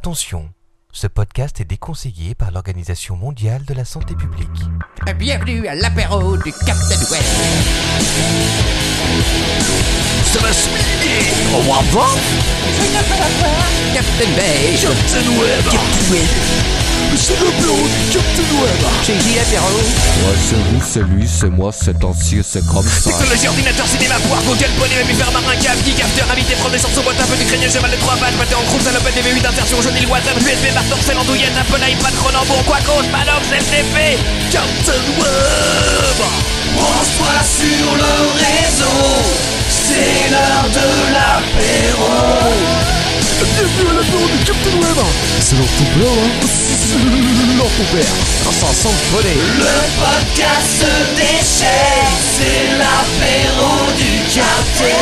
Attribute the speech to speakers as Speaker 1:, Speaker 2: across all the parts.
Speaker 1: Attention, ce podcast est déconseillé par l'Organisation mondiale de la santé publique.
Speaker 2: Bienvenue à l'apéro du Captain Web.
Speaker 3: Ça va se miner On va voir
Speaker 2: Captain Beige.
Speaker 3: Captain Web Captain Web C'est le bureau du Captain Web
Speaker 2: Chez J l'apéro.
Speaker 4: Moi, c'est vous, c'est lui, c'est moi, c'est ancien, c'est comme ça.
Speaker 3: Technologie, ordinateur, cinéma, poire, Google, bonnet, mammifère, marin, cave, geek, after, invité, prendre des chansons, boîte, un peu du crânien, cheval de trois pattes, pâté en croupe, salopette, DV8, insertion, jaune, île, WhatsApp, USB, marteau, sel, andouillette, Apple, iPad, Cronenbourg, quoi cause, Manox, LTP, Captain Web Branche-toi sur le réseau, c'est l'heure de l'apéro Bienvenue à l'apéro du Captain Web C'est leur ton père, hein C'est leur ton père le podcast déchets, c'est l'apéro du Captain.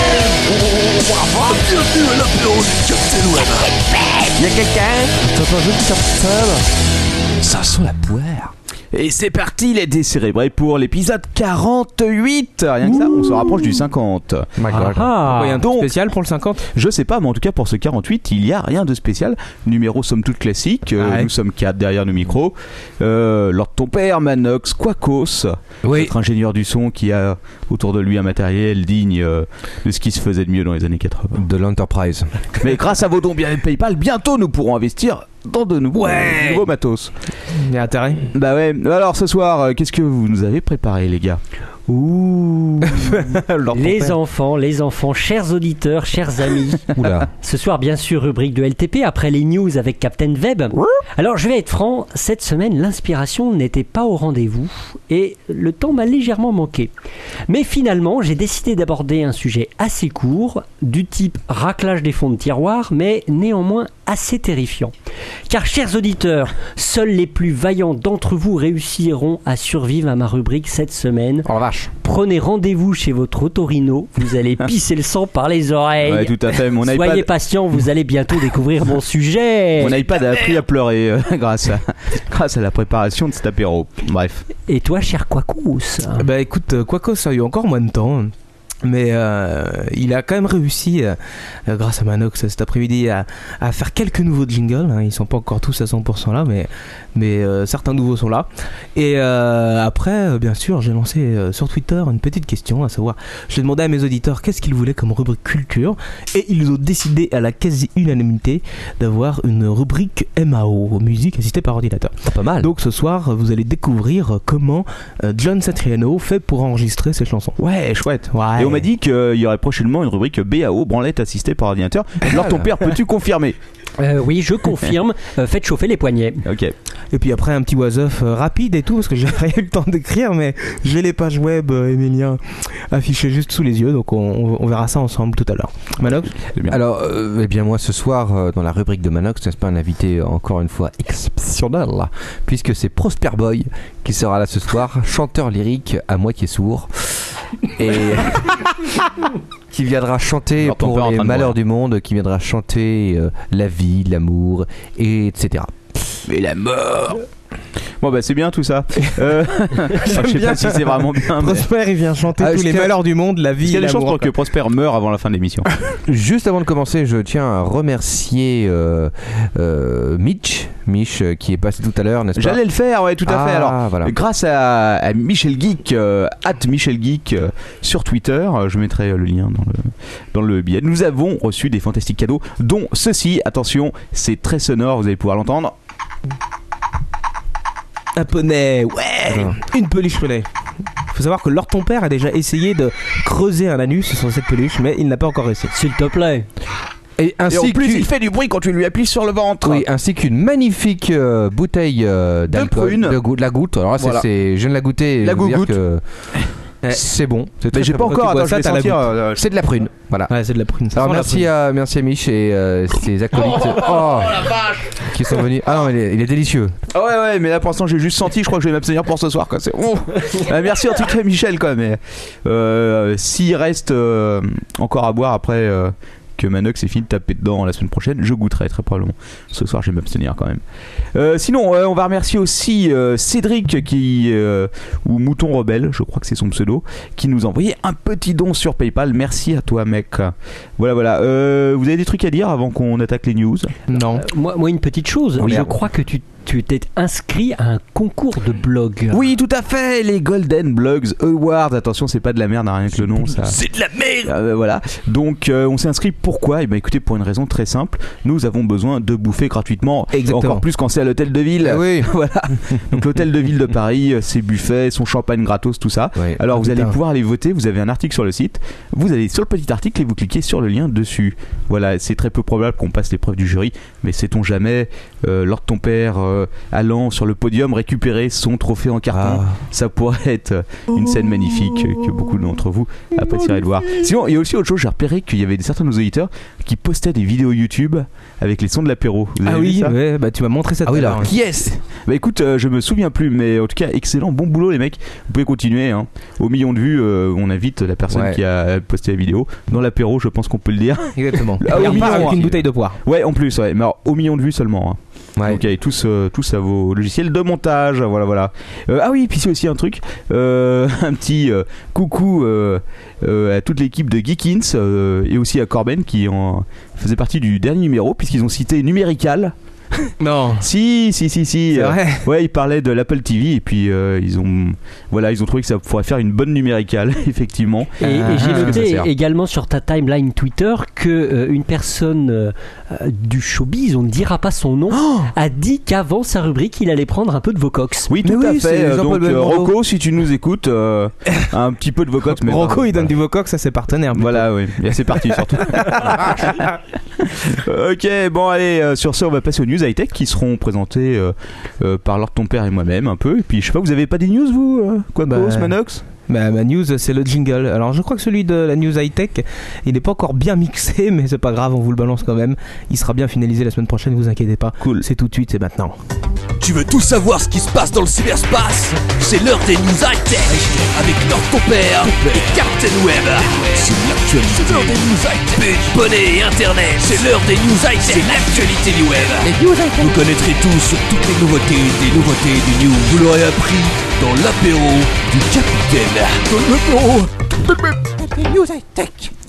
Speaker 3: Oh, bravo. Bienvenue à l'apéro du Captain Web. Y'a quelqu'un T'as un jeu de Captain Ça sent la poire.
Speaker 5: Et c'est parti les décérébrés pour l'épisode 48 Rien que ça, on se rapproche du 50
Speaker 6: Ah,
Speaker 5: Pourquoi il y a un truc
Speaker 6: donc, spécial pour le 50
Speaker 5: Je sais pas, mais en tout cas pour ce 48, il y a rien de spécial. Numéro somme toute classique, euh,
Speaker 6: Ouais.
Speaker 5: nous sommes quatre derrière nos micros. Euh, Lord ton père, Manox, Quacos,
Speaker 6: Oui.
Speaker 5: notre ingénieur du son qui a autour de lui un matériel digne euh, de ce qui se faisait de mieux dans les années 80.
Speaker 4: De l'Enterprise.
Speaker 5: mais grâce à vos dons via Paypal, bientôt nous pourrons investir dans de nouveaux,
Speaker 3: Ouais.
Speaker 5: nouveaux matos.
Speaker 6: Il y a intérêt.
Speaker 5: Bah ouais, alors ce soir, euh, qu'est-ce que vous nous avez préparé les gars Ouh
Speaker 7: Les enfants, les enfants, chers auditeurs, chers amis.
Speaker 4: Oula.
Speaker 7: Ce soir, bien sûr, rubrique de LTP après les news avec Captain Web. Alors, je vais être franc, cette semaine, l'inspiration n'était pas au rendez-vous et le temps m'a légèrement manqué. Mais finalement, j'ai décidé d'aborder un sujet assez court, du type raclage des fonds de tiroir, mais néanmoins assez terrifiant. Car, chers auditeurs, seuls les plus vaillants d'entre vous réussiront à survivre à ma rubrique cette semaine.
Speaker 6: Oh la vache.
Speaker 7: Prenez rendez-vous chez votre otorino, vous allez pisser le sang par les oreilles.
Speaker 5: Ouais, tout à fait, mon
Speaker 7: Soyez
Speaker 5: iPad,
Speaker 7: patient, vous allez bientôt découvrir mon sujet.
Speaker 5: mon iPad a appris à pleurer euh, grâce, à, grâce à la préparation de cet apéro. Bref,
Speaker 7: Et toi, cher Quacous
Speaker 6: Bah écoute, euh, Quaco, ça a eu encore moins de temps. hein. Mais euh, il a quand même réussi, euh, euh, grâce à Manox cet après-midi, à, à faire quelques nouveaux jingles. hein. Ils sont pas encore tous à 100% là, mais, mais euh, certains nouveaux sont là. Et euh, après, euh, bien sûr, j'ai lancé euh, sur Twitter une petite question, à savoir, j'ai demandé à mes auditeurs qu'est-ce qu'ils voulaient comme rubrique culture, et ils ont décidé à la quasi-unanimité d'avoir une rubrique MAO, musique assistée par ordinateur.
Speaker 4: pas mal.
Speaker 6: Donc ce soir, vous allez découvrir comment euh, John Satriano fait pour enregistrer ses chansons. Ouais, chouette.
Speaker 5: et on m'a dit qu'il y aurait prochainement une rubrique BAO, branlette assistée par ordinateur. Alors
Speaker 6: Ah.
Speaker 5: ton père, peux-tu confirmer
Speaker 7: Euh, Oui, je confirme. Euh, faites chauffer les poignets.
Speaker 5: Ok.
Speaker 6: Et puis après un petit was off euh, rapide et tout parce que j'ai pas eu le temps d'écrire, mais j'ai les pages web euh, Emilien affichées juste sous les yeux, donc on, on- on verra ça ensemble tout à l'heure. Manox,
Speaker 4: Alors, euh, eh bien, moi, ce soir, euh, dans la rubrique de Manox, n'est-ce pas un invité, euh, encore une fois, exceptionnel, là, puisque c'est Prosper Boy qui sera là ce soir, chanteur lyrique à moitié sourd, et qui viendra chanter
Speaker 5: Alors, ton père
Speaker 4: pour
Speaker 5: en
Speaker 4: les
Speaker 5: train de
Speaker 4: malheurs
Speaker 5: mourir.
Speaker 4: du monde, qui viendra chanter euh, la vie, l'amour, et etc.
Speaker 5: Mais la mort Bon bah c'est bien tout ça. Euh, je sais
Speaker 6: bien.
Speaker 5: pas si c'est vraiment bien. Ah, mais-
Speaker 6: Prosper, il vient chanter
Speaker 4: Ah,
Speaker 6: tous
Speaker 4: est-ce
Speaker 6: les
Speaker 4: que-
Speaker 6: malheurs du monde, la
Speaker 5: Est-ce
Speaker 6: vie.
Speaker 5: qu'il y a des
Speaker 6: l'amour.
Speaker 5: chances pour que Prosper meure avant la fin de l'émission
Speaker 4: Juste avant de commencer, je tiens à remercier euh, euh, Mitch, Mich euh, qui est passé tout à l'heure, n'est-ce pas
Speaker 5: J'allais le faire, ouais, tout à fait.
Speaker 4: Ah,
Speaker 5: Alors,
Speaker 4: voilà.
Speaker 5: grâce à, à Michel Geek, euh, at Michel Geek euh, sur Twitter, euh, je mettrai euh, le lien dans le, dans le billet. Nous avons reçu des fantastiques cadeaux, dont ceci. Attention, c'est très sonore, vous allez pouvoir l'entendre.
Speaker 6: Un poney, ouais, une peluche poney. Faut savoir que Lord ton père a déjà essayé de creuser un anus sur cette peluche, mais il n'a pas encore réussi.
Speaker 7: S'il te plaît.
Speaker 4: Et ainsi
Speaker 5: Et en plus,
Speaker 4: qu'une-
Speaker 5: il fait du bruit quand tu lui appuies sur le ventre.
Speaker 4: oui, ainsi qu'une magnifique euh, bouteille euh, d'alcool,
Speaker 5: prune.
Speaker 4: de, gou- de la goutte. Alors là, c'est-
Speaker 5: Voilà.
Speaker 4: c'est, je ne la goûté.
Speaker 5: La
Speaker 4: je veux dire
Speaker 5: gougoute.
Speaker 4: que
Speaker 6: Eh.
Speaker 4: c'est bon. C'est
Speaker 5: Mais
Speaker 4: très,
Speaker 5: j'ai
Speaker 4: très
Speaker 5: pas
Speaker 4: bon.
Speaker 5: encore,
Speaker 6: Quand tu
Speaker 5: attends,
Speaker 6: bois
Speaker 5: je
Speaker 6: ça,
Speaker 5: vais
Speaker 6: t'as la
Speaker 5: sentir. euh,
Speaker 4: C'est de la prune. Voilà.
Speaker 6: Ouais, c'est de la prune. ça
Speaker 4: Alors
Speaker 6: sent la prune.
Speaker 4: merci à, merci à Mich et euh, ses acolytes Oh, qui sont venus. Ah non, mais il est, il est délicieux.
Speaker 5: Ah ouais, ouais, mais là pour l'instant j'ai juste senti, je crois que je vais m'abstenir pour ce soir. Quoi. C'est... Ouh. Ah, merci en tout cas Michel quand même. Et, euh, s'il reste euh, encore à boire après euh, que Manox est fini de taper dedans la semaine prochaine. Je goûterai très probablement. Ce soir, je vais m'abstenir quand même. Euh, sinon, euh, on va remercier aussi euh, Cédric qui euh, ou Mouton Rebelle, je crois que c'est son pseudo, qui nous a envoyé un petit don sur PayPal. Merci à toi, mec. Voilà, voilà. Euh, vous avez des trucs à dire avant qu'on attaque les news
Speaker 6: Non.
Speaker 7: Euh, Moi, moi, une petite chose.
Speaker 5: Oui.
Speaker 7: je crois que tu tu t'es inscrit à un concours de blog.
Speaker 5: Oui, tout à fait, les Golden Blogs Awards. Attention, c'est pas de la merde, hein, rien que le nom, ça.
Speaker 8: C'est de la merde
Speaker 5: Ah, bah, voilà. Donc, euh, on s'est inscrit pourquoi Eh ben, écoutez, pour une raison très simple. Nous avons besoin de bouffer gratuitement.
Speaker 6: Exactement.
Speaker 5: Encore plus quand c'est à l'hôtel de ville.
Speaker 4: oui.
Speaker 5: voilà. Donc, l'hôtel de ville de Paris, euh, ses buffets, son champagne gratos, tout ça.
Speaker 4: Ouais.
Speaker 5: Alors, vous allez
Speaker 6: Putain.
Speaker 5: pouvoir aller voter. Vous avez un article sur le site. Vous allez sur le petit article et vous cliquez sur le lien dessus. Voilà. C'est très peu probable qu'on passe l'épreuve du jury, mais sait-on jamais. Euh, Lord ton père euh, allant sur le podium récupérer son trophée en carton. Ça pourrait être une scène magnifique euh, que beaucoup d'entre vous apprécieraient de voir. Sinon, il y a aussi autre chose, j'ai repéré qu'il y avait certains de nos auditeurs qui postaient des vidéos YouTube avec les sons de l'apéro. Vous avez
Speaker 6: Ah
Speaker 5: vu
Speaker 6: oui,
Speaker 5: ça
Speaker 6: ouais, bah tu m'as montré ça.
Speaker 4: Ah
Speaker 6: tout
Speaker 4: oui,
Speaker 6: à
Speaker 4: alors,
Speaker 6: l'heure.
Speaker 4: qui est-ce
Speaker 5: Bah écoute, euh, je me souviens plus, mais en tout cas, excellent, bon boulot les mecs. Vous pouvez continuer. hein. Au million de vues, euh, on invite la personne
Speaker 4: Ouais.
Speaker 5: qui a posté la vidéo. Dans l'apéro, je pense qu'on peut le dire.
Speaker 6: Exactement.
Speaker 5: Ah,
Speaker 6: Et
Speaker 5: au
Speaker 6: on part
Speaker 5: million,
Speaker 6: avec
Speaker 5: hein.
Speaker 6: une bouteille de poire.
Speaker 5: Ouais, en plus, ouais. Mais alors, au million de vues seulement. hein.
Speaker 4: Ouais.
Speaker 5: Donc allez, tous, euh, tous à vos logiciels de montage, voilà, voilà. Euh, ah oui, puis c'est aussi un truc, euh, un petit euh, coucou euh, euh, à toute l'équipe de Geekins euh, et aussi à Corben qui en faisait partie du dernier numéro puisqu'ils ont cité Numérical.
Speaker 6: Non.
Speaker 5: Si, si, si, si.
Speaker 6: C'est
Speaker 5: euh,
Speaker 6: vrai.
Speaker 5: ouais, ils parlaient de l'Apple TV et puis euh, ils ont, voilà, ils ont trouvé que ça pourrait faire une bonne numéricale, effectivement.
Speaker 7: Et, et
Speaker 6: Ah,
Speaker 5: parce
Speaker 7: j'ai
Speaker 5: que ça
Speaker 7: noté
Speaker 5: sert.
Speaker 7: également sur ta timeline Twitter que euh, une personne euh, euh, du showbiz, on ne dira pas son nom,
Speaker 5: Oh
Speaker 7: a dit qu'avant sa rubrique, il allait prendre un peu de Vocox.
Speaker 5: Oui, tout
Speaker 6: Mais
Speaker 5: à
Speaker 6: oui,
Speaker 5: fait.
Speaker 6: c'est
Speaker 5: euh,
Speaker 6: Jean-Paul
Speaker 5: Donc, euh,
Speaker 6: Belmondo.
Speaker 5: Rocco, si tu nous écoutes, euh, un petit peu de vocote. mais
Speaker 6: Rocco,
Speaker 5: pas-
Speaker 6: il donne
Speaker 5: voilà.
Speaker 6: du Vocox à ses partenaires. plutôt.
Speaker 5: Voilà, oui. Et C'est parti, surtout. ok, bon, allez, euh, sur ce, on va passer aux news high-tech qui seront présentées euh, euh, par Lord Ton Père et moi-même un peu. Et puis, je sais pas, vous avez pas des news, vous euh, Quoi,
Speaker 6: Bah,
Speaker 5: Ghost, Manox
Speaker 6: Bah, ma news, c'est le jingle. Alors, je crois que celui de la news high-tech, il n'est pas encore bien mixé, mais c'est pas grave, on vous le balance quand même. Il sera bien finalisé la semaine prochaine, vous inquiétez pas.
Speaker 5: Cool.
Speaker 6: C'est tout de suite, c'est maintenant.
Speaker 8: Tu veux tout savoir ce qui se passe dans le cyberspace C'est l'heure des news high-tech Avec Lord ton père et Captain Web C'est l'actualité C'est l'heure des news high-tech Bonnet et Internet C'est l'heure des news high-tech C'est l'actualité du web Vous connaîtrez tous sur toutes les nouveautés des nouveautés du news Vous l'aurez appris dans l'apéro du Capitaine Dans l'apéro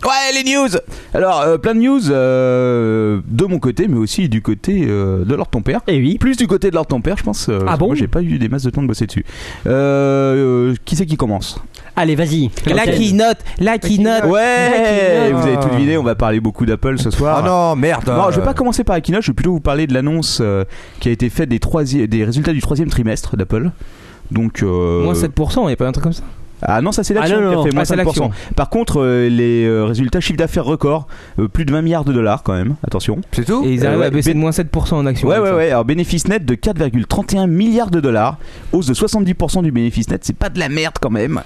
Speaker 5: Ouais, les news Alors, euh, plein de news euh, de mon côté, mais aussi du côté euh, de Lord Ton Père.
Speaker 7: Et Eh oui.
Speaker 5: Plus du côté de Lord Ton Père, je pense. euh, parce que
Speaker 7: bon
Speaker 5: Moi, j'ai pas eu des masses de temps de bosser dessus. Euh, euh, qui c'est qui commence
Speaker 7: Allez, vas-y.
Speaker 6: La
Speaker 7: Captain.
Speaker 6: keynote, la keynote.
Speaker 5: Ouais
Speaker 4: Keynote.
Speaker 5: Vous avez tout deviné, on va parler beaucoup d'Apple ce soir.
Speaker 4: Ah non, merde.
Speaker 5: Non, je vais pas commencer par Aquino, je vais plutôt vous parler de l'annonce euh, qui a été faite des, troisi- des résultats du troisième trimestre d'Apple. Donc, euh,
Speaker 6: Moins 7%, il n'y a pas un truc comme ça.
Speaker 5: ah non, ça c'est l'action
Speaker 7: Ah non,
Speaker 5: qui a
Speaker 7: non,
Speaker 5: fait
Speaker 6: non,
Speaker 5: moins
Speaker 6: ah, c'est
Speaker 5: 5%.
Speaker 6: l'action.
Speaker 5: Par contre, euh, les euh, résultats chiffre d'affaires record, euh, plus de 20 milliards de dollars quand même, attention.
Speaker 4: C'est tout
Speaker 6: Et ils
Speaker 5: Euh,
Speaker 6: arrivent
Speaker 5: ouais,
Speaker 6: à baisser
Speaker 5: bête-
Speaker 6: de moins 7% en action.
Speaker 5: Ouais,
Speaker 6: comme
Speaker 5: ouais,
Speaker 6: ça.
Speaker 5: ouais. Alors, bénéfice net de 4,31 milliards de dollars. Hausse de 70% du bénéfice net. C'est pas de la merde quand même.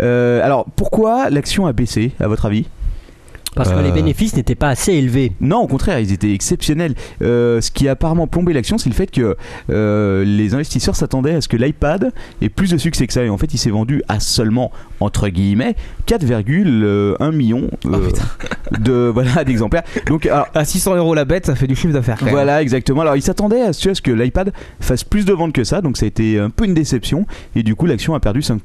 Speaker 5: Euh, alors, pourquoi l'action a baissé, à votre avis
Speaker 7: Parce que
Speaker 5: Euh.
Speaker 7: les bénéfices n'étaient pas assez élevés.
Speaker 5: Non, au contraire, ils étaient exceptionnels. Euh, ce qui a apparemment plombé l'action, c'est le fait que euh, les investisseurs s'attendaient à ce que l'iPad ait plus de succès que ça. Et en fait, il s'est vendu à seulement, entre guillemets, 4,1 millions euh, de voilà d'exemplaires. Donc, alors,
Speaker 6: À 600 euros la bête, ça fait du chiffre d'affaires. quand même.
Speaker 5: voilà, exactement. Alors, ils s'attendaient à ce à ce que l'iPad fasse plus de ventes que ça, donc ça a été un peu une déception. Et du coup, l'action a perdu 5%.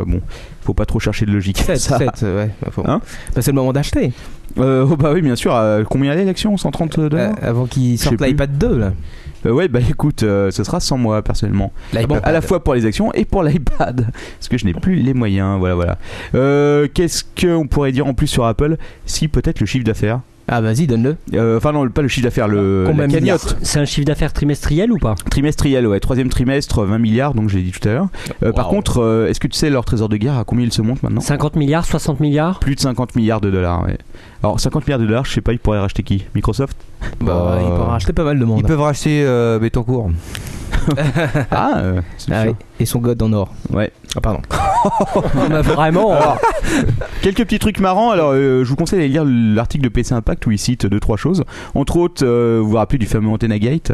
Speaker 5: Euh, bon, faut pas trop chercher de logique. à
Speaker 6: 7,
Speaker 5: ça.
Speaker 6: 7, ouais. Bah, faut-
Speaker 5: Hein
Speaker 6: bah, c'est le moment d'acheter.
Speaker 5: Euh, oh, bah oui, bien sûr. Euh, combien allait l'action 130 dollars
Speaker 6: Euh, avant qu'ils
Speaker 5: Je sais
Speaker 6: sortent
Speaker 5: plus.
Speaker 6: l'iPad 2, là.
Speaker 5: Euh, Ouais, bah écoute, euh, ce sera 100 mois personnellement. Ah
Speaker 6: L'iPad.
Speaker 5: à la fois pour les actions et pour l'iPad. Parce que je n'ai plus les moyens. Voilà, voilà. Euh, Qu'est-ce qu'on pourrait dire en plus sur Apple Si peut-être le chiffre d'affaires.
Speaker 6: Ah, vas-y, donne-le.
Speaker 5: Euh, Enfin, non, pas le chiffre d'affaires, le
Speaker 6: Combien
Speaker 5: la
Speaker 6: de
Speaker 5: cagnotte.
Speaker 7: C'est un chiffre d'affaires trimestriel ou pas
Speaker 5: trimestriel, ouais. Troisième trimestre, 20 milliards, donc j'ai dit tout à l'heure. Euh, Par
Speaker 6: Wow.
Speaker 5: contre, euh, est-ce que tu sais leur trésor de guerre à combien il se monte maintenant
Speaker 7: 50 milliards, 60 milliards
Speaker 5: Plus de 50 milliards de dollars, ouais. Alors, 50 milliards de dollars, je sais pas, ils pourraient racheter qui Microsoft
Speaker 6: Bah, ils pourront racheter pas mal de monde.
Speaker 4: Ils peuvent racheter euh, Bettencourt.
Speaker 5: Ah, euh, c'est
Speaker 6: Ah
Speaker 5: sûr.
Speaker 6: ouais. Et son god en or.
Speaker 5: Ouais.
Speaker 6: Ah, pardon.
Speaker 7: Ah bah, Vraiment
Speaker 5: Alors, quelques petits trucs marrants. Alors, euh, je vous conseille d'aller lire l'article de PC Impact où il cite deux trois choses. Entre autres, euh, vous vous rappelez du fameux Antenna Gate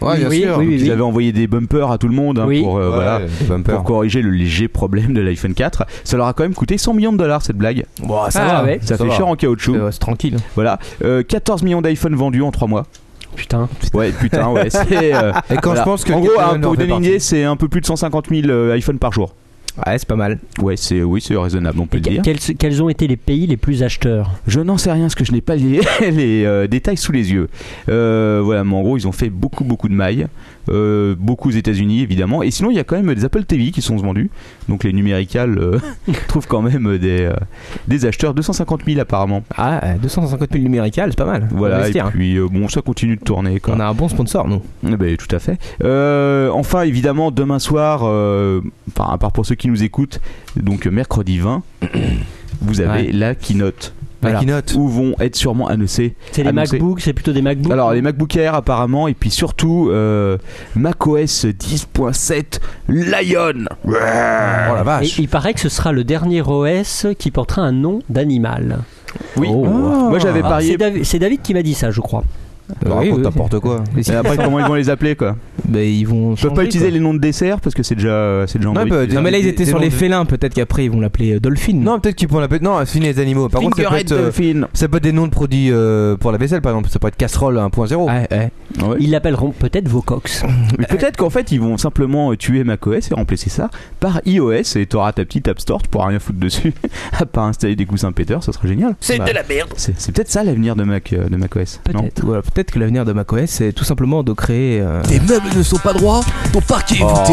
Speaker 4: Ouais, bien
Speaker 7: Oui,
Speaker 4: sûr.
Speaker 7: oui,
Speaker 4: Ouais,
Speaker 7: oui.
Speaker 5: Ils avaient envoyé des bumpers à tout le monde hein,
Speaker 7: Oui.
Speaker 5: pour, euh, voilà,
Speaker 4: des bumpers.
Speaker 5: pour corriger le léger problème de l'iPhone 4. Ça leur a quand même coûté 100 millions de dollars cette blague.
Speaker 6: Bon, ça
Speaker 7: Ah,
Speaker 6: va,
Speaker 7: ouais.
Speaker 5: Ça,
Speaker 4: Ça
Speaker 5: fait
Speaker 4: va.
Speaker 5: cher en caoutchouc.
Speaker 6: Euh, c'est tranquille.
Speaker 5: Voilà. Euh, 14 millions d'iPhone vendus en 3 mois.
Speaker 7: Putain.
Speaker 5: Ouais, putain, ouais. c'est, euh,
Speaker 4: Et quand
Speaker 5: voilà.
Speaker 4: je pense que
Speaker 5: en gros,
Speaker 4: Captain
Speaker 5: hein,
Speaker 4: One en
Speaker 5: pour
Speaker 4: fait
Speaker 5: donner une
Speaker 4: partie.
Speaker 5: idée, c'est un peu plus de 150 000 euh, iPhone par jour.
Speaker 6: Ouais, c'est pas mal.
Speaker 5: Ouais, c'est oui, c'est raisonnable, on peut
Speaker 7: Et
Speaker 5: le
Speaker 7: que-
Speaker 5: dire.
Speaker 7: quels, quels ont été les pays les plus acheteurs
Speaker 5: Je n'en sais rien, parce que je n'ai pas les, les, euh, détails sous les yeux. Euh, voilà, mais en gros, ils ont fait beaucoup, beaucoup de mailles. Euh, beaucoup aux États-Unis, évidemment. Et sinon, il y a quand même des Apple TV qui sont vendus. Donc les numéricales euh, trouvent quand même des, euh, des acheteurs, 250 000 apparemment.
Speaker 6: Ah, euh, 250 000 numéricales, c'est pas mal. Faut
Speaker 5: Voilà, et
Speaker 6: investir. hein.
Speaker 5: puis euh, bon, ça continue de tourner. Quoi.
Speaker 6: On a un bon sponsor, nous.
Speaker 5: Eh ben, tout à fait. Euh, enfin, évidemment, demain soir, euh, enfin, à part pour ceux qui nous écoutent, donc euh, mercredi 20, vous avez la keynote.
Speaker 4: La
Speaker 5: Voilà.
Speaker 4: keynote.
Speaker 5: Où vont être sûrement annoncés.
Speaker 7: C'est les
Speaker 5: Annoncé.
Speaker 7: MacBooks, c'est plutôt des MacBooks.
Speaker 5: Alors, les MacBook Air apparemment, et puis surtout euh, macOS 10.7 Lion.
Speaker 4: Oh la
Speaker 7: Et
Speaker 4: vache.
Speaker 7: il paraît que ce sera le dernier OS qui portera un nom d'animal.
Speaker 5: Oui. Ah.
Speaker 7: Oh.
Speaker 5: Moi, j'avais
Speaker 7: Alors,
Speaker 5: parié.
Speaker 7: C'est Davi- c'est David qui m'a dit ça, je crois. Ah,
Speaker 4: Bah,
Speaker 6: Oui,
Speaker 4: raconte
Speaker 6: oui.
Speaker 4: n'importe quoi.
Speaker 6: Mais si-
Speaker 5: Et après, comment ils vont les appeler quoi
Speaker 6: bah, ils vont.
Speaker 5: Ils peuvent pas utiliser les noms de dessert parce que c'est déjà, c'est déjà.
Speaker 4: Non,
Speaker 5: envoyé.
Speaker 4: bah,
Speaker 6: Non, mais là, ils
Speaker 4: Des-
Speaker 6: étaient
Speaker 4: des
Speaker 6: sur les
Speaker 4: noms de-
Speaker 6: félins. Peut-être qu'après, ils vont l'appeler euh, Dolphine.
Speaker 4: Non, peut-être qu'ils pourront l'appeler. Non, c'est les animaux. Par contre, ça peut
Speaker 5: Fingerhead
Speaker 4: être, euh,
Speaker 5: Dolphin.
Speaker 4: ça peut être des noms de produits euh, pour la vaisselle, par exemple. Ça peut être casserole 1.0.
Speaker 6: Ouais, ouais.
Speaker 5: Ah Ouais.
Speaker 7: Ils l'appelleront peut-être Vocox.
Speaker 5: Mais peut-être qu'en fait, ils vont simplement euh, tuer macOS et remplacer ça par iOS et t'auras ta petite App Store, tu pourras rien foutre dessus, à part installer des coussins péteurs, ça sera génial.
Speaker 8: C'est
Speaker 5: Bah,
Speaker 8: de la merde.
Speaker 5: C'est c'est peut-être ça l'avenir de, Mac, euh, de macOS. non
Speaker 7: Peut-être.
Speaker 6: Voilà, peut-être que l'avenir de macOS, c'est tout simplement de créer. euh,
Speaker 2: Tes meubles ne sont pas droits, ton parquet est
Speaker 8: Oh.
Speaker 2: voûté,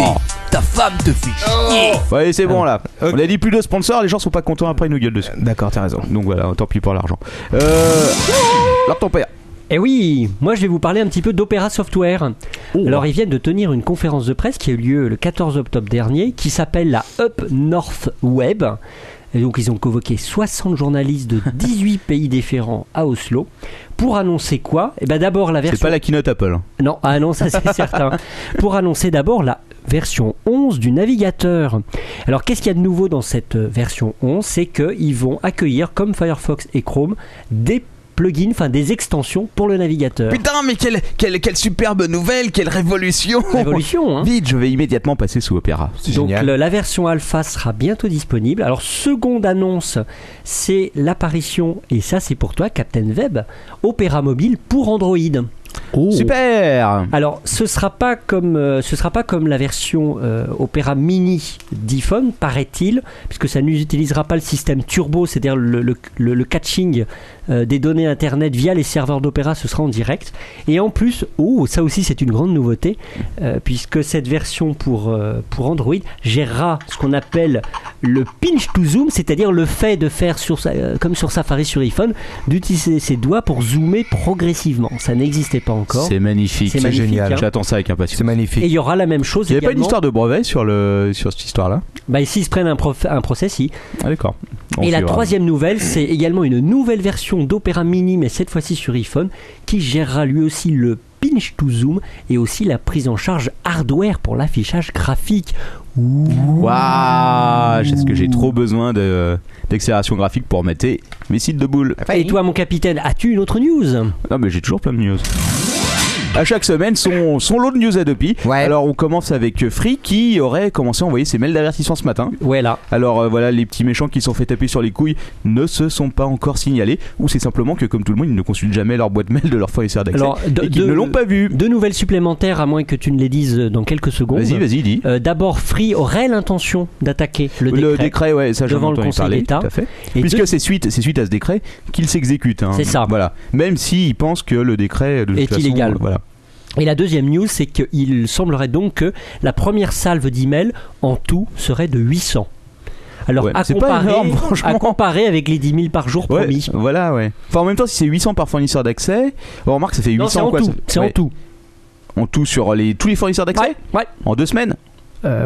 Speaker 2: ta femme te fait chier.
Speaker 5: Ouais, allez, c'est
Speaker 7: Euh,
Speaker 5: bon là. On a dit plus de sponsors, les gens sont pas contents après, ils nous gueulent dessus.
Speaker 6: D'accord, t'as raison.
Speaker 5: Donc voilà, tant pis pour l'argent. Euh. Alors ton père.
Speaker 7: Eh oui, moi je vais vous parler un petit peu d'Opera Software. Alors ils viennent de tenir une conférence de presse qui a eu lieu le 14 octobre dernier qui s'appelle la Up North Web. Et donc ils ont convoqué 60 journalistes de 18 pays différents à Oslo pour annoncer quoi Eh ben d'abord la
Speaker 5: C'est
Speaker 7: version
Speaker 5: pas la keynote Apple. hein.
Speaker 7: Non, ah non, ça c'est certain. Pour annoncer d'abord la version 11 du navigateur. Alors qu'est-ce qu'il y a de nouveau dans cette euh, version 11 C'est qu'ils vont accueillir, comme Firefox et Chrome, des plugins, enfin des extensions pour le navigateur.
Speaker 8: Putain, mais quelle, quelle, quelle superbe nouvelle, quelle révolution.
Speaker 7: Révolution, hein
Speaker 5: Vite, je vais immédiatement passer sous Opera.
Speaker 4: C'est
Speaker 7: Donc
Speaker 4: génial.
Speaker 7: le- la version alpha sera bientôt disponible. Alors seconde annonce, c'est l'apparition, et ça c'est pour toi Captain Web, Opéra Mobile pour Android.
Speaker 4: Oh.
Speaker 5: euh, Super
Speaker 7: Alors, ce sera pas comme euh, ce sera pas comme la version euh, Opera Mini d'iPhone, paraît-il, puisque ça n'utilisera pas le système turbo, c'est-à-dire le, le- le- le catching euh, des données internet via les serveurs d'Opera, ce sera en direct. Et en plus, oh, ça aussi c'est une grande nouveauté, euh, puisque cette version pour euh, pour Android gérera ce qu'on appelle le pinch to zoom, c'est-à-dire le fait de faire sur sa- euh, comme sur Safari sur iPhone, d'utiliser ses doigts pour zoomer progressivement. Ça n'existait pas encore.
Speaker 5: C'est magnifique.
Speaker 7: C'est magnifique, hein.
Speaker 5: J'attends ça avec impatience.
Speaker 4: C'est magnifique.
Speaker 7: Et il y aura la même chose.
Speaker 5: Il y avait pas une
Speaker 7: également.
Speaker 5: histoire de brevet sur, le, sur cette histoire-là
Speaker 7: Bah, ici, ils se prennent un, prof- un procès, si.
Speaker 5: Ah, d'accord. On
Speaker 7: Et la
Speaker 5: suivra.
Speaker 7: troisième nouvelle, c'est également une nouvelle version d'Opéra Mini, mais cette fois-ci sur iPhone, qui gérera lui aussi le pinch to zoom et aussi la prise en charge hardware pour l'affichage graphique. Ouh.
Speaker 5: Waouh, est-ce que j'ai trop besoin de- d'accélération graphique pour mater mes sites de boules
Speaker 7: Et toi, mon capitaine, as-tu une autre news
Speaker 5: Non, mais j'ai toujours plein de news. À chaque semaine, son, son lot de news à Adopi.
Speaker 4: Ouais.
Speaker 5: Alors, on commence avec euh, Free qui aurait commencé à envoyer ses mails d'avertissement ce matin.
Speaker 7: Ouais, là.
Speaker 5: Alors, euh, voilà, les petits méchants qui se sont fait taper sur les couilles ne se sont pas encore signalés. Ou c'est simplement que, comme tout le monde, ils ne consultent jamais leur boîte mail de leur fournisseur d'accès.
Speaker 7: Alors, de-
Speaker 5: Et qu'ils
Speaker 7: de-
Speaker 5: ne l'ont pas vu.
Speaker 7: Deux nouvelles supplémentaires, à moins que tu ne les dises dans quelques secondes.
Speaker 5: Vas-y, vas-y, dis.
Speaker 7: Euh, D'abord, Free aurait l'intention d'attaquer le décret.
Speaker 5: ouais, ça j'en ai
Speaker 7: devant le
Speaker 5: entendu
Speaker 7: Conseil
Speaker 5: parler,
Speaker 7: d'État.
Speaker 5: tout à fait.
Speaker 7: Et
Speaker 5: Puisque
Speaker 7: deux-
Speaker 5: c'est suite, c'est suite à ce décret qu'il s'exécute. hein.
Speaker 7: C'est ça.
Speaker 5: Voilà. Même s'il pense que le décret de toute
Speaker 7: Est
Speaker 5: façon,
Speaker 7: illégal.
Speaker 5: euh, Voilà.
Speaker 7: Et la deuxième news, c'est qu'il semblerait donc que la première salve d'emails en tout serait de 800. Alors
Speaker 5: Ouais,
Speaker 7: à,
Speaker 5: c'est pas
Speaker 7: comparer,
Speaker 5: énorme, franchement.
Speaker 7: à comparer avec les 10 000 par jour
Speaker 5: Ouais,
Speaker 7: promis.
Speaker 5: voilà, ouais. Enfin, en même temps, si c'est 800 par fournisseur d'accès, on remarque ça fait 800
Speaker 7: Non, c'est en
Speaker 5: quoi,
Speaker 7: tout.
Speaker 5: ça-
Speaker 7: C'est en
Speaker 5: ouais.
Speaker 7: tout.
Speaker 5: En tout sur les, tous les fournisseurs d'accès
Speaker 7: Ouais, ouais.
Speaker 5: En deux semaines
Speaker 7: Euh,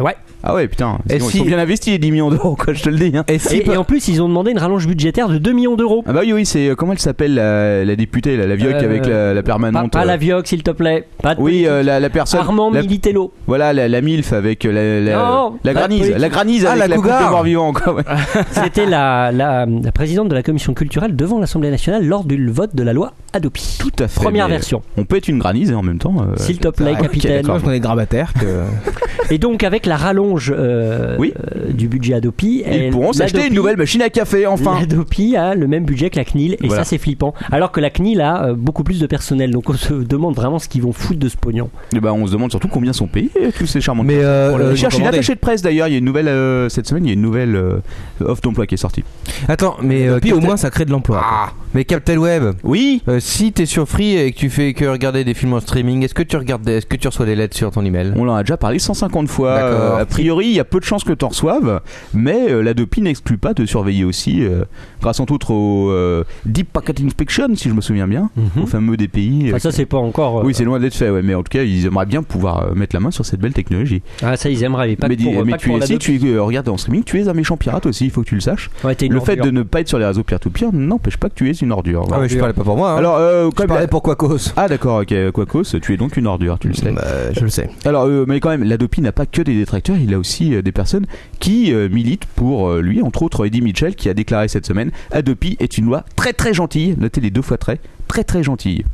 Speaker 7: ouais.
Speaker 5: Ah ouais, putain.
Speaker 6: Et
Speaker 5: Sinon,
Speaker 6: si-
Speaker 5: Ils sont bien investis les 10 millions d'euros, quoi, je te le dis. hein.
Speaker 6: Et si
Speaker 7: Et, et en plus, ils ont demandé une rallonge budgétaire de 2 millions d'euros.
Speaker 5: Ah bah oui, oui, c'est. euh, Comment elle s'appelle la, la députée, la, la vioque
Speaker 7: Euh,
Speaker 5: avec la, la
Speaker 7: Pas,
Speaker 5: permanente
Speaker 7: pas
Speaker 5: euh,
Speaker 7: la Vioque, s'il te plaît. Pas de
Speaker 5: Oui,
Speaker 7: politique.
Speaker 5: euh, la, la personne.
Speaker 7: Armand
Speaker 5: la-
Speaker 7: Militello.
Speaker 5: Voilà, la, la MILF avec euh, la. La, la
Speaker 7: Non, pas de
Speaker 5: granise.
Speaker 7: politique.
Speaker 5: La granise
Speaker 4: Ah,
Speaker 5: avec
Speaker 4: la
Speaker 5: la, coupe
Speaker 4: cougar.
Speaker 5: des morts vivants, quoi. ouais.
Speaker 7: Ah, C'était la, la, la présidente de la commission culturelle devant l'Assemblée nationale lors du vote de la loi Adopi.
Speaker 5: Tout à fait.
Speaker 7: Première
Speaker 5: mais
Speaker 7: version,
Speaker 5: On peut être une granise et en même temps. euh,
Speaker 7: s'il te plaît,
Speaker 5: ok,
Speaker 7: capitaine.
Speaker 5: d'accord.
Speaker 6: Moi, je connais Grabataire que.
Speaker 7: Et donc, avec la rallonge euh,
Speaker 5: Oui.
Speaker 7: euh, du budget Adopi,
Speaker 5: Ils pourront s'acheter une nouvelle machine à café, enfin.
Speaker 7: L'Adopi a le même budget que la CNIL et
Speaker 5: Voilà.
Speaker 7: ça c'est flippant. Alors que la CNIL a euh, beaucoup plus de personnel, donc on se demande vraiment ce qu'ils vont foutre de ce pognon.
Speaker 5: Et bah, on se demande surtout combien sont payés tous ces charmants.
Speaker 4: Mais euh,
Speaker 5: On
Speaker 4: euh,
Speaker 5: cherche une
Speaker 4: commandez.
Speaker 5: attachée de presse d'ailleurs. Il y a une nouvelle euh, cette semaine. Il y a une nouvelle euh, offre d'emploi qui est sortie.
Speaker 4: Attends, mais euh,
Speaker 6: Et puis au
Speaker 4: Captain-
Speaker 6: moins, ça crée de l'emploi.
Speaker 4: Ah, mais Captain Web.
Speaker 5: Oui.
Speaker 4: euh, si t'es sur Free et que tu fais que regarder des films en streaming, est-ce que tu regardes, des- est-ce que tu reçois des lettres sur ton email
Speaker 5: On en a déjà parlé 150 fois.
Speaker 4: D'accord.
Speaker 5: Euh, a priori, il y a peu de chances que t'en reçoives, mais euh, la DOPI n'exclut pas de surveiller aussi, euh, grâce entre autres au euh, Deep Packet Inspection, si je me souviens bien, au fameux DPI. euh,
Speaker 7: Enfin, ça c'est Mhm. pas encore. euh,
Speaker 5: Mhm. oui, c'est loin d'être fait, ouais, mais en tout cas, ils aimeraient bien pouvoir euh, mettre la main sur cette belle technologie.
Speaker 7: ah, ça ils aimeraient mais pas
Speaker 5: mais
Speaker 7: que pour,
Speaker 5: dis-
Speaker 7: euh,
Speaker 5: mais
Speaker 7: pas que
Speaker 5: tu,
Speaker 7: pour
Speaker 5: es, si
Speaker 7: l'Adopi.
Speaker 5: tu es, euh, regardes en streaming, tu es un méchant pirate aussi, il faut que tu le saches.
Speaker 7: Ouais, t'es une
Speaker 5: Le fait
Speaker 7: ordure.
Speaker 5: de ne pas être sur les réseaux peer-to-peer n'empêche pas que tu es une ordure.
Speaker 4: Ah, mais je parlais pas pour moi. hein.
Speaker 5: Alors, euh,
Speaker 4: je
Speaker 5: comme
Speaker 4: parlais pour Quacos.
Speaker 5: Ah d'accord, ok, Quacos, tu es donc une ordure, tu le sais.
Speaker 6: Bah, je le sais.
Speaker 5: Alors, euh, mais quand même, l'Adopi n'a pas que des détracteurs, il a aussi euh, des personnes qui euh, militent pour euh, lui, entre autres Eddie Mitchell, qui a déclaré cette semaine Adopi est une loi très très gentille, notez les deux fois très, très très gentille.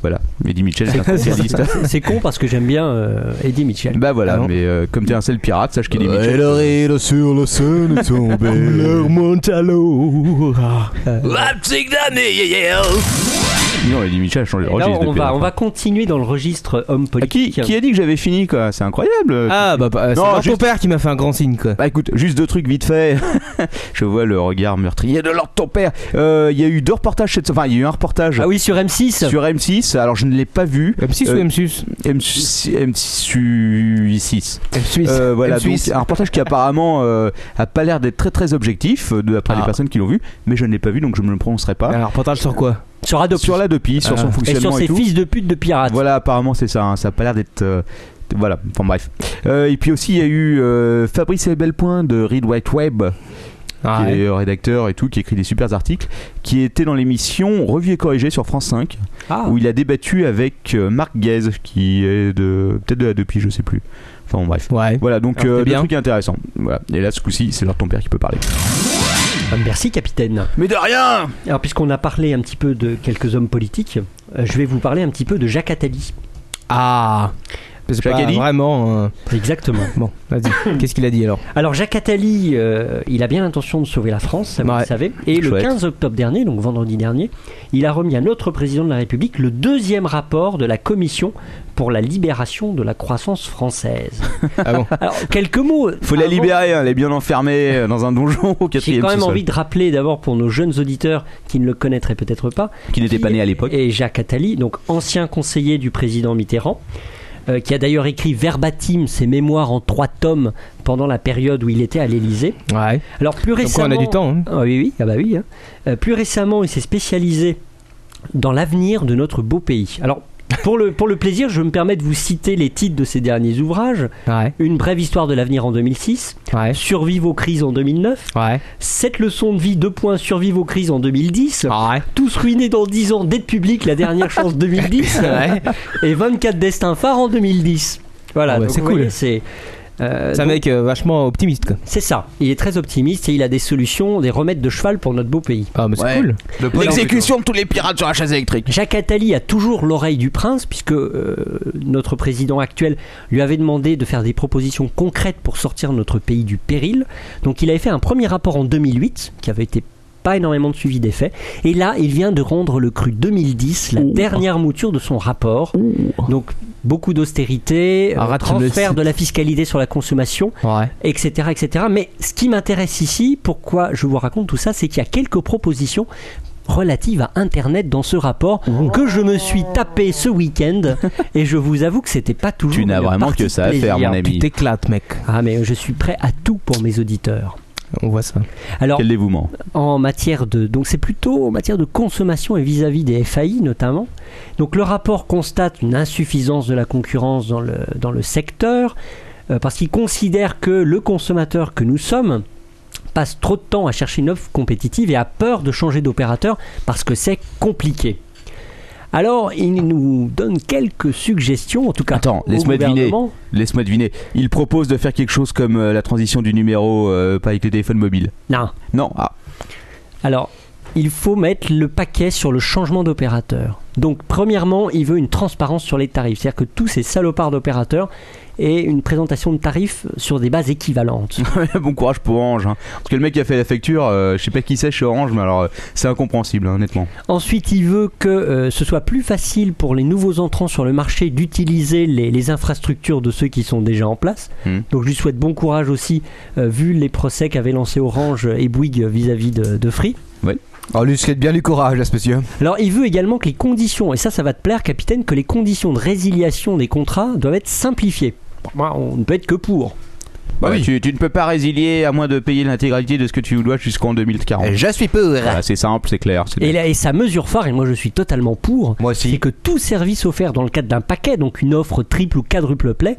Speaker 5: Voilà, Eddie Mitchell est un spécialiste.
Speaker 7: C'est- C'est con parce que j'aime bien euh, Eddie Mitchell.
Speaker 5: bah voilà,
Speaker 6: Ah bon
Speaker 5: mais euh, comme t'es un seul pirate, sache qu'Eddie Mitchell.
Speaker 2: rire sur le sol tombé.
Speaker 6: remonte à l'eau.
Speaker 5: euh, Non, Eddie Mitchell a changé de
Speaker 7: Et là,
Speaker 5: registre.
Speaker 7: on
Speaker 5: depuis
Speaker 7: va,
Speaker 5: la
Speaker 7: on
Speaker 5: fin.
Speaker 7: va continuer dans le registre homme
Speaker 5: Ah, qui,
Speaker 7: politique.
Speaker 5: qui a dit que j'avais fini quoi C'est incroyable euh,
Speaker 6: Ah, bah, bah, c'est
Speaker 5: Non,
Speaker 6: vraiment
Speaker 5: juste-
Speaker 6: ton père qui m'a fait un grand signe, quoi.
Speaker 5: Bah écoute, juste deux trucs vite fait. Je vois le regard meurtrier de l'ordre de ton père. Euh, Il y a eu deux reportages cette Enfin, il y a eu un reportage
Speaker 7: Ah oui, sur M6.
Speaker 5: sur M6. Alors je ne l'ai pas vu.
Speaker 6: M6
Speaker 5: Euh,
Speaker 6: ou M6
Speaker 5: M6. M6.
Speaker 6: M6.
Speaker 5: Euh, voilà, donc,
Speaker 6: M6.
Speaker 5: un reportage qui apparemment euh, a pas l'air d'être très très objectif, euh, de, après les
Speaker 6: Ah.
Speaker 5: personnes qui l'ont vu, mais je ne l'ai pas vu donc je ne me prononcerai pas.
Speaker 6: Un reportage sur quoi
Speaker 7: Sur Adopi.
Speaker 5: Sur la Dopi, sur son
Speaker 6: Ah.
Speaker 7: Ah. et sur
Speaker 5: fonctionnement et,
Speaker 7: ses
Speaker 5: tout.
Speaker 7: fils de pute de pirates.
Speaker 5: Voilà, apparemment c'est ça, hein, ça a pas l'air d'être. euh, voilà, enfin bref. Euh, et puis aussi il y a eu euh, Fabrice Bellepoint de Read White Web
Speaker 6: Ah,
Speaker 5: qui
Speaker 6: ouais.
Speaker 5: est euh, rédacteur et tout, qui écrit des super articles, qui était dans l'émission Revue et corrigée sur France 5,
Speaker 7: Ah.
Speaker 5: où il a débattu avec euh, Marc Guez, qui est de peut-être de la Depi, je sais plus. Enfin bon, bref.
Speaker 6: Ouais.
Speaker 5: Voilà, donc
Speaker 6: Alors,
Speaker 5: euh,
Speaker 6: c'est
Speaker 5: des
Speaker 6: bien.
Speaker 5: trucs intéressants. Voilà. Et là, ce coup-ci, c'est leur ton père qui peut parler.
Speaker 7: Ah, Merci, capitaine.
Speaker 5: Mais de rien
Speaker 7: Alors, puisqu'on a parlé un petit peu de quelques hommes politiques, euh, je vais vous parler un petit peu de Jacques Attali.
Speaker 6: Ah C'est
Speaker 5: Jacques
Speaker 6: pas
Speaker 5: Attali
Speaker 6: Vraiment. euh,
Speaker 7: Exactement.
Speaker 6: Bon, vas-y. Qu'est-ce qu'il a dit alors
Speaker 7: Alors, Jacques Attali, euh, il a bien l'intention de sauver la France, ça vous
Speaker 6: Ouais.
Speaker 7: le savez. Et le
Speaker 5: Chouette.
Speaker 7: 15 octobre dernier, donc vendredi dernier, il a remis à notre président de la République le deuxième rapport de la Commission pour la libération de la croissance française.
Speaker 6: Ah bon
Speaker 7: Alors, quelques mots.
Speaker 5: Faut la
Speaker 7: avant-
Speaker 5: libérer, hein, elle est bien enfermée euh, dans un donjon au
Speaker 7: Ah J'ai
Speaker 5: quatrième
Speaker 7: quand même
Speaker 5: sous-sol.
Speaker 7: envie de rappeler d'abord pour nos jeunes auditeurs qui ne le connaîtraient peut-être pas,
Speaker 5: Qui n'était pas né à l'époque.
Speaker 7: et Jacques Attali, donc ancien conseiller du président Mitterrand, euh, qui a d'ailleurs écrit verbatim ses mémoires en trois tomes pendant la période où il était à l'Élysée.
Speaker 6: Ouais.
Speaker 7: Alors plus
Speaker 6: Donc on
Speaker 7: récemment,
Speaker 6: a du temps. hein.
Speaker 7: Ah oui, oui, ah bah oui. hein. Euh, plus récemment, il s'est spécialisé dans l'avenir de notre beau pays. Alors. Pour le, pour le plaisir, je me permets de vous citer les titres de ses derniers ouvrages.
Speaker 6: Ouais.
Speaker 7: Une brève histoire de l'avenir en 2006,
Speaker 6: Ouais.
Speaker 7: Survivre aux crises en 2009,
Speaker 6: Ouais.
Speaker 7: 7 leçons de vie, 2 points, Survivre aux crises en 2010,
Speaker 6: Ah Ouais.
Speaker 7: tous ruinés dans 10 ans, dette publique, la dernière chance 2010,
Speaker 6: Ouais. Ah
Speaker 7: et 24 destins phares en 2010. Voilà,
Speaker 6: Ouais,
Speaker 7: donc
Speaker 6: c'est
Speaker 7: vous voyez,
Speaker 6: cool.
Speaker 7: C'est euh,
Speaker 6: C'est un
Speaker 7: donc,
Speaker 6: mec euh, vachement optimiste, quoi.
Speaker 7: c'est ça. Il est très optimiste et il a des solutions, des remèdes de cheval pour notre beau pays.
Speaker 6: Ah, mais c'est
Speaker 5: Ouais.
Speaker 6: cool.
Speaker 5: L'exécution de tous les pirates sur la chaise électrique.
Speaker 7: Jacques Attali a toujours l'oreille du prince, puisque euh, notre président actuel lui avait demandé de faire des propositions concrètes pour sortir notre pays du péril. Donc il avait fait un premier rapport en 2008, qui avait été pas énormément de suivi des faits. Et là, il vient de rendre le cru 2010 la dernière mouture de son rapport. Donc beaucoup d'austérité, euh,
Speaker 6: Arrête le
Speaker 7: transfert
Speaker 6: site.
Speaker 7: de la fiscalité sur la consommation
Speaker 6: Ouais.
Speaker 7: etc., etc. Mais ce qui m'intéresse ici, pourquoi je vous raconte tout ça, c'est qu'il y a quelques propositions relatives à Internet dans ce rapport que je me suis tapé ce week-end et je vous avoue que c'était pas toujours.
Speaker 5: Tu n'as
Speaker 7: une
Speaker 5: vraiment
Speaker 7: partie
Speaker 5: que ça à
Speaker 7: de plaisir.
Speaker 5: faire, mon ami.
Speaker 6: Tu t'éclates, mec.
Speaker 7: Ah mais je suis prêt à tout pour mes auditeurs.
Speaker 6: On voit ça.
Speaker 7: Alors
Speaker 5: Quel dévouement.
Speaker 7: en matière de donc c'est plutôt en matière de consommation et vis-à-vis des FAI notamment. Donc le rapport constate une insuffisance de la concurrence dans le dans le secteur. euh, parce qu'ils considèrent que le consommateur que nous sommes passe trop de temps à chercher une offre compétitive et a peur de changer d'opérateur parce que c'est compliqué. Alors, il nous donne quelques suggestions, en tout cas.
Speaker 5: Attends,
Speaker 7: au
Speaker 5: laisse-moi deviner.
Speaker 7: gouvernement.
Speaker 5: Laisse-moi deviner. Il propose de faire quelque chose comme euh, la transition du numéro euh, pas avec le téléphone mobile.
Speaker 7: Non.
Speaker 5: Non, ah,
Speaker 7: Alors, il faut mettre le paquet sur le changement d'opérateur. Donc, premièrement, il veut une transparence sur les tarifs. C'est-à-dire que tous ces salopards d'opérateurs et une présentation de tarifs sur des bases équivalentes.
Speaker 5: bon courage pour Orange. hein. Parce que le mec qui a fait la facture, euh, je sais pas qui c'est chez Orange, mais alors euh, c'est incompréhensible, hein, honnêtement.
Speaker 7: Ensuite, il veut que euh, ce soit plus facile pour les nouveaux entrants sur le marché d'utiliser les, les infrastructures de ceux qui sont déjà en place.
Speaker 5: Mhm.
Speaker 7: Donc, je lui souhaite bon courage aussi, euh, vu les procès qu'avaient lancé Orange et Bouygues vis-à-vis de- de Free.
Speaker 4: Oh, lui, c'est bien du courage, là, ce monsieur.
Speaker 7: Alors, il veut également que les conditions, et ça, ça va te plaire, capitaine, que les conditions de résiliation des contrats doivent être simplifiées. Moi, on ne peut être que pour.
Speaker 5: Bah, tu, tu ne peux pas résilier à moins de payer l'intégralité de ce que tu dois jusqu'en 2040.
Speaker 4: Je suis pour.
Speaker 5: Voilà, c'est simple, c'est clair. c'est
Speaker 7: Et,
Speaker 5: bien.
Speaker 7: là, et sa mesure phare, et moi je suis totalement pour,
Speaker 4: Moi
Speaker 7: c'est
Speaker 4: aussi.
Speaker 7: que tout service offert dans le cadre d'un paquet, donc une offre triple ou quadruple play,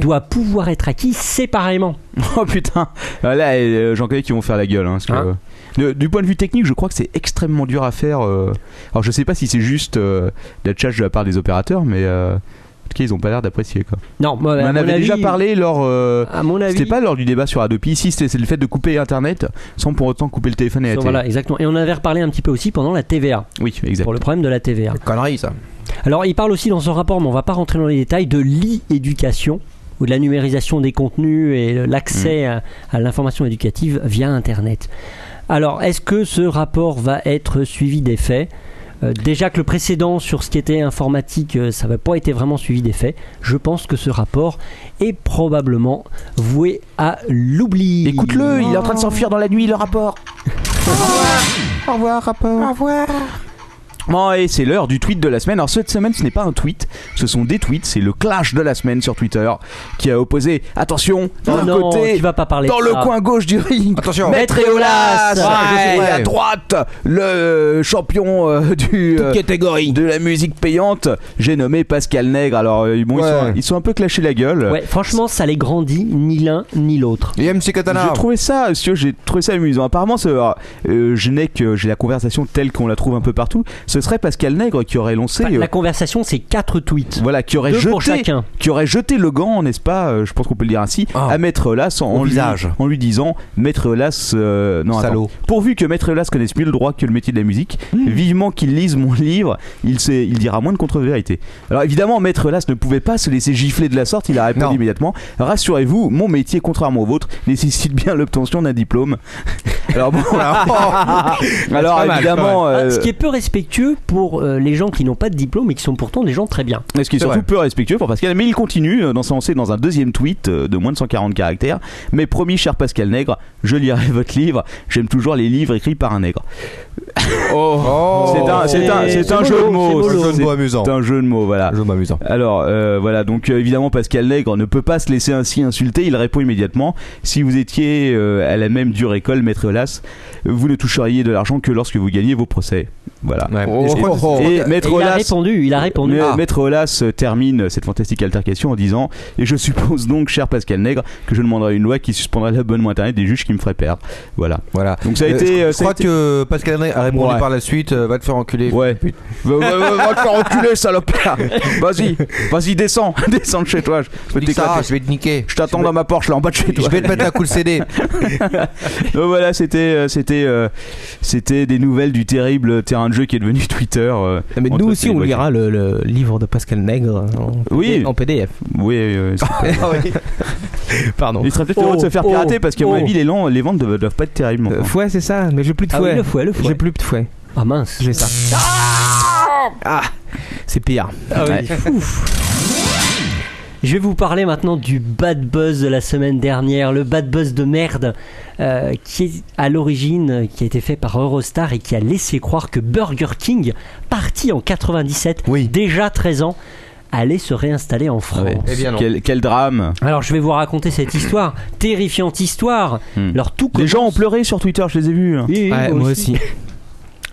Speaker 7: doit pouvoir être acquis séparément.
Speaker 5: Oh putain, Euh, là euh, j'en connais qui vont faire la gueule. hein, parce que,
Speaker 7: Hein
Speaker 5: euh, de- du point de vue technique, je crois que c'est extrêmement dur à faire. euh. Alors je sais pas si c'est juste euh, de la tchatche de la part des opérateurs, mais euh, en tout cas ils ont pas l'air d'apprécier. quoi.
Speaker 7: Non, moi,
Speaker 5: On
Speaker 7: à
Speaker 5: en
Speaker 7: mon
Speaker 5: avait
Speaker 7: avis-
Speaker 5: déjà parlé lors. euh,
Speaker 7: À mon avis.
Speaker 5: C'était pas lors du débat sur Adopi, ici c'était c'est le fait de couper internet sans pour autant couper le téléphone et la télé.
Speaker 7: Voilà, exactement. Et on en avait reparlé un petit peu aussi pendant la TVA,
Speaker 5: Oui, exact.
Speaker 7: pour le problème de la TVA.
Speaker 4: Connerie, ça.
Speaker 7: Alors, il parle aussi dans son rapport, mais on va pas rentrer dans les détails, de l'e-éducation ou de la numérisation des contenus et le- l'accès
Speaker 5: Mm.
Speaker 7: à, à l'information éducative via Internet. Alors, est-ce que ce rapport va être suivi des faits Euh, Déjà que le précédent sur ce qui était informatique, euh, ça n'avait pas été vraiment suivi des faits. Je pense que ce rapport est probablement voué à l'oubli.
Speaker 5: Écoute-le, il est en train de s'enfuir dans la nuit, le rapport. Au revoir, rapport. Au revoir. Bon, et c'est l'heure du tweet de la semaine. Alors, cette semaine, ce n'est pas un tweet, ce sont des tweets. C'est le clash de la semaine sur Twitter qui a opposé, attention,
Speaker 7: Oh
Speaker 5: d'un
Speaker 7: non,
Speaker 5: côté,
Speaker 7: tu vas pas parler
Speaker 5: dans
Speaker 7: de
Speaker 5: le
Speaker 7: ça.
Speaker 5: coin gauche du ring,
Speaker 4: Attention.
Speaker 5: Maître Eolas,
Speaker 7: Ouais,
Speaker 5: ouais,
Speaker 4: je sais,
Speaker 5: et à
Speaker 4: ouais.
Speaker 5: droite, le champion euh, du, euh,
Speaker 2: Catégorie.
Speaker 5: de la musique payante, j'ai nommé Pascal Nègre. Alors, euh, bon, ils,
Speaker 4: Ouais.
Speaker 5: sont, ils sont un peu clashés la gueule.
Speaker 7: Ouais, franchement, ça les grandit ni l'un ni l'autre.
Speaker 4: Et MC Katana.
Speaker 5: J'ai trouvé ça, monsieur, j'ai trouvé ça amusant. Apparemment, ce, alors, euh, je n'ai que j'ai la conversation telle qu'on la trouve un peu partout. Ce serait Pascal Nègre qui aurait lancé,
Speaker 7: Enfin,
Speaker 5: euh,
Speaker 7: la conversation, c'est quatre tweets.
Speaker 5: voilà, qui aurait
Speaker 7: Deux pour
Speaker 5: jeté,
Speaker 7: chacun.
Speaker 5: qui aurait jeté le gant, n'est-ce pas euh, Je pense qu'on peut le dire ainsi,
Speaker 4: Ah.
Speaker 5: à Maître Elas en,
Speaker 4: Au
Speaker 5: en lui,
Speaker 4: visage.
Speaker 5: en lui disant, Maître Elas, euh, non, attends.
Speaker 4: Salaud. Mmh.
Speaker 5: pourvu que Maître Elas connaisse mieux le droit que le métier de la musique, vivement qu'il lise mon livre, il sait, il dira moins de contre-vérités. Alors évidemment, Maître Elas ne pouvait pas se laisser gifler de la sorte. Il a répondu
Speaker 4: Non.
Speaker 5: immédiatement. Rassurez-vous, mon métier, contrairement au vôtre, nécessite bien l'obtention d'un diplôme. Alors bon, alors
Speaker 4: Ah, pas mal,
Speaker 5: évidemment,
Speaker 7: Ah,
Speaker 5: euh,
Speaker 7: Ce qui est peu respectueux pour euh, les gens qui n'ont pas de diplôme et qui sont pourtant des gens très bien.
Speaker 5: Et ce qui est
Speaker 4: C'est
Speaker 5: surtout
Speaker 4: vrai.
Speaker 5: peu respectueux pour Pascal, mais il continue euh, dans son lancé dans un deuxième tweet euh, de moins de 140 caractères. Mais promis, cher Pascal Nègre, je lirai votre livre. J'aime toujours les livres écrits par un nègre.
Speaker 4: Oh.
Speaker 5: C'est un- c'est un- c'est un jeu de mots.
Speaker 4: C'est un jeu de
Speaker 5: C'est-
Speaker 4: mots amusant.
Speaker 5: C'est un jeu de mots, voilà.
Speaker 4: jeu de mots amusant.
Speaker 5: Alors euh, voilà, donc euh, évidemment Pascal Nègre ne peut pas se laisser ainsi insulter, il répond immédiatement si vous étiez euh, à la même dure école maître Las, vous ne toucheriez de l'argent que lorsque vous gagnez vos procès. Voilà.
Speaker 4: Ouais.
Speaker 5: Et,
Speaker 4: Et je crois que c'est-
Speaker 5: et
Speaker 7: Et
Speaker 5: maître
Speaker 7: Euh, il a
Speaker 5: Las
Speaker 7: répondu, il a répondu.
Speaker 5: mais,
Speaker 4: Ah.
Speaker 5: Maître Olas termine cette fantastique altercation en disant Et je suppose donc, cher Pascal Nègre, que je demanderai une loi qui suspendra l'abonnement internet des juges qui me feraient perdre. Voilà.
Speaker 4: Voilà.
Speaker 5: Donc ça a
Speaker 4: Euh,
Speaker 5: été.
Speaker 4: Je,
Speaker 5: euh,
Speaker 4: je
Speaker 5: ça a
Speaker 4: crois
Speaker 5: été-
Speaker 4: que Pascal Henry a répondu
Speaker 5: Ouais.
Speaker 4: par la suite euh, va te faire enculer.
Speaker 5: Ouais. va, va- va- va te faire enculer, salopard Vas-y, vas-y, descends, descends de chez toi. Je je peux
Speaker 4: Nique ça,
Speaker 5: t'éclater.
Speaker 4: je vais te niquer.
Speaker 5: Je t'attends dans ma Porsche là en bas de chez
Speaker 4: Je
Speaker 5: toi.
Speaker 4: vais te mettre un coup de CD.
Speaker 5: Donc voilà, c'était, euh, c'était, euh, c'était des nouvelles du terrible terrain de jeu qui est devenu Twitter. euh,
Speaker 6: Non, mais
Speaker 5: entre
Speaker 6: nous aussi, on
Speaker 5: célébrités.
Speaker 6: lira le, le livre de Pascal Nègre en,
Speaker 5: Oui.
Speaker 6: en PDF.
Speaker 5: Oui, euh, c'est-
Speaker 6: Pardon.
Speaker 5: il serait peut-être heureux de se faire
Speaker 7: Oh,
Speaker 5: pirater parce qu'à
Speaker 7: oh.
Speaker 5: mon avis, les, lents- les ventes ne doivent pas être terribles.
Speaker 6: Euh,
Speaker 5: enfin.
Speaker 6: fouet, c'est ça, mais j'ai plus de
Speaker 7: Ah
Speaker 6: fouet.
Speaker 7: oui, le fouet, le fouet.
Speaker 6: J'ai plus de fouet.
Speaker 7: Ah mince.
Speaker 6: J'ai ça. Ah, C'est pire.
Speaker 7: Ah oui, ouf. Je vais vous parler maintenant du bad buzz de la semaine dernière, le bad buzz de merde euh, qui est à l'origine, euh, qui a été fait par Eurostar et qui a laissé croire que Burger King, parti en 97,
Speaker 4: Oui.
Speaker 7: déjà 13 ans, allait se réinstaller en France.
Speaker 5: Ah Ouais.
Speaker 4: Eh bien, non.
Speaker 5: quel, quel drame
Speaker 7: Alors je vais vous raconter cette histoire, terrifiante histoire.
Speaker 5: Hmm.
Speaker 7: Alors tout
Speaker 5: Les
Speaker 7: commence-
Speaker 5: gens ont pleuré sur Twitter, je les ai vus. hein.
Speaker 7: Oui, oui,
Speaker 6: Ouais,
Speaker 7: moi
Speaker 6: moi
Speaker 7: aussi.
Speaker 6: aussi.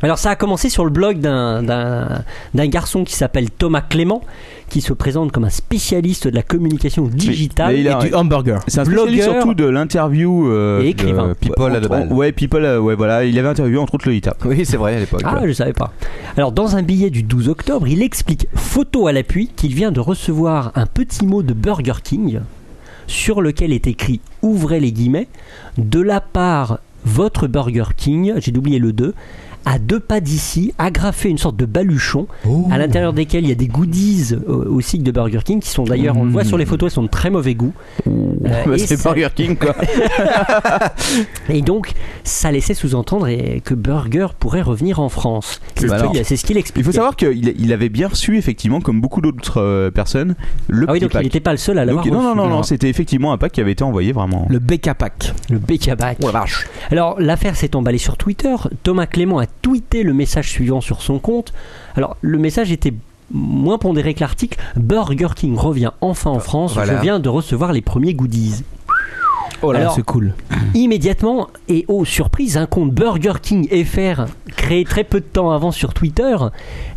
Speaker 7: Alors ça a commencé sur le blog d'un- d'un d'un garçon qui s'appelle Thomas Clément, qui se présente comme un spécialiste de la communication digitale.
Speaker 5: mais il a-
Speaker 6: Du hamburger.
Speaker 5: C'est un spécialiste
Speaker 7: Blogueur.
Speaker 5: surtout de l'interview. euh,
Speaker 7: Et
Speaker 5: de-
Speaker 7: écrivain.
Speaker 4: People à
Speaker 5: entre-
Speaker 4: deux balles.
Speaker 5: Ouais, People, euh, ouais, voilà. Il avait interviewé entre autres Lolita.
Speaker 4: Oui, c'est vrai à l'époque.
Speaker 7: Ah, je savais pas. Alors, dans un billet du 12 octobre, il explique, photo à l'appui, qu'il vient de recevoir un petit mot de Burger King sur lequel est écrit, ouvrez les guillemets, de la part votre Burger King, j'ai oublié le 2, à deux pas d'ici, agrafé une sorte de baluchon,
Speaker 9: Oh.
Speaker 7: à l'intérieur desquels il y a des goodies euh, au site de Burger King, qui sont d'ailleurs, on le voit sur les photos, elles sont de très mauvais goût. Euh,
Speaker 5: Bah,
Speaker 7: et
Speaker 5: c'est
Speaker 7: ça-
Speaker 5: Burger King quoi.
Speaker 7: et donc, ça laissait sous-entendre eh, que Burger pourrait revenir en France. C'est
Speaker 5: bah
Speaker 7: ce
Speaker 5: alors.
Speaker 7: qu'il- c'est ce qu'il explique.
Speaker 5: Il faut savoir qu'il il avait bien reçu effectivement, comme beaucoup d'autres euh, personnes, le
Speaker 7: Ah oui,
Speaker 5: petit
Speaker 7: donc il
Speaker 5: pack.
Speaker 7: n'était pas le seul à
Speaker 5: Donc,
Speaker 7: l'avoir
Speaker 5: non, non,
Speaker 7: reçu.
Speaker 5: non, non, c'était effectivement un pack qui avait été envoyé vraiment.
Speaker 6: Le BK Pack.
Speaker 7: Le bécabac.
Speaker 5: Oh
Speaker 7: Alors, l'affaire s'est emballée sur Twitter. Thomas Clément a tweeté le message suivant sur son compte. Alors, le message était moins pondéré que l'article. Burger King revient enfin
Speaker 5: Bah,
Speaker 7: en France.
Speaker 4: Voilà.
Speaker 7: Je viens de recevoir les premiers goodies.
Speaker 6: Oh là,
Speaker 7: Alors-
Speaker 6: c'est cool.
Speaker 7: Immédiatement, et oh surprise, un compte Burger King FR, créé très peu de temps avant sur Twitter,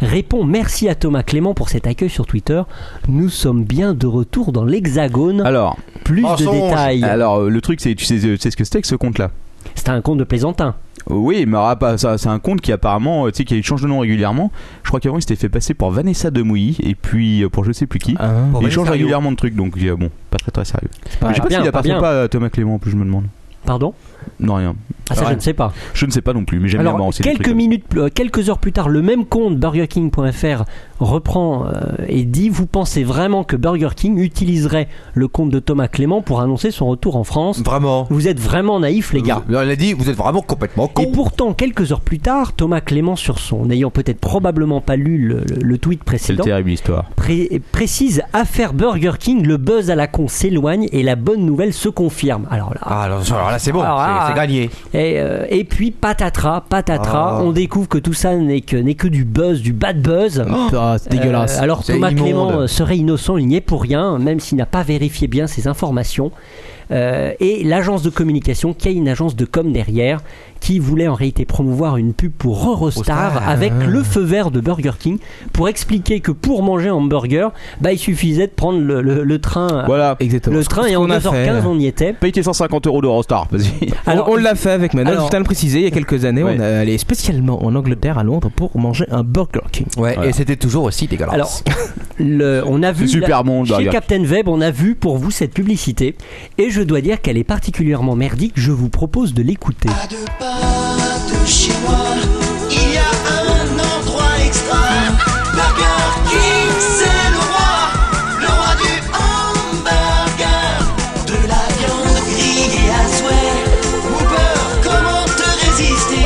Speaker 7: répond merci à Thomas Clément pour cet accueil sur Twitter. Nous sommes bien de retour dans l'Hexagone.
Speaker 5: Alors,
Speaker 7: Plus de détails.
Speaker 5: alors euh, le truc, c'est tu sais, euh, tu sais ce que c'était que ce compte-là
Speaker 7: C'était un compte de plaisantin.
Speaker 5: Oui, mais alors, pas- ça- c'est un compte qui apparemment, euh, tu sais, qui change de nom régulièrement. Je crois qu'avant, il s'était fait passer pour Vanessa de Mouilly et puis euh, pour je sais plus
Speaker 7: Ah,
Speaker 5: qui.
Speaker 1: Oh
Speaker 6: Hein
Speaker 5: Et il change régulièrement de truc, donc euh, bon, pas très très sérieux.
Speaker 7: Pas
Speaker 5: je sais pas
Speaker 7: bien,
Speaker 5: s'il
Speaker 7: pas
Speaker 5: appartient
Speaker 7: bien.
Speaker 5: pas à Thomas Clément, en plus, je me demande.
Speaker 7: Pardon
Speaker 5: Non, rien.
Speaker 7: Ah ça
Speaker 5: Ouais.
Speaker 7: je ne sais pas.
Speaker 5: Je ne sais pas non plus, mais j'aime bien
Speaker 7: Alors
Speaker 5: balancer des
Speaker 7: quelques
Speaker 5: trucs comme ça.
Speaker 7: minutes, plus- euh, quelques heures plus tard, le même compte BurgerKing.fr reprend euh, et dit vous pensez vraiment que Burger King utiliserait le compte de Thomas Clément pour annoncer son retour en France
Speaker 4: Vraiment.
Speaker 7: Vous êtes vraiment naïfs les gars.
Speaker 4: Vous- On a dit, vous êtes vraiment complètement
Speaker 7: Et
Speaker 4: con.
Speaker 7: pourtant, quelques heures plus tard, Thomas Clément, sur son, n'ayant peut-être probablement pas lu le, le- le tweet
Speaker 5: Quelle
Speaker 7: précédent,
Speaker 5: terrible histoire.
Speaker 7: pré- précise Affaire Burger King, le buzz à la con s'éloigne et la bonne nouvelle se confirme. Alors là,
Speaker 4: Ah, alors, alors là, c'est bon,
Speaker 7: Alors là-
Speaker 4: c'est c'est gagné.
Speaker 7: Et, euh, et puis patatras, patatras,
Speaker 4: Ah.
Speaker 7: on découvre que tout ça n'est que, n'est que du buzz, du bad buzz.
Speaker 6: Ah, c'est dégueulasse.
Speaker 7: Euh, alors
Speaker 4: C'est
Speaker 7: Thomas
Speaker 4: immonde.
Speaker 7: Clément euh, serait innocent, il n'y est pour rien, même s'il n'a pas vérifié bien ses informations. Euh, et l'agence de communication, qui a une agence de com derrière, qui voulait en réalité promouvoir une pub pour Eurostar
Speaker 4: Eurostar,
Speaker 7: avec le feu vert de Burger King pour expliquer que pour manger un hamburger, bah, il suffisait de prendre le, le- le train.
Speaker 5: Voilà,
Speaker 6: Exactement.
Speaker 7: Le
Speaker 6: Ce
Speaker 7: train
Speaker 6: qu'on
Speaker 7: et en
Speaker 6: a fait.
Speaker 7: 2h15 on y était.
Speaker 5: paye tes 150 euros de Rostar, vas-y.
Speaker 7: Alors,
Speaker 6: on, on l'a fait avec Manon,
Speaker 7: alors-
Speaker 6: je tiens à le préciser, il y a quelques années,
Speaker 5: Ouais.
Speaker 6: on est allé spécialement en Angleterre, à Londres, pour manger un Burger King.
Speaker 4: Ouais,
Speaker 5: Voilà.
Speaker 4: et c'était toujours aussi dégueulasse.
Speaker 7: Alors, le- on a vu
Speaker 5: C'est super
Speaker 7: la-
Speaker 5: bon,
Speaker 7: chez
Speaker 5: Burger
Speaker 7: Captain Web, on a vu pour vous cette publicité et je dois dire qu'elle est particulièrement merdique. Je vous propose de l'écouter.
Speaker 10: À deux pas de chez moi, il y a un endroit extra. Burger King, c'est le roi, le roi du hamburger. De la viande grillée à souhait. Whooper, comment te résister?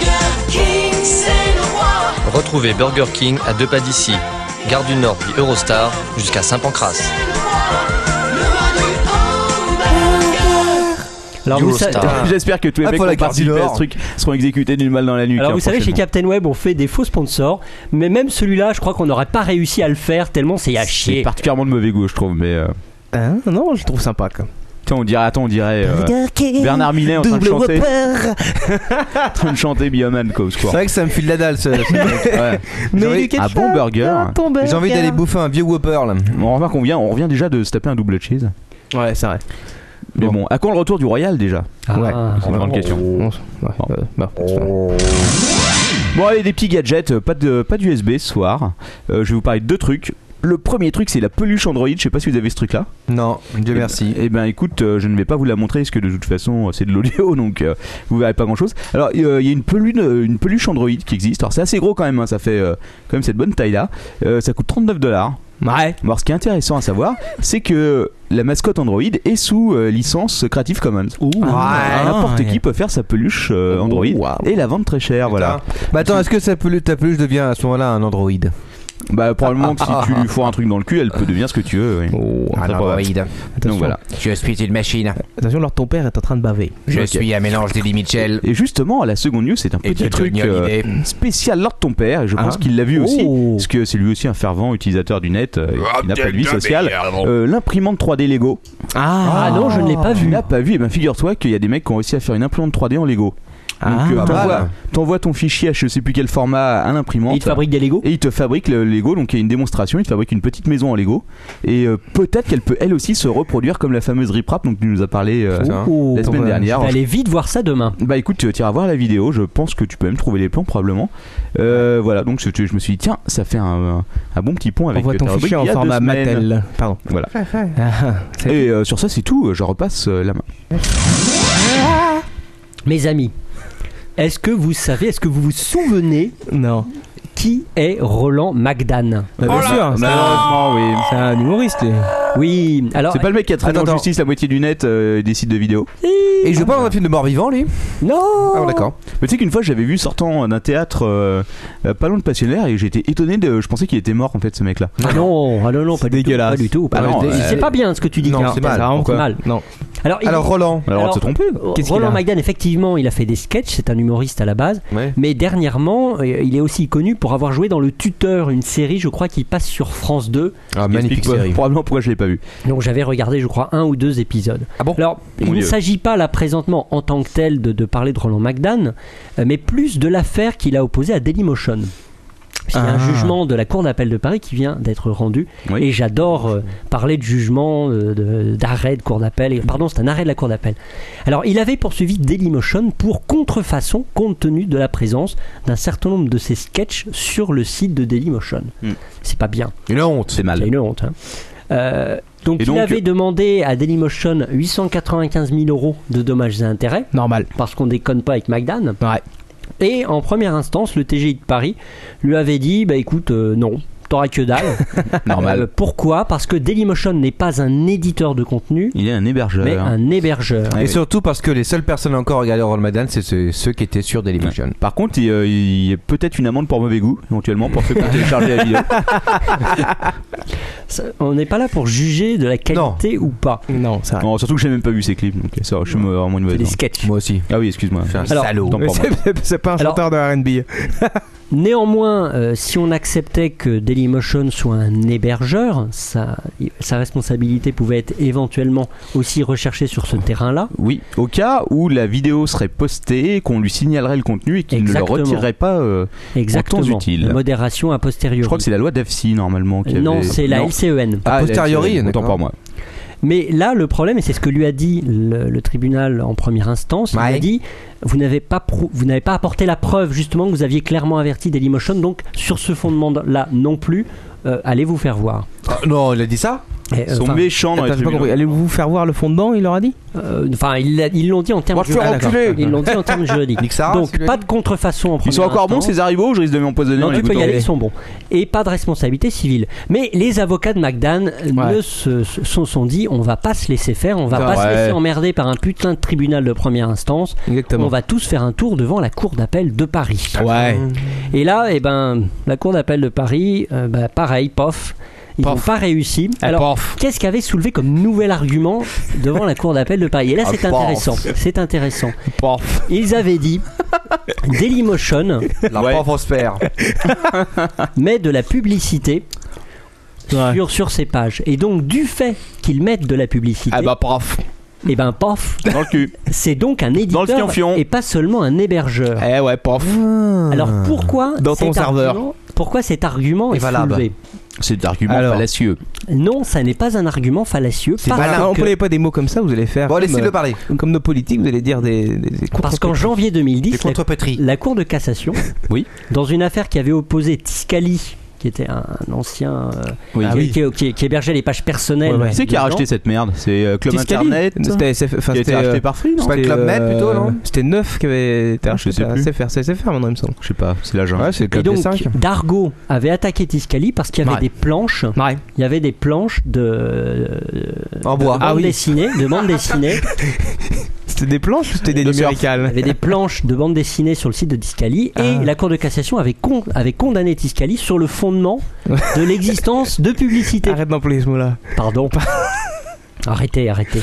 Speaker 10: Burger King, c'est le roi.
Speaker 11: Retrouvez Burger King à deux pas d'ici, Gare du Nord puis Eurostar jusqu'à Saint-Pancras.
Speaker 7: Alors vous, sa-
Speaker 11: Eurostar.
Speaker 5: J'espère que tous les
Speaker 4: Ah,
Speaker 5: mecs
Speaker 4: pour
Speaker 5: qui
Speaker 4: la
Speaker 5: ont participé
Speaker 4: Carte du
Speaker 5: à ce
Speaker 4: Nord.
Speaker 5: truc seront exécutés d'une balle dans la nuque.
Speaker 7: alors
Speaker 5: hein,
Speaker 7: vous savez, chez
Speaker 5: prochainement.
Speaker 7: Captain Web, on fait des faux sponsors, mais même celui-là, je crois qu'on n'aurait pas réussi à le faire tellement c'est à
Speaker 5: C'est
Speaker 7: chier.
Speaker 5: particulièrement de mauvais goût, je trouve, mais. euh,
Speaker 6: Hein non, je le trouve sympa. Quoi.
Speaker 5: Tiens, on dirait, attends, on dirait. euh, Bernard Minet en train de chanter. en train de chanter Bioman, quoi, au
Speaker 4: c'est
Speaker 5: secours.
Speaker 4: vrai que ça me file la dalle. ce- ce-
Speaker 5: Ouais.
Speaker 4: J'ai envie-
Speaker 5: Un bon burger.
Speaker 4: J'ai envie d'aller bouffer un vieux Whopper là.
Speaker 5: On remarque qu'on vient, on revient déjà de se taper un double cheese.
Speaker 6: Ouais, c'est vrai.
Speaker 5: Mais bon, à quand le retour du Royal déjà
Speaker 7: Ah.
Speaker 6: Ouais.
Speaker 5: C'est une grande question.
Speaker 6: Bon, ouais,
Speaker 5: Bon.
Speaker 6: euh, bah, c'est pas-
Speaker 5: Bon allez des petits gadgets, euh, pas de pas d'USB ce soir. Euh, je vais vous parler de deux trucs. Le premier truc c'est la peluche Android, je sais pas si vous avez ce truc là.
Speaker 4: Non, Dieu merci.
Speaker 5: Eh ben écoute, euh, je ne vais pas vous la montrer parce que de toute façon euh, c'est de l'audio donc euh, vous verrez pas grand chose. Alors euh, il y a une peluche, une peluche Android qui existe. Alors c'est assez gros quand même, hein, ça fait euh, quand même cette bonne taille là. ça coûte 39 dollars.
Speaker 6: Ouais.
Speaker 5: Alors ce qui est intéressant à savoir, c'est que la mascotte Android est sous euh, licence Creative Commons.
Speaker 6: Ah,
Speaker 5: N'importe
Speaker 6: ouais.
Speaker 5: qui peut faire sa peluche euh, Android et la vendre très cher. Voilà.
Speaker 4: Putain. Bah attends, est-ce que sa pelu- ta peluche devient à ce moment-là un Android
Speaker 5: Bah probablement que si tu lui fourres un truc dans le cul, elle peut devenir ce que tu veux. oui. Très probable.
Speaker 6: Attention.
Speaker 5: Donc voilà.
Speaker 2: Je suis une machine.
Speaker 6: Attention, alors ton père est en train de baver.
Speaker 2: Je
Speaker 5: Ok.
Speaker 2: suis un mélange d'Eddie Mitchell
Speaker 5: Et justement, à la seconde news, c'est un
Speaker 2: et de
Speaker 5: petit truc
Speaker 2: Johnny
Speaker 5: euh,
Speaker 2: Hallyday.
Speaker 5: spécial Lord ton père, et je pense
Speaker 6: Hein
Speaker 5: qu'il l'a vu aussi,
Speaker 6: Oh.
Speaker 5: parce que c'est lui aussi un fervent utilisateur du net, euh, qui n'a pas de vie sociale. Euh, L'imprimante 3D Lego.
Speaker 7: Ah non, je ne l'ai pas
Speaker 5: Tu
Speaker 7: vu.
Speaker 5: Eh ben, l'as pas vu, et bien figure-toi qu'il y a des mecs qui ont réussi à faire une imprimante 3D en Lego. Donc,
Speaker 6: Ah.
Speaker 5: euh,
Speaker 6: Pas
Speaker 5: t'envoies-
Speaker 4: mal.
Speaker 5: t'envoies ton fichier à je sais plus quel format à l'imprimante.
Speaker 7: Il te fabrique des Lego
Speaker 5: Et il te fabrique le Lego, donc il y a une démonstration, il te fabrique une petite maison en Lego. Et euh, peut-être qu'elle peut elle aussi se reproduire comme la fameuse Riprap dont tu nous as parlé euh, la semaine dernière.
Speaker 7: Je vais aller Oh. vite voir ça demain.
Speaker 5: Bah écoute, tu iras voir la vidéo, je pense que tu peux même trouver les plans probablement. Euh, Voilà, donc c'était- je me suis dit, tiens, ça fait un, un bon petit pont avec
Speaker 6: Envoie
Speaker 5: ta
Speaker 6: ton
Speaker 5: rubrique
Speaker 6: fichier
Speaker 5: il
Speaker 6: en
Speaker 5: y a deux
Speaker 6: format
Speaker 5: semaines.
Speaker 6: Mattel. Pardon.
Speaker 5: Voilà.
Speaker 6: Ah, c'est-
Speaker 5: Et euh, sur ça, c'est tout, je repasse euh, la main.
Speaker 7: Mes amis, est-ce que vous savez, est-ce que vous vous souvenez
Speaker 6: non.
Speaker 7: qui est Roland McDan
Speaker 5: Oh
Speaker 6: Bah, bien sûr, c'est un-
Speaker 5: Malheureusement, oui.
Speaker 6: c'est un humoriste. lui.
Speaker 7: Oui, alors.
Speaker 5: C'est pas le mec qui a traîné
Speaker 4: Attends,
Speaker 5: en
Speaker 4: attends.
Speaker 5: justice la moitié du net euh, des sites de vidéos.
Speaker 4: Et je parle d'un film de mort vivant, lui
Speaker 7: Non
Speaker 4: Ah, bon, d'accord.
Speaker 5: Mais tu sais qu'une fois, j'avais vu sortant d'un théâtre euh, euh, pas loin de Passionnaire et j'étais étonné de. Je pensais qu'il était mort en fait, ce mec-là.
Speaker 7: Ah non, ah non, non, pas du
Speaker 5: dégueulasse.
Speaker 7: tout. Pas du tout. pas
Speaker 5: Bah
Speaker 7: du
Speaker 5: non,
Speaker 7: tout.
Speaker 5: euh,
Speaker 7: c'est pas bien ce que tu dis.
Speaker 4: Non,
Speaker 7: Claire.
Speaker 4: c'est mal.
Speaker 7: Ça hein. rend
Speaker 5: Pourquoi
Speaker 7: mal.
Speaker 6: Non.
Speaker 7: Alors, il-
Speaker 4: Alors, Roland.
Speaker 5: On a le droit de se tromper.
Speaker 6: qu'est-ce qu'il
Speaker 7: Roland
Speaker 6: a
Speaker 7: Magdan, effectivement, il a fait des sketchs, c'est un humoriste à la base,
Speaker 4: Ouais.
Speaker 7: mais dernièrement, euh, il est aussi connu pour avoir joué dans Le Tuteur, une série, je crois, qui passe sur France 2,
Speaker 4: Ah,
Speaker 5: Il
Speaker 4: magnifique
Speaker 5: explique pas-
Speaker 4: série.
Speaker 5: Probablement pourquoi je l'ai pas vu.
Speaker 7: donc j'avais regardé, je crois, un ou deux épisodes.
Speaker 4: Ah bon
Speaker 7: Alors,
Speaker 5: Mon
Speaker 7: il ne
Speaker 5: Dieu.
Speaker 7: s'agit pas là présentement en tant que tel de, de parler de Roland McDan, euh, mais plus de l'affaire qu'il a opposée à Dailymotion. Il y a un
Speaker 6: Ah.
Speaker 7: jugement de la Cour d'appel de Paris qui vient d'être rendu.
Speaker 5: Oui.
Speaker 7: Et j'adore euh, parler de jugement, euh, de- d'arrêt de, Cour d'appel. Et- Pardon, c'est un arrêt de la Cour d'appel. Alors, il avait poursuivi Dailymotion pour contrefaçon compte tenu de la présence d'un certain nombre de ses sketchs sur le site de Dailymotion.
Speaker 5: Hmm.
Speaker 7: C'est pas bien.
Speaker 5: Une honte. C'est mal.
Speaker 7: C'est une honte. hein. Euh, donc,
Speaker 5: Et
Speaker 7: il
Speaker 5: donc-
Speaker 7: avait demandé à Dailymotion 895 000 euros de dommages et intérêts,
Speaker 6: Normal.
Speaker 7: parce qu'on déconne pas avec Magdan.
Speaker 6: Ouais.
Speaker 7: Et en première instance, le TGI de Paris lui avait dit Bah écoute, euh, non. T'auras que dalle.
Speaker 5: Normal.
Speaker 7: Euh, pourquoi Parce que Dailymotion n'est pas un éditeur de contenu,
Speaker 5: Il est un hébergeur.
Speaker 7: mais un hébergeur.
Speaker 4: Et
Speaker 5: Ouais, ouais.
Speaker 4: surtout parce que les seules personnes à encore regarder Roland McDan, c'est ceux, ceux qui étaient sur Dailymotion.
Speaker 5: Par contre, il, euh, il y a peut-être une amende pour mauvais goût, éventuellement, pour ceux qui ont téléchargé la vidéo.
Speaker 7: Ça- On n'est pas là pour juger de la qualité ou pas.
Speaker 6: Non, ça.
Speaker 5: Non, surtout que j'ai même pas vu ces clips, donc ça, je suis vraiment une
Speaker 7: C'est
Speaker 5: mauvaise
Speaker 7: des
Speaker 5: langue.
Speaker 7: sketchs.
Speaker 4: Moi aussi.
Speaker 5: Ah oui, excuse-moi.
Speaker 4: Je suis un
Speaker 7: Alors,
Speaker 4: salaud.
Speaker 5: Tant pour Euh, moi.
Speaker 6: C'est pas un
Speaker 7: Alors-
Speaker 6: chanteur de RB.
Speaker 7: Néanmoins, euh, si on acceptait que Dailymotion soit un hébergeur, sa, sa responsabilité pouvait être éventuellement aussi recherchée sur ce terrain-là.
Speaker 5: Oui, au cas où la vidéo serait postée, qu'on lui signalerait le contenu et qu'il ne le
Speaker 7: Exactement.
Speaker 5: retirerait pas. euh,
Speaker 7: Exactement.
Speaker 5: utile.
Speaker 7: La modération a posteriori.
Speaker 5: je crois que c'est la loi d'AFSI normalement qui
Speaker 7: non,
Speaker 5: avait-
Speaker 7: c'est la LCEN.
Speaker 4: A
Speaker 5: Ah, la
Speaker 4: posteriori,
Speaker 5: LCEN, autant
Speaker 4: d'accord.
Speaker 5: pour moi.
Speaker 7: Mais là, le problème, et c'est ce que lui a dit le, le tribunal en première instance, il a
Speaker 4: Ouais.
Speaker 7: dit vous n'avez pas prou- vous n'avez pas apporté la preuve justement que vous aviez clairement averti Dailymotion, donc sur ce fondement-là non plus, euh, allez vous faire voir.
Speaker 4: Ah, non, il a dit ça
Speaker 7: Et, euh,
Speaker 5: Ils sont
Speaker 7: enfin,
Speaker 5: méchants dans les
Speaker 6: Attends, j'ai pas
Speaker 5: tribunaux.
Speaker 6: compris. Allez-vous faire voir le fond dedans, il leur a dit
Speaker 7: euh, enfin, ils l'a- ils l'ont dit en termes
Speaker 4: Va te faire
Speaker 7: juridiques. Ah,
Speaker 4: enculer.
Speaker 7: Ils l'ont dit en termes juridiques.
Speaker 4: Nique sa race,
Speaker 7: donc
Speaker 4: il lui a
Speaker 7: pas
Speaker 4: dit.
Speaker 7: de contrefaçon en première
Speaker 5: Ils sont encore bons
Speaker 7: instance.
Speaker 5: ces arrivaux, je risque de m'empoisonner
Speaker 7: Non,
Speaker 5: en
Speaker 7: tu peux y
Speaker 5: écoutant.
Speaker 7: aller, ils sont bons. Et pas de responsabilité civile. Mais les avocats de Magdan ne se se sont, sont dit on va pas se laisser faire, on va
Speaker 5: Ah
Speaker 7: pas se
Speaker 5: ouais.
Speaker 7: laisser emmerder par un putain de tribunal de première instance.
Speaker 6: Exactement.
Speaker 7: On va tous faire un tour devant la cour d'appel de Paris.
Speaker 6: Ouais.
Speaker 7: Et là, eh ben, la cour d'appel de Paris, euh, bah, pareil, pof. Ils n'ont pas réussi. Alors, qu'est-ce qu'avait soulevé comme nouvel argument devant la cour d'appel de Paris Et là, c'est intéressant. C'est intéressant. Ils avaient dit Dailymotion
Speaker 4: La
Speaker 5: Ouais.
Speaker 4: pauvre Osper.
Speaker 7: met de la publicité
Speaker 6: Ouais.
Speaker 7: sur, sur ses pages. Et donc, du fait qu'ils mettent de la publicité,
Speaker 6: Ah bah prof.
Speaker 7: et ben, pof,
Speaker 5: Dans le cul.
Speaker 7: c'est donc un
Speaker 5: Dans le
Speaker 7: éditeur
Speaker 5: fion-fion.
Speaker 7: et pas seulement un hébergeur.
Speaker 6: Eh ouais, prof.
Speaker 7: Alors pourquoi
Speaker 6: Dans ton
Speaker 7: cet
Speaker 6: serveur.
Speaker 7: argument- Pourquoi cet argument
Speaker 4: Et
Speaker 7: est
Speaker 4: valable.
Speaker 7: soulevé
Speaker 5: C'est d'argument
Speaker 6: Alors.
Speaker 5: fallacieux.
Speaker 7: Non, ça n'est pas un argument fallacieux.
Speaker 4: C'est
Speaker 7: parce
Speaker 4: valable.
Speaker 7: que-
Speaker 6: on peut pas des mots comme ça, vous allez faire.
Speaker 4: Bon,
Speaker 6: comme,
Speaker 4: laissez-le parler.
Speaker 6: euh, comme nos politiques, vous allez dire des. des- des
Speaker 7: Parce qu'en
Speaker 6: contre-
Speaker 7: janvier
Speaker 4: Les
Speaker 7: 2010, la,
Speaker 4: contrepétries.
Speaker 7: la Cour de cassation,
Speaker 5: Oui.
Speaker 7: dans une affaire qui avait opposé Tiscali, qui était un, un ancien euh,
Speaker 5: Ah Oui.
Speaker 7: qui, qui- qui- qui hébergeait les pages personnelles,
Speaker 6: Ouais, ouais.
Speaker 5: Qui c'est qui a
Speaker 7: dedans.
Speaker 5: racheté cette merde C'est euh, Club
Speaker 6: Tiscali.
Speaker 5: Internet
Speaker 6: C'était SF. Enfin,
Speaker 5: qui a
Speaker 6: c'était.
Speaker 5: été
Speaker 6: euh,
Speaker 5: racheté par Free, non
Speaker 4: pas le
Speaker 6: c'était,
Speaker 4: Club Med,
Speaker 6: euh,
Speaker 4: plutôt, non
Speaker 6: C'était 9 qui avait été
Speaker 5: Je
Speaker 6: racheté
Speaker 5: sais
Speaker 6: par
Speaker 5: plus.
Speaker 6: SFR, c'est SFR maintenant, il me semble.
Speaker 5: Je sais pas, c'est l'agent.
Speaker 4: Ouais, c'est le
Speaker 7: Et
Speaker 4: club
Speaker 7: donc,
Speaker 4: des 5.
Speaker 7: Dargo avait attaqué Tiscali parce qu'il y avait
Speaker 6: Ouais.
Speaker 7: des planches,
Speaker 6: Ouais.
Speaker 7: il y avait des planches de,
Speaker 4: En bois.
Speaker 7: de
Speaker 5: Ah
Speaker 7: bande dessinée, de bande dessinée,
Speaker 6: C'était des planches ou c'était des
Speaker 5: De surf.
Speaker 7: Il y
Speaker 6: numéricales
Speaker 7: avait des planches de bande dessinée sur le site de Tiscali et
Speaker 6: Ah.
Speaker 7: la Cour de cassation avait, con- avait condamné Tiscali sur le fondement de l'existence de publicité.
Speaker 6: Arrête d'employer ce mot-là.
Speaker 7: Pardon. Arrêtez, arrêtez.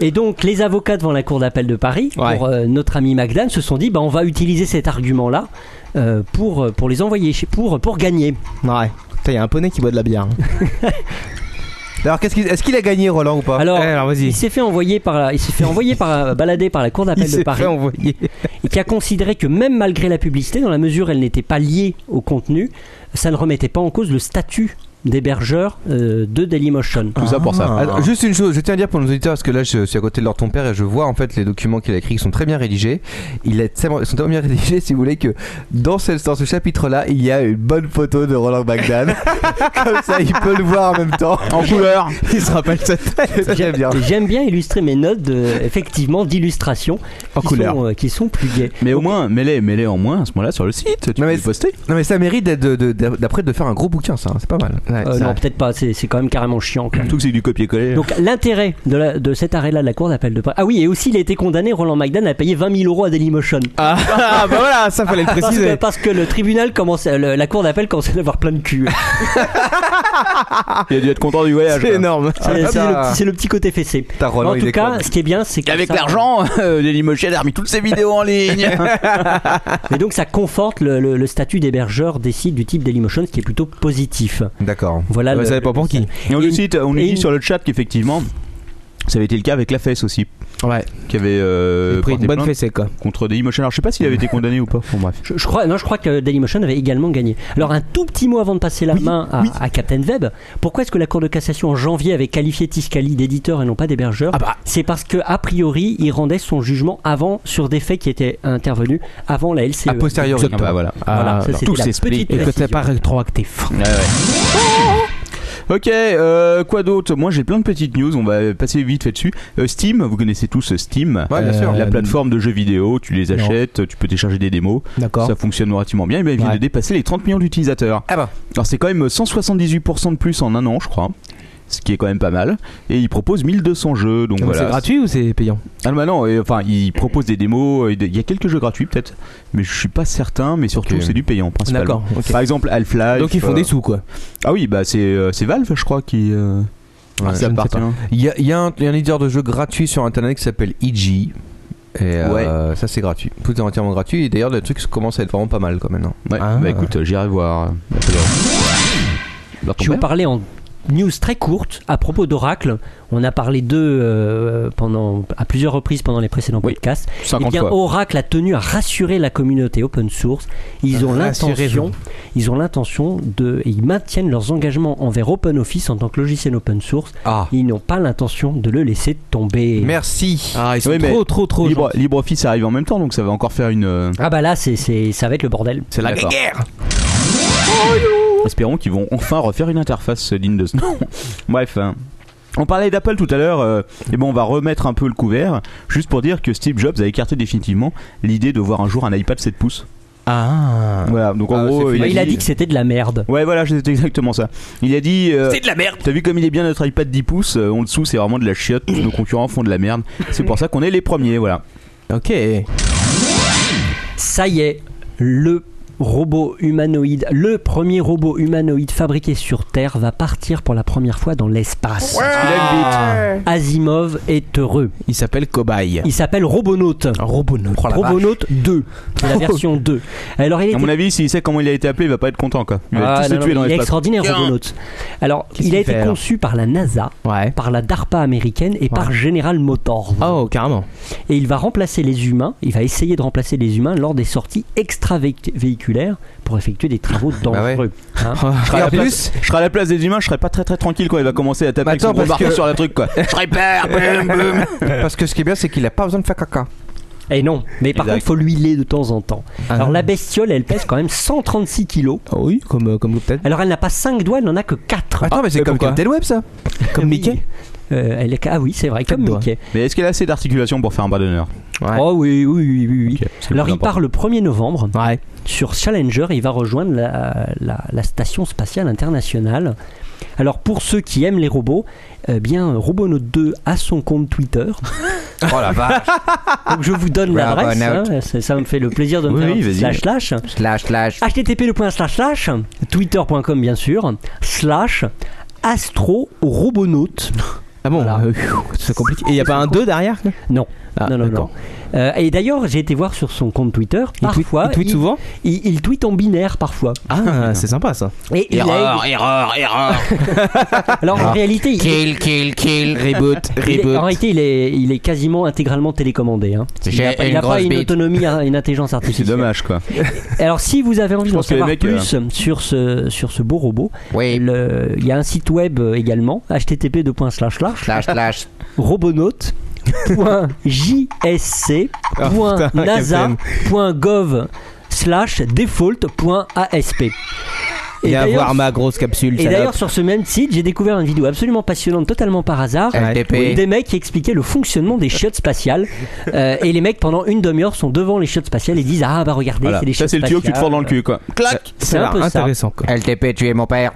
Speaker 7: Et donc, les avocats devant la Cour d'appel de Paris,
Speaker 6: Ouais.
Speaker 7: pour euh, notre ami Magdan, se sont dit bah, on va utiliser cet argument-là euh, pour, euh, pour les envoyer, chez- pour, pour gagner.
Speaker 6: hein. Ouais. Putain, y a un poney qui boit de la bière.
Speaker 4: Alors, qu'est-ce qu'il- est-ce qu'il a gagné Roland ou pas
Speaker 7: Alors,
Speaker 6: Eh, alors, vas-y.
Speaker 7: il s'est fait envoyer par, la- il s'est fait envoyer par, euh, balader par la cour
Speaker 6: Il
Speaker 7: d'appel de
Speaker 6: s'est
Speaker 7: Paris,
Speaker 6: fait envoyer.
Speaker 7: et qui a considéré que même malgré la publicité, dans la mesure où elle n'était pas liée au contenu, ça ne remettait pas en cause le statut d'hébergeur euh, de Dailymotion.
Speaker 5: Tout ça pour ça.
Speaker 4: Ah, juste une chose, je tiens à dire pour nos auditeurs, parce que là je suis à côté de leur ton père et je vois en fait les documents qu'il a écrits qui sont très bien rédigés. Il est tellement- ils sont tellement bien rédigés, si vous voulez, que dans ce, dans ce chapitre-là, il y a une bonne photo de Roland Bagdan. Comme ça, il peut le voir en même temps.
Speaker 5: En couleur.
Speaker 4: Il se rappelle ça. très
Speaker 7: J'aime
Speaker 4: bien.
Speaker 7: j'aime bien illustrer mes notes, de- effectivement, d'illustration,
Speaker 5: En
Speaker 7: qui,
Speaker 5: couleur.
Speaker 7: sont, euh, qui sont plus gaies.
Speaker 5: Mais au moins, mets-les, mets-les en moins à ce moment-là sur le site. Tu
Speaker 4: Non,
Speaker 5: peux
Speaker 4: mais
Speaker 5: les poster.
Speaker 4: Non, mais ça mérite d'être de- de- d'après de, faire un gros bouquin, ça. hein, C'est pas mal.
Speaker 6: Ouais,
Speaker 7: Euh,
Speaker 6: c'est
Speaker 7: non,
Speaker 6: vrai.
Speaker 7: peut-être pas, c'est c'est quand même carrément chiant. quoi.
Speaker 5: Tout que c'est du copier-coller.
Speaker 7: Donc l'intérêt de, la- de cet arrêt-là de la cour d'appel de Paris. Ah oui, et aussi il a été condamné, Roland McDan a payé 20 000 euros à Dailymotion.
Speaker 6: Ah, bah voilà, ça fallait le
Speaker 7: Parce que,
Speaker 6: préciser.
Speaker 7: parce que le tribunal commençait, le- la cour d'appel commençait à avoir plein de cul.
Speaker 6: Ah,
Speaker 5: Il a dû être content du voyage.
Speaker 6: C'est
Speaker 5: quoi.
Speaker 6: énorme.
Speaker 7: C'est c'est
Speaker 4: ça.
Speaker 7: le, petit- c'est le petit côté fessé.
Speaker 4: T'as Roland,
Speaker 7: en
Speaker 4: il
Speaker 7: tout
Speaker 4: est
Speaker 7: cas,
Speaker 4: con.
Speaker 7: ce qui est bien, c'est que
Speaker 5: Avec
Speaker 7: ça-
Speaker 5: l'argent, euh, Dailymotion a remis toutes ses vidéos en ligne.
Speaker 7: Mais donc ça conforte le, le- le statut d'hébergeur des sites du type Dailymotion, ce qui est plutôt positif.
Speaker 4: D'accord.
Speaker 7: Voilà.
Speaker 6: Bah,
Speaker 7: le-
Speaker 6: ça dépend pour qui.
Speaker 5: Et on nous
Speaker 7: Et une-
Speaker 5: cite, on nous
Speaker 7: et
Speaker 5: dit
Speaker 7: une-
Speaker 5: sur le chat qu'effectivement, ça avait été le cas avec la fesse aussi,
Speaker 6: Ouais,
Speaker 5: qui avait euh,
Speaker 6: pris
Speaker 5: porté
Speaker 6: une bonne
Speaker 5: plainte
Speaker 6: fessée quoi.
Speaker 5: contre Dailymotion. Alors je sais pas s'il avait été condamné ou pas. Bon bref.
Speaker 7: Je, je crois, non, je crois que Dailymotion avait également gagné. Alors un tout petit mot avant de passer la main à, à Captain Web. Pourquoi est-ce que la Cour de cassation en janvier avait qualifié Tiscali d'éditeur et non pas
Speaker 5: Ah
Speaker 7: d'hébergeur
Speaker 5: bah.
Speaker 7: C'est parce que a priori, il rendait son jugement avant sur des faits qui étaient intervenus avant la E. LCE.
Speaker 4: A posteriori.
Speaker 5: Ah bah voilà.
Speaker 7: Voilà,
Speaker 6: Ah,
Speaker 7: ça, c'était
Speaker 5: tout
Speaker 7: la
Speaker 5: s'explique.
Speaker 7: petite
Speaker 6: Et que
Speaker 7: précision.
Speaker 6: t'es pas rétroactif.
Speaker 5: Ouais, ouais. Ok, euh, quoi d'autre Moi j'ai plein de petites news, on va passer vite fait dessus. Euh, Steam, vous connaissez tous Steam
Speaker 4: Ouais, bien sûr.
Speaker 5: Ah, La
Speaker 6: Euh,
Speaker 5: plateforme de jeux vidéo, tu les
Speaker 6: non.
Speaker 5: achètes, tu peux télécharger des démos,
Speaker 6: D'accord.
Speaker 5: ça fonctionne relativement bien. Et bien, il vient
Speaker 6: Ouais.
Speaker 5: de dépasser les 30 millions d'utilisateurs.
Speaker 4: Ah bah.
Speaker 5: Alors c'est quand même 178% de plus en un an, je crois. Ce qui est quand même pas mal. Et il propose 1200 jeux, donc
Speaker 6: Non, mais
Speaker 5: voilà.
Speaker 6: Ah bah, C'est gratuit ou c'est payant
Speaker 5: Ah bah non, et, enfin il propose des démos, et des- il y a quelques jeux gratuits peut-être, mais je suis pas certain, mais surtout
Speaker 4: Ok.
Speaker 5: c'est du payant principalement.
Speaker 6: D'accord. ok.
Speaker 5: Par exemple Half-Life.
Speaker 6: Donc ils font
Speaker 5: euh,
Speaker 6: des sous quoi.
Speaker 5: ah oui, bah c'est euh, c'est Valve, je crois, qui. euh,
Speaker 4: Ouais.
Speaker 5: qui
Speaker 6: je ne sais
Speaker 5: appartient.
Speaker 4: Il y a, il y a un, il y a un éditeur de jeu gratuit sur internet qui s'appelle EG. Et euh, ça c'est gratuit. Tout est entièrement gratuit. Et d'ailleurs le truc commence à être vraiment pas mal quand hein. maintenant.
Speaker 5: Ouais.
Speaker 6: Ah.
Speaker 5: Bah écoute, j'irai voir. Leur Bah, ton
Speaker 7: Je vais vous
Speaker 5: père
Speaker 7: parler en news très courte à propos d'Oracle. On a parlé d'eux euh, pendant, à plusieurs reprises pendant les précédents
Speaker 5: Oui,
Speaker 7: podcasts. Eh
Speaker 5: 50
Speaker 7: bien,
Speaker 5: fois.
Speaker 7: Oracle a tenu à rassurer la communauté open source. Ils ont
Speaker 6: Rassurez-vous.
Speaker 7: l'intention, ils ont l'intention de, et ils maintiennent leurs engagements envers Open Office en tant que logiciel open source.
Speaker 4: Ah.
Speaker 7: Ils n'ont pas l'intention de le laisser tomber.
Speaker 4: Merci.
Speaker 6: Ah, ils sont
Speaker 5: Oui, mais-
Speaker 6: trop, trop, trop.
Speaker 5: Libre,
Speaker 6: gentils.
Speaker 5: LibreOffice arrive en même temps, donc ça va encore faire une. euh,
Speaker 7: Ah bah là, c'est, c'est, ça va être le bordel.
Speaker 5: C'est la guerre Oh, Espérons qu'ils vont enfin refaire une interface euh, digne de ce nom. Bref. hein. On parlait d'Apple tout à l'heure, et ben on va remettre un peu le couvert, juste pour dire que Steve Jobs a écarté définitivement l'idée de voir un jour un iPad 7 pouces.
Speaker 6: Ah.
Speaker 5: Voilà, donc en
Speaker 4: Ah,
Speaker 5: gros,
Speaker 4: c'est
Speaker 7: Bah, Il a dit que c'était de la merde.
Speaker 5: Ouais, voilà, c'est exactement ça. Il a dit. euh,
Speaker 8: C'est de la merde.
Speaker 5: T'as vu comme il est bien notre iPad 10 pouces euh, En dessous, c'est vraiment de la chiotte. Tous nos concurrents font de la merde. C'est pour ça qu'on est les premiers, voilà.
Speaker 6: Ok.
Speaker 7: Ça y est, le robot humanoïde, le premier robot humanoïde fabriqué sur Terre va partir pour la première fois dans l'espace.
Speaker 6: Ah.
Speaker 7: Asimov est heureux.
Speaker 6: Il s'appelle Cobaye. Oh
Speaker 7: Il s'appelle Robonaute.
Speaker 6: Robonaut.
Speaker 7: Robonaut 2, c'est la version 2. Alors il
Speaker 5: À
Speaker 7: était
Speaker 5: mon avis, s'il sait comment il a été appelé, il va pas être content, quoi. Il va
Speaker 7: Ah,
Speaker 5: tous se
Speaker 7: non, non,
Speaker 5: tuer dans
Speaker 7: il est
Speaker 5: l'espace.
Speaker 7: extraordinaire Robonaut. Alors
Speaker 6: Qu'est-ce
Speaker 7: il a
Speaker 6: qu'il
Speaker 7: été
Speaker 6: fait,
Speaker 7: conçu par la NASA,
Speaker 6: Ouais.
Speaker 7: par la DARPA américaine et par General Motors.
Speaker 6: Oh, carrément.
Speaker 7: Et il va remplacer les humains, il va essayer de remplacer les humains lors des sorties extravéhiculaires pour effectuer des travaux
Speaker 6: Bah
Speaker 7: dangereux. Hein.
Speaker 6: Ah,
Speaker 5: Je serai,
Speaker 4: Et
Speaker 5: à la
Speaker 4: en
Speaker 5: place,
Speaker 4: plus,
Speaker 5: je serai à la place des humains, je serais pas très très tranquille quand il va commencer à taper avec
Speaker 4: Attends,
Speaker 5: son gros
Speaker 4: parce
Speaker 5: marteau
Speaker 4: que-
Speaker 5: sur le truc, quoi. Je répère boum, boum.
Speaker 4: parce que ce qui est bien, c'est qu'il a pas besoin de faire caca.
Speaker 7: Et non, mais par
Speaker 5: Exact.
Speaker 7: contre, faut l'huiler de temps en temps.
Speaker 6: Ah.
Speaker 7: Alors la bestiole, elle pèse quand même 136 kilos.
Speaker 6: Ah oui, comme, euh, comme peut-être.
Speaker 7: Alors elle n'a pas 5 doigts, elle n'en a que 4.
Speaker 4: Attends, mais c'est
Speaker 6: Ah, mais
Speaker 4: comme
Speaker 6: pourquoi
Speaker 4: Captain Web ça.
Speaker 6: Comme Mickey
Speaker 7: elle est... Ah oui, c'est vrai,
Speaker 6: Quatre
Speaker 7: comme
Speaker 6: doigts.
Speaker 7: Mickey.
Speaker 5: Mais est-ce qu'il a assez d'articulation pour faire un bras d'honneur
Speaker 6: Ouais.
Speaker 7: Oh oui, oui, oui, oui. oui.
Speaker 5: Ok, c'est le
Speaker 7: Alors
Speaker 5: plus
Speaker 7: il part
Speaker 5: important.
Speaker 7: le 1er novembre
Speaker 6: Ouais.
Speaker 7: sur Challenger et il va rejoindre la, la- la station spatiale internationale. Alors pour ceux qui aiment les robots, eh bien Robonaut 2 a son compte Twitter.
Speaker 4: Oh la vache.
Speaker 7: Donc je vous donne l'adresse.
Speaker 4: Robonaut.
Speaker 7: hein. ça, ça me fait le plaisir de me
Speaker 5: Oui,
Speaker 7: faire un
Speaker 5: oui,
Speaker 7: petit
Speaker 5: vas-y.
Speaker 7: slash
Speaker 4: slash
Speaker 7: slash.
Speaker 4: slash.
Speaker 7: http twitter.com bien sûr slash astro robonaute
Speaker 6: Ah bon
Speaker 7: Voilà.
Speaker 6: euh, pfiou, C'est compliqué. Et y a pas un 2 derrière là
Speaker 7: Non.
Speaker 6: Ah,
Speaker 7: non, non,
Speaker 6: d'accord.
Speaker 7: non. Euh, et d'ailleurs, j'ai été voir sur son compte Twitter.
Speaker 6: Il tweet,
Speaker 7: Parfois,
Speaker 6: il tweet
Speaker 7: il-
Speaker 6: souvent
Speaker 7: il- il tweet en binaire parfois.
Speaker 6: Ah, c'est sympa ça.
Speaker 7: Et il a-
Speaker 8: Erreur, erreur, erreur.
Speaker 7: Alors en réalité, il,
Speaker 2: Kill, kill, kill.
Speaker 6: Reboot,
Speaker 7: il est, en réalité, il est, il est quasiment intégralement télécommandé. hein. Il
Speaker 2: J'ai
Speaker 7: n'a pas, il
Speaker 2: une
Speaker 7: a pas
Speaker 2: grosse
Speaker 7: une
Speaker 2: bite.
Speaker 7: autonomie, hein, une intelligence
Speaker 5: C'est
Speaker 7: artificielle.
Speaker 5: dommage quoi.
Speaker 7: Alors si vous avez envie
Speaker 5: Je
Speaker 7: d'en
Speaker 5: pense que les
Speaker 7: savoir
Speaker 5: mecs,
Speaker 7: plus sur ce sur ce beau robot,
Speaker 2: Oui.
Speaker 7: le- il y a un site web euh, également http
Speaker 2: Slash, slash.
Speaker 7: robonaute.jsc.nasa.gov slash default.asp.
Speaker 6: Et à
Speaker 7: d'ailleurs-
Speaker 6: voir ma grosse capsule.
Speaker 7: et
Speaker 6: salope.
Speaker 7: d'ailleurs, sur ce même site, j'ai découvert une vidéo absolument passionnante, totalement par hasard,
Speaker 2: LTP.
Speaker 7: des mecs qui expliquaient le fonctionnement des chiottes spatiales. Euh, et les mecs, pendant une demi-heure, sont devant les chiottes spatiales et disent Ah bah regardez,
Speaker 5: Voilà.
Speaker 7: c'est des
Speaker 5: Ça
Speaker 7: chiottes
Speaker 5: c'est le tuyau
Speaker 7: spatiales.
Speaker 5: que tu te forces dans le cul quoi. Clac.
Speaker 7: C'est un
Speaker 6: Ça a l'air
Speaker 7: peu ça.
Speaker 6: intéressant quoi.
Speaker 2: LTP, tu es mon père.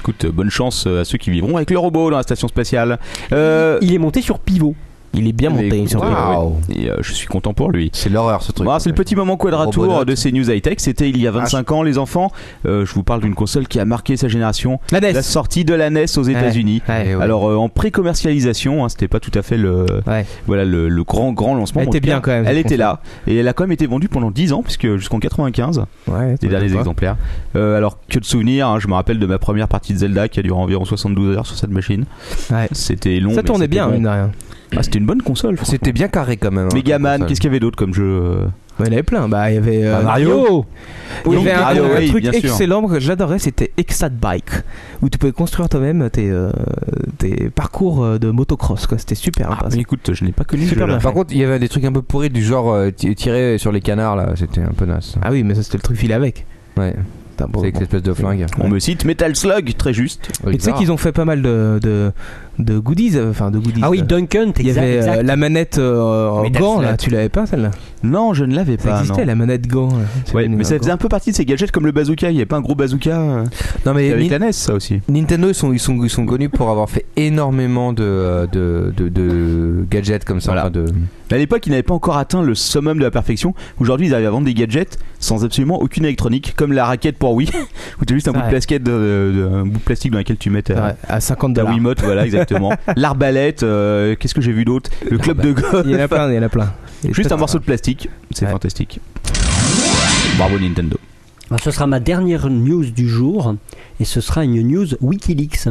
Speaker 5: Écoute, euh, bonne chance euh, à ceux qui vivront avec le robot dans la station spatiale. Euh,
Speaker 7: Il est monté sur pivot.
Speaker 6: Il est bien
Speaker 5: mais
Speaker 6: monté
Speaker 5: écoute,
Speaker 6: sur
Speaker 5: euh,
Speaker 6: le-
Speaker 5: ouais. Et, euh, je suis content pour lui.
Speaker 4: C'est l'horreur ce truc.
Speaker 5: Voilà, c'est le petit moment quadratour
Speaker 4: Robonote.
Speaker 5: de ces news high-tech. C'était il y a 25 ans, les enfants. Euh, je vous parle d'une console qui a marqué sa génération.
Speaker 6: La NES.
Speaker 5: La sortie de la NES aux États-Unis.
Speaker 6: Eh Ouais, ouais.
Speaker 5: Alors euh, en pré-commercialisation, hein, c'était pas tout à fait le
Speaker 6: Ouais.
Speaker 5: voilà le, le grand grand lancement.
Speaker 6: Elle
Speaker 5: En
Speaker 6: était
Speaker 5: tout cas,
Speaker 6: bien quand même,
Speaker 5: Elle
Speaker 6: cette
Speaker 5: était là et elle a quand même été vendue pendant 10 ans puisque jusqu'en 95
Speaker 6: Ouais,
Speaker 5: les derniers exemplaires. Euh, alors que de souvenirs, hein, je me rappelle de ma première partie de Zelda qui a duré environ 72 heures sur cette machine.
Speaker 6: Ouais.
Speaker 5: C'était long.
Speaker 6: Ça
Speaker 5: mais
Speaker 6: tournait
Speaker 5: c'était
Speaker 6: bien,
Speaker 5: bon.
Speaker 6: mine de rien.
Speaker 5: Ah, c'était une bonne console. franchement.
Speaker 4: C'était bien carré quand même. hein,
Speaker 5: Megaman,
Speaker 4: comme
Speaker 5: qu'est-ce qu'il y avait d'autre comme jeu euh,
Speaker 6: Ouais, il y en avait plein. Bah, il y avait euh,
Speaker 5: Bah, Mario.
Speaker 6: Il y
Speaker 5: Oui,
Speaker 6: avait un,
Speaker 5: Mario,
Speaker 6: un
Speaker 5: oui,
Speaker 6: truc
Speaker 5: bien sûr.
Speaker 6: excellent moi, que j'adorais, c'était Exadbike, où tu pouvais construire toi-même tes, euh, tes parcours euh, de motocross. quoi. C'était super.
Speaker 5: Ah,
Speaker 6: intéressant.
Speaker 5: mais écoute, je n'ai pas connu. ce
Speaker 6: Super
Speaker 5: jeu-là.
Speaker 6: bien.
Speaker 4: ça. Par contre, il y avait des trucs un peu pourris du genre euh, ti- tirer sur les canards là. C'était un peu naze.
Speaker 6: Ah oui, mais ça c'était le truc filé avec.
Speaker 4: Ouais.
Speaker 6: Putain,
Speaker 4: C'est
Speaker 6: bon,
Speaker 4: avec
Speaker 6: bon.
Speaker 4: cette espèce de flingue.
Speaker 5: On me cite Metal Slug, très juste.
Speaker 6: Et tu sais qu'ils ont fait pas mal de, de, de goodies, euh, enfin de goodies.
Speaker 7: Ah oui,
Speaker 6: euh,
Speaker 7: Duncan,
Speaker 6: il y
Speaker 7: exact,
Speaker 6: avait euh,
Speaker 7: exact.
Speaker 6: la manette euh, en
Speaker 4: Metal
Speaker 6: gant
Speaker 4: Slug.
Speaker 6: là, tu l'avais pas celle-là
Speaker 5: Non, je ne l'avais
Speaker 6: Ça
Speaker 5: pas.
Speaker 6: existait
Speaker 5: non.
Speaker 6: la manette gant. là. C'est
Speaker 5: Ouais,
Speaker 6: devenu
Speaker 5: mais
Speaker 6: un
Speaker 5: ça faisait
Speaker 6: gant.
Speaker 5: un peu partie de ces gadgets comme le bazooka. Il n'y avait pas un gros bazooka euh,
Speaker 4: Non mais
Speaker 5: avec
Speaker 4: Ni-
Speaker 5: la NES, ça aussi.
Speaker 4: Nintendo ils sont, ils sont ils sont connus pour avoir fait énormément de euh, de, de, de gadgets comme ça.
Speaker 5: Voilà.
Speaker 4: enfin, de...
Speaker 5: Mais à l'époque, ils n'avaient pas encore atteint le summum de la perfection. Aujourd'hui, ils arrivent à vendre des gadgets sans absolument aucune électronique, comme la raquette pour Wii, où tu as juste un
Speaker 6: C'est
Speaker 5: bout de,
Speaker 6: vrai.
Speaker 5: plastique de, de- un bout de plastique dans lequel tu mets ta,
Speaker 6: Ouais, à 50
Speaker 5: ta
Speaker 6: dollars.
Speaker 5: Wiimote, voilà, exactement. L'arbalète, euh, qu'est-ce que j'ai vu d'autre Le club de golf.
Speaker 6: Il y en a plein, il y en a plein. Et
Speaker 5: Juste
Speaker 6: peut-être-
Speaker 5: un morceau de plastique, c'est
Speaker 6: Ouais.
Speaker 5: fantastique. Bravo Nintendo.
Speaker 7: Alors, Ben, ce sera ma dernière news du jour et ce sera une news Wikileaks.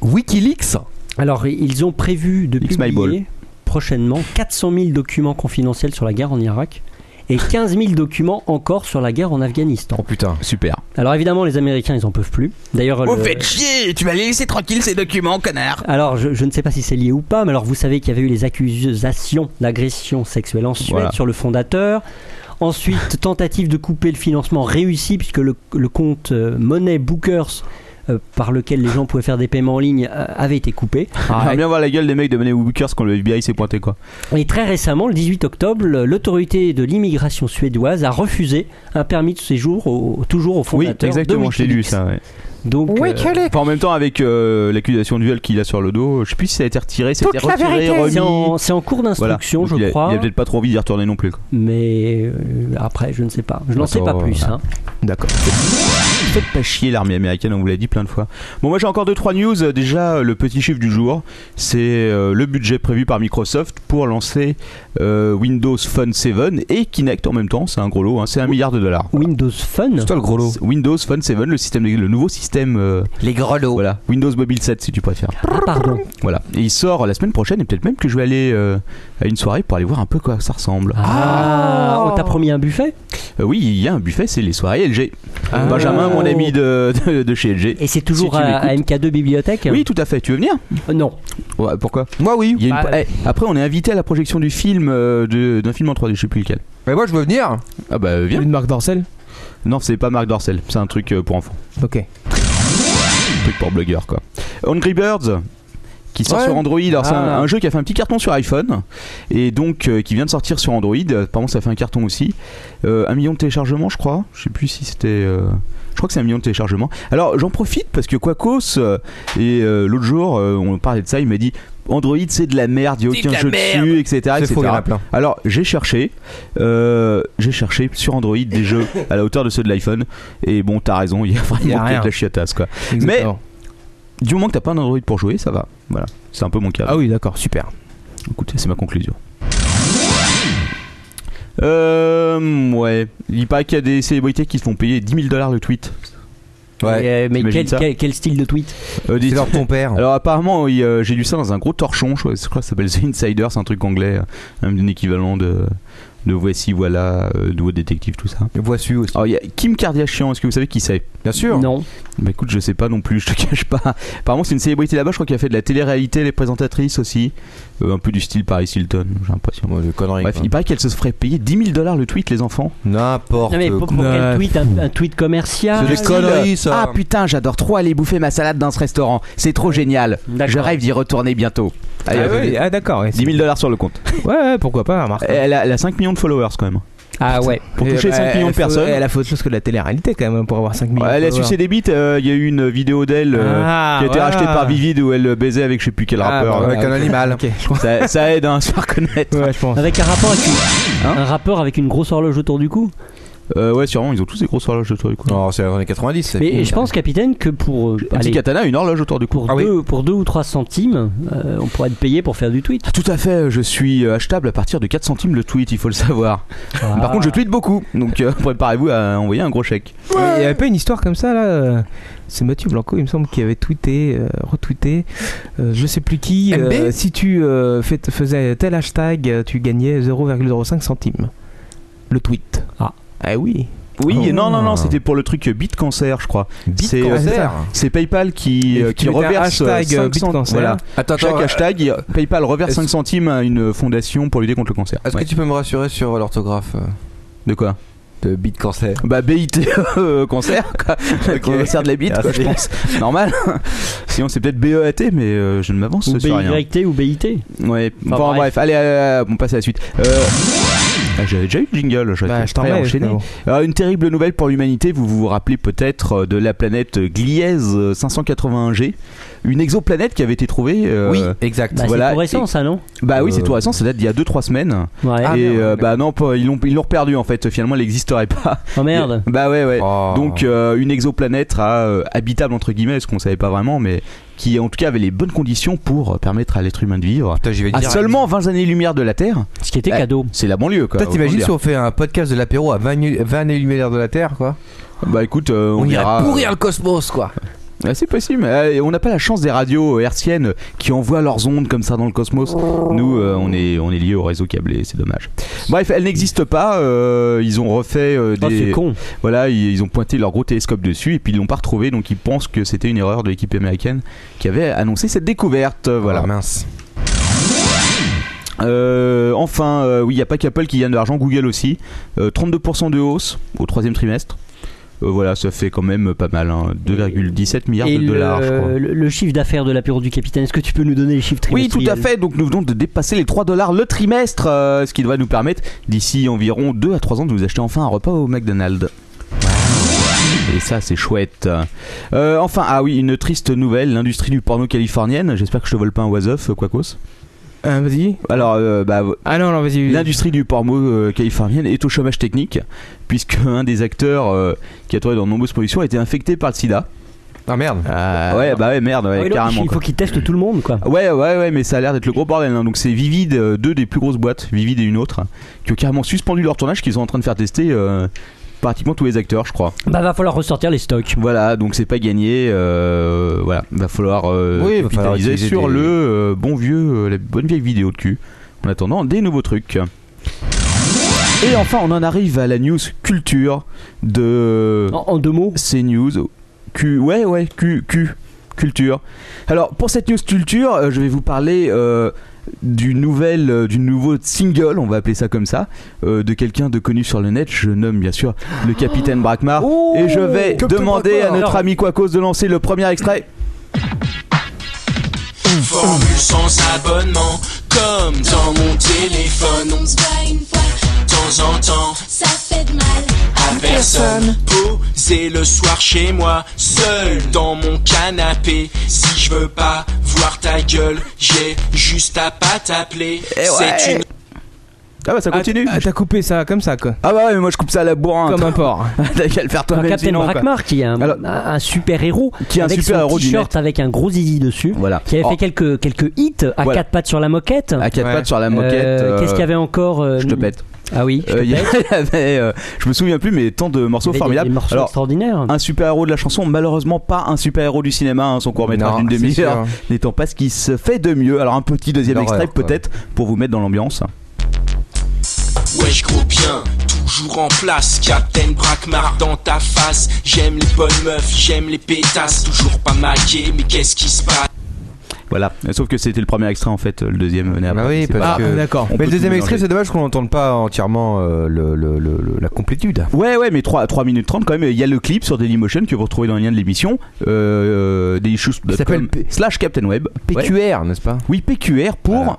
Speaker 4: WikiLeaks.
Speaker 7: Alors, ils ont prévu de
Speaker 5: Leaks my ball.
Speaker 7: publier prochainement 400 000 documents confidentiels sur la guerre en Irak et 15 000 documents encore sur la guerre en Afghanistan.
Speaker 4: Oh putain.
Speaker 5: Super.
Speaker 6: Ah,
Speaker 7: Alors évidemment, les Américains, ils en peuvent plus. D'ailleurs, le-
Speaker 2: chier, tu vas les laisser tranquilles ces documents, connard.
Speaker 7: alors je, je ne sais pas si c'est lié ou pas, mais alors vous savez qu'il y avait eu les accusations d'agression sexuelle en Suède
Speaker 5: Voilà.
Speaker 7: sur le fondateur. Ensuite, tentative de couper le financement réussie puisque le, le compte euh, Money Bookers euh, par lequel les gens pouvaient faire des paiements en ligne euh, avait été coupé.
Speaker 5: J'aimerais bien voir la gueule des mecs de Money Bookers quand le FBI s'est pointé quoi.
Speaker 7: Et très récemment, le 18 octobre, le- l'autorité de l'immigration suédoise a refusé un permis de séjour au- toujours au
Speaker 5: Oui,
Speaker 7: fondateur
Speaker 5: exactement,
Speaker 7: de
Speaker 5: je l'ai lu
Speaker 7: Wikileaks.
Speaker 5: ça. ouais.
Speaker 7: Donc, euh,
Speaker 5: Enfin, en même temps, avec euh, l'accusation de viol qu'il a sur le dos, je sais plus si ça a été retiré, c'était retiré, remis.
Speaker 7: c'est en, c'est en cours
Speaker 5: Voilà.
Speaker 7: d'instruction,
Speaker 5: Donc, il
Speaker 7: je
Speaker 5: a-
Speaker 7: crois.
Speaker 5: Il a peut-être pas trop envie d'y retourner non plus. quoi.
Speaker 7: Mais euh, après, je ne sais pas. Je n'en sais pas
Speaker 4: Attends,
Speaker 7: plus. hein.
Speaker 6: D'accord.
Speaker 5: Faites pas chier l'armée américaine, on vous l'a dit plein de fois. Bon, moi j'ai encore deux trois news. Euh, Déjà, euh, le petit chiffre du jour, c'est euh, le budget prévu par Microsoft pour lancer euh, Windows Phone 7 et Kinect en même temps. C'est un gros lot, hein, c'est un milliard de dollars.
Speaker 7: Windows Phone.
Speaker 4: C'est toi le gros lot.
Speaker 5: C'est Windows Phone 7, le, système, le nouveau système, euh,
Speaker 2: Les grelots.
Speaker 5: voilà, Windows Mobile 7 si tu préfères.
Speaker 7: Ah, pardon.
Speaker 5: Voilà, et il sort la semaine prochaine et peut-être même que je vais aller euh, à une soirée pour aller voir un peu quoi ça ressemble.
Speaker 7: Ah, on t'a promis un buffet
Speaker 5: Euh, oui, il y a un buffet, c'est les soirées LG. Benjamin, mon ami de, de, de chez LG.
Speaker 7: Et c'est toujours
Speaker 5: Si tu
Speaker 7: à, à
Speaker 5: m'écoutes.
Speaker 7: MK2 Bibliothèque
Speaker 5: Oui, tout à fait. Tu veux venir
Speaker 7: Euh, Non.
Speaker 5: Ouais, Pourquoi
Speaker 4: Moi oui.
Speaker 5: Il y a une-
Speaker 7: Bah,
Speaker 5: eh, Après, on est invité à la projection du film euh, de- d'un film en 3D, je sais plus lequel.
Speaker 4: Mais moi je veux venir.
Speaker 5: Ah bah viens.
Speaker 6: Une marque d'Orcel
Speaker 5: Non, c'est pas Marc Dorcel, c'est un truc euh, pour enfants,
Speaker 6: Ok.
Speaker 5: un truc pour blogueur quoi. Hungry Birds qui sort
Speaker 4: Ouais.
Speaker 5: sur Android. Alors c'est un,
Speaker 6: Ah.
Speaker 5: un jeu qui a fait un petit carton sur iPhone et donc euh, qui vient de sortir sur Android. Apparemment, ça fait un carton aussi. Euh, un million de téléchargements, je crois. Je sais plus si c'était. euh, Je crois que c'est un million de téléchargements. Alors j'en profite parce que Quacos euh, et euh, l'autre jour euh, on parlait de ça, il m'a dit Android c'est de la merde, il n'y a
Speaker 8: C'est de
Speaker 5: aucun
Speaker 8: la
Speaker 5: jeu
Speaker 8: merde.
Speaker 5: dessus, etc.
Speaker 6: Ah,
Speaker 4: C'est
Speaker 5: etc.
Speaker 4: faux, il y en a plein.
Speaker 5: Alors j'ai cherché, euh, j'ai cherché sur Android des jeux à la hauteur de ceux de l'iPhone et bon t'as raison, il y a
Speaker 6: Il y a
Speaker 5: vraiment que
Speaker 6: rien.
Speaker 5: de la chiatasse quoi.
Speaker 6: Exactement.
Speaker 5: du moment que t'as pas un Android pour jouer, ça va. Voilà, c'est un peu mon cas.
Speaker 6: Ah oui, d'accord, super.
Speaker 5: Écoutez, c'est ma conclusion. Euh, ouais, il paraît qu'il y a des célébrités qui se font payer 10 000 dollars le tweet.
Speaker 7: Et, euh, mais
Speaker 5: t'imagines
Speaker 7: quel,
Speaker 5: ça
Speaker 7: quel- quel style de tweet
Speaker 5: Euh, des-
Speaker 4: C'est leur ton père.
Speaker 5: Alors apparemment, il, euh, j'ai lu ça dans un gros torchon, je crois, je crois que ça s'appelle The Insider, c'est un truc anglais, euh, un équivalent de, de voici, voilà, euh, de What détective, tout ça.
Speaker 4: Voici aussi.
Speaker 5: Alors il Oh, y a Kim Kardashian, est-ce que vous savez qui c'est
Speaker 4: Bien sûr.
Speaker 7: Non.
Speaker 5: Bah écoute, je sais pas non plus, je te cache pas. Apparemment, c'est une célébrité là-bas, je crois qu'elle a fait de la télé-réalité, elle est présentatrice aussi, Euh, un peu du style Paris Hilton, j'ai l'impression.
Speaker 4: Moi, de conneries.
Speaker 5: Bref,
Speaker 4: quoi.
Speaker 5: il paraît qu'elle se ferait payer 10 000 dollars le tweet, les enfants.
Speaker 4: N'importe.
Speaker 7: Non, mais pour, pour
Speaker 4: quoi.
Speaker 7: quel tweet un, un tweet
Speaker 4: C'est
Speaker 7: commercial
Speaker 4: des conneries, ça.
Speaker 5: Ah putain, j'adore trop aller bouffer ma salade dans ce restaurant, c'est trop génial.
Speaker 7: D'accord.
Speaker 5: Je rêve d'y retourner bientôt. Allez,
Speaker 6: Ah,
Speaker 5: hop,
Speaker 6: oui, ah, d'accord. ouais,
Speaker 5: 10 000 dollars sur le compte.
Speaker 6: c'est- Ouais, ouais, pourquoi pas, remarque.
Speaker 5: Elle a, elle a 5 millions de followers quand même.
Speaker 7: Ah ouais.
Speaker 5: Pour toucher
Speaker 6: Et, bah,
Speaker 5: 5 millions de
Speaker 6: elle faut-
Speaker 5: personnes.
Speaker 6: Elle a fait autre chose que de la télé-réalité quand même pour avoir 5 millions.
Speaker 5: Ouais, elle a
Speaker 6: de
Speaker 5: sucé des bites, euh, il y a eu une vidéo d'elle euh,
Speaker 6: Ah,
Speaker 5: qui a été
Speaker 6: voilà.
Speaker 5: rachetée par Vivid où elle baisait avec je sais plus quel
Speaker 6: Ah,
Speaker 5: rappeur.
Speaker 6: bah,
Speaker 4: Avec un animal.
Speaker 6: Ok, je crois.
Speaker 5: ça, ça aide hein, à se faire connaître.
Speaker 6: Ouais, je pense.
Speaker 7: Avec un rapport avec une,
Speaker 5: Hein
Speaker 7: un rapport avec une grosse horloge autour du cou.
Speaker 5: Euh, ouais, sûrement, ils ont tous des grosses horloges autour du cou.
Speaker 4: Non, Oh, c'est les années 90. ça.
Speaker 7: Mais je pense, capitaine, que pour euh,
Speaker 5: Un petit Ah
Speaker 7: allez,
Speaker 5: katana, une horloge autour du cou.
Speaker 4: Ah
Speaker 7: pour, deux, pour deux ou 3 centimes, euh, on pourrait être payé pour faire du tweet.
Speaker 5: Tout à fait, je suis euh, achetable à partir de 4 centimes le tweet, il faut le savoir. Par contre, je tweete beaucoup, donc euh, préparez-vous à envoyer un gros chèque.
Speaker 6: Il y avait pas une histoire comme ça là euh, C'est Mathieu Blanco, il me semble, qui avait tweeté, euh, retweeté, euh, je sais plus qui. euh,
Speaker 2: MB?
Speaker 6: si tu euh, fais- faisais tel hashtag, euh, tu gagnais 0,05 centimes. Le tweet.
Speaker 7: Ah.
Speaker 6: Ah oui.
Speaker 5: Oui,
Speaker 4: Oh.
Speaker 5: non, non, non, c'était pour le truc euh, Bitcancer, je crois. C'est- euh,
Speaker 4: Bitcancer.
Speaker 5: C'est PayPal qui,
Speaker 6: Et
Speaker 5: euh,
Speaker 6: tu
Speaker 5: qui
Speaker 6: mettais un
Speaker 5: reverse euh,
Speaker 6: hashtag,
Speaker 5: 5
Speaker 6: euh,
Speaker 5: cent-
Speaker 6: Bitcancer.
Speaker 5: Voilà.
Speaker 4: Attends,
Speaker 5: Chaque
Speaker 4: attends.
Speaker 5: hashtag, il- PayPal reverse
Speaker 4: est-ce-
Speaker 5: 5 centimes à une fondation pour lutter contre le cancer.
Speaker 4: Est-ce
Speaker 5: Ouais.
Speaker 4: que tu peux me rassurer sur l'orthographe euh,
Speaker 5: De quoi
Speaker 4: de Bitcancer
Speaker 5: Bah BIT euh, cancer, quoi. cancer de la bite, quoi, je pense. Normal. Sinon, c'est peut-être BEAT, mais euh, je ne m'avance
Speaker 7: Ou
Speaker 5: sur rien.
Speaker 7: BYT ou BIT.
Speaker 5: Ouais,
Speaker 7: Enfin,
Speaker 5: bon,
Speaker 7: bref.
Speaker 5: bref, allez, euh, on passe à la suite. Euh, ah, J'avais déjà eu le jingle, j'aurais
Speaker 6: Bah,
Speaker 5: été
Speaker 6: je t'en
Speaker 5: prêt à
Speaker 6: remets,
Speaker 5: enchaîner.
Speaker 6: mais bon.
Speaker 5: Alors, une terrible nouvelle pour l'humanité, vous vous rappelez peut-être euh, de la planète Gliese euh, 581G, une exoplanète qui avait été trouvée. euh,
Speaker 4: Oui, exact.
Speaker 7: Bah,
Speaker 5: Voilà,
Speaker 7: c'est tout récent,
Speaker 5: et-
Speaker 7: ça, non
Speaker 5: Bah oui,
Speaker 4: Euh,
Speaker 5: c'est tout récent, ça date d'il y a 2-3 semaines.
Speaker 7: Ouais.
Speaker 4: Ah, merde,
Speaker 5: et euh,
Speaker 4: merde.
Speaker 5: bah non, pas- ils l'ont ils l'ont perdu en fait, finalement elle n'existerait pas.
Speaker 7: oh merde.
Speaker 5: Bah ouais, ouais.
Speaker 4: Oh.
Speaker 5: Donc euh, une exoplanète à, euh, habitable entre guillemets, ce qu'on savait pas vraiment, mais qui en tout cas avait les bonnes conditions pour euh, permettre à l'être humain de vivre.
Speaker 4: Putain, j'y vais
Speaker 5: À
Speaker 4: direct.
Speaker 5: seulement 20 années-lumière de la Terre,
Speaker 7: Ce qui était
Speaker 5: Eh,
Speaker 7: cadeau.
Speaker 5: c'est la banlieue quoi.
Speaker 4: Toi, t'imagines si
Speaker 5: autant
Speaker 4: on fait un podcast de l'apéro à 20 20 et lumière de la Terre, quoi
Speaker 5: dire. Bah écoute, euh, on,
Speaker 2: On irait
Speaker 5: verra.
Speaker 2: pourrir le cosmos, quoi.
Speaker 5: Ouais, c'est possible. Euh, et on n'a pas la chance des radios euh, hertziennes qui envoient leurs ondes comme ça dans le cosmos. Nous, euh, on est on est lié au réseau câblé, c'est dommage. Bref, elle n'existe pas. euh, ils ont refait euh,
Speaker 7: Oh,
Speaker 5: des.
Speaker 7: c'est con.
Speaker 5: Voilà, ils ils ont pointé leur gros télescope dessus et puis ils l'ont pas retrouvé, donc ils pensent que c'était une erreur de l'équipe américaine qui avait annoncé cette découverte. euh, Voilà.
Speaker 4: Ah, mince.
Speaker 5: Euh, enfin, euh, oui, il n'y a pas qu'Apple qui gagne de l'argent, Google aussi. Euh, 32% de hausse au troisième trimestre. Euh, voilà, ça fait quand même pas mal, hein. 2,17 milliards de
Speaker 7: Et le, euh,
Speaker 5: dollars, je crois.
Speaker 7: le- le chiffre d'affaires de l'apéro du capitaine, est-ce que tu peux nous donner les chiffres
Speaker 5: Oui, tout
Speaker 7: trimestriels
Speaker 5: à fait. Donc, nous venons de dépasser les 3 dollars le trimestre, euh, ce qui devrait nous permettre d'ici environ 2 à 3 ans de vous acheter enfin un repas au McDonald's. Et ça, c'est chouette. Euh, enfin, ah oui, une triste nouvelle l'industrie du porno californienne. J'espère que je te vole pas un was-off, Quacos.
Speaker 6: Ah, vas-y.
Speaker 5: Alors, euh, bah,
Speaker 6: Ah non, non, vas-y.
Speaker 5: L'industrie du porno euh, californienne est au chômage technique, puisque un des acteurs euh, qui a tourné dans de nombreuses productions a été infecté par le sida.
Speaker 4: Ah merde.
Speaker 5: ouais, bah ouais, merde, ouais,
Speaker 7: Ah oui, donc,
Speaker 5: carrément.
Speaker 7: Il faut
Speaker 5: quoi.
Speaker 7: qu'il teste tout le monde, quoi.
Speaker 5: Ouais, ouais, ouais, mais ça a l'air d'être le gros bordel. hein. Donc c'est Vivid, euh, deux des plus grosses boîtes, Vivid et une autre, qui ont carrément suspendu leur tournage, qu'ils sont en train de faire tester euh, pratiquement tous les acteurs, je crois.
Speaker 7: Bah, va falloir ressortir les stocks.
Speaker 5: Voilà, donc c'est pas gagné. euh, voilà, va falloir euh,
Speaker 4: Oui, va falloir
Speaker 5: capitaliser
Speaker 4: utiliser
Speaker 5: sur
Speaker 4: des-
Speaker 5: le euh, bon vieux, euh, la bonne vieille vidéo de cul. En attendant, des nouveaux trucs. Et enfin, on en arrive à la news culture de
Speaker 7: En, en deux mots.
Speaker 5: CNews. Q, ouais, ouais, Q, Q, culture. Alors, pour cette news culture, euh, je vais vous parler euh, du, nouvel, euh, du nouveau single, on va appeler ça comme ça, euh, de quelqu'un de connu sur le net. Je nomme bien sûr le capitaine Brackmar. et je vais
Speaker 4: Captain
Speaker 5: demander à
Speaker 4: Brackmar.
Speaker 5: notre
Speaker 7: Oh Alors-
Speaker 5: ami Quacos de lancer le premier extrait.
Speaker 10: Formule sans abonnement, comme dans mon téléphone.
Speaker 12: On se voit une fois,
Speaker 10: De temps en temps,
Speaker 12: ça fait de mal.
Speaker 10: à personne. Posé le soir chez moi, seul dans mon canapé. Si je veux pas voir ta gueule, j'ai juste à pas t'appeler. C'est une
Speaker 5: Ah bah ça continue.
Speaker 6: Ah, T'as coupé ça comme ça, quoi.
Speaker 5: Ah bah ouais, mais moi je coupe ça à la bourrin.
Speaker 6: Comme un porc.
Speaker 5: T'as qu'à le faire
Speaker 7: Dans
Speaker 5: toi-même.
Speaker 7: Captain
Speaker 5: sinon, quoi.
Speaker 7: Brackmar, qui est un,
Speaker 5: Alors-
Speaker 7: un- un super-héros,
Speaker 5: Qui est un
Speaker 7: avec
Speaker 5: super-héros
Speaker 7: son
Speaker 5: du
Speaker 7: t-shirt avec un gros zizi dessus,
Speaker 5: Voilà.
Speaker 7: qui avait
Speaker 5: Oh,
Speaker 7: fait quelques, quelques hits à
Speaker 5: Voilà.
Speaker 7: quatre pattes sur la moquette.
Speaker 5: à quatre
Speaker 6: Ouais.
Speaker 5: pattes sur la
Speaker 7: Euh,
Speaker 5: moquette.
Speaker 7: Qu'est-ce
Speaker 5: euh,
Speaker 7: qu'il y avait encore euh,
Speaker 5: Je te pète.
Speaker 7: Ah oui, je te
Speaker 5: Euh, il y
Speaker 7: pète.
Speaker 5: avait, euh, je me souviens plus, mais tant de
Speaker 7: Il y
Speaker 5: morceaux
Speaker 7: avait des-
Speaker 5: formidables.
Speaker 7: Des morceaux
Speaker 5: Alors,
Speaker 4: Hum.
Speaker 7: extraordinaires.
Speaker 5: un super héros de la chanson, malheureusement pas un super héros du cinéma, hein, son court métrage
Speaker 4: Non,
Speaker 5: d'une
Speaker 4: c'est sûr.
Speaker 5: demi-heure n'étant pas ce qui se fait de mieux. Alors un petit deuxième
Speaker 4: L'horreur,
Speaker 5: extrait
Speaker 4: quoi.
Speaker 5: peut-être pour vous mettre dans l'ambiance.
Speaker 13: Wesh gros bien, toujours en place, Captain Brackmar dans ta face. J'aime les bonnes meufs, j'aime les pétasses, toujours pas maquées, mais qu'est-ce qui se passe
Speaker 5: Voilà. Sauf que c'était le premier extrait en fait, le deuxième venait après.
Speaker 4: Bah oui,
Speaker 5: c'est
Speaker 4: parce
Speaker 5: pas-
Speaker 6: Ah,
Speaker 4: que-
Speaker 6: d'accord.
Speaker 5: on
Speaker 4: Mais
Speaker 5: peut
Speaker 4: le
Speaker 5: tout
Speaker 4: deuxième
Speaker 5: mélanger.
Speaker 4: extrait, c'est dommage qu'on n'entende pas entièrement euh, le- le- le- le- la complétude.
Speaker 5: Ouais, ouais, mais 3, 3 minutes 30 quand même. Il y a le clip sur Dailymotion que vous retrouvez dans le lien de l'émission. Euh,
Speaker 4: Il s'appelle
Speaker 5: dailyshoots.com
Speaker 4: P-
Speaker 5: slash Captain Web. Ouais.
Speaker 4: PQR, n'est-ce pas
Speaker 5: Oui, PQR pour
Speaker 4: Voilà.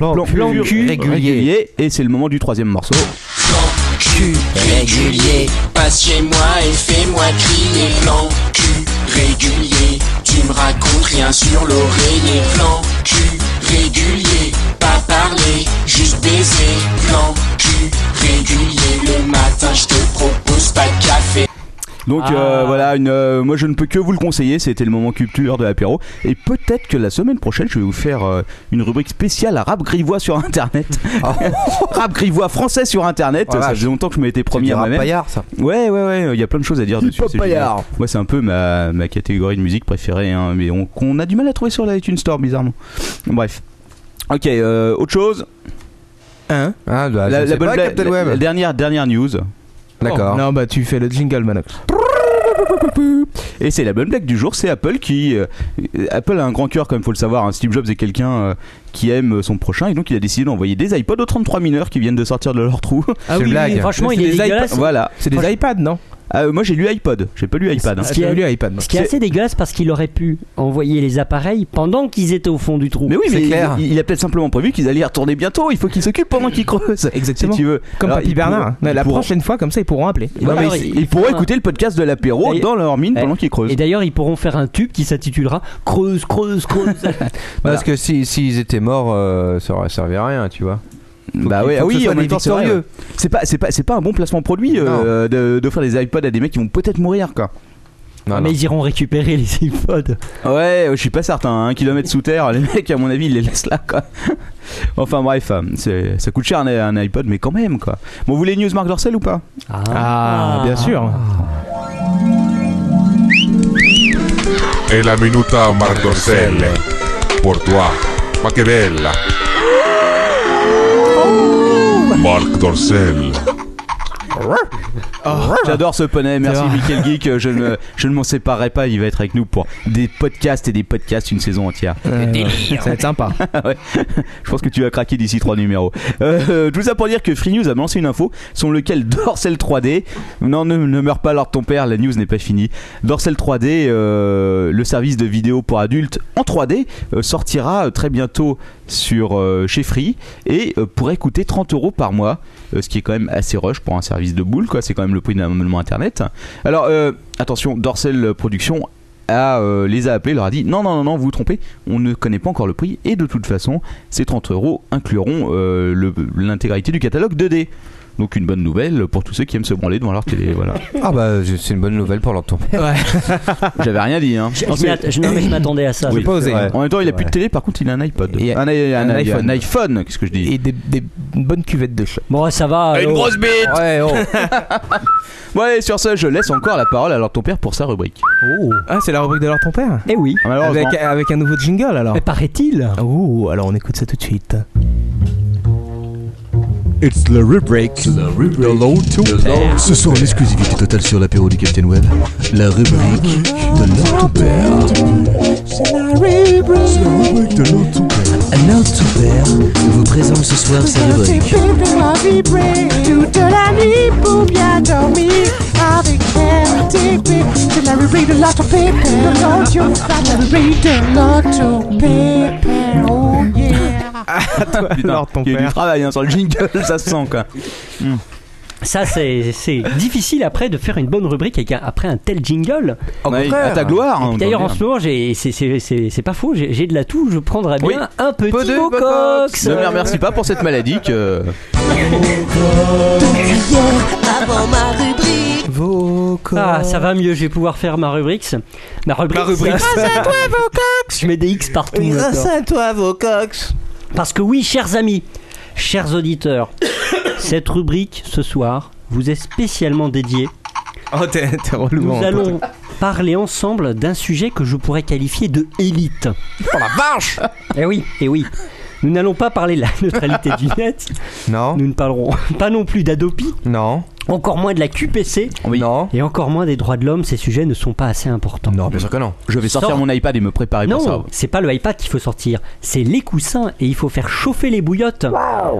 Speaker 4: Oh, Plan,
Speaker 5: plan, cul régulier. Et c'est le moment du troisième morceau.
Speaker 13: Plan cul régulier, passe chez moi et fais-moi crier. Plan cul régulier, tu me racontes rien sur l'oreiller. Plan cul régulier, pas parler, juste baiser. Plan cul régulier, le matin je te propose pas de café.
Speaker 5: Donc
Speaker 7: Ah.
Speaker 5: euh, voilà, une, euh, moi je ne peux que vous le conseiller, c'était le moment culture de l'apéro. Et peut-être que la semaine prochaine, je vais vous faire euh, une rubrique spéciale à rap grivois sur internet.
Speaker 4: Ah.
Speaker 5: rap grivois français sur internet,
Speaker 4: Oh la
Speaker 5: ça
Speaker 4: vache.
Speaker 5: faisait longtemps que je m'étais promis
Speaker 4: Premier
Speaker 5: à moi-même.
Speaker 4: Paillard, ça.
Speaker 5: Ouais, ouais, ouais, il y a plein de choses à dire dessus. c'est génial.
Speaker 4: Paillard.
Speaker 5: Moi c'est un peu ma, ma catégorie de musique préférée, hein, mais on, qu'on a du mal à trouver sur la iTunes Store bizarrement. Bref. Ok, euh, autre chose.
Speaker 6: Hein
Speaker 4: Ah, bah,
Speaker 5: la,
Speaker 4: je
Speaker 5: la
Speaker 4: sais
Speaker 5: bonne
Speaker 4: pas,
Speaker 5: blague-
Speaker 4: Captain
Speaker 5: la- la
Speaker 4: Web.
Speaker 5: dernière, dernière news.
Speaker 4: D'accord.
Speaker 6: Oh, Non, bah tu fais le jingle, Manox.
Speaker 5: Et c'est la bonne blague du jour, c'est Apple qui. euh, Apple a un grand cœur, comme il faut le savoir. hein. Steve Jobs est quelqu'un euh, qui aime son prochain, et donc il a décidé d'envoyer des iPods aux 33 mineurs qui viennent de sortir de leur trou.
Speaker 6: Ah
Speaker 4: une blague.
Speaker 7: Franchement,
Speaker 6: C'est
Speaker 7: il est
Speaker 6: des iPads.
Speaker 7: dégueulasse.
Speaker 5: voilà.
Speaker 6: C'est des iPads, non
Speaker 5: Ah, euh, moi j'ai lu iPod, j'ai pas lu iPad. hein.
Speaker 7: Ce qui
Speaker 6: J'ai
Speaker 7: est-
Speaker 6: lu iPad. non.
Speaker 7: Ce qui est
Speaker 5: C'est-
Speaker 7: assez dégueulasse parce qu'il aurait pu envoyer les appareils pendant qu'ils étaient au fond du trou.
Speaker 5: Mais oui,
Speaker 4: C'est
Speaker 5: mais il-
Speaker 4: clair.
Speaker 5: il, il a peut-être simplement prévu qu'ils allaient y retourner bientôt. Il faut qu'ils s'occupent pendant qu'ils creusent.
Speaker 6: Exactement.
Speaker 5: Si tu veux.
Speaker 6: Comme
Speaker 5: Alors,
Speaker 6: Papy
Speaker 5: ils
Speaker 6: Bernard.
Speaker 5: pourront-
Speaker 6: la
Speaker 5: ils pourront-
Speaker 6: prochaine fois, comme ça, ils pourront appeler.
Speaker 5: Non, mais
Speaker 7: hein. Alors,
Speaker 5: ils,
Speaker 7: il-
Speaker 5: ils pourront
Speaker 7: il-
Speaker 5: écouter le podcast de l'apéro
Speaker 7: Et-
Speaker 5: dans leur mine
Speaker 7: et-
Speaker 5: pendant qu'ils creusent.
Speaker 7: Et d'ailleurs, ils pourront faire un tube qui s'intitulera Creuse, creuse, creuse.
Speaker 4: Parce que si- s'ils étaient morts, euh, ça aurait servi à rien, tu vois. Faut
Speaker 5: Bah
Speaker 4: qu'il-
Speaker 5: ouais,
Speaker 4: faut
Speaker 5: ah
Speaker 4: que ce
Speaker 5: oui,
Speaker 4: soit
Speaker 5: en même
Speaker 4: des
Speaker 5: temps, c'est vrai,
Speaker 4: victorieux.
Speaker 5: ouais. C'est pas, c'est pas, c'est pas un bon placement produit euh, de- d'offrir des iPods à des mecs qui vont peut-être mourir, quoi.
Speaker 4: Non,
Speaker 7: Mais
Speaker 4: non.
Speaker 7: ils iront récupérer les iPods.
Speaker 5: Ouais, je suis pas certain. hein. Un kilomètre sous terre, les mecs, à mon avis, ils les laissent là, quoi. Enfin bref, c'est- ça coûte cher un, un iPod, mais quand même, quoi. Bon, vous voulez les news Marc Dorcel ou pas
Speaker 6: Ah, bien sûr.
Speaker 14: Et la minuta Marc Dorcel. Pour toi, ma que bella. Marc Dorcel.
Speaker 5: J'adore ce poney, merci
Speaker 6: vrai.
Speaker 5: Michael Geek. Je ne, je ne m'en séparerai pas, il va être avec nous pour des podcasts et des podcasts une saison entière.
Speaker 6: Euh, Ça va être sympa.
Speaker 5: Je pense que tu vas craquer d'ici trois numéros. Euh, tout ça pour dire que Free News a lancé une info sur lequel Dorsel 3D. Non, ne, ne meurs pas lors de ton père, la news n'est pas finie. Dorsel 3D, euh, le service de vidéo pour adultes en 3D, euh, sortira euh, très bientôt sur euh, chez Free et euh, pourrait coûter 30 euros par mois, euh, ce qui est quand même assez rush pour un service de boule, quoi. C'est quand même le prix d'un abonnement internet. Alors, euh, attention, Dorsel Productions a, euh, les a appelés, leur a dit non, non, non, non, vous vous trompez, on ne connaît pas encore le prix et de toute façon, ces 30 euros incluront euh, le- l'intégralité du catalogue 2D. Donc une bonne nouvelle pour tous ceux qui aiment se branler devant leur télé. Voilà,
Speaker 4: Ah bah je- c'est une bonne nouvelle pour leur tomber.
Speaker 5: j'avais rien dit. Hein.
Speaker 7: Je, je m'y att- je- non, mais je m'attendais à ça.
Speaker 6: J'ai pas osé.
Speaker 5: En même temps, il
Speaker 4: C'est
Speaker 5: a plus de
Speaker 4: vrai.
Speaker 5: télé, par contre, il a un iPod,
Speaker 6: Et
Speaker 5: un, i- un
Speaker 6: un
Speaker 5: i-
Speaker 6: iPhone.
Speaker 5: un iPhone. Qu'est-ce que je dis
Speaker 6: Et des, des bonnes cuvettes de chat.
Speaker 7: Bon, ça va.
Speaker 5: Ah,
Speaker 7: alors.
Speaker 5: bite.
Speaker 4: Ouais, oh.
Speaker 5: Ouais, sur ce, je laisse encore la parole à leur ton père pour sa rubrique.
Speaker 6: Ah, c'est la rubrique de l'heure ton père
Speaker 7: Eh oui.
Speaker 5: Ah, malheureusement.
Speaker 6: avec, avec un nouveau jingle alors.
Speaker 7: Mais paraît-il.
Speaker 6: Oh, alors on écoute ça tout de suite.
Speaker 2: It's the rubric. Ce soir en exclusivité totale sur l'apéro du Captain Web, la rubrique de l'heure ton père. C'est la rubrique de l'heure ton père.
Speaker 10: L'heure tout père vous présente ce soir sa rubrique.
Speaker 12: Toute la nuit pour bien dormir avec RTP. C'est la rubrique de l'Autopépère. La rubrique de l'Autopépère. Oh yeah.
Speaker 5: Putain,
Speaker 6: Lord ton
Speaker 5: il y a eu du
Speaker 6: père.
Speaker 5: travail hein, sur le jingle, ça se sent quoi.
Speaker 7: Ça, c'est c'est difficile après de faire une bonne rubrique avec un- après un tel jingle.
Speaker 5: Au Ouais, contraire. à ta gloire, hein,
Speaker 7: Et puis
Speaker 5: on
Speaker 7: D'ailleurs,
Speaker 5: peut
Speaker 7: en
Speaker 5: dire.
Speaker 7: ce moment, j'ai- c'est- c'est c'est- c'est pas faux, j'ai j'ai de l'atout, je prendrais bien
Speaker 5: Oui.
Speaker 7: un petit
Speaker 5: Peu de
Speaker 7: Bocox.
Speaker 5: Ne me remercie pas pour cette maladie que.
Speaker 10: Avant ma rubrique.
Speaker 7: Ah, ça va mieux, je vais pouvoir faire ma rubrique. Ma rubrique.
Speaker 10: rubrique. Grâce à toi,
Speaker 7: Vocox Je mets des X partout.
Speaker 10: Grâce
Speaker 7: à toi, Vocox Parce que oui, chers amis, chers auditeurs, cette rubrique ce soir vous est spécialement dédiée.
Speaker 6: Oh, t'es t'es relou.
Speaker 7: Nous
Speaker 6: hein,
Speaker 7: allons
Speaker 6: putain.
Speaker 7: parler ensemble d'un sujet que je pourrais qualifier de élite. Oh la vache Eh oui, eh oui. Nous n'allons pas parler de la neutralité du net.
Speaker 4: Non.
Speaker 7: Nous ne parlerons pas non plus d'Adopi.
Speaker 4: Non.
Speaker 7: Encore moins de la QPC.
Speaker 4: Non.
Speaker 7: Et encore moins des droits de l'homme. Ces sujets ne sont pas assez importants.
Speaker 4: Non, bien sûr que non.
Speaker 5: Je vais sortir
Speaker 7: Sors-
Speaker 5: mon iPad et me préparer
Speaker 7: Non,
Speaker 5: pour ça.
Speaker 7: c'est pas le iPad qu'il faut sortir, c'est les coussins et il faut faire chauffer les bouillottes.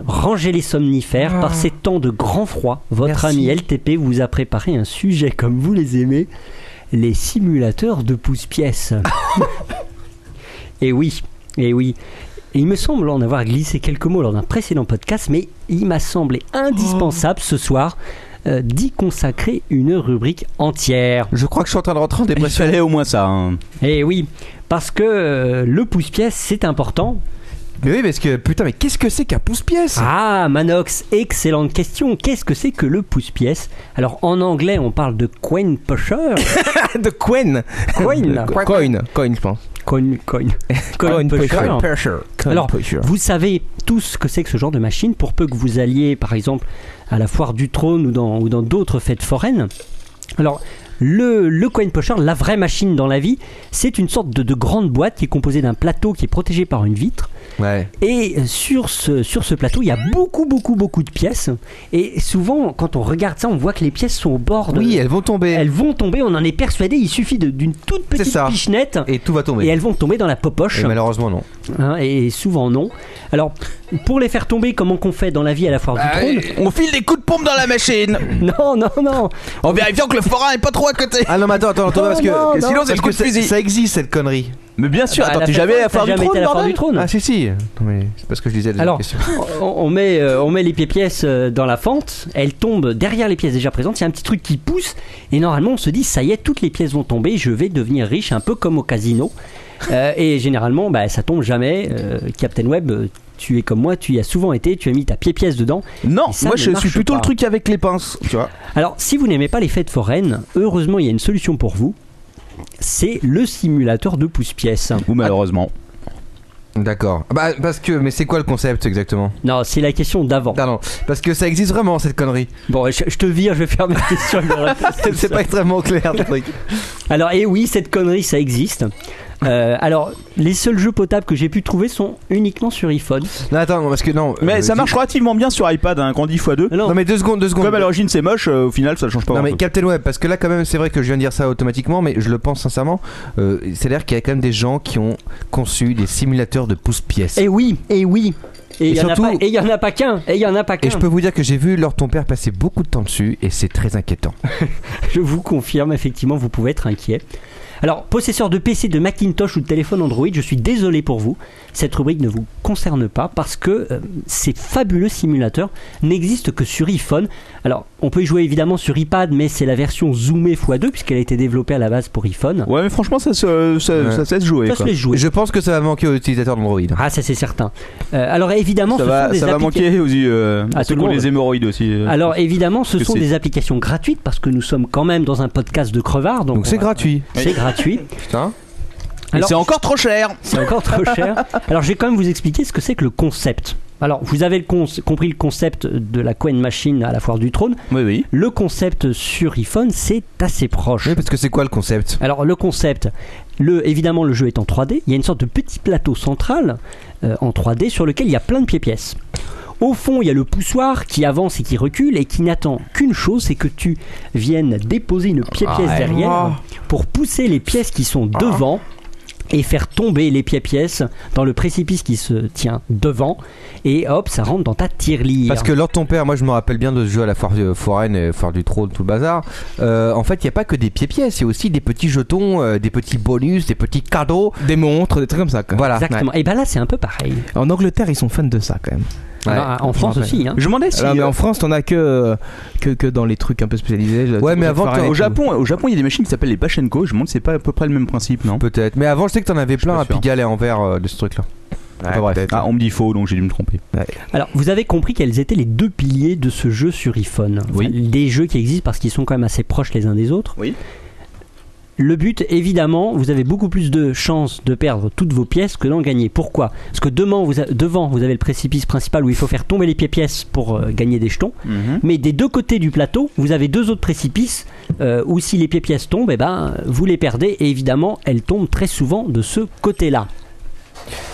Speaker 7: Rangez les somnifères, par ces temps de grand froid, votre ami LTP vous a préparé un sujet comme vous les aimez, les simulateurs de pouce-pièces. et oui, et oui. Et il me semble en avoir glissé quelques mots lors d'un précédent podcast, mais il m'a semblé indispensable ce soir euh, d'y consacrer une rubrique entière.
Speaker 4: Je crois que je suis en train de rentrer en
Speaker 5: Il
Speaker 4: dépression.
Speaker 5: fallait au moins ça. hein.
Speaker 7: Eh oui, parce que euh, le pouce-pièce, c'est important.
Speaker 4: Mais oui, parce que putain, mais qu'est-ce que c'est qu'un pouce-pièce
Speaker 7: Ah, Manox, excellente question. Qu'est-ce que c'est que le pouce-pièce Alors, en anglais, on parle de coin pusher.
Speaker 4: Ah,
Speaker 6: de Quen.
Speaker 7: Coin.
Speaker 6: Coin, coin, coin, je pense.
Speaker 7: Coin, coin. Coin pusher.
Speaker 6: Coin pusher. Coin
Speaker 7: Alors,
Speaker 6: pusher.
Speaker 7: vous savez tous ce que c'est que ce genre de machine. Pour peu que vous alliez, par exemple, à la foire du trône ou dans ou dans d'autres fêtes foraines. Alors, le, le coin pusher, la vraie machine dans la vie, c'est une sorte de, de grande boîte qui est composée d'un plateau qui est protégé par une vitre.
Speaker 4: Ouais.
Speaker 7: Et sur ce, sur ce plateau, il y a beaucoup, beaucoup, beaucoup de pièces. Et souvent, quand on regarde ça, on voit que les pièces sont au bord. de-
Speaker 4: Oui, elles vont tomber.
Speaker 7: Elles vont tomber, on en est persuadé. Il suffit de- d'une toute
Speaker 4: C'est
Speaker 7: petite
Speaker 4: ça.
Speaker 7: pichenette
Speaker 4: Et tout va tomber.
Speaker 7: et elles vont tomber dans la popoche.
Speaker 4: Et malheureusement, non.
Speaker 7: Hein, et souvent, non. Alors, pour les faire tomber, comment qu'on fait dans la vie à la foire
Speaker 4: Bah Ah,
Speaker 7: du trône
Speaker 5: On file des coups de pompe dans la machine
Speaker 7: Non, non, non.
Speaker 5: en vérifiant que le forain est pas trop à côté.
Speaker 4: Ah non, mais attends, attends, attends,
Speaker 7: Oh Non,
Speaker 4: parce que
Speaker 7: non, non.
Speaker 5: Sinon, c'est
Speaker 4: parce
Speaker 5: le
Speaker 4: que
Speaker 5: coup de
Speaker 4: ça,
Speaker 5: fusil.
Speaker 4: ça existe cette connerie.
Speaker 5: Mais bien sûr,
Speaker 7: Bah,
Speaker 5: attends,
Speaker 7: la
Speaker 5: t'es jamais à la
Speaker 7: T'as
Speaker 5: foire du
Speaker 7: jamais été
Speaker 5: trône,
Speaker 7: à la foire
Speaker 5: bordel
Speaker 7: du trône
Speaker 4: Ah si si. Non mais c'est parce que je disais la
Speaker 7: Alors,
Speaker 4: question.
Speaker 7: on on met, euh, on met les pieds-pièces euh, dans la fente, elles tombent derrière les pièces déjà présentes, il y a un petit truc qui pousse, et normalement on se dit, ça y est, toutes les pièces vont tomber, je vais devenir riche, un peu comme au casino. Euh, et généralement, bah, ça tombe jamais. Euh, Captain Web, euh, tu es comme moi, tu y as souvent été, tu as mis ta pied-pièce dedans.
Speaker 5: Non,
Speaker 7: Et ça
Speaker 5: moi
Speaker 7: ne
Speaker 5: je suis
Speaker 7: marche
Speaker 5: plutôt le
Speaker 7: pas.
Speaker 5: truc avec les pinces, tu vois.
Speaker 7: Alors, si vous n'aimez pas les fêtes foraines, heureusement, il y a une solution pour vous. C'est le simulateur de pouce-pièce.
Speaker 5: Ou malheureusement.
Speaker 4: D'accord. Bah parce que mais c'est quoi le concept exactement
Speaker 7: Non, c'est la question d'avant.
Speaker 4: Ah non, parce que ça existe vraiment cette connerie.
Speaker 7: Bon, je, je te vire, je vais faire mes questions. je réponds tout
Speaker 4: c'est
Speaker 7: seul.
Speaker 4: pas extrêmement clair le truc.
Speaker 7: Alors, et oui, cette connerie, ça existe. Euh, alors, les seuls jeux potables que j'ai pu trouver sont uniquement sur iPhone.
Speaker 4: Non attends, non, parce que non.
Speaker 5: Mais
Speaker 4: euh,
Speaker 5: ça
Speaker 4: dis-
Speaker 5: marche relativement bien sur iPad, hein, un grandi x2.
Speaker 7: Non,
Speaker 4: Non mais deux secondes, deux secondes.
Speaker 7: bah,
Speaker 5: Comme à l'origine c'est moche, euh, au final ça ne change pas.
Speaker 4: Non mais
Speaker 5: grand-chose.
Speaker 4: Captain Web, parce que là quand même c'est vrai que je viens de dire ça automatiquement, mais je le pense sincèrement, euh, c'est-à-dire qu'il y a quand même des gens qui ont conçu des simulateurs de pouce-pièces.
Speaker 7: Et eh oui, et oui.
Speaker 4: Et
Speaker 7: Et il y en a
Speaker 4: surtout-
Speaker 7: pas- et il y en a pas qu'un. Et il y en a pas qu'un.
Speaker 4: Et je peux vous dire que j'ai vu leur ton père passer beaucoup de temps dessus et c'est très inquiétant.
Speaker 7: Je vous confirme, effectivement, vous pouvez être inquiet. Alors, possesseur de PC, de Macintosh ou de téléphone Android, je suis désolé pour vous. Cette rubrique ne vous concerne pas parce que euh, ces fabuleux simulateurs n'existent que sur iPhone. Alors, on peut y jouer évidemment sur iPad, mais c'est la version zoomée x2 puisqu'elle a été développée à la base pour iPhone.
Speaker 5: Ouais mais franchement ça se, ça,
Speaker 4: Ouais.
Speaker 5: ça cesse jouer.
Speaker 7: Ça se
Speaker 5: quoi.
Speaker 7: laisse jouer.
Speaker 4: Je pense que ça va manquer aux utilisateurs d'Android.
Speaker 7: Ah, ça c'est certain. Euh, alors évidemment,
Speaker 5: Ça
Speaker 7: ce sont
Speaker 5: va,
Speaker 7: des
Speaker 5: ça va
Speaker 7: applica-
Speaker 5: manquer aux euh,
Speaker 7: À
Speaker 5: ceux qui ont
Speaker 7: tout le monde. Ah,
Speaker 5: les hémorroïdes aussi. euh.
Speaker 7: Alors évidemment, ce
Speaker 5: que
Speaker 7: sont
Speaker 5: c'est
Speaker 7: des applications gratuites parce que nous sommes quand même dans un podcast de crevards, donc,
Speaker 4: Donc
Speaker 7: on
Speaker 4: c'est
Speaker 7: va-
Speaker 4: gratuit.
Speaker 7: C'est gratuit.
Speaker 4: bah, Putain.
Speaker 5: Mais
Speaker 7: Alors,
Speaker 5: c'est encore trop cher.
Speaker 7: C'est encore trop cher. Alors, je vais quand même vous expliquer ce que c'est que le concept. Alors, vous avez le con- compris le concept de la Coin Machine à la foire du trône.
Speaker 5: Oui oui.
Speaker 7: Le concept sur iPhone, c'est assez proche.
Speaker 4: Oui, parce que c'est quoi le concept
Speaker 7: Alors le concept, le, évidemment le jeu est en 3D, il y a une sorte de petit plateau central euh, en 3D sur lequel il y a plein de pieds-pièces. Au fond, il y a le poussoir qui avance et qui recule et qui n'attend qu'une chose, c'est que tu viennes déposer une pied-pièce
Speaker 4: Ah,
Speaker 7: derrière pour pousser les pièces qui sont devant et faire tomber les pieds-pièces dans le précipice qui se tient devant et hop, ça rentre dans ta tirelire.
Speaker 4: Parce que lors de ton père, moi je me rappelle bien de ce jeu à la foire euh, foraine, et foire du trône, tout le bazar. Euh, en fait, il n'y a pas que des pieds-pièces, il y a aussi des petits jetons, euh, des petits bonus, des petits cadeaux.
Speaker 6: Des montres, des trucs comme ça. quoi.
Speaker 4: Voilà.
Speaker 7: Exactement. Et ben là, c'est un peu pareil.
Speaker 6: En Angleterre, ils sont fans de ça quand même.
Speaker 7: Alors, en France aussi, hein.
Speaker 6: Alors, Ah
Speaker 5: euh,
Speaker 6: mais en France, t'en as que, euh, que, que dans les trucs un peu spécialisés.
Speaker 4: Ouais, mais avant,
Speaker 5: au Japon, au Japon, il y a des machines qui s'appellent les Pachenko. Je me demande, si c'est pas à peu près le même principe, non
Speaker 4: Peut-être. Mais avant, je sais que t'en avais plein à Pigalle et en verre euh, de ce truc-là. Enfin, bref.
Speaker 5: Ah, on me dit faux, donc j'ai dû me tromper.
Speaker 7: Alors, vous avez compris quels étaient les deux piliers de ce jeu sur iPhone. Des jeux qui existent parce qu'ils sont quand même assez proches les uns des autres.
Speaker 5: Oui.
Speaker 7: Le but, évidemment, vous avez beaucoup plus de chances de perdre toutes vos pièces que d'en gagner. Pourquoi Parce que demain, vous a- devant, vous avez le précipice principal où il faut faire tomber les pieds pièces pour euh, gagner des jetons. Mais des deux côtés du plateau, vous avez deux autres précipices euh, où si les pieds pièces tombent, eh ben, vous les perdez. Et évidemment, elles tombent très souvent de ce côté-là.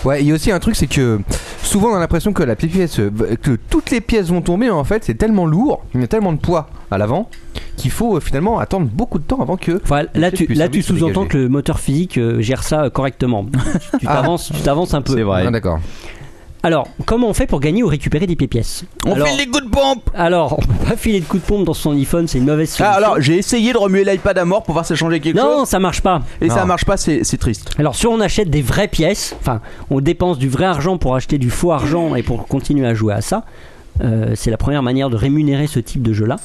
Speaker 4: Ouais, il y a aussi un truc, c'est que souvent on a l'impression que la pièce, euh, que toutes les pièces vont tomber, mais en fait c'est tellement lourd, il y a tellement de poids à l'avant qu'il faut euh, finalement attendre beaucoup de temps avant que.
Speaker 7: Là, tu, là, tu sous-entends que le moteur physique euh, gère ça euh, correctement. Tu- tu
Speaker 4: Ah.
Speaker 7: t'avances tu t'avances un peu.
Speaker 4: C'est vrai. Ah, d'accord.
Speaker 7: Alors, comment on fait pour gagner ou récupérer des pièces
Speaker 5: On
Speaker 7: alors,
Speaker 5: file des coups de pompe
Speaker 7: Alors, on peut pas filer de coups de pompe dans son iPhone, c'est une mauvaise solution.
Speaker 5: Ah, alors j'ai essayé de remuer l'iPad à mort pour voir si ça changeait quelque chose.
Speaker 7: Non, ça marche pas.
Speaker 5: Et ça
Speaker 7: Non.
Speaker 5: marche pas, c'est c'est triste.
Speaker 7: Alors, soit on achète des vraies pièces, enfin, on dépense du vrai argent pour acheter du faux argent et pour continuer à jouer à ça. Euh, c'est la première manière de rémunérer ce type de jeu-là.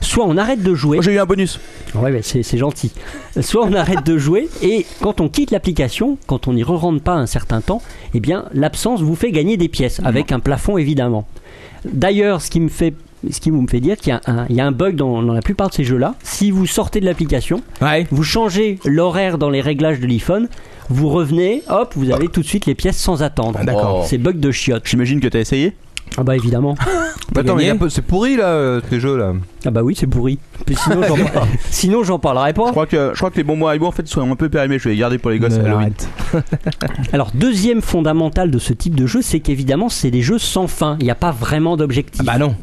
Speaker 7: Soit on arrête de jouer.
Speaker 5: J'ai eu un bonus.
Speaker 7: Ouais, ouais, c'est c'est gentil. Soit on arrête de jouer et quand on quitte l'application, quand on n'y re-rentre pas un certain temps, eh bien l'absence vous fait gagner des pièces avec un plafond évidemment. D'ailleurs, ce qui me fait ce qui vous me fait dire qu'il y, a un- il y a un bug dans, dans la plupart de ces jeux-là. Si vous sortez de l'application, vous changez l'horaire dans les réglages de l'iPhone, vous revenez, hop, vous avez tout de suite les pièces sans attendre.
Speaker 5: Ah, d'accord.
Speaker 7: C'est bug de chiottes.
Speaker 5: J'imagine que t'as essayé
Speaker 7: Ah bah évidemment.
Speaker 4: Bah, attends, mais il y a un peu-
Speaker 7: c'est pourri là,
Speaker 4: euh,
Speaker 7: ces jeux-là. Ah bah oui, c'est pourri. Puis sinon, j'en parle. Sinon, j'en parlerai pas.
Speaker 5: Je crois que, je crois que les bonbons Haribo en fait sont un peu périmés. Je vais les garder pour les gosses à Halloween.
Speaker 7: Alors, deuxième fondamental de ce type de jeu, c'est qu'évidemment, c'est des jeux sans fin. Il n'y a pas vraiment d'objectif. bah non.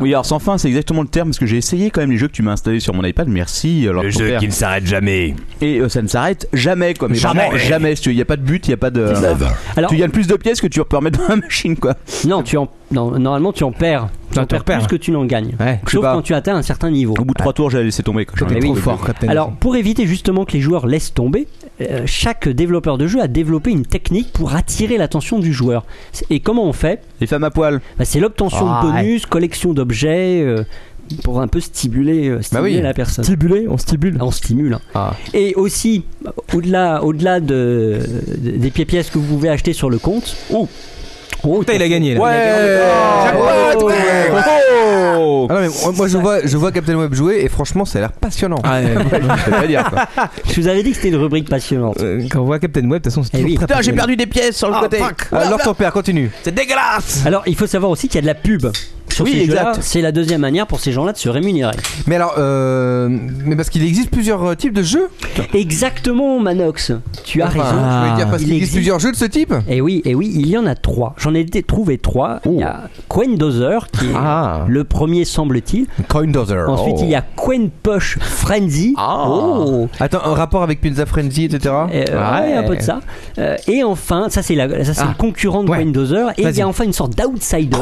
Speaker 5: Oui, alors sans fin, c'est exactement le terme parce que j'ai essayé quand même les jeux que tu m'as installés sur mon iPad. Merci. euh, Alors,
Speaker 9: Le
Speaker 5: pour
Speaker 9: jeu
Speaker 5: faire.
Speaker 9: qui ne s'arrête jamais.
Speaker 5: Et euh, ça ne s'arrête jamais, quoi. Mais
Speaker 9: Jamais.
Speaker 5: vraiment jamais. Il n'y a pas de but, il n'y a pas de.
Speaker 9: C'est ça.
Speaker 7: Alors-
Speaker 5: tu gagnes plus de pièces que tu peux remettre dans la machine, quoi.
Speaker 7: Non, tu en... non, normalement, tu en perds. Tu en perds plus que tu n'en gagnes. Sauf quand tu atteins un certain niveau.
Speaker 5: Au bout de trois tours, j'avais laissé tomber. quoi. J'en ai
Speaker 7: Eh oui.
Speaker 5: eu deux.
Speaker 7: Alors, pour éviter justement que les joueurs laissent tomber, euh, chaque développeur de jeu a développé une technique pour attirer l'attention du joueur. C'est- Et comment on fait Bah,
Speaker 5: Les femmes à poil.
Speaker 7: c'est l'obtention
Speaker 6: Ah,
Speaker 7: de bonus, collection d'objets, euh, pour un peu stimuler, euh, stimuler
Speaker 6: oui.
Speaker 7: la personne. Stimuler, on stimule. on stimule. hein. Et aussi, au-delà au -delà de, de- des pièces que vous pouvez acheter sur le compte, oh, oh
Speaker 6: il a gagné, là.
Speaker 7: Oh.
Speaker 4: Ah non, mais moi- moi je vois, je vois Captain Web jouer et franchement ça a l'air passionnant.
Speaker 7: Je
Speaker 4: pas dire, quoi.
Speaker 7: Je vous avais dit que c'était une rubrique passionnante.
Speaker 6: Euh, Quand on voit Captain Web, de toute façon, c'est
Speaker 7: Eh
Speaker 6: toujours
Speaker 7: oui.
Speaker 6: très
Speaker 7: Putain, j'ai
Speaker 6: passionnant.
Speaker 7: perdu des pièces sur le côté.
Speaker 4: Alors ton père continue.
Speaker 5: C'est dégueulasse
Speaker 7: Alors, il faut savoir aussi qu'il y a de la pub. Sur
Speaker 4: Oui,
Speaker 7: ces jeux-là.
Speaker 4: exact.
Speaker 7: C'est la deuxième manière pour ces gens-là de se rémunérer.
Speaker 4: Mais alors, euh, mais parce qu'il existe plusieurs euh, types de jeux.
Speaker 7: Exactement, Manox. Tu as
Speaker 4: Enfin,
Speaker 7: raison.
Speaker 4: Ah, je voulais dire parce
Speaker 7: Ah, Il
Speaker 4: qu'il existe
Speaker 7: existe-
Speaker 4: plusieurs jeux de ce type.
Speaker 7: Et oui, et oui, il y en a trois. J'en ai dé- trouvé trois. Il y a Coindozer, qui est le premier, semble-t-il.
Speaker 4: Coindozer.
Speaker 7: Ensuite,
Speaker 4: oh.
Speaker 7: il y a Coin Push Frenzy. Oh.
Speaker 4: Attends, un rapport avec Pizza Frenzy, etc.
Speaker 7: Euh, ouais, un peu de ça. Euh, et enfin, ça c'est, la, ça, c'est
Speaker 4: Ah.
Speaker 7: le concurrent de Coindozer. Et il y a enfin une sorte d'outsider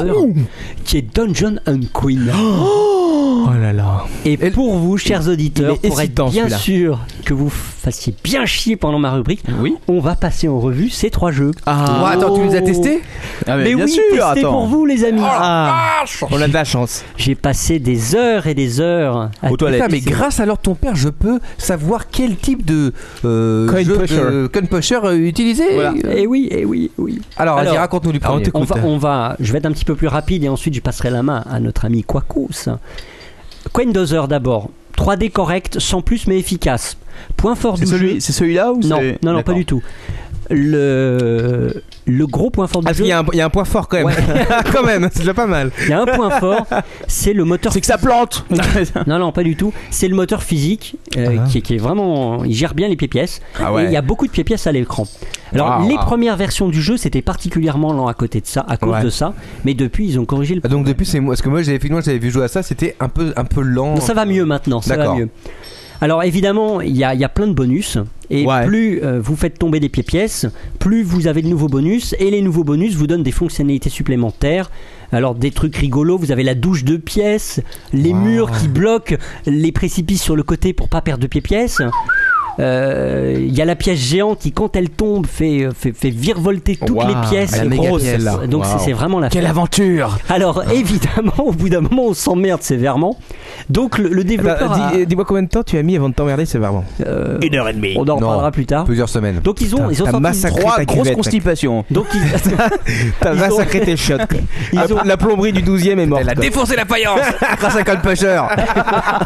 Speaker 7: qui est Dungeon and Queen.
Speaker 6: Oh là là.
Speaker 7: Et pour vous, chers auditeurs,
Speaker 6: il est
Speaker 7: pour être
Speaker 6: excitant,
Speaker 7: bien
Speaker 6: celui-là.
Speaker 7: sûr que vous fassiez bien chier pendant ma rubrique, on va passer en revue ces trois jeux.
Speaker 6: Oh, attends, tu les as testés
Speaker 5: Ah,
Speaker 7: Ah. mais
Speaker 5: mais Ah, bien
Speaker 7: oui,
Speaker 5: sûr,
Speaker 7: testés
Speaker 5: attends.
Speaker 7: pour vous, les amis.
Speaker 4: Ah.
Speaker 7: Ah.
Speaker 6: On a de la chance.
Speaker 7: J'ai passé des heures et des heures à
Speaker 4: Putain, mais grâce à leur ton père, je peux savoir quel type de euh,
Speaker 6: Coin
Speaker 4: jeu
Speaker 6: pusher.
Speaker 4: de coin pusher euh, utiliser.
Speaker 7: Et Eh oui, et oui, oui.
Speaker 4: Alors, vas-y, raconte-nous du
Speaker 7: on
Speaker 4: premier.
Speaker 7: va, on va- je vais être un petit peu plus rapide et ensuite je passerai la main à notre ami Quacos. Quendozer d'abord. 3D correct, sans plus mais efficace. Point fort
Speaker 5: C'est
Speaker 7: du
Speaker 5: celui-
Speaker 7: jeu.
Speaker 5: c'est celui-là ou
Speaker 7: Non,
Speaker 5: c'est-
Speaker 7: non, non, pas
Speaker 5: D'accord.
Speaker 7: du tout. Le, le gros point fort du
Speaker 6: Ah,
Speaker 7: jeu.
Speaker 6: il y, a un- il y a un point fort quand même. Ah, quand même, c'est déjà pas mal.
Speaker 7: Il y a un point fort, c'est le moteur. C'est que
Speaker 5: ça plante.
Speaker 7: non, non, pas du tout. C'est le moteur physique euh, qui, est, qui est vraiment, il gère bien les pièces.
Speaker 5: Ah ouais.
Speaker 7: Et il y a beaucoup de pièces à l'écran. Alors
Speaker 4: Waouh.
Speaker 7: les premières versions du jeu c'était particulièrement lent à côté de ça, à cause
Speaker 4: Ouais.
Speaker 7: de ça. Mais depuis ils ont corrigé le.
Speaker 4: Ah, Donc depuis c'est moi, parce que moi j'avais effectivement j'avais vu jouer à ça, c'était un peu un peu lent.
Speaker 7: Non, ça va mieux maintenant. Ça va
Speaker 4: D'accord.
Speaker 7: mieux. Alors évidemment, il y, a- il y a plein de bonus et plus euh, vous faites tomber des pieds-pièces, plus vous avez de nouveaux bonus et les nouveaux bonus vous donnent des fonctionnalités supplémentaires. Alors des trucs rigolos, vous avez la douche de pièces, les murs qui bloquent les précipices sur le côté pour pas perdre de pieds-pièces. Euh, Il y a la pièce géante qui, quand elle tombe, fait, euh, fait, fait virevolter toutes
Speaker 6: Waouh,
Speaker 7: les pièces.
Speaker 6: la méga
Speaker 7: grosses.
Speaker 6: pièce.
Speaker 7: Donc c'est-
Speaker 6: Waouh.
Speaker 7: c'est vraiment la
Speaker 6: Quelle aventure
Speaker 7: Alors évidemment, au bout d'un moment, on s'emmerde sévèrement. Donc le, le développeur.
Speaker 6: Attends,
Speaker 7: a-
Speaker 6: Bah, dis- eh, Dis-moi combien de temps tu as mis avant de t'emmerder, c'est vraiment.
Speaker 7: euh, On en reparlera plus tard.
Speaker 4: Plusieurs semaines.
Speaker 7: Donc ils ont,
Speaker 6: Putain,
Speaker 7: ils ont
Speaker 6: t'as
Speaker 7: sorti
Speaker 6: massacré Trois ta grosses cuvette, mec.
Speaker 5: constipations.
Speaker 7: Donc ils,
Speaker 6: T'as
Speaker 7: Ils
Speaker 6: massacré
Speaker 7: ont-
Speaker 6: tes shots. quoi. Ah, Ils ont... La plomberie du 12 e est morte. quoi.
Speaker 8: Défoncer la faïence
Speaker 4: Grâce à Colpusher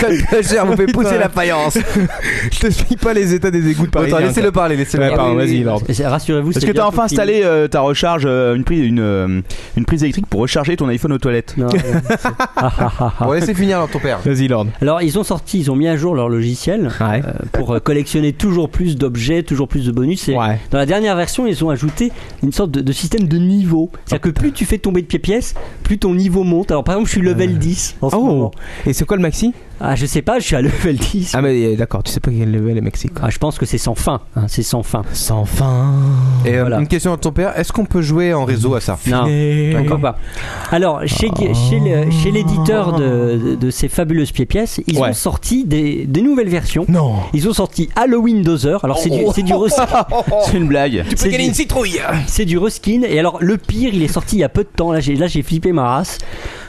Speaker 4: Colpusher vous fait pousser la faïence
Speaker 6: Je t'explique pas les états des égouts de Paris. hein.
Speaker 4: Attends, laissez-le parler, laissez-le
Speaker 6: Ouais,
Speaker 4: parler.
Speaker 6: pardon, vas-y, Lord.
Speaker 7: rassurez-vous.
Speaker 5: Est-ce
Speaker 7: Ah c'est
Speaker 5: que
Speaker 7: bien
Speaker 5: t'as enfin
Speaker 7: tout
Speaker 5: installé euh, ta recharge, euh, une, prise, une, euh, une prise électrique pour recharger ton iPhone aux toilettes
Speaker 7: Non, euh, c'est- Ah, ah, ah, ah.
Speaker 4: Bon, laissez finir alors ton père.
Speaker 6: Vas-y, Lord.
Speaker 7: Alors ils ont sorti, ils ont mis à jour leur logiciel
Speaker 6: Ouais.
Speaker 7: euh, pour euh, collectionner toujours plus d'objets, toujours plus de bonus. Et
Speaker 6: Ouais.
Speaker 7: dans la dernière version, ils ont ajouté une sorte de, de système de niveau. C'est-à-dire que plus tu fais tomber de pièces, plus ton niveau monte. Alors par exemple, je suis level 10 en ce
Speaker 6: Oh
Speaker 7: moment.
Speaker 6: Et c'est quoi le maxi
Speaker 7: Ah, je sais pas, je suis à level 10.
Speaker 6: Ah, mais euh, d'accord, tu sais pas quel level est maxi. quoi.
Speaker 7: Ah, je pense que c'est sans fin. hein, c'est sans fin.
Speaker 6: Sans fin.
Speaker 4: Et euh,
Speaker 7: Voilà.
Speaker 4: une question à ton père est-ce qu'on peut jouer en réseau à ça
Speaker 7: Non. Encore pas. Alors, chez, chez le- chez l'éditeur de, de- de ces fabuleuses pièces, ils
Speaker 6: Ouais.
Speaker 7: ont sorti des, des nouvelles versions.
Speaker 6: Non.
Speaker 7: Ils ont sorti Halloween Dozer. Alors, c'est du, c'est du, reskin- Oh.
Speaker 5: C'est une blague.
Speaker 8: Tu peux
Speaker 7: C'est
Speaker 8: gagner
Speaker 7: dit.
Speaker 8: une citrouille
Speaker 7: c'est du reskin. Et alors, le pire, il est sorti il y a peu de temps. Là, j'ai là, j'ai flippé ma race.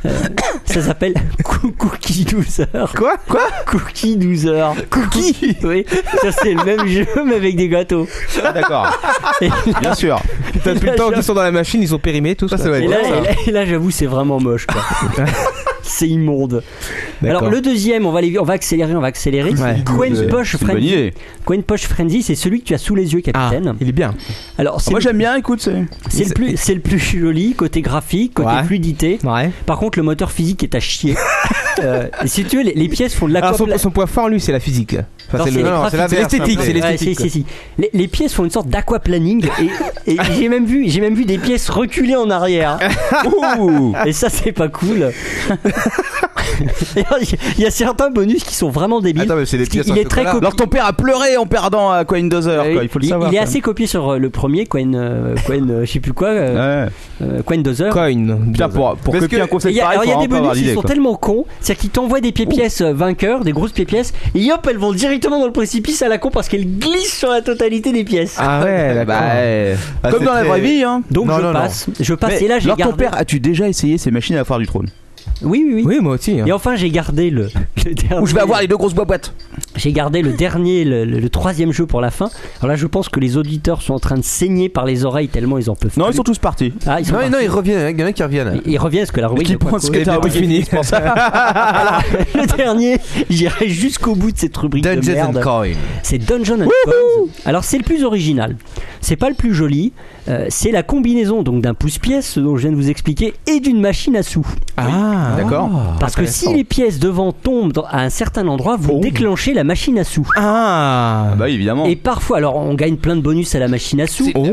Speaker 7: Euh, ça s'appelle Coo- Cookie Dozer.
Speaker 5: Quoi Quoi
Speaker 7: Cookie Dozer. Cookie Oui, ça c'est le même jeu, mais avec des gâteaux.
Speaker 5: D'accord,
Speaker 7: Et
Speaker 5: bien sûr.
Speaker 6: T'as plus le temps,
Speaker 7: Là,
Speaker 6: ils sont dans la machine, ils sont périmés, tout ça.
Speaker 4: ça doit
Speaker 7: Et
Speaker 4: être
Speaker 7: là,
Speaker 4: ça.
Speaker 7: et là- et là, j'avoue, c'est vraiment moche. quoi. c'est immonde.
Speaker 6: D'accord.
Speaker 7: Alors le deuxième, on va, aller, on va accélérer, on va accélérer.
Speaker 6: Ouais.
Speaker 7: Coin Poche
Speaker 5: C'est une bonne
Speaker 7: Frenzy.
Speaker 5: idée.
Speaker 7: Coin Poche Frenzy, c'est celui que tu as sous les yeux,
Speaker 6: Ah,
Speaker 7: capitaine.
Speaker 6: il est bien.
Speaker 7: Alors c'est
Speaker 5: Moi
Speaker 7: le,
Speaker 5: j'aime bien, écoute. c'est-
Speaker 7: c'est le plus, c'est le plus joli côté graphique, côté
Speaker 6: Ouais.
Speaker 7: fluidité.
Speaker 6: Ouais.
Speaker 7: Par contre, le moteur physique est à chier. Euh, et si tu veux, les, les pièces font de la
Speaker 6: Alors, son, son point fort, lui, c'est la physique. Enfin,
Speaker 7: Non,
Speaker 6: c'est
Speaker 7: c'est
Speaker 6: le-
Speaker 7: les
Speaker 6: non, c'est
Speaker 7: graphiques.
Speaker 6: l'inverse,
Speaker 4: C'est hein, l'esthétique,
Speaker 6: un peu.
Speaker 4: c'est
Speaker 7: Ouais, si, si, si. Les, les pièces font une sorte d'aquaplaning et, et j'ai même vu, j'ai même vu des pièces reculer en arrière.
Speaker 5: Ouh.
Speaker 7: Et ça, c'est pas cool. Et alors, Il y a certains bonus qui sont vraiment débiles.
Speaker 4: Attends, mais c'est des
Speaker 7: Parce qu'il-
Speaker 4: pièces
Speaker 7: il
Speaker 4: en
Speaker 7: est très
Speaker 4: chocolat.
Speaker 7: copié-
Speaker 5: Alors ton père a pleuré en perdant à Coin Dozer,
Speaker 7: Euh,
Speaker 5: quoi, il faut le
Speaker 7: il-
Speaker 5: savoir.
Speaker 7: il est
Speaker 5: quand
Speaker 7: assez copié sur euh, le premier, Quen, euh, Quen, euh, je sais plus quoi,
Speaker 5: même.
Speaker 7: euh,
Speaker 5: Ouais.
Speaker 7: euh, Quen Dozer.
Speaker 6: Coin.
Speaker 7: Ah,
Speaker 5: Putain, pour, pour
Speaker 4: Parce
Speaker 5: copier
Speaker 4: que-
Speaker 5: un
Speaker 7: Et
Speaker 5: concept
Speaker 7: Il y a,
Speaker 5: pareil,
Speaker 7: alors, il y a
Speaker 5: faut
Speaker 7: des
Speaker 5: vraiment pas
Speaker 7: bonus qui sont
Speaker 5: avoir l'idée,
Speaker 7: tellement cons, c'est-à-dire qu'ils t'envoient des pièces euh, vainqueurs, des grosses pièces, et hop, elles vont directement dans le précipice à la con parce qu'elles glissent sur la totalité des pièces.
Speaker 6: Ah ouais, d'accord.
Speaker 5: Bah, ouais.
Speaker 4: Ah,
Speaker 5: Comme
Speaker 4: c'est
Speaker 5: dans la
Speaker 4: très-
Speaker 5: vraie vie, hein.
Speaker 7: Donc
Speaker 4: Non,
Speaker 7: je
Speaker 4: non, non.
Speaker 7: passe, je passe,
Speaker 5: Mais
Speaker 7: et là j'ai
Speaker 5: alors
Speaker 7: gardé.
Speaker 5: ton père, as-tu déjà essayé ces machines à foire du trône
Speaker 7: Oui, oui, oui.
Speaker 6: Oui, moi aussi. hein.
Speaker 7: Et enfin, j'ai gardé le, le dernier.
Speaker 5: Où je vais avoir les deux grosses boîtes
Speaker 7: J'ai gardé le dernier, le, le- le troisième jeu pour la fin. Alors là, je pense que les auditeurs sont en train de saigner par les oreilles tellement ils en peuvent
Speaker 5: Non, ils
Speaker 7: plus.
Speaker 5: sont tous partis.
Speaker 7: Ah, ils sont
Speaker 4: Non,
Speaker 7: partis.
Speaker 4: non, il revient, hein, il y en a qui reviennent.
Speaker 7: Ils reviennent parce que la rubrique.
Speaker 5: Qui
Speaker 7: de Quaco-
Speaker 5: pensent que
Speaker 6: est
Speaker 5: t'as
Speaker 6: bientôt
Speaker 5: un fini. Ah C'est pour ça.
Speaker 7: le dernier, j'irai jusqu'au bout de cette rubrique de
Speaker 4: Dungeons and
Speaker 7: merde.
Speaker 4: Coin.
Speaker 7: C'est Dungeon and Coins. Alors c'est le plus original. C'est pas le plus joli. Euh, c'est la combinaison donc d'un pouce-pièce, ce dont je viens de vous expliquer, et d'une machine à sous.
Speaker 6: Ah,
Speaker 5: D'accord.
Speaker 7: Parce que si les pièces devant tombent dans- à un certain endroit, vous
Speaker 5: Oh.
Speaker 7: déclenchez la machine à sous.
Speaker 6: Ah,
Speaker 5: Bah évidemment.
Speaker 7: Et parfois, alors on gagne plein de bonus à la machine à sous. Oh.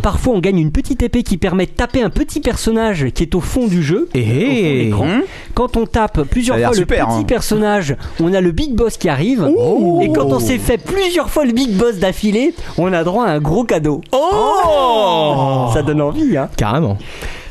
Speaker 7: Parfois, on gagne une petite épée qui permet de taper un petit personnage qui est au fond du jeu.
Speaker 6: Eh,
Speaker 7: au fond de
Speaker 6: eh.
Speaker 7: l'écran.
Speaker 5: Hum.
Speaker 7: Quand on tape plusieurs
Speaker 5: Ça a l'air
Speaker 7: fois
Speaker 5: super,
Speaker 7: le petit
Speaker 5: hein.
Speaker 7: personnage, on a le big boss qui arrive. Et quand on s'est fait plusieurs fois le big boss d'affilée, on a droit à un gros cadeau. Oh Ça donne envie, hein.
Speaker 6: carrément.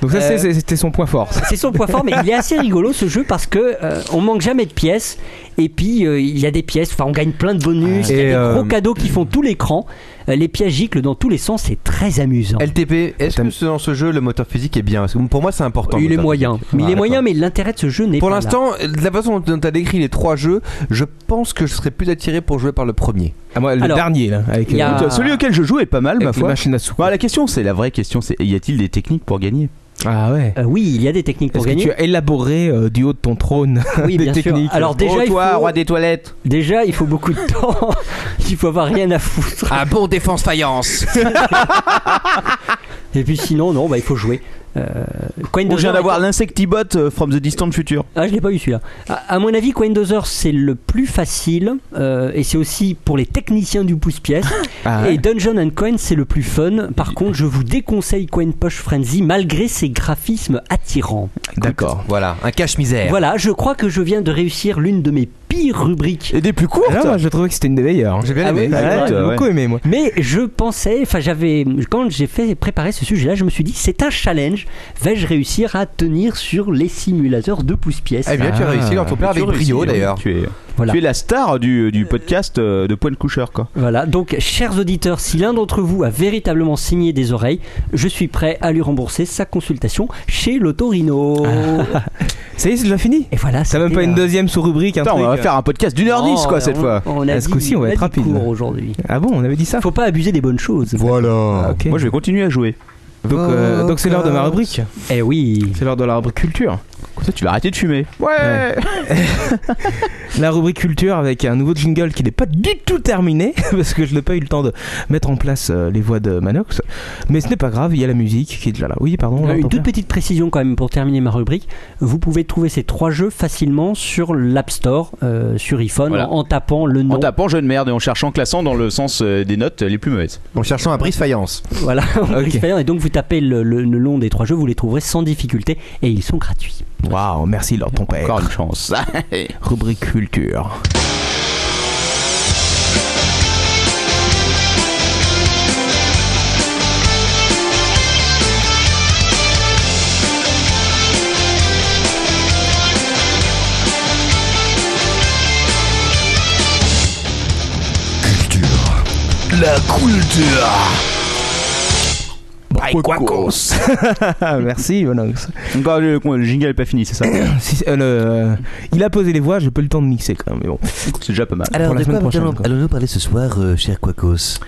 Speaker 6: Donc, ça, c'est-
Speaker 7: Euh,
Speaker 6: c'est- c'était son point fort. ça.
Speaker 7: C'est son point fort, mais il est assez rigolo ce jeu parce que euh, on manque jamais de pièces. Et puis euh, il y a des pièces, enfin on gagne plein de bonus, il y a
Speaker 4: Et,
Speaker 7: des
Speaker 4: euh,
Speaker 7: gros cadeaux qui font tout l'écran. Euh, les pièces giclent dans tous les sens, c'est très amusant.
Speaker 4: LTP, est-ce que ce- dans ce jeu le moteur physique est bien Parce que Pour moi, c'est important. le
Speaker 7: Il est
Speaker 4: moteur
Speaker 7: moyen,
Speaker 4: physique.
Speaker 7: mais il
Speaker 4: Ah,
Speaker 7: est moyen, mais l'intérêt de ce jeu n'est
Speaker 4: Pour
Speaker 7: pas là.
Speaker 4: l'instant, euh, de la façon dont tu as décrit les trois jeux, je pense que je serais plus attiré pour jouer par le premier.
Speaker 6: Ah, moi, le
Speaker 7: Alors,
Speaker 6: dernier, là, avec,
Speaker 7: il y a-
Speaker 6: euh,
Speaker 5: Donc, Celui auquel je joue est pas mal, ma
Speaker 6: avec la
Speaker 5: foi.
Speaker 6: machine à sous.
Speaker 5: Bon, la question, c'est la vraie question, c'est y a-t-il des techniques pour gagner
Speaker 6: Ah ouais.
Speaker 7: Euh, oui, il y a des techniques pour
Speaker 6: Est-ce que
Speaker 7: gagner.
Speaker 6: tu as élaboré euh, du haut de ton trône
Speaker 7: Oui,
Speaker 6: des
Speaker 7: bien sûr.
Speaker 6: techniques
Speaker 7: Alors déjà, il faut...
Speaker 5: des toilettes
Speaker 7: déjà, il faut beaucoup de temps. il faut avoir rien à foutre.
Speaker 8: Un bon défense faïence
Speaker 7: Et puis sinon, non, bah il faut jouer. Euh, Coin
Speaker 5: On vient
Speaker 7: Dozer
Speaker 5: d'avoir
Speaker 7: est-
Speaker 5: l'insectibot euh, from the distant future.
Speaker 7: Ah, je l'ai pas eu celui-là. À, à mon avis, Coin Dozer, c'est le plus facile euh, et c'est aussi pour les techniciens du pouce-pièce.
Speaker 6: Ah
Speaker 7: Et Dungeon and Coin, c'est le plus fun. Par contre, je vous déconseille Coin Poche Frenzy malgré ses graphismes attirants.
Speaker 6: D'accord.
Speaker 4: Voilà, un cache-misère.
Speaker 7: Voilà, je crois que je viens de réussir l'une de mes pires rubriques.
Speaker 5: Et des plus courtes
Speaker 6: Ah non, moi, je trouvais que c'était une des meilleures. J'ai bien aimé. Ah ouais, j'ai beaucoup aimé, moi.
Speaker 7: Mais je pensais, enfin j'avais, quand j'ai fait préparer ce sujet-là, je me suis dit c'est un challenge. Vais-je réussir à tenir sur les simulateurs de pouce-pièce
Speaker 5: Eh bien, tu as réussi dans ton père avec brio, d'ailleurs. Tu es,
Speaker 7: hein. Voilà.
Speaker 5: tu es la star du, du podcast euh, de Point de Coucheur, quoi.
Speaker 7: Voilà, donc chers auditeurs, si l'un d'entre vous a véritablement signé des oreilles, je suis prêt à lui rembourser sa consultation chez l'Otorino.
Speaker 6: Ça y est, c'est déjà fini hein.
Speaker 7: Et voilà,
Speaker 6: Ah. T'as même pas une deuxième sous-rubrique, un
Speaker 7: Attends, on
Speaker 6: truc,
Speaker 7: va
Speaker 6: euh.
Speaker 7: faire un
Speaker 5: podcast
Speaker 7: d'une heure dix, Non, quoi, cette on- fois. on a
Speaker 6: Ah, ce
Speaker 7: dit-
Speaker 6: coup-ci, on
Speaker 7: on a
Speaker 6: va être
Speaker 7: dit
Speaker 6: rapide.
Speaker 7: court aujourd'hui.
Speaker 6: Ah bon, on avait dit ça
Speaker 7: Faut pas abuser des bonnes choses.
Speaker 2: Voilà.
Speaker 5: Moi, je vais continuer à jouer.
Speaker 6: Donc, euh, donc c'est l'heure de ma
Speaker 5: Vocals.
Speaker 6: rubrique.
Speaker 7: Eh oui.
Speaker 6: C'est l'heure de la rubrique culture.
Speaker 5: Toi, tu vas arrêter de fumer. Ouais.
Speaker 6: la rubrique culture avec un nouveau jingle qui n'est pas du tout terminé parce que je n'ai pas eu le temps de mettre en place euh, les voix de Manox. Mais ce n'est pas grave, il y a la musique qui est déjà là. Oui, pardon.
Speaker 7: Euh,
Speaker 6: on l'entend
Speaker 7: Une toute
Speaker 6: bien.
Speaker 7: petite précision quand même pour terminer ma rubrique. Vous pouvez trouver ces trois jeux facilement sur l'App Store, euh, sur iPhone,
Speaker 5: Voilà.
Speaker 7: en, en tapant le nom.
Speaker 5: En tapant jeu de merde et en cherchant classant dans le sens euh, des notes euh, les plus mauvaises.
Speaker 9: En cherchant un brise faïence.
Speaker 7: Voilà. Et donc vous tapez le, le- le nom des trois jeux, vous les trouverez sans difficulté et ils sont gratuits.
Speaker 6: Waouh, merci Lord ton père.
Speaker 5: Encore une chance.
Speaker 6: Rubrique culture.
Speaker 10: La culture.
Speaker 6: Ah, Merci Manox.
Speaker 5: Encore le, le jingle n'est pas fini, c'est ça
Speaker 6: Si- euh, le- il a posé les voix, j'ai pas eu le temps de mixer quand même. Mais bon.
Speaker 5: C'est déjà pas mal.
Speaker 6: Alors, Pour la de semaine quoi prochaine, allons- quoi.
Speaker 9: allons-nous parler ce soir, cher Quacos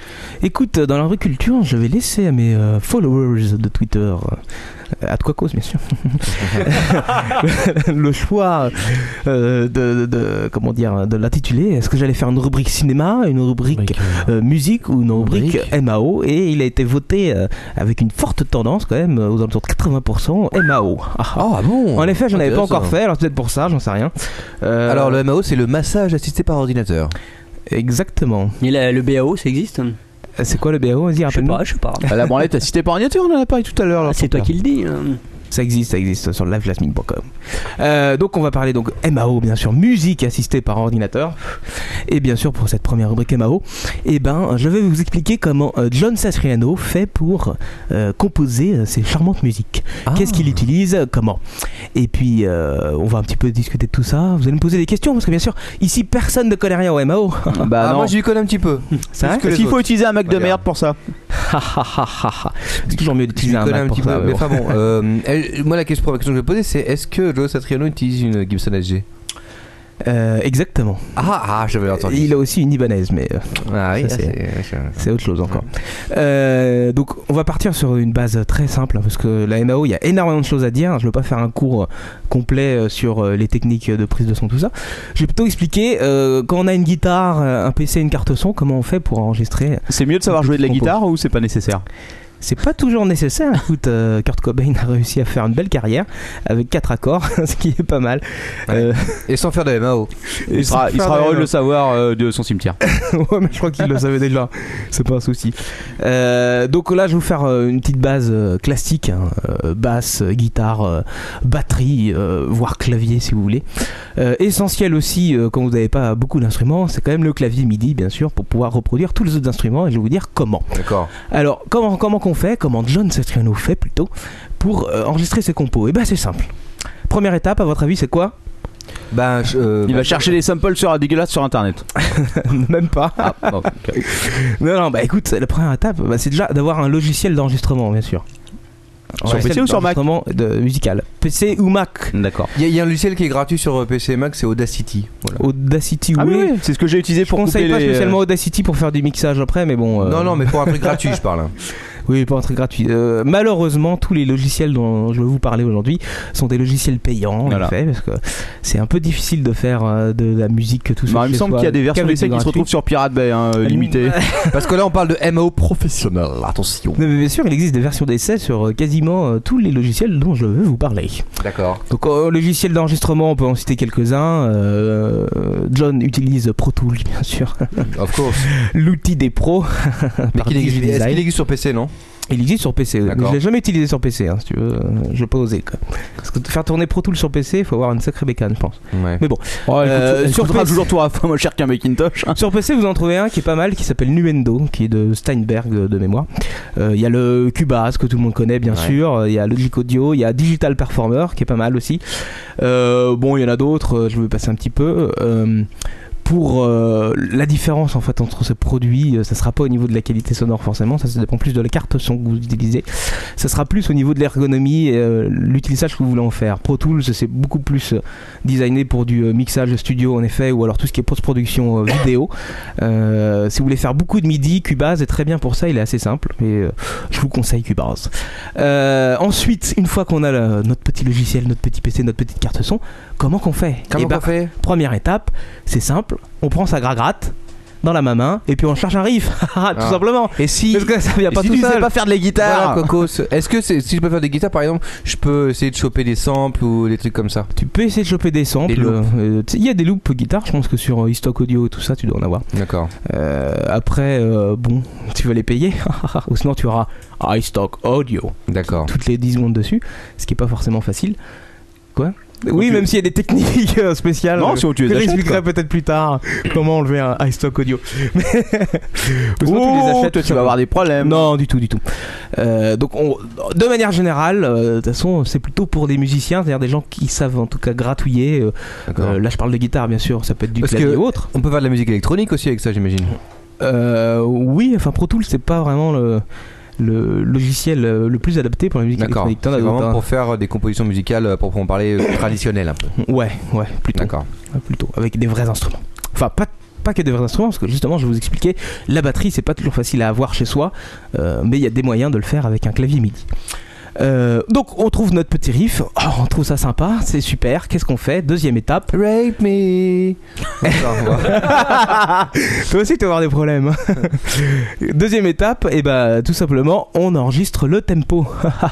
Speaker 6: Écoute, euh, dans la rue culture, je vais laisser à mes euh, followers de Twitter, euh, à de quoi cause bien sûr, le choix euh, de, de- de- comment dire, de l'intituler. Est-ce que j'allais faire une rubrique cinéma, une rubrique euh, musique ou une rubrique MAO Et il a été voté euh, avec une forte tendance quand même, euh, aux alentours de 80% MAO. Ah,
Speaker 7: Oh,
Speaker 4: bon
Speaker 6: En effet, j'en avais pas
Speaker 4: Oh. Ah, Intéressant.
Speaker 6: encore fait, alors c'est peut-être pour ça, j'en sais rien. Euh,
Speaker 4: Alors, le MAO, c'est le massage assisté par ordinateur.
Speaker 6: Exactement.
Speaker 7: Et la- le BAO, ça existe
Speaker 6: Euh, C'est quoi le BAO Vas-y, rappelle-nous.
Speaker 7: Je sais pas, je sais pas.
Speaker 4: Euh,
Speaker 5: Ah, La branlette, t'as cité par ordinateur, on en a parlé tout à l'heure. là,
Speaker 7: C'est
Speaker 5: ton
Speaker 7: toi
Speaker 5: père.
Speaker 7: qui le dis. hein.
Speaker 6: Ça existe, ça existe sur livejasmine.com. Euh, donc on va parler donc MAO bien sûr, musique assistée par ordinateur. Et bien sûr pour cette première rubrique MAO, eh ben je vais vous expliquer comment euh, John Satriano fait pour euh, composer euh, ses charmantes musiques.
Speaker 4: Ah.
Speaker 6: Qu'est-ce qu'il utilise, euh, comment. Et puis euh, on va un petit peu discuter de tout ça. Vous allez me poser des questions parce que bien sûr ici personne ne connaît rien au MAO.
Speaker 5: Bah
Speaker 4: Ah,
Speaker 5: non.
Speaker 4: moi, j'y connais un petit peu.
Speaker 6: C'est vrai
Speaker 5: Parce qu'il faut utiliser un Mac de merde pour ça.
Speaker 6: C'est toujours mieux
Speaker 4: J'y
Speaker 6: d'utiliser un
Speaker 4: connais
Speaker 6: Mac
Speaker 4: un
Speaker 6: pour
Speaker 4: petit
Speaker 6: ça.
Speaker 4: peu. Mais
Speaker 6: mais bon.
Speaker 4: enfin bon, euh, elle- moi, la question, la question que je me posais, c'est est-ce que Joe Satriano utilise une Gibson SG
Speaker 6: Euh, exactement.
Speaker 4: Ah, ah j'avais entendu.
Speaker 6: Il a aussi une Ibanaise, mais euh,
Speaker 4: Ah oui, ah,
Speaker 6: ça, c'est-
Speaker 4: c'est- c'est-
Speaker 6: C'est autre chose encore. Euh, donc on va partir sur une base très simple hein, parce que la MAO il y a énormément de choses à dire. Je ne veux pas faire un cours euh, complet euh, sur euh, les techniques de prise de son tout ça. Je vais plutôt expliquer euh, quand on a une guitare, euh, un PC, une carte son, comment on fait pour enregistrer.
Speaker 5: C'est mieux de savoir jouer de la
Speaker 6: Compose.
Speaker 5: guitare ou c'est pas nécessaire
Speaker 6: C'est pas toujours nécessaire. Écoute, euh, Kurt Cobain a réussi à faire une belle carrière avec quatre accords, ce qui est pas mal. Euh,
Speaker 4: Et sans faire de MAO.
Speaker 5: Il
Speaker 6: sans
Speaker 5: sera, il
Speaker 6: faire
Speaker 5: sera
Speaker 6: de
Speaker 5: heureux de
Speaker 6: MAO.
Speaker 5: le savoir euh, de son cimetière.
Speaker 6: ouais, mais je crois qu'il le savait déjà. C'est pas un souci. Euh, donc là, je vais vous faire euh, une petite base euh, classique hein, euh, basse, euh, guitare, euh, batterie, euh, voire clavier si vous voulez. Euh, essentiel aussi, euh, quand vous n'avez pas beaucoup d'instruments, c'est quand même le clavier MIDI, bien sûr, pour pouvoir reproduire tous les autres instruments. Et je vais vous dire comment.
Speaker 4: D'accord.
Speaker 6: Alors, comment comment qu'on fait Comment John Satriano fait plutôt pour euh, enregistrer ses compos Eh ben, c'est simple. Première étape, à votre avis, c'est quoi
Speaker 4: Ben, je- euh,
Speaker 5: Il va chercher des samples sur, dégueulasses sur internet.
Speaker 6: Même pas.
Speaker 5: Ah, bon, ok.
Speaker 6: Non, non, bah écoute, la première étape, bah, c'est déjà d'avoir un logiciel d'enregistrement, bien sûr.
Speaker 5: Sur
Speaker 6: Un
Speaker 5: PC
Speaker 6: logiciel
Speaker 5: ou sur Mac
Speaker 6: d'enregistrement de musical. PC ou Mac
Speaker 5: D'accord.
Speaker 4: Il y, a- il y a un logiciel qui est gratuit sur euh, PC et Mac, c'est Audacity. Voilà.
Speaker 6: Audacity,
Speaker 5: Ah
Speaker 6: oui.
Speaker 5: oui, oui, c'est ce que j'ai utilisé
Speaker 6: Je
Speaker 5: pour couper
Speaker 6: conseille pas
Speaker 5: les- euh,
Speaker 6: spécialement Audacity pour faire du mixage après, mais bon. euh,
Speaker 4: Non, non, mais pour un truc gratuit, je parle. hein.
Speaker 6: Oui, pas un truc gratuit. Euh, malheureusement, tous les logiciels dont je vais vous parler aujourd'hui sont des logiciels payants, en
Speaker 5: Voilà.
Speaker 6: effet, parce que c'est un peu difficile de faire euh, de la musique tout
Speaker 5: Bah,
Speaker 6: seul.
Speaker 5: il me
Speaker 6: chez
Speaker 5: semble
Speaker 6: soi,
Speaker 5: qu'il y a des versions
Speaker 6: qu'avec
Speaker 5: d'essai
Speaker 6: du
Speaker 5: qui se
Speaker 6: gratuit.
Speaker 5: retrouvent sur Pirate Bay, hein, euh, limité.
Speaker 4: Parce que là, on parle de MAO professionnel. Attention.
Speaker 6: Non, mais bien sûr, il existe des versions d'essai sur euh, quasiment euh, tous les logiciels dont je veux vous parler.
Speaker 4: D'accord.
Speaker 6: Donc euh, logiciel d'enregistrement, on peut en citer quelques-uns. Euh, John utilise Pro Tools, bien sûr,
Speaker 4: Of course.
Speaker 6: l'outil des pros.
Speaker 4: Mais
Speaker 6: par
Speaker 4: qu'il
Speaker 6: Digi
Speaker 4: existe, est-ce
Speaker 6: Design.
Speaker 4: qu'il existe sur PC, non
Speaker 6: Il existe sur PC. mais
Speaker 4: D'accord.
Speaker 6: Je l'ai jamais utilisé sur PC, hein, si tu veux. euh, Je n'ai pas osé. quoi. Parce que faire tourner Pro Tools sur PC, il faut avoir une sacrée bécane, je pense. Mais bon. Euh,
Speaker 5: elle
Speaker 6: sur
Speaker 5: coûtera
Speaker 6: PC,
Speaker 5: toujours toi, moins cher qu'un Macintosh. hein.
Speaker 6: sur PC, vous en trouvez un qui est pas mal, qui s'appelle Nuendo, qui est de Steinberg euh, de mémoire. Euh, Il y a le Cubase que tout le monde connaît, bien
Speaker 4: Ouais.
Speaker 6: sûr. Euh, Il y a Logic Audio, il y a Digital Performer qui est pas mal aussi. Euh, bon, il y en a d'autres. euh, Je vais passer un petit peu. Euh, pour euh, la différence en fait entre ces produits, euh, ça sera pas au niveau de la qualité sonore forcément, ça, ça dépend plus de la carte son que vous utilisez. Ça sera plus au niveau de l'ergonomie, et, euh, l'utilisation que vous voulez en faire. Pro Tools c'est beaucoup plus euh, designé pour du euh, mixage studio en effet, ou alors tout ce qui est post-production euh, vidéo. Euh, si vous voulez faire beaucoup de MIDI, Cubase est très bien pour ça, il est assez simple et euh, je vous conseille Cubase. Euh, ensuite, une fois qu'on a le- notre petit logiciel, notre petit PC, notre petite carte son, comment qu'on fait
Speaker 4: Comment
Speaker 6: Eh ben,
Speaker 4: qu'on fait
Speaker 6: Première étape, c'est simple, on prend sa gragratte dans la main et puis on cherche un riff, tout
Speaker 4: Ah.
Speaker 6: simplement.
Speaker 4: Et si
Speaker 6: Parce que ça vient pas
Speaker 4: si
Speaker 6: tout
Speaker 4: tu sais
Speaker 6: seul.
Speaker 4: pas faire de la guitare,
Speaker 6: Voilà,
Speaker 4: Cocos, est-ce que c'est- si je peux faire des guitares par exemple, je peux essayer de choper des samples ou des trucs comme ça
Speaker 6: Tu peux essayer de choper des samples. Euh, tu sais, Il y a des loops guitare, je pense que sur euh, Stock Audio et tout ça, tu dois en avoir.
Speaker 4: D'accord.
Speaker 6: Euh, après, euh, bon, tu vas les payer, ou sinon tu auras iStock Audio.
Speaker 4: D'accord.
Speaker 6: Toutes les 10 secondes dessus, ce qui est pas forcément facile. Quoi Oui,
Speaker 4: tu-
Speaker 6: même s'il y a des techniques euh, spéciales.
Speaker 4: Non,
Speaker 6: euh,
Speaker 4: sinon tu les
Speaker 6: que
Speaker 4: achètes,
Speaker 6: j'expliquerai peut-être plus tard comment enlever un iStock Audio. Mais-
Speaker 5: Oh,
Speaker 6: ou sinon tu les achètes, tu vas avoir
Speaker 5: des problèmes.
Speaker 6: Non, du tout, du tout. Euh, donc, on- de manière générale, euh, de toute façon, c'est plutôt pour des musiciens, c'est-à-dire des gens qui savent en tout cas gratouiller. euh, euh, là, je parle de guitare, bien sûr, ça peut être du
Speaker 4: Parce
Speaker 6: clavier
Speaker 4: que
Speaker 6: ou autre.
Speaker 4: on peut faire de la musique électronique aussi avec ça, j'imagine.
Speaker 6: Euh, oui, enfin Pro Tools, c'est pas vraiment le, le logiciel euh, le plus adapté pour la musique
Speaker 4: D'accord.
Speaker 6: électronique.
Speaker 4: C'est
Speaker 6: T'en as d'autres,
Speaker 4: vraiment
Speaker 6: hein.
Speaker 4: pour faire euh, des compositions musicales euh, proprement parler euh, traditionnelles un peu.
Speaker 6: hein. Ouais, ouais, plutôt.
Speaker 4: D'accord.
Speaker 6: Ouais, plutôt, avec des vrais instruments. Enfin, pas pas que des vrais instruments, parce que justement, je vais vous expliquer, la batterie, c'est pas toujours facile à avoir chez soi, euh, mais il y a des moyens de le faire avec un clavier MIDI. Euh, donc on trouve notre petit riff, Oh, on trouve ça sympa, c'est super, qu'est-ce qu'on fait Deuxième étape.
Speaker 4: Rape me
Speaker 6: Toi aussi tu vas avoir des problèmes. hein. Deuxième étape, et ben tout simplement on enregistre le tempo.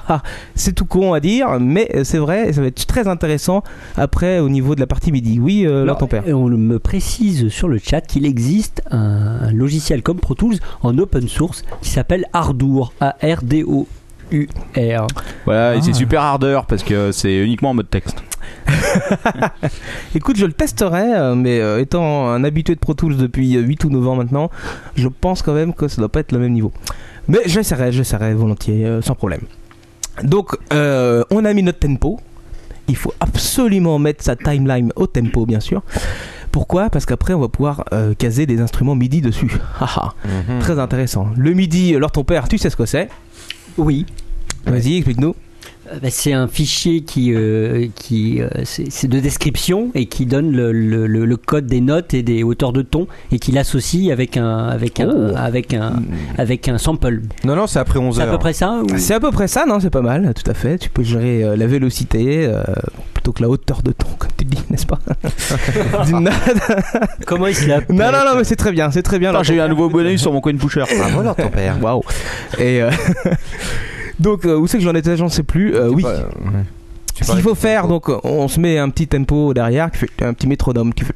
Speaker 6: c'est tout con à dire, mais c'est vrai, ça va être très intéressant après au niveau de la partie MIDI. Oui, euh,
Speaker 7: Alors,
Speaker 6: Laure, ton père.
Speaker 7: et on me précise sur le chat qu'il existe un, un logiciel comme Pro Tools en open source qui s'appelle Ardour, A-R-D-O-U-R.
Speaker 5: Voilà, et c'est super ardeur parce que c'est uniquement en mode texte.
Speaker 6: Écoute, je le testerai, euh, mais euh, étant un habitué de Pro Tools depuis euh, 8 ou 9 ans maintenant, je pense quand même que ça doit pas être le même niveau. Mais j'essaierai, j'essaierai volontiers, euh, sans problème. Donc, euh, on a mis notre tempo. Il faut absolument mettre sa timeline au tempo, bien sûr. Pourquoi Parce qu'après, on va pouvoir euh, caser des instruments MIDI dessus. Haha.
Speaker 4: Mhm.
Speaker 6: Très intéressant. Le MIDI, alors ton père, tu sais ce que c'est
Speaker 7: Oui.
Speaker 6: Vas-y, explique-nous.
Speaker 7: Euh, bah, c'est un fichier qui, euh, qui euh, c'est c'est de description et qui donne le, le- le- le code des notes et des hauteurs de ton et qui l'associe avec un avec un
Speaker 6: Oh.
Speaker 7: avec un
Speaker 6: Hmm.
Speaker 7: avec un sample.
Speaker 4: Non, non, c'est après 11
Speaker 7: C'est à
Speaker 4: heures.
Speaker 7: peu près ça. ou-
Speaker 6: ah, C'est à peu près ça, non C'est pas mal, tout à fait. Tu peux gérer euh, la vélocité euh, plutôt que la hauteur de ton, comme tu dis, n'est-ce pas D'une note.
Speaker 7: Comment il se la
Speaker 6: Non, non, non, mais c'est très bien, c'est très bien.
Speaker 5: Attends,
Speaker 6: Alors,
Speaker 5: J'ai eu un nouveau bonus sur mon coin pusher. Ah
Speaker 4: voilà ton père.
Speaker 6: Waouh. Et euh, donc euh, où c'est que j'en étais, j'en sais plus. Euh, oui. Ce qu'il faut faire, donc, euh, on se met un petit tempo derrière, qui fait un petit métronome, qui fait.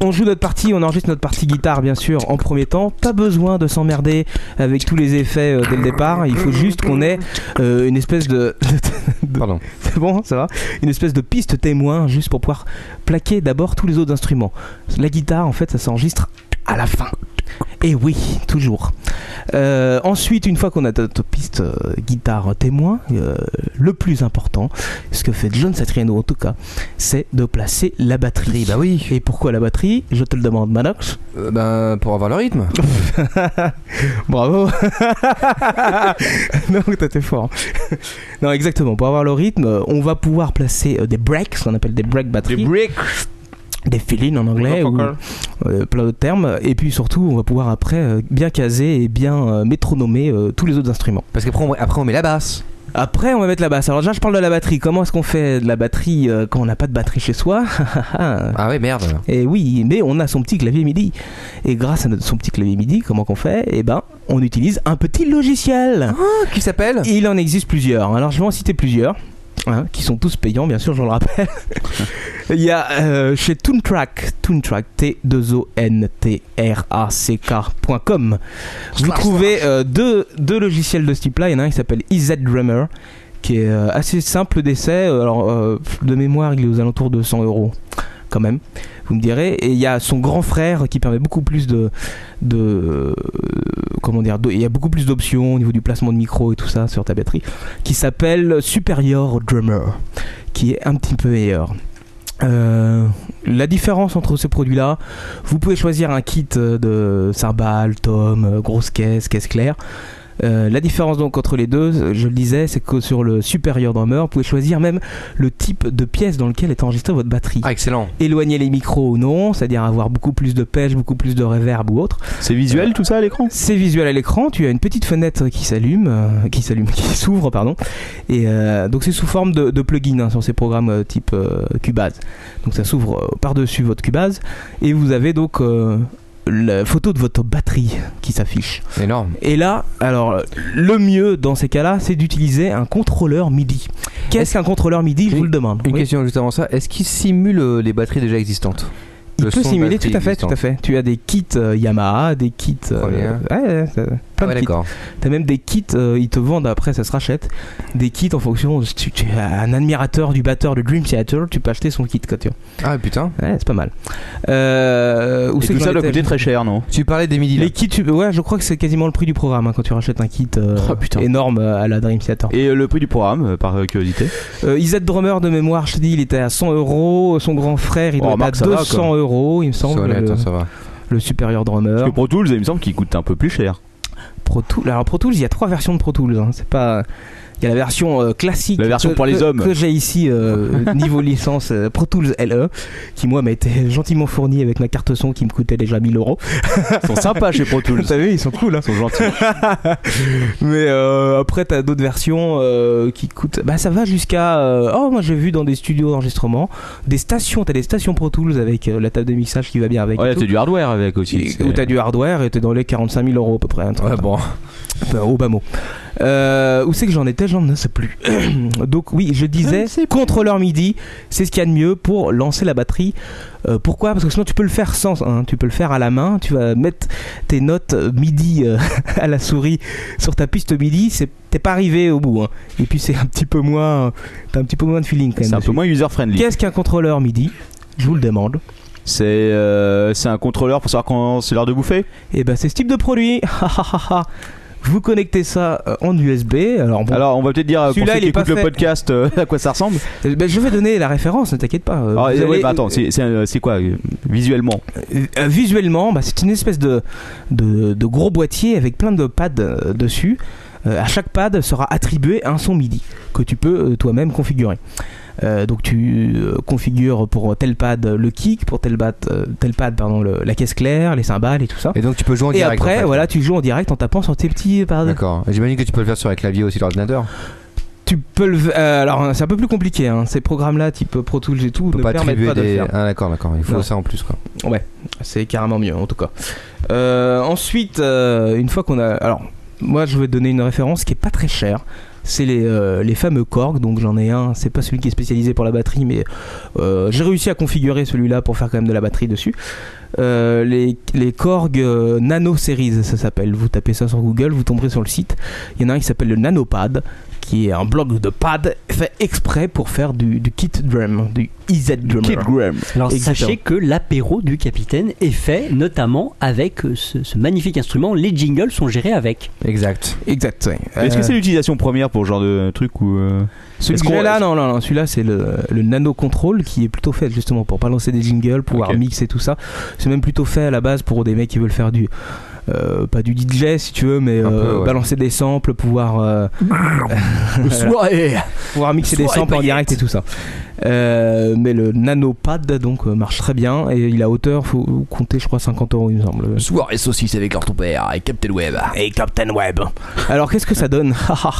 Speaker 6: On joue notre partie, on enregistre notre partie guitare bien sûr en premier temps. Pas besoin de s'emmerder avec tous les effets euh, dès le départ. Il faut juste qu'on ait euh, une espèce de, de- C'est bon, ça va. Une espèce de piste témoin juste pour pouvoir plaquer d'abord tous les autres instruments. La guitare en fait, ça s'enregistre à la fin. Et Eh oui, toujours. Euh, ensuite, une fois qu'on a notre piste euh, guitare témoin, euh, le plus important, ce que fait John Satriano en tout cas, c'est de placer la batterie.
Speaker 4: Bah oui.
Speaker 6: Et pourquoi la batterie Je te le demande, Manox.
Speaker 4: Euh, ben, pour avoir le rythme.
Speaker 6: Bravo Non, toi t'es fort. non, exactement. Pour avoir le rythme, euh, on va pouvoir placer euh, des breaks, ce qu'on appelle des break batteries. Des
Speaker 5: breaks
Speaker 6: des fill-in en anglais ou euh, plein d'autres termes et puis surtout on va pouvoir après euh, bien caser et bien euh, métronomer euh, tous les autres instruments
Speaker 4: parce qu'après on, après on met la basse
Speaker 6: après on va mettre la basse alors déjà je parle de la batterie comment est-ce qu'on fait de la batterie euh, quand on n'a pas de batterie chez soi ah
Speaker 4: ouais merde
Speaker 6: et oui, mais on a son petit clavier MIDI. Et grâce à notre- son petit clavier MIDI, comment qu'on fait Eh ben, on utilise un petit logiciel.
Speaker 4: Oh, qui s'appelle
Speaker 6: hein. Il en existe plusieurs. Alors, je vais en citer plusieurs. hein, qui sont tous payants, bien sûr, je le rappelle. Il y a euh, chez Toontrack, Toontrack, E T2ONTRACK.com. Vous trouvez euh, deux, deux logiciels de ce type-là. Il y en a un qui s'appelle EZ Drummer, qui est euh, assez simple d'essai. Alors, euh, de mémoire, il est aux alentours de 100 euros, quand même. Vous me direz. Et il y a son grand frère qui permet beaucoup plus de. de euh, comment dire de- Il y a beaucoup plus d'options au niveau du placement de micro et tout ça sur ta batterie, qui s'appelle Superior Drummer, qui est un petit peu meilleur. Euh, la différence entre ces produits-là, vous pouvez choisir un kit euh, de cymbales, tomes, euh, grosse caisse, caisse claire. Euh, la différence donc entre les deux, euh, je le disais, c'est que sur le supérieur drummer, vous pouvez choisir même le type de pièce dans lequel est enregistrée votre batterie.
Speaker 4: Ah, excellent.
Speaker 6: Éloigner les micros ou non, c'est-à-dire avoir beaucoup plus de pêche, beaucoup plus de reverb ou autre.
Speaker 5: C'est visuel tout ça à l'écran
Speaker 6: C'est visuel à l'écran, tu as une petite fenêtre qui s'allume, euh, qui s'allume, qui s'ouvre, pardon. Et euh, donc c'est sous forme de, de plugin hein, sur ces programmes euh, type euh, Cubase. Donc ça s'ouvre euh, par-dessus votre Cubase et vous avez donc euh, la photo de votre batterie qui s'affiche.
Speaker 4: Énorme.
Speaker 6: Et là, alors le mieux dans ces cas-là, c'est d'utiliser un contrôleur MIDI. Qu'est-ce qu'un contrôleur MIDI Je vous le demande.
Speaker 4: Une question juste avant ça, est-ce qu'il simule euh, les batteries déjà existantes
Speaker 6: Il
Speaker 4: Le
Speaker 6: peut
Speaker 4: son de
Speaker 6: simuler tout
Speaker 4: batterie
Speaker 6: à fait, tout
Speaker 4: existante.
Speaker 6: à fait. Tu as des kits euh, Yamaha, des kits. euh,
Speaker 4: Très bien.
Speaker 6: ouais, ouais, ça-
Speaker 4: Ah
Speaker 6: plein
Speaker 4: ouais,
Speaker 6: de kits.
Speaker 4: d'accord.
Speaker 6: T'as même des kits, euh, ils te vendent après, ça se rachète. Des kits en fonction. Tu, tu es un admirateur du batteur de Dream Theater, tu peux acheter son kit quand tu.
Speaker 4: Ah putain.
Speaker 6: Ouais, c'est pas mal. Euh, où
Speaker 5: Et
Speaker 6: c'est
Speaker 5: tout
Speaker 6: que
Speaker 5: ça
Speaker 6: j'en
Speaker 5: doit
Speaker 6: étais
Speaker 5: coûter très cher, non
Speaker 4: Tu parlais des midi
Speaker 6: Les kits, tu- ouais, je crois que c'est quasiment le prix du programme hein, quand tu rachètes un kit euh,
Speaker 5: Oh,
Speaker 6: énorme euh, à la Dream Theater.
Speaker 5: Et euh, le prix du programme, euh, par euh, curiosité
Speaker 6: Euh, Izet Drummer de mémoire, je te dis, il était à 100 euros. Son grand frère, il
Speaker 5: Oh,
Speaker 6: doit être à
Speaker 5: Marc, ça va,
Speaker 6: 200
Speaker 5: quoi.
Speaker 6: euros, il me semble.
Speaker 5: honnête,
Speaker 6: le,
Speaker 5: hein, ça va.
Speaker 6: le supérieur drummer.
Speaker 5: Parce que Pro Tools, il me semble qu'il coûte un peu plus cher.
Speaker 6: Pro Tools. Alors Pro Tools, il y a trois versions de Pro Tools. hein. C'est pas il y a la version euh, classique,
Speaker 5: La version
Speaker 6: que-
Speaker 5: pour les
Speaker 6: que-
Speaker 5: hommes.
Speaker 6: que j'ai ici euh, niveau licence euh, Pro Tools LE, qui moi m'a été gentiment fournie avec ma carte son qui me coûtait déjà 1000 euros.
Speaker 5: Ils sont sympas chez Pro Tools.
Speaker 6: T'as vu, ils sont cool. Hein.
Speaker 5: Ils sont gentils.
Speaker 6: Mais euh, après, t'as d'autres versions euh, qui coûtent. Bah, ça va jusqu'à. euh, Oh, moi j'ai vu dans des studios d'enregistrement, des stations. T'as des stations Pro Tools avec euh, la table de mixage qui va bien avec. et
Speaker 5: Ouais,
Speaker 6: tout.
Speaker 5: t'as du hardware avec aussi.
Speaker 6: Et- Où t'as du hardware et t'es dans les 45 000 euros à peu près. Ouais, bon. au bas mot. Euh, où c'est que j'en étais J'en ne sais plus. Donc, oui, je disais, contrôleur MIDI, c'est ce qu'il y a de mieux pour lancer la batterie. Euh, pourquoi Parce que sinon, tu peux le faire sans. hein, tu peux le faire à la main. Tu vas mettre tes notes euh, MIDI euh, à la souris sur ta piste MIDI. c'est- T'es pas arrivé au bout. hein. Et puis, c'est un petit peu moins. T'as un petit peu moins de feeling quand même.
Speaker 5: C'est un
Speaker 6: dessus.
Speaker 5: peu moins user-friendly.
Speaker 6: Qu'est-ce qu'un contrôleur MIDI Je vous le demande.
Speaker 5: C'est euh, c'est un contrôleur pour savoir quand c'est l'heure de bouffer
Speaker 6: Et ben c'est ce type de produit. Ha, ha, ha, ha. Vous connectez ça euh, en USB. Alors, bon,
Speaker 5: Alors, on va peut-être dire euh, pour
Speaker 6: Celui-là,
Speaker 5: ceux
Speaker 6: il
Speaker 5: qui
Speaker 6: est pas
Speaker 5: écoutent le
Speaker 6: fait.
Speaker 5: podcast euh, à quoi ça ressemble.
Speaker 6: Euh, ben, je vais donner la référence, ne t'inquiète pas. Euh,
Speaker 4: Ah,
Speaker 5: Alors,
Speaker 6: vous
Speaker 5: euh, ouais,
Speaker 6: allez-
Speaker 5: bah, attends, c'est- c'est euh, c'est quoi euh, visuellement
Speaker 6: Euh, euh, visuellement, bah, c'est une espèce de, de, de gros boîtier avec plein de pads euh, dessus. Euh, à chaque pad sera attribué un son MIDI que tu peux euh, toi-même configurer. Euh, donc tu euh, configures pour tel pad euh, le kick, pour tel, bat, euh, tel pad pardon, le- la caisse claire, les cymbales et tout ça.
Speaker 4: Et donc tu peux jouer en
Speaker 6: Et
Speaker 4: direct,
Speaker 6: après,
Speaker 4: en fait.
Speaker 6: voilà, tu joues en direct en tapant sur tes petits pads.
Speaker 4: D'accord. Et J'imagine que tu peux le faire sur un clavier aussi l'ordinateur.
Speaker 6: Tu peux le. euh, alors, c'est un peu plus compliqué. hein. Ces programmes-là, type Pro Tools et tout,
Speaker 4: Tu peux
Speaker 6: ne
Speaker 4: pas
Speaker 6: permettent
Speaker 4: attribuer
Speaker 6: pas de le
Speaker 4: des.
Speaker 6: faire.
Speaker 4: Ah d'accord, d'accord. Il faut
Speaker 6: Non.
Speaker 4: ça en plus quoi.
Speaker 6: Ouais, c'est carrément mieux en tout cas. Euh, ensuite, euh, une fois qu'on a. Alors, moi je vais te donner une référence qui est pas très chère. C'est les, euh, les fameux Korg, donc j'en ai un, c'est pas celui qui est spécialisé pour la batterie, mais euh, j'ai réussi à configurer celui-là pour faire quand même de la batterie dessus. Euh, les, les Korg euh, Nano Series, ça s'appelle. Vous tapez ça sur Google, vous tomberez sur le site. Il y en a un qui s'appelle le Nanopad, qui est un bloc de pad fait exprès pour faire du, du kit drum, du EZ drummer.
Speaker 7: Kit
Speaker 5: drum.
Speaker 7: Alors
Speaker 6: Exactement.
Speaker 7: sachez que l'apéro du capitaine est fait notamment avec euh, ce, ce magnifique instrument. Les jingles sont gérés avec.
Speaker 4: Exact.
Speaker 6: Exact.
Speaker 5: Est-ce que
Speaker 6: Euh.
Speaker 5: c'est l'utilisation première pour ce genre de truc ou euh,
Speaker 6: Celui
Speaker 5: est-ce
Speaker 6: que
Speaker 5: qu'on-
Speaker 6: j'ai là, non, non, non, celui-là c'est le, le nano control qui est plutôt fait justement pour pas lancer des jingles, pouvoir mixer tout ça. C'est même plutôt fait à la base pour des mecs qui veulent faire du. euh, pas du DJ si tu veux, mais
Speaker 4: Un peu,
Speaker 6: euh,
Speaker 4: ouais.
Speaker 6: balancer des samples, pouvoir. euh, voilà.
Speaker 4: Soirée.
Speaker 6: Pouvoir mixer des
Speaker 4: Soirée
Speaker 6: samples en direct et tout ça. Euh, mais le nanopad donc euh, marche très bien et il a hauteur, faut compter je crois 50 euros il me semble.
Speaker 2: Soirée saucisse avec leur ton père et Captain Web.
Speaker 6: Et Captain Web. Alors qu'est-ce que ça donne Ah, ah,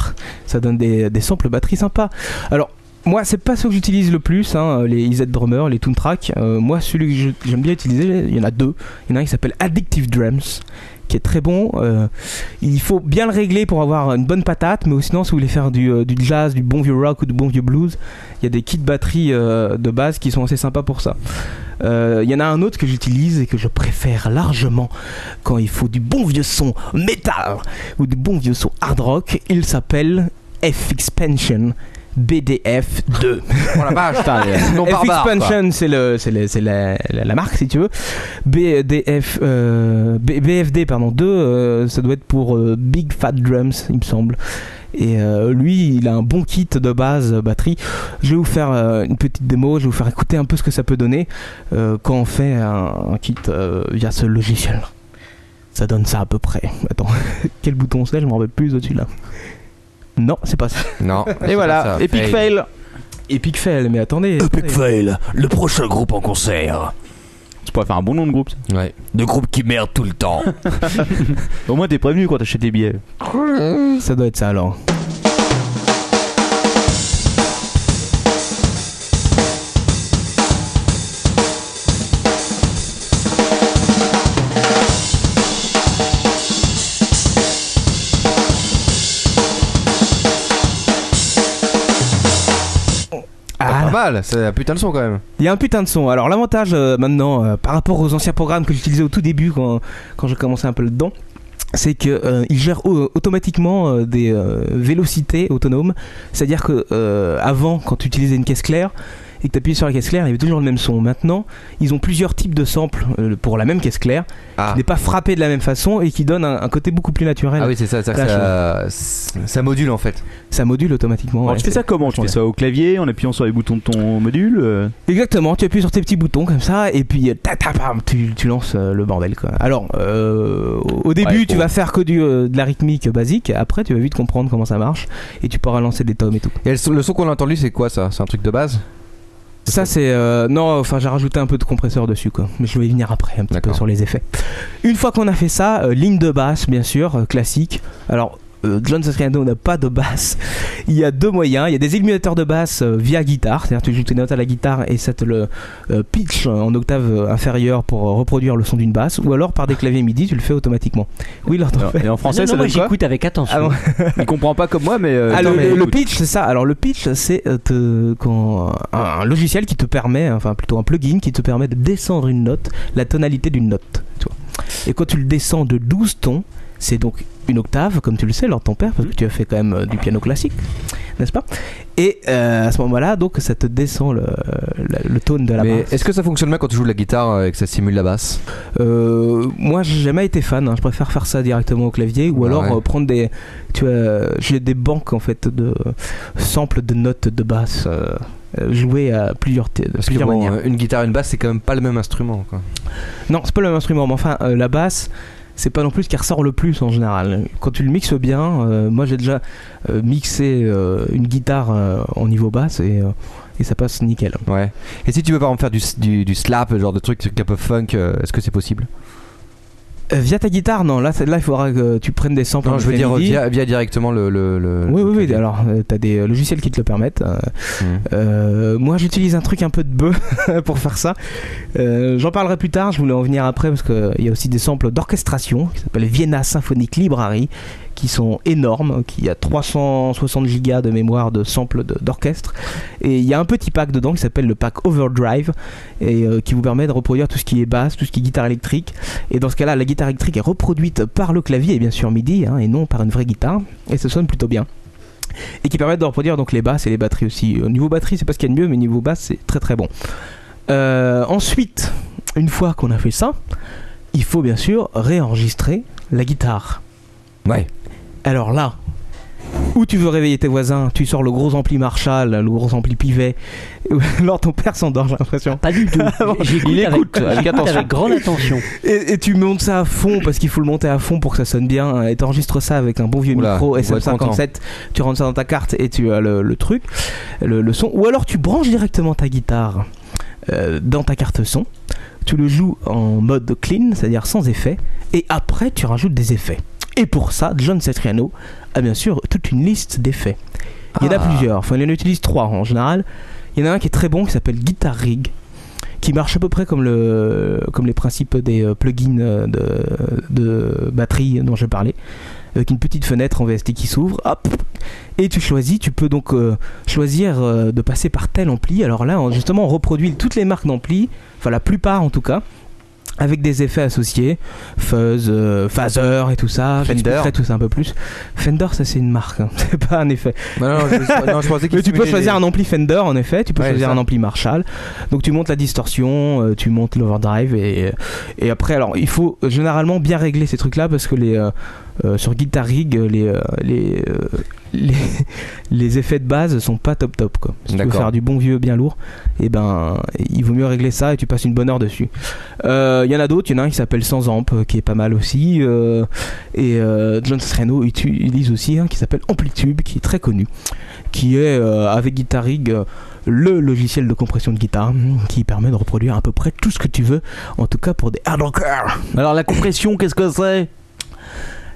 Speaker 6: Ça donne des, des samples batterie sympas. Alors moi c'est pas ceux que j'utilise le plus, hein, les IZ Drummer, les Toontrack. Euh, moi celui que je- j'aime bien utiliser, il y en a deux. Il y en a un qui s'appelle Addictive Drums qui est très bon. Euh, il faut bien le régler pour avoir une bonne patate, mais sinon, si vous voulez faire du, euh, du jazz, du bon vieux rock ou du bon vieux blues, il y a des kits batterie euh, de base qui sont assez sympas pour ça. Euh, Il y en a un autre que j'utilise et que je préfère largement quand il faut du bon vieux son metal ou du bon vieux son hard rock. Il s'appelle F-Expansion. BDF 2.
Speaker 4: Oh la
Speaker 6: Ah,
Speaker 4: vache, putain,
Speaker 5: euh,
Speaker 4: non barbare, quoi.
Speaker 6: F-Expansion, Expansion, c'est le, c'est le- c'est la, la- la marque si tu veux. BDF, euh, B- BFD pardon 2, euh, ça doit être pour euh, Big Fat Drums, il me semble. Et euh, lui, il a un bon kit de base euh, batterie. Je vais vous faire euh, une petite démo, je vais vous faire écouter un peu ce que ça peut donner euh, quand on fait un, un kit euh, via ce logiciel. Ça donne ça à peu près. Attends, quel bouton c'est Je me rappelle plus au-dessus là. Non, c'est pas ça.
Speaker 4: Non.
Speaker 6: Et voilà, Epic Fail.
Speaker 5: fail.
Speaker 6: Epic Fail, mais attendez.
Speaker 15: Epic Fail, le prochain groupe en concert.
Speaker 5: Tu pourrais faire un bon nom de groupe. ça.
Speaker 15: De groupe qui merde tout le temps.
Speaker 5: Au moins, t'es prévenu quand t'achètes tes billets.
Speaker 6: Ça doit être ça alors. Ah.
Speaker 4: Pas mal, c'est un putain de son quand même.
Speaker 6: Il y a un putain de son. Alors l'avantage euh, maintenant, euh, par rapport aux anciens programmes que j'utilisais au tout début quand, quand je commençais un peu dedans, c'est que euh, il gère au- automatiquement euh, des euh, vélocités autonomes. C'est-à-dire que euh, avant, quand tu utilisais une caisse claire et que tu appuyais sur la caisse claire, il y avait toujours le même son. Maintenant, ils ont plusieurs types de samples euh, pour la même caisse claire, qui n'est pas frappé de la même façon et qui donne un, un côté beaucoup plus naturel.
Speaker 4: Ah oui, c'est ça, c'est-à-dire que ça, ça module en fait.
Speaker 6: Ça module automatiquement.
Speaker 5: Alors,
Speaker 6: ouais,
Speaker 5: tu fais
Speaker 6: c'est-
Speaker 5: ça comment Tu fais ça au clavier en appuyant sur les boutons de ton module euh
Speaker 6: Exactement, tu appuies sur tes petits boutons comme ça et puis euh, ta, ta, pam, tu, tu lances euh, le bordel quoi. Alors euh, au au début
Speaker 5: Ouais,
Speaker 6: tu
Speaker 5: bon.
Speaker 6: vas faire que du, euh, de la rythmique basique, après tu vas vite comprendre comment ça marche et tu pourras lancer des tomes et tout.
Speaker 4: Et le son, le son qu'on a entendu, c'est quoi ça C'est un truc de base
Speaker 6: Ça c'est euh, non, enfin j'ai rajouté un peu de compresseur dessus quoi, mais je vais y venir après un petit peu sur les effets. Une fois qu'on a fait ça, euh, ligne de basse bien sûr, euh, classique. Alors euh, John Satriano n'a pas de basse. Il y a deux moyens. Il y a des émulateurs de basse euh, via guitare, c'est-à-dire tu joues tes notes à la guitare et ça te le euh, pitch en octave euh, inférieure pour euh, reproduire le son d'une basse, ou alors par des claviers MIDI, tu le fais automatiquement. Oui, Lord of-
Speaker 5: Et en français, ça donne quoi
Speaker 6: Ah bon
Speaker 5: Il comprend pas comme moi, mais. euh,
Speaker 6: ah, le,
Speaker 5: attends, mais
Speaker 6: le- le
Speaker 5: écoute.
Speaker 6: pitch, c'est ça. Alors, le pitch, c'est euh, te- quand- un, un logiciel qui te permet, enfin plutôt un plugin qui te permet de descendre une note, la tonalité d'une note. tu vois. Et quand tu le descends de 12 tons, c'est donc une octave, comme tu le sais, lors de ton père, parce que tu as fait quand même euh, du piano classique, n'est-ce pas Et euh, à ce moment-là, donc, ça te descend le, le, le tone de la
Speaker 4: Mais
Speaker 6: basse.
Speaker 4: est-ce que ça fonctionne bien quand tu joues de la guitare euh, et que ça simule la basse
Speaker 6: Euh, moi, j'ai jamais été fan. hein. Je préfère faire ça directement au clavier ou
Speaker 4: Ah
Speaker 6: alors
Speaker 4: ouais.
Speaker 6: euh, prendre des. Tu vois, euh, j'ai des banques en fait de samples de notes de basse euh, euh, jouées à plusieurs, t-
Speaker 4: Parce que
Speaker 6: plusieurs
Speaker 4: bon,
Speaker 6: manières.
Speaker 4: euh, une guitare et une basse, c'est quand même pas le même instrument. Quoi.
Speaker 6: Non, c'est pas le même instrument, mais enfin, euh, la basse, c'est pas non plus ce qui ressort le plus en général. Quand tu le mixes bien, euh, moi j'ai déjà euh, mixé euh, une guitare euh, en niveau basse et, euh, et ça passe nickel.
Speaker 4: Ouais. Et si tu veux par exemple faire du, du, du slap, genre de truc, truc un peu funk, euh, est-ce que c'est possible
Speaker 6: Euh, via ta guitare, non, là, c'est- là il faudra que tu prennes des samples.
Speaker 4: Non,
Speaker 6: en
Speaker 4: je veux dire
Speaker 6: MIDI.
Speaker 4: via, via directement le. le- le-
Speaker 6: Oui, oui, oui. Alors, tu as des euh, logiciels qui te le permettent. euh, euh, moi, j'utilise un truc un peu de bœuf pour faire ça. Euh, J'en parlerai plus tard. Je voulais en venir après parce qu'il y a aussi des samples d'orchestration qui s'appellent Vienna Symphonic Library qui sont énormes, qui a 360 gigas de mémoire de samples de- d'orchestre. Et il y a un petit pack dedans qui s'appelle le pack Overdrive et euh, qui vous permet de reproduire tout ce qui est basse, tout ce qui est guitare électrique. Et dans ce cas-là, la guitare électrique est reproduite par le clavier et bien sûr MIDI hein, et non par une vraie guitare. Et ça sonne plutôt bien et qui permettent de reproduire donc les basses et les batteries aussi. Au niveau batterie, c'est pas ce qu'il y a de mieux, mais niveau basse, c'est très très bon. Euh, ensuite, une fois qu'on a fait ça, il faut bien sûr réenregistrer la guitare.
Speaker 4: Ouais.
Speaker 6: Alors là, où tu veux réveiller tes voisins, tu sors le gros ampli Marshall, le gros ampli Pivet. Alors ton père s'endort, j'ai l'impression.
Speaker 7: Pas du tout. J'écoute
Speaker 6: Ah Il
Speaker 7: avec-
Speaker 6: écoute avec,
Speaker 7: j'écoute
Speaker 6: attention.
Speaker 7: avec grande attention.
Speaker 6: Et, et tu montes ça à fond parce qu'il faut le monter à fond pour que ça sonne bien. hein. Et t'enregistres ça avec un bon vieux
Speaker 4: Oula,
Speaker 6: micro
Speaker 4: on va être
Speaker 6: SM57. Tu rentres ça dans ta carte et tu as le, le truc, le, le son. Ou alors tu branches directement ta guitare euh, dans ta carte son. Tu le joues en mode clean, c'est-à-dire sans effet. Et après, tu rajoutes des effets. Et pour ça, John Satriano a bien sûr toute une liste d'effets.
Speaker 4: Ah.
Speaker 6: Il y en a plusieurs. Enfin, il en utilise trois en général. Il y en a un qui est très bon qui s'appelle Guitar Rig qui marche à peu près comme, le, comme les principes des euh, plugins euh, de, de batterie dont je parlais, avec une petite fenêtre en VST qui s'ouvre, hop, et tu choisis, tu peux donc euh, choisir euh, de passer par tel ampli. Alors là, on- justement, on reproduit toutes les marques d'ampli, enfin la plupart en tout cas. Avec des effets associés, fuzz, euh, phaser et tout ça. Je
Speaker 4: Fender.
Speaker 6: t'expliquerai tout ça un peu plus. Fender, ça c'est une marque, hein. c'est pas un effet.
Speaker 4: non, je- non, je pensais qu'il
Speaker 6: Mais tu peux
Speaker 4: simulait
Speaker 6: choisir
Speaker 4: les-
Speaker 6: un ampli Fender en effet, tu peux
Speaker 4: Ouais,
Speaker 6: choisir
Speaker 4: ça.
Speaker 6: un ampli Marshall. Donc tu montes la distorsion, euh, tu montes l'overdrive et, et après alors il faut généralement bien régler ces trucs là parce que les euh, euh, sur Guitar Rig les euh, les, euh, les les effets de base sont pas top top quoi. Si tu veux
Speaker 4: D'accord.
Speaker 6: faire du bon vieux bien lourd, et ben il vaut mieux régler ça et tu passes une bonne heure dessus. Euh, Il y en a d'autres, il y en a un qui s'appelle Sans Amp euh, qui est pas mal aussi euh, et euh, John Streno utilise aussi un qui s'appelle Amplitude qui est très connu qui est euh, avec Guitar Rig euh, le logiciel de compression de guitare mm, qui permet de reproduire à peu près tout ce que tu veux, en tout cas pour des hardcore. Alors la compression, qu'est-ce que c'est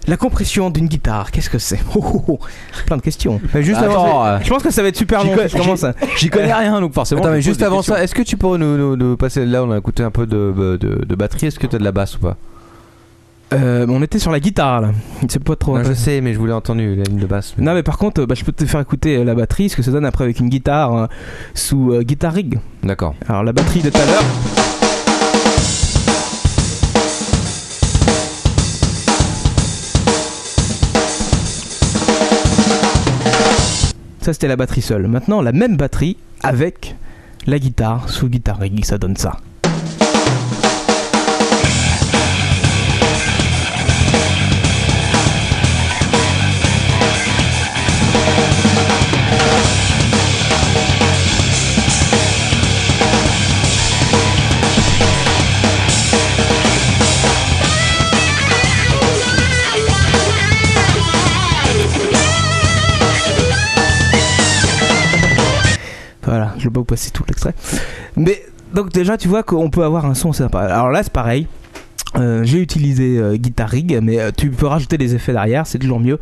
Speaker 6: la compression d'une guitare, qu'est-ce que c'est Oh, oh, oh, Plein de questions.
Speaker 4: juste
Speaker 6: Attends,
Speaker 4: avant-
Speaker 6: euh, je pense que ça va être super
Speaker 4: J'y
Speaker 6: long.
Speaker 4: connais-
Speaker 6: si je commence à-
Speaker 4: j'y connais
Speaker 6: Euh,
Speaker 4: rien, donc forcément,
Speaker 6: attends,
Speaker 4: je
Speaker 6: mais
Speaker 4: pose
Speaker 6: juste
Speaker 4: des
Speaker 6: avant
Speaker 4: questions.
Speaker 6: ça,
Speaker 4: est-ce que tu pourrais nous, nous- nous passer là On a écouté un peu de, de- de batterie. Est-ce que tu as de la basse ou pas
Speaker 6: euh, on était sur la guitare là. C'est pas trop.
Speaker 4: Non, je
Speaker 6: intéressant.
Speaker 4: sais, mais je voulais entendre la ligne de basse.
Speaker 6: Non mais par contre, euh, bah, je peux te faire écouter euh, la batterie, ce que ça donne après avec une guitare euh, sous euh, Guitar Rig.
Speaker 4: D'accord.
Speaker 6: Alors la batterie de tout à l'heure. Ça c'était la batterie seule. Maintenant la même batterie avec la guitare sous Guitar Rig, ça donne ça. Voilà, je vais pas vous passer tout l'extrait. Mais donc déjà, tu vois qu'on peut avoir un son sympa. Alors là, c'est pareil. Euh, j'ai utilisé euh, Guitar Rig, mais euh, tu peux rajouter des effets derrière, c'est toujours mieux.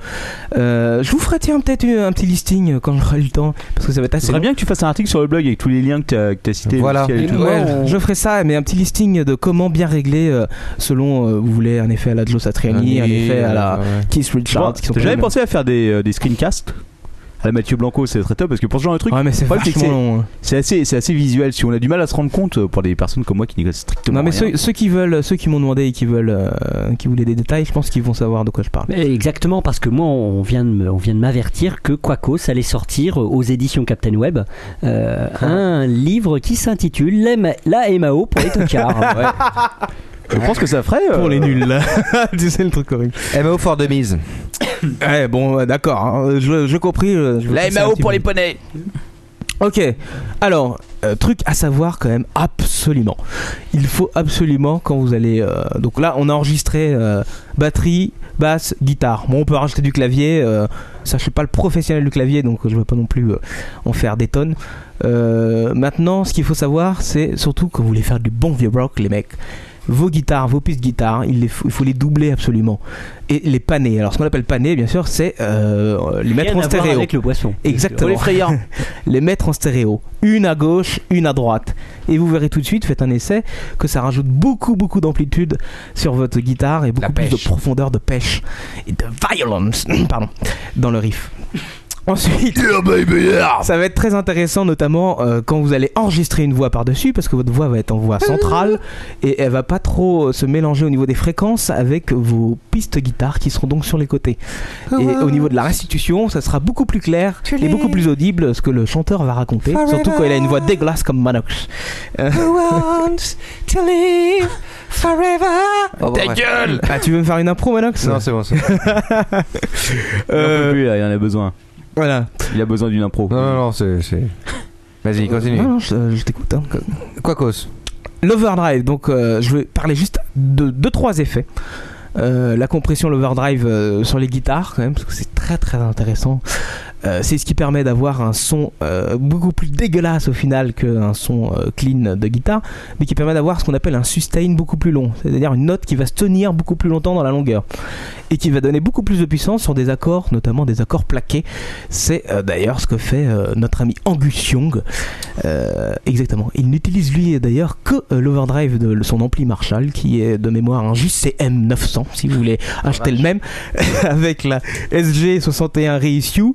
Speaker 6: Euh, je vous ferai tiens peut-être une- un petit listing euh, quand j'aurai le temps, parce que ça va être
Speaker 5: Ce
Speaker 6: assez.
Speaker 5: serait
Speaker 6: long.
Speaker 5: bien que tu fasses un article sur le blog avec tous les liens que tu as, cités.
Speaker 6: Voilà,
Speaker 5: le ciel et tout.
Speaker 6: Ouais, je ferai ça, mais un petit listing de comment bien régler euh, selon euh, vous voulez un effet à la Joe Satriani, un
Speaker 5: Oui,
Speaker 6: effet à la
Speaker 5: ouais.
Speaker 6: Keith Richards. qui
Speaker 5: T'as
Speaker 6: sont tous les
Speaker 5: jamais
Speaker 6: mêmes.
Speaker 5: pensé à faire des, euh, des screencasts à la Mathieu Blanco, c'est très top parce que pour ce genre de truc,
Speaker 6: Ouais, mais c'est
Speaker 5: le problème, que
Speaker 6: vachement long, hein.
Speaker 5: c'est assez, c'est assez visuel. Si on a du mal à se rendre compte euh, pour des personnes comme moi qui n'y connaissent strictement
Speaker 6: Non mais
Speaker 5: rien.
Speaker 6: ceux, ceux qui veulent, euh, ceux qui m'ont demandé et qui veulent, euh, qui voulaient des détails, je pense qu'ils vont savoir de quoi je parle.
Speaker 7: Mais Exactement, parce que moi, on vient de, me- on vient de m'avertir que Quacos allait sortir euh, aux éditions Captain Web euh, un livre qui s'intitule La Ma- La MAO pour les tocards.
Speaker 5: Je pense que ça ferait. euh,
Speaker 6: Pour les nuls, là. tu sais le truc horrible.
Speaker 4: MAO for de mise.
Speaker 6: ouais, bon, euh, d'accord. hein, Je, je compris. euh, je vais passer un petit peu.
Speaker 5: poneys.
Speaker 6: Ok, alors, euh, truc à savoir quand même, absolument. Il faut absolument quand vous allez... euh, donc là, on a enregistré euh, batterie, basse, guitare. Bon, on peut rajouter du clavier. euh, ça, je suis pas le professionnel du clavier, donc je ne vais pas non plus euh, en faire des tonnes. Euh, maintenant, ce qu'il faut savoir, c'est surtout que vous voulez faire du bon vieux rock, les mecs. Vos guitares, vos pistes guitares, il, les faut, il faut les doubler absolument. Et les paner. Alors, ce qu'on appelle paner, bien sûr, c'est euh, les mettre
Speaker 7: Rien
Speaker 6: en
Speaker 7: à voir
Speaker 6: stéréo.
Speaker 7: avec le poisson.
Speaker 6: Exactement.
Speaker 7: Pour les frayeurs.
Speaker 6: les mettre en stéréo. Une à gauche, une à droite. Et vous verrez tout de suite, faites un essai, que ça rajoute beaucoup, beaucoup d'amplitude sur votre guitare et beaucoup plus de profondeur de pêche et de violence pardon, dans le riff. Ensuite, ça va être très intéressant, notamment euh, quand vous allez enregistrer une voix par-dessus, parce que votre voix va être en voix centrale et elle va pas trop euh, se mélanger au niveau des fréquences avec vos pistes guitare qui seront donc sur les côtés. Et au niveau de la restitution, ça sera beaucoup plus clair et beaucoup plus audible ce que le chanteur va raconter, surtout quand il a une voix dégueulasse comme Manox. Euh,
Speaker 12: Who wants to live forever?
Speaker 6: Oh, bah, ouais. Ah, tu veux me faire une impro, Manox
Speaker 4: Non, c'est bon. c'est bon.
Speaker 5: Il en peut plus, là, il en a besoin.
Speaker 6: Voilà.
Speaker 5: Il a besoin d'une impro.
Speaker 4: Non, non, non, c'est. c'est- Vas-y, continue.
Speaker 6: Non, non, je, je t'écoute. hein.
Speaker 4: Quoi cause
Speaker 6: L'overdrive, donc euh, je vais parler juste de deux trois effets. Euh, la compression, l'overdrive euh, sur les guitares quand même, parce que c'est très très intéressant. Euh, c'est ce qui permet d'avoir un son euh, beaucoup plus dégueulasse au final qu'un son euh, clean de guitare, mais qui permet d'avoir ce qu'on appelle un sustain beaucoup plus long, c'est-à-dire une note qui va se tenir beaucoup plus longtemps dans la longueur et qui va donner beaucoup plus de puissance sur des accords, notamment des accords plaqués. C'est euh, d'ailleurs ce que fait euh, notre ami Angus Young. Euh, exactement. Il n'utilise lui d'ailleurs que euh, l'overdrive de son ampli Marshall, qui est de mémoire un JCM 900, si vous voulez acheter le même, avec la SG61 Reissue,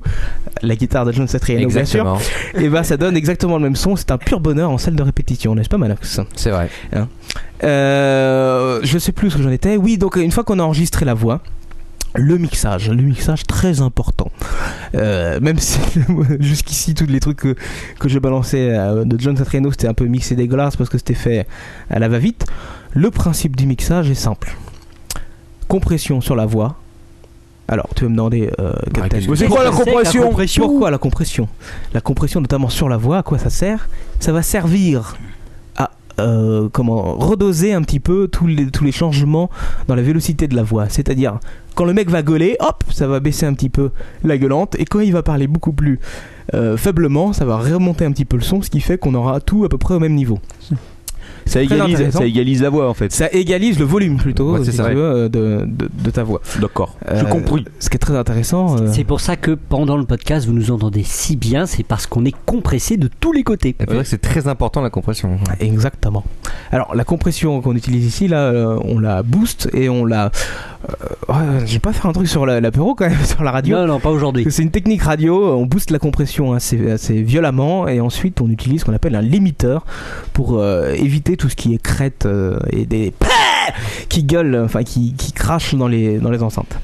Speaker 6: la guitare de John Satriano, bien sûr.
Speaker 4: Exactement.
Speaker 6: Et ben ça donne exactement le même son. C'est un pur bonheur en salle de répétition, n'est-ce pas, Manox
Speaker 4: C'est vrai.
Speaker 6: Hein Euh, je sais plus ce que j'en étais. Oui, donc une fois qu'on a enregistré la voix. Le mixage, le mixage très important. Euh, même si jusqu'ici tous les trucs que, que je balançais euh, de John Satriano c'était un peu mixé dégueulasse parce que c'était fait à la va-vite, le principe du mixage est simple. Compression sur la voix. Alors tu vas me demander... euh, Captain,
Speaker 5: Ah, qu'est-ce que c'est quoi la compression
Speaker 6: Pourquoi la compression La compression notamment sur la voix, à quoi ça sert Ça va servir à euh, comment redoser un petit peu tous les, tous les changements dans la vélocité de la voix. C'est-à-dire, quand le mec va gueuler, hop, ça va baisser un petit peu la gueulante, et quand il va parler beaucoup plus euh, faiblement, ça va remonter un petit peu le son, ce qui fait qu'on aura tout à peu près au même niveau.
Speaker 5: Ça
Speaker 6: C'est très
Speaker 5: égalise,
Speaker 6: intéressant.
Speaker 5: ça égalise la voix en fait.
Speaker 6: Ça égalise le volume plutôt,
Speaker 5: Ouais, c'est
Speaker 6: si
Speaker 5: ça.
Speaker 6: tu veux, euh, de, de- de ta voix.
Speaker 5: D'accord,
Speaker 6: Euh, Ce qui est très intéressant. euh,
Speaker 7: C'est pour ça que pendant le podcast, vous nous entendez si bien, c'est parce qu'on est compressé de tous les côtés.
Speaker 4: C'est vrai que c'est très important la compression.
Speaker 6: Exactement. Alors la compression qu'on utilise ici, là, euh, on la boost et on la. Euh, ouais, je vais pas faire un truc sur la- l'apéro quand même, sur la radio.
Speaker 7: Non, non, pas aujourd'hui.
Speaker 6: C'est une technique radio, on booste la compression assez, assez violemment et ensuite on utilise ce qu'on appelle un limiteur pour euh, éviter tout ce qui est crête euh, et des. qui gueulent, enfin qui, qui crachent dans les, dans les enceintes.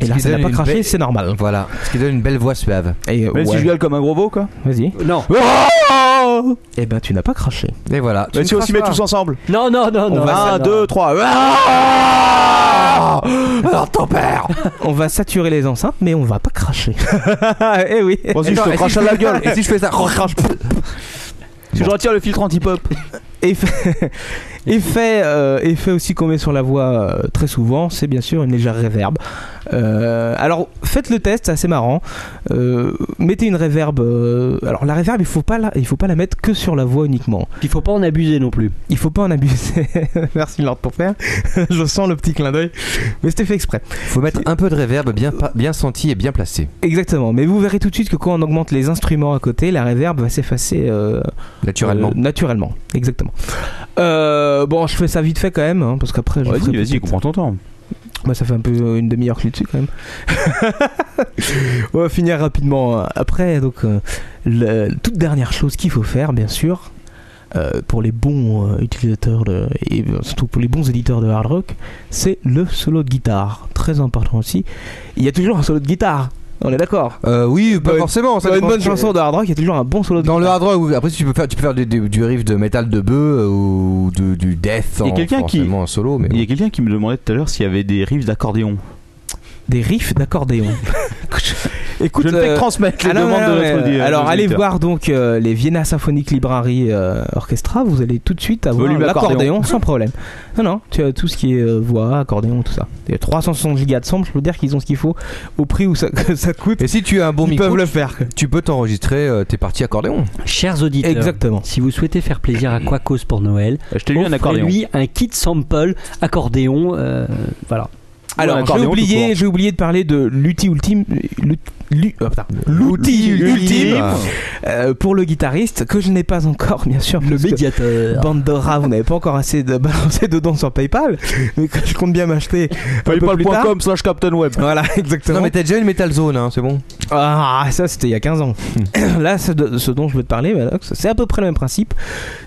Speaker 6: Et
Speaker 4: Ce
Speaker 6: là,
Speaker 4: qui
Speaker 6: ça n'a
Speaker 4: donne
Speaker 6: pas
Speaker 4: une
Speaker 6: craché,
Speaker 4: belle-
Speaker 6: c'est normal.
Speaker 4: Voilà. Ce qui donne une belle voix suave.
Speaker 6: Et,
Speaker 5: Même si je gueule comme un gros veau quoi.
Speaker 6: Vas-y.
Speaker 7: Non.
Speaker 6: Eh ben, tu n'as pas craché.
Speaker 4: Et voilà.
Speaker 5: Même si on s'y met tous ensemble.
Speaker 7: Non, non, non, non.
Speaker 5: Un,
Speaker 7: non.
Speaker 5: deux, trois.
Speaker 4: Ah
Speaker 6: ton père On va saturer les enceintes, mais on va pas cracher. eh oui
Speaker 5: Bon, si je te crache à la gueule. Et si je fais ça, recrache. Si je retire le filtre anti-pop.
Speaker 6: Effet, effet, euh, effet aussi qu'on met sur la voix euh, très souvent, c'est bien sûr une légère réverb. alors faites le test, c'est assez marrant. Euh, mettez une réverb. alors la réverb, il faut pas la, il faut pas la mettre que sur la voix uniquement.
Speaker 7: Il faut pas en abuser non plus.
Speaker 6: Il faut pas en abuser. Merci Lord pour faire. Je sens le petit clin d'œil, mais c'était fait exprès.
Speaker 4: Faut mettre un peu de réverb bien, pa- bien senti et bien placé.
Speaker 6: Exactement, mais vous verrez tout de suite que quand on augmente les instruments à côté, la réverb va s'effacer euh,
Speaker 4: Naturellement.
Speaker 6: euh, naturellement, exactement. Euh, bon, je fais ça vite fait quand même, hein, parce qu'après, je ferai
Speaker 5: Vas-y, vas-y,
Speaker 6: peut-être-
Speaker 5: comprends ton temps.
Speaker 6: Bah, ça fait un peu euh, une demi-heure que je suis dessus quand même. on va finir rapidement euh, après. Donc, euh, le- toute dernière chose qu'il faut faire, bien sûr, euh, pour les bons euh, utilisateurs de- et euh, surtout pour les bons éditeurs de hard rock, c'est le solo de guitare. Très important aussi. Il y a toujours un solo de guitare. On est d'accord
Speaker 4: Euh, oui, pas
Speaker 6: Dans une-
Speaker 4: forcément, ça
Speaker 6: dans une
Speaker 4: dépend
Speaker 6: bonne
Speaker 4: ce que-
Speaker 6: chanson de hard rock, il y a toujours un bon solo de
Speaker 4: Dans le hard rock, oui. après tu peux faire, tu peux faire du, du- du riff de métal de bœuf euh, ou du, du death
Speaker 5: Il y
Speaker 4: en-
Speaker 5: a quelqu'un qui-
Speaker 4: forcément en solo, mais
Speaker 5: Il y a quelqu'un qui me demandait tout à l'heure s'il y avait des riffs d'accordéon.
Speaker 6: Des riffs d'accordéon. Écoute,
Speaker 5: Je ne fais que
Speaker 6: euh,
Speaker 5: transmettre les
Speaker 6: ah non,
Speaker 5: demandes
Speaker 6: non,
Speaker 5: de
Speaker 6: non,
Speaker 5: notre
Speaker 6: mais,
Speaker 5: audi-
Speaker 6: Alors,
Speaker 5: nos
Speaker 6: allez
Speaker 5: auditeurs.
Speaker 6: voir donc euh, les Vienna Symphonic Library euh, Orchestra. Vous allez tout de suite avoir
Speaker 5: Volume
Speaker 6: l'accordéon
Speaker 5: accordéon.
Speaker 6: sans problème. Non, non, tu as tout ce qui est euh, voix, accordéon, tout ça. Et 360 gigas de son, je peux dire qu'ils ont ce qu'il faut au prix où ça, que ça coûte.
Speaker 4: Et si tu as un bon
Speaker 6: Ils
Speaker 4: micro,
Speaker 6: peuvent le
Speaker 4: tu-
Speaker 6: faire.
Speaker 4: Tu peux t'enregistrer euh, tes parties accordéon.
Speaker 7: Chers auditeurs,
Speaker 6: Exactement.
Speaker 7: si vous souhaitez faire plaisir à Quacos pour Noël,
Speaker 5: Achetez-lui un accordéon.
Speaker 7: lui un kit sample accordéon. euh, voilà.
Speaker 6: Alors, j'ai oublié, j'ai oublié de parler de l'outil ultime. l'ut- l'u- oh, putain.
Speaker 7: L'outil
Speaker 6: L'outil ultime
Speaker 7: ultime.
Speaker 6: euh, pour le guitariste que je n'ai pas encore, bien sûr. Le
Speaker 4: Euh,
Speaker 7: médiateur.
Speaker 6: Bandora, vous n'avez pas encore assez de balancer dedans sur PayPal, mais que je compte bien m'acheter.
Speaker 5: PayPal.com slash Captain Web.
Speaker 6: Voilà, exactement.
Speaker 4: Non, mais t'as déjà une Metal Zone, hein, c'est bon.
Speaker 6: Ah, ça c'était il y a 15 ans.
Speaker 4: Hmm.
Speaker 6: Là, ce, de- ce dont je veux te parler, Manox, c'est à peu près le même principe.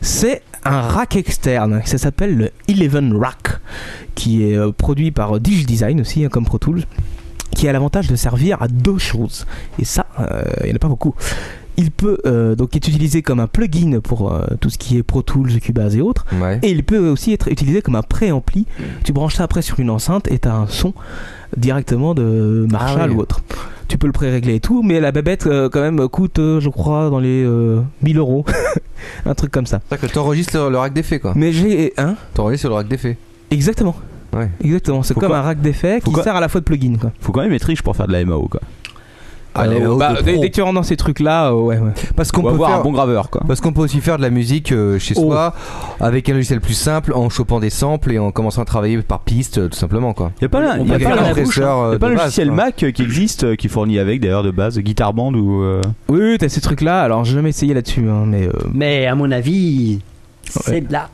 Speaker 6: C'est un rack externe, ça s'appelle le Eleven Rack, qui est euh, produit par euh, Digidesign Design aussi, hein, comme Pro Tools, qui a l'avantage de servir à deux choses. Et ça, euh, il n'y en a pas beaucoup. Il peut euh, donc être utilisé comme un plugin pour euh, tout ce qui est Pro Tools, Cubase et autres.
Speaker 4: Ouais.
Speaker 6: Et il peut aussi être utilisé comme un préampli. Tu branches ça après sur une enceinte et t'as un son directement de Marshall
Speaker 4: Ah oui.
Speaker 6: ou autre. Tu peux le pré-régler et tout, mais la babette euh, quand même coûte, euh, je crois, dans les euh, 1000 euros. un truc comme ça.
Speaker 4: C'est que t'enregistres le, le rack d'effets, quoi.
Speaker 6: Mais j'ai un.
Speaker 4: T'enregistres le rack d'effets.
Speaker 6: Exactement.
Speaker 4: Ouais.
Speaker 6: Exactement. C'est
Speaker 5: Faut
Speaker 6: comme
Speaker 5: quoi-
Speaker 6: un rack d'effets qui
Speaker 5: quoi-
Speaker 6: sert à la fois de plugin. Quoi.
Speaker 5: Faut quand même être riche pour faire de la MAO quoi.
Speaker 4: Allez,
Speaker 6: Euh,
Speaker 4: oh,
Speaker 6: bah,
Speaker 4: de
Speaker 6: dès,
Speaker 4: pro.
Speaker 6: dès que tu rentres dans ces trucs-là, euh, ouais, ouais.
Speaker 4: Parce qu'on
Speaker 6: va
Speaker 4: peut
Speaker 6: avoir
Speaker 4: faire
Speaker 6: un bon
Speaker 5: graveur, quoi.
Speaker 4: Parce qu'on peut aussi faire de la musique euh, chez
Speaker 6: Oh.
Speaker 4: soi avec un logiciel plus simple, en chopant des samples et en commençant à travailler par piste, euh, tout simplement, quoi.
Speaker 5: Ah, Il n'y a pas, la-
Speaker 4: On
Speaker 5: y a
Speaker 4: peut
Speaker 5: pas
Speaker 4: faire
Speaker 5: la- hein.
Speaker 4: un compresseur,
Speaker 5: y a
Speaker 4: euh,
Speaker 5: pas
Speaker 4: de
Speaker 5: le
Speaker 4: base,
Speaker 5: logiciel
Speaker 4: quoi.
Speaker 5: Mac euh, qui existe, euh, qui fournit avec d'ailleurs de base Guitar Band ou. euh,
Speaker 6: Oui, oui, t'as ces trucs-là. Alors, j'ai jamais essayé là-dessus, hein, mais.
Speaker 7: Mais à mon avis, c'est de la.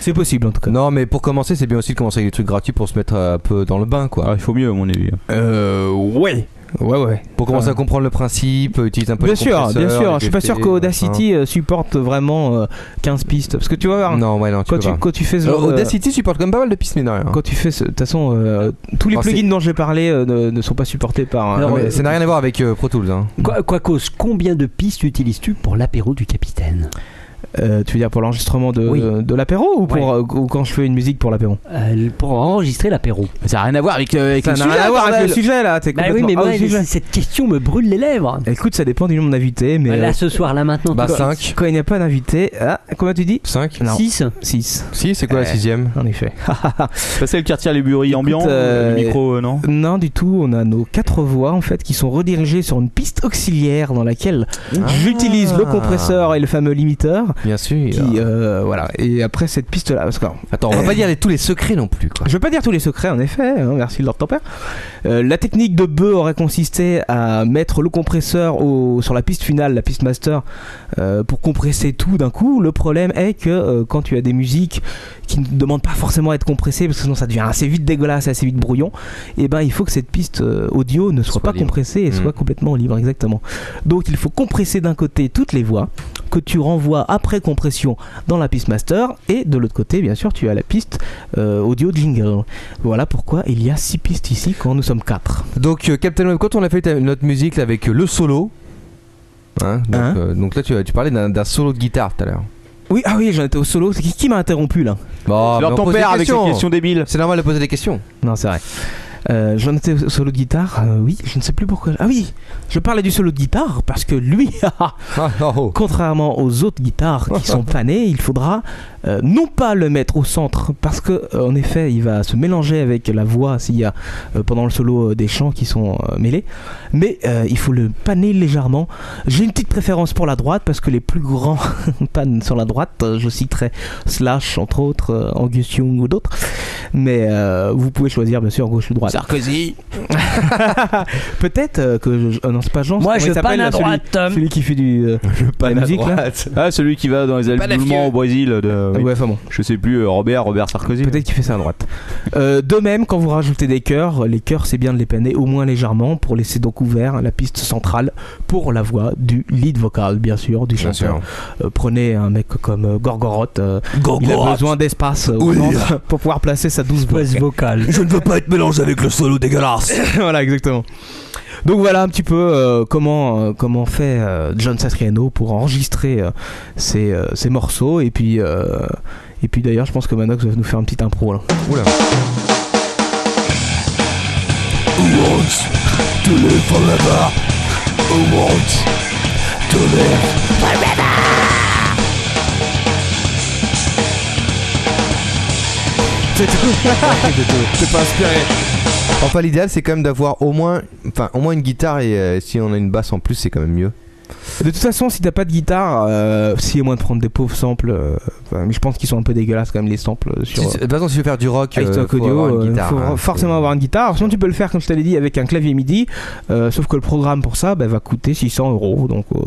Speaker 6: C'est possible en tout cas.
Speaker 4: Non, mais pour commencer, c'est bien aussi de commencer avec des trucs gratuits pour se mettre un peu dans le bain,
Speaker 6: Ah,
Speaker 4: quoi.
Speaker 5: il faut mieux, à mon avis.
Speaker 4: Euh, ouais.
Speaker 6: Ouais, ouais.
Speaker 4: Pour commencer
Speaker 6: Ouais.
Speaker 4: à comprendre le principe, euh, utiliser un peu
Speaker 6: Bien
Speaker 4: les
Speaker 6: sûr, bien
Speaker 4: compresseurs,
Speaker 6: sûr.
Speaker 4: les
Speaker 6: Je suis pas
Speaker 4: effets,
Speaker 6: sûr qu'Audacity euh, supporte vraiment euh, 15 pistes. Parce que tu vas voir.
Speaker 4: Non, ouais, non, tu
Speaker 6: hein. quand
Speaker 4: peux
Speaker 6: tu,
Speaker 4: pas.
Speaker 6: quand tu fais ce
Speaker 4: Euh,
Speaker 6: genre de-
Speaker 4: Audacity supporte quand même pas mal de pistes, hein. mais
Speaker 6: Quand tu fais ce- De toute façon, euh, tous les
Speaker 4: Enfin,
Speaker 6: plugins dont j'ai parlé euh, ne, ne sont pas supportés par. euh,
Speaker 4: Non, mais ça n'a rien à voir euh,
Speaker 6: avec Pro Tools.
Speaker 4: hein.
Speaker 7: Quoi, quoi cause, combien de pistes utilises-tu pour l'apéro du capitaine
Speaker 6: euh, tu veux dire pour l'enregistrement de,
Speaker 7: Oui.
Speaker 6: de, l'apéro ou, pour, euh, ou quand je fais une musique pour l'apéro
Speaker 7: Euh, Pour enregistrer l'apéro.
Speaker 5: Ça n'a rien à voir avec,
Speaker 3: euh,
Speaker 6: Ça n'a rien à voir avec le sujet euh, là. t'es
Speaker 7: Bah oui,
Speaker 6: complètement Ah,
Speaker 7: mais moi,
Speaker 6: hors du sujet.
Speaker 7: cette question me brûle les lèvres.
Speaker 6: Écoute, ça dépend du nombre d'invités, mais.
Speaker 7: Là,
Speaker 6: euh,
Speaker 7: ce soir, là, maintenant,
Speaker 6: Bah,
Speaker 7: tout de suite.
Speaker 6: 5. Quand il n'y a pas d'invité. Ah, combien tu dis
Speaker 4: 5
Speaker 7: Six.
Speaker 6: 6.
Speaker 4: 6, c'est
Speaker 6: Eh.
Speaker 4: quoi la sixième
Speaker 6: En effet.
Speaker 5: Passer le Bah, quartier à l'éburie ambiant,
Speaker 6: euh,
Speaker 5: le micro, euh, non
Speaker 6: Non, du tout. On a nos quatre voix en fait qui sont redirigées sur une piste auxiliaire dans laquelle j'utilise le compresseur et le fameux limiteur.
Speaker 4: Bien sûr.
Speaker 6: Qui, euh, voilà. Et après cette piste là, parce que
Speaker 4: Attends, on va pas dire les- tous les secrets non plus, quoi.
Speaker 6: Je veux pas dire tous les secrets, en effet, hein, merci Lord Tempère. Euh, la technique de Beu aurait consisté à mettre le compresseur au- sur la piste finale, la piste master, euh, pour compresser tout d'un coup. Le problème est que euh, quand tu as des musiques qui ne demandent pas forcément à être compressées, parce que sinon ça devient assez vite dégueulasse, assez vite brouillon, et ben il faut que cette piste euh, audio ne soit, pas
Speaker 4: libre.
Speaker 6: compressée et
Speaker 4: Mm.
Speaker 6: soit complètement libre, exactement. Donc il faut compresser d'un côté toutes les voix que tu renvoies après compression dans la piste master et de l'autre côté bien sûr tu as la piste euh, audio jingle. Voilà pourquoi il y a six pistes ici quand nous sommes quatre.
Speaker 4: Donc, euh, Captain Web, quand on a fait ta- notre musique là, avec euh, le solo. hein, donc,
Speaker 6: Hein
Speaker 4: euh, donc là, tu, tu parlais d'un d'un solo de guitare tout à l'heure.
Speaker 6: Oui ah oui j'en étais au solo. C'est Qui, qui m'a interrompu là
Speaker 4: Bon, Bah, mais on pose des questions.
Speaker 5: débile.
Speaker 4: C'est normal de poser des questions.
Speaker 6: Non c'est vrai. Euh, j'en étais au solo de guitare. euh, oui je ne sais plus pourquoi. Ah oui je parlais du solo de guitare parce que lui ah,
Speaker 4: Ah, oh,
Speaker 6: contrairement aux autres guitares qui sont panées il faudra euh, non pas le mettre au centre parce que euh, en effet il va se mélanger avec la voix s'il y a euh, pendant le solo euh, des chants qui sont euh, mêlés mais euh, il faut le paner légèrement j'ai une petite préférence pour la droite parce que les plus grands pannes sur la droite euh, je citerai Slash entre autres euh, Angus Young ou d'autres mais euh, vous pouvez choisir bien sûr gauche ou droite
Speaker 15: Sarkozy
Speaker 6: peut-être euh, que je, euh, non c'est pas Jean
Speaker 15: Moi,
Speaker 6: comment
Speaker 15: je
Speaker 6: il s'appelle,
Speaker 15: panne à
Speaker 6: là, celui-
Speaker 15: droite.
Speaker 6: celui, qui fait du euh, de la musique là
Speaker 5: Ah, celui qui va dans les alignements au Brésil de.
Speaker 4: Ah
Speaker 6: Ouais, enfin bon.
Speaker 5: Je sais plus, euh, Robert, Robert Sarkozy.
Speaker 6: Peut-être qu'il fait ça à droite. Euh, de même, quand vous rajoutez des chœurs, les chœurs, c'est bien de les paner au moins légèrement pour laisser donc ouvert la piste centrale pour la voix du lead vocal, bien sûr, du chanteur. Euh, prenez un mec comme euh, Gorgoroth. euh, il
Speaker 15: Gorgoroth.
Speaker 6: a besoin d'espace euh, au
Speaker 15: Oui.
Speaker 6: ventre pour pouvoir placer sa douce voix vocale.
Speaker 15: Je ne veux pas être mélangé avec le solo dégueulasse
Speaker 6: voilà, exactement. Donc voilà un petit peu euh, comment euh, comment fait euh, John Satriano pour enregistrer euh, ses, euh, ses morceaux et puis euh, et puis d'ailleurs je pense que Manox va nous faire un petit impro là.
Speaker 15: Awards, te lève par là-bas. Awards, te lève par là-bas.
Speaker 4: C'est tout. C'est pas inspiré. Enfin, l'idéal, c'est quand même d'avoir au moins, enfin, au moins une guitare et euh, si on a une basse en plus, c'est quand même mieux.
Speaker 6: De toute façon, si t'as pas de guitare, euh, si à moins de prendre des pauvres samples, euh, enfin, mais je pense qu'ils sont un peu dégueulasses quand même les samples euh, sur.
Speaker 4: Si- de toute façon, si tu veux faire du rock, euh,
Speaker 6: Italk
Speaker 4: faut
Speaker 6: Audio,
Speaker 4: avoir une
Speaker 6: euh,
Speaker 4: guitare,
Speaker 6: faut
Speaker 4: hein.
Speaker 6: forcément avoir une guitare. Sinon, tu peux le faire, comme je t'avais dit, avec un clavier MIDI. euh, sauf que le programme pour ça bah, va coûter 600 euros. Donc, euh,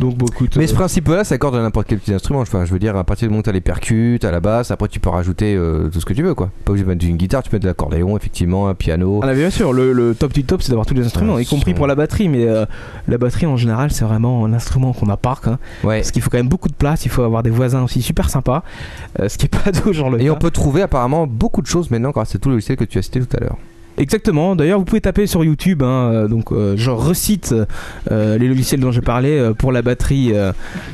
Speaker 6: donc bon, écoute,
Speaker 4: Mais ce
Speaker 6: euh,
Speaker 4: principe-là s'accorde à n'importe quel petit instrument. Enfin, je veux dire, à partir du moment où t'as les percutes, à la basse, après tu peux rajouter euh, tout ce que tu veux, quoi. Pas obligé de mettre une guitare, tu peux mettre de l'accordéon, effectivement, un piano.
Speaker 6: Ah, mais bien sûr, le, le top du top, c'est d'avoir tous les instruments, y compris pour la batterie. Mais euh, la batterie en général, c'est vraiment un instrument qu'on a part. Hein, Parce qu'il faut quand même beaucoup de place, il faut avoir des voisins aussi super sympas. euh, ce qui est pas toujours le
Speaker 4: Et
Speaker 6: cas.
Speaker 4: on peut trouver apparemment beaucoup de choses maintenant grâce à tout le logiciel que tu as cité tout à l'heure.
Speaker 6: Exactement. D'ailleurs, vous pouvez taper sur YouTube. hein, euh, donc, euh, je recite euh, les logiciels dont j'ai parlé euh, pour la batterie. euh,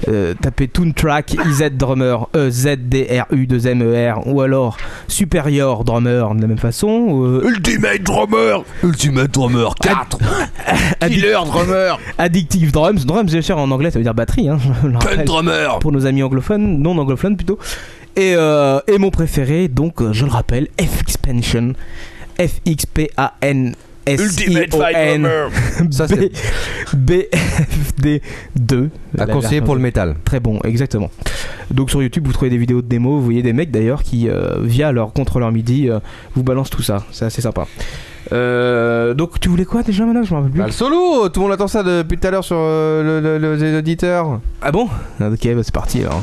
Speaker 6: euh, tapez Toontrack IZ Drummer E Z D R U 2 M E R ou alors Superior Drummer de la même façon. euh,
Speaker 15: Ultimate Drummer Ultimate Drummer 4 Killer Drummer
Speaker 6: Addictive Drums. Drums, bien sûr, en anglais, ça veut dire batterie. Hein, je le rappelle,
Speaker 15: Drummer.
Speaker 6: Pour nos amis anglophones, non anglophones plutôt. Et, euh, et mon préféré, donc, euh, je le rappelle, FXpansion. F-X-P-A-N.
Speaker 5: Ultimate Fight Bomber.
Speaker 6: Ça c'est BFD2.
Speaker 4: À conseiller pour le métal.
Speaker 6: Très bon, exactement. Donc sur YouTube, vous trouvez des vidéos de démo, vous voyez des mecs d'ailleurs qui, euh, via leur contrôleur MIDI, euh, vous balancent tout ça. C'est assez sympa. Euh, donc tu voulais quoi déjà maintenant Je m'en rappelle plus.
Speaker 4: Bah, le solo Tout le monde attend ça depuis tout à l'heure sur euh, le- le- le- les auditeurs.
Speaker 6: Ah bon Ok, bah, c'est parti alors.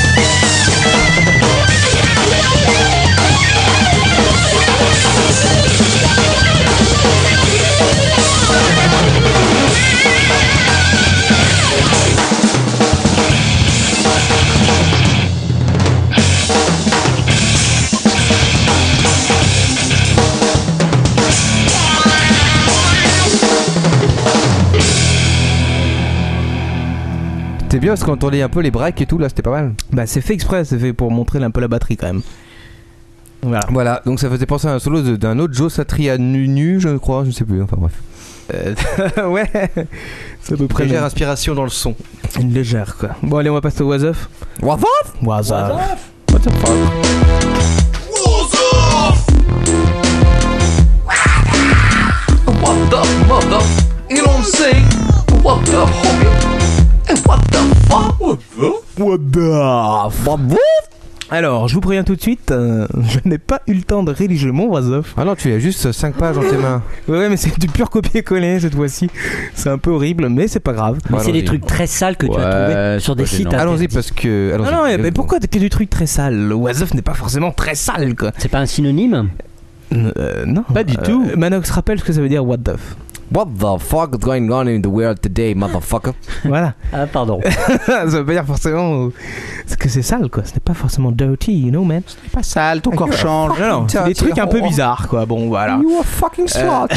Speaker 4: C'était bien parce qu'on entendait un peu les breaks et tout là, c'était pas mal.
Speaker 6: Bah c'est fait exprès, c'est fait pour montrer un peu la batterie quand même. Voilà.
Speaker 4: donc ça faisait penser à un solo de- d'un autre Joe Satrianunu, je crois, je sais plus, enfin bref.
Speaker 6: ouais, c'est à peu près.
Speaker 4: Légère
Speaker 6: inspiration dans le son. Une légère quoi. Bon allez, on va passer au was off. Was off Was off. What the fuck
Speaker 10: What the mother? You don't say what the homie and what the fuck?
Speaker 6: What the Alors, je vous préviens tout de suite, euh, je n'ai pas eu le temps de rédiger mon was off.
Speaker 4: Ah non, tu as juste 5 pages en tes mains.
Speaker 6: Ouais, ouais, mais c'est du pur copier-coller cette fois-ci. C'est un peu horrible, mais c'est pas grave.
Speaker 7: Mais c'est des trucs très sales que tu as trouvés sur des sites.
Speaker 4: Allons-y
Speaker 7: interdits.
Speaker 4: parce que. allons-y. Euh,
Speaker 6: Ah non, mais, mais pourquoi t'as que du truc très sale Le was off n'est pas forcément très sale, quoi.
Speaker 7: C'est pas un synonyme
Speaker 6: euh, Non. Pas du tout. Manox, rappelle ce que ça veut dire what the f.
Speaker 4: What the fuck is going on in the world today, motherfucker?
Speaker 6: Voilà.
Speaker 7: Ah, pardon.
Speaker 6: ça veut pas dire forcément euh, c'est que c'est sale, quoi. Ce n'est pas forcément dirty, you know, man. Ce n'est pas oh. sale, ton
Speaker 5: corps change.
Speaker 6: Non, non, c'est des trucs un peu bizarres, quoi. Bon, voilà.
Speaker 4: You are fucking
Speaker 6: Euh,
Speaker 4: smart.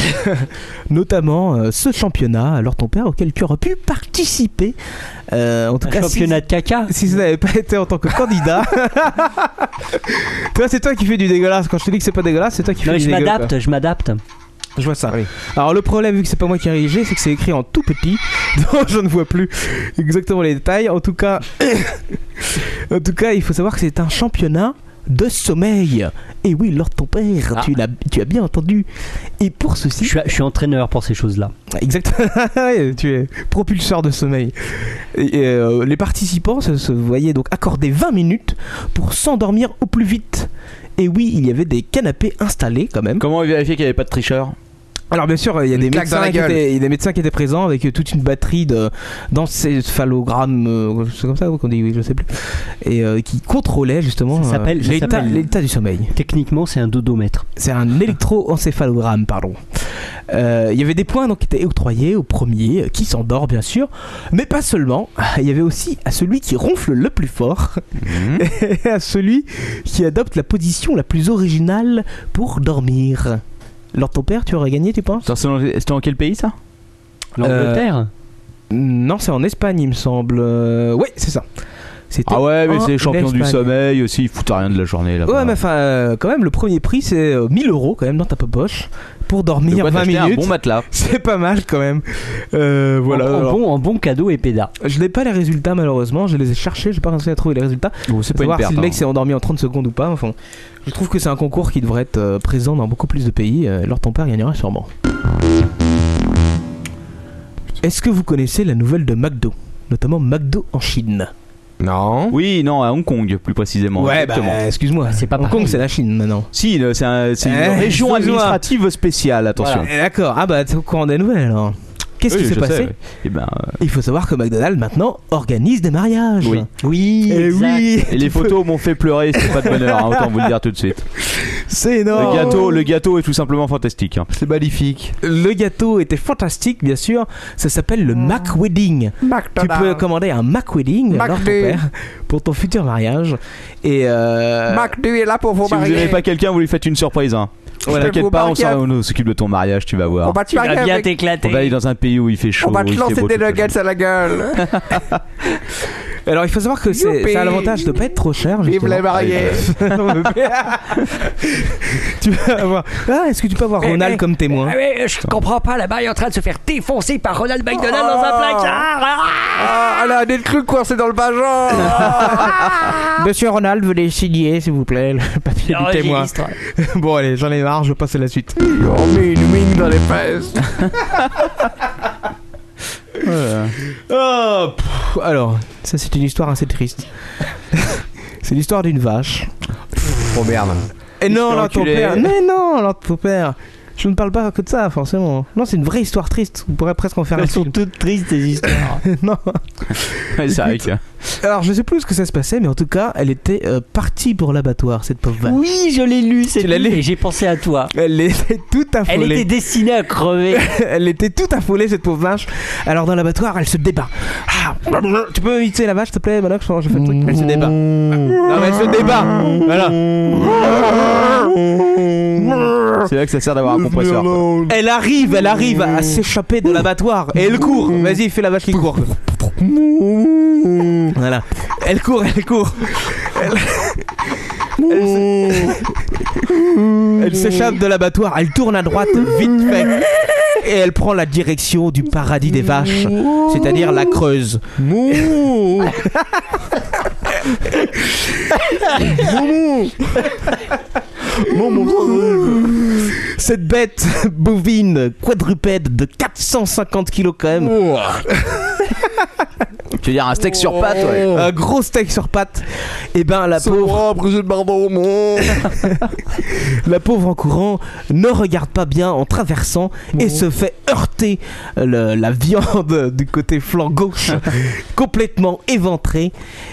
Speaker 6: notamment euh, ce championnat, alors ton père auquel tu aurais pu participer. Euh, en tout
Speaker 7: Un
Speaker 6: cas,
Speaker 7: championnat
Speaker 6: de caca. Si ça n'avait pas été en tant que candidat. toi, c'est toi qui fais du dégueulasse. Quand je te dis que c'est pas dégueulasse, c'est toi qui
Speaker 7: Non,
Speaker 6: fais
Speaker 7: je
Speaker 6: du dégueulasse.
Speaker 7: m'adapte, je m'adapte.
Speaker 6: Je vois ça.
Speaker 7: Ah
Speaker 6: Alors le problème, vu que c'est pas moi qui ai rédigé, c'est que c'est écrit en tout petit. Donc je ne vois plus exactement les détails. En tout cas, en tout cas, il faut savoir que c'est un championnat de sommeil. Et oui, Lord ton père, tu l'as, tu as bien entendu. Et pour ceci,
Speaker 7: Ah. Je suis, je suis entraîneur pour ces choses-là.
Speaker 6: Exactement. Ouais, tu es propulseur de sommeil. Et, et, euh, les participants se, se voyaient donc accorder 20 minutes pour s'endormir au plus vite. Et oui, il y avait des canapés installés quand même.
Speaker 5: Comment vérifier qu'il n'y avait pas de tricheur
Speaker 6: Alors bien sûr, il y a des
Speaker 5: claque dans
Speaker 6: médecins,
Speaker 5: la
Speaker 6: qui
Speaker 5: gueule.
Speaker 6: étaient, il y a des médecins qui étaient présents avec euh, toute une batterie de d'encéphalogrammes, euh, c'est comme ça qu'on dit, oui, je sais plus, et euh, qui contrôlaient justement
Speaker 7: Ça s'appelle-
Speaker 6: euh,
Speaker 7: ça
Speaker 6: l'état
Speaker 7: s'appelle-
Speaker 6: l'état du sommeil.
Speaker 7: Techniquement, c'est un dodomètre.
Speaker 6: C'est un électroencéphalogramme, pardon. Euh, Il y avait des points donc, qui étaient octroyés au premier, euh, qui s'endort bien sûr, mais pas seulement. Il y avait aussi à celui qui ronfle le plus fort, et à celui qui adopte la position la plus originale pour dormir. Lors ton père, tu aurais gagné, tu penses
Speaker 5: C'était en- c'était en quel pays ça
Speaker 6: Euh,
Speaker 7: L'Angleterre
Speaker 6: Non, c'est en Espagne, il me semble. Euh, Ouais, c'est ça. C'était
Speaker 5: Ah ouais, mais
Speaker 6: en
Speaker 5: c'est champion du
Speaker 6: Espagne.
Speaker 5: sommeil aussi, ils foutent rien de la journée là.
Speaker 6: Ouais, mais enfin, euh, quand même, le premier prix, c'est euh, 1000 euros quand même dans ta poche pour dormir
Speaker 5: De quoi
Speaker 6: 20
Speaker 5: t'acheter un
Speaker 6: minutes.
Speaker 5: bon matelas.
Speaker 6: C'est pas mal quand même. Euh, voilà.
Speaker 7: En- en
Speaker 6: alors,
Speaker 7: bon, en bon cadeau et pédard.
Speaker 6: Je n'ai pas les résultats malheureusement, je les ai cherchés, j'ai pas réussi à trouver les résultats.
Speaker 5: c'est
Speaker 6: Faut
Speaker 5: pas une
Speaker 6: voir
Speaker 5: perte,
Speaker 6: si le mec
Speaker 5: hein.
Speaker 6: s'est endormi en 30 secondes ou pas. Enfin, je trouve que c'est un concours qui devrait être euh, présent dans beaucoup plus de pays. euh, alors ton père gagnera sûrement. Est-ce que vous connaissez la nouvelle de McDo, notamment McDo en Chine
Speaker 4: Non.
Speaker 5: Oui, non, à Hong Kong plus précisément.
Speaker 6: Ouais, bah,
Speaker 5: exactement.
Speaker 6: excuse-moi. C'est pas Hong Kong, c'est la Chine maintenant.
Speaker 5: Si, le- c'est un- c'est une
Speaker 6: Eh,
Speaker 5: région
Speaker 6: excuse-moi.
Speaker 5: administrative spéciale, attention.
Speaker 6: Voilà. Eh, D'accord. Ah bah t'es au courant des nouvelles alors. Qu'est-ce
Speaker 5: Oui,
Speaker 6: qui
Speaker 5: je
Speaker 6: s'est
Speaker 5: sais,
Speaker 6: passé
Speaker 5: ouais. Eh ben, euh,
Speaker 6: Il faut savoir que McDonald's maintenant organise des mariages.
Speaker 5: Oui. Eh
Speaker 6: Oui. Et Eh oui.
Speaker 5: et les
Speaker 6: tu peux-
Speaker 5: photos m'ont fait pleurer, c'est pas de bonheur, hein, autant vous le dire tout de suite.
Speaker 6: C'est énorme.
Speaker 5: Le gâteau, le gâteau est tout simplement fantastique. hein.
Speaker 4: C'est magnifique.
Speaker 6: Le gâteau était fantastique, bien sûr. Ça s'appelle le Mac Wedding. Tu peux commander un Mac Wedding alors, ton
Speaker 4: Mac-D.
Speaker 6: père, pour ton futur mariage. Et euh,
Speaker 4: est là pour vous
Speaker 5: Si vous n'aimez pas quelqu'un, vous lui faites une surprise. Hein.
Speaker 6: Je peux
Speaker 5: T'inquiète
Speaker 6: vous
Speaker 5: pas, on,
Speaker 6: marier
Speaker 5: s'en- on s'occupe de ton mariage, tu vas voir.
Speaker 6: On va te Tu vas marier bien avec-
Speaker 5: On va aller dans un pays où il fait chaud. où il fait beau toute la journée.
Speaker 4: à la gueule.
Speaker 6: Alors il faut savoir que c'est
Speaker 16: Youpi.
Speaker 6: ça a l'avantage de pas être trop cher.
Speaker 16: Vive
Speaker 6: justement.
Speaker 16: les mariés.
Speaker 6: tu vas avoir. Ah, est-ce que tu peux avoir
Speaker 7: Eh,
Speaker 6: Ronald
Speaker 7: eh,
Speaker 6: comme témoin
Speaker 7: Ah oui, je comprends pas, là-bas, il est en train de se faire défoncer par Ronald McDonald dans un
Speaker 10: Ah.
Speaker 7: placard.
Speaker 10: Ah,
Speaker 6: elle a un nez de cru coincé dans le bajon Monsieur Ronald, venez signer, s'il vous plaît, le papier
Speaker 7: Ah,
Speaker 6: du témoin.
Speaker 10: Enregistre.
Speaker 6: bon, allez, j'en ai marre, je passe à la suite.
Speaker 16: une wing dans les fesses.
Speaker 6: Oh, pff, alors, ça c'est une histoire assez triste. c'est l'histoire d'une vache.
Speaker 9: Oh merde.
Speaker 6: Et
Speaker 9: Il se
Speaker 6: non,
Speaker 9: fait
Speaker 6: alors ton
Speaker 9: enculer.
Speaker 6: père. Mais non, alors ton père. Je ne parle pas que de ça, forcément. Non, c'est une vraie histoire triste. On pourrait presque en faire un
Speaker 7: Elles sont
Speaker 6: film.
Speaker 7: toutes tristes, ces histoires.
Speaker 6: non.
Speaker 5: c'est vrai que-
Speaker 6: Alors, je sais plus ce que ça se passait, mais en tout cas, elle était euh, partie pour l'abattoir, cette pauvre vache.
Speaker 7: Bah, Oui, je l'ai lu, cette
Speaker 6: Tu l'as lu
Speaker 7: nuit, et j'ai pensé à toi.
Speaker 6: Elle était tout affolée.
Speaker 7: Elle était destinée à crever.
Speaker 6: elle était tout affolée, cette pauvre vache. Alors, dans l'abattoir, elle se débat. Ah, tu peux imiter la vache, s'il te plaît, Manox Je fais le truc. Elle se débat. Non, mais elle se débat. Voilà.
Speaker 5: C'est là que ça sert d'avoir un compresseur. quoi.
Speaker 6: Elle arrive, elle arrive à s'échapper de l'abattoir et elle court. Vas-y, fais la vache qui court. Voilà. Elle court, elle court. Elle, Elle se- Elle s'échappe de l'abattoir, elle tourne à droite vite fait. Et elle prend la direction du paradis des vaches, c'est-à-dire la Creuse. Cette bête bovine quadrupède de 450 kilos quand même.
Speaker 5: Tu veux dire un steak sur pattes ouais.
Speaker 7: Oh.
Speaker 6: Un gros steak sur pattes. Et ben la pauvre. la pauvre en courant ne regarde pas bien en traversant
Speaker 7: Oh.
Speaker 6: et se fait heurter le- la viande du côté flanc gauche, complètement éventrée.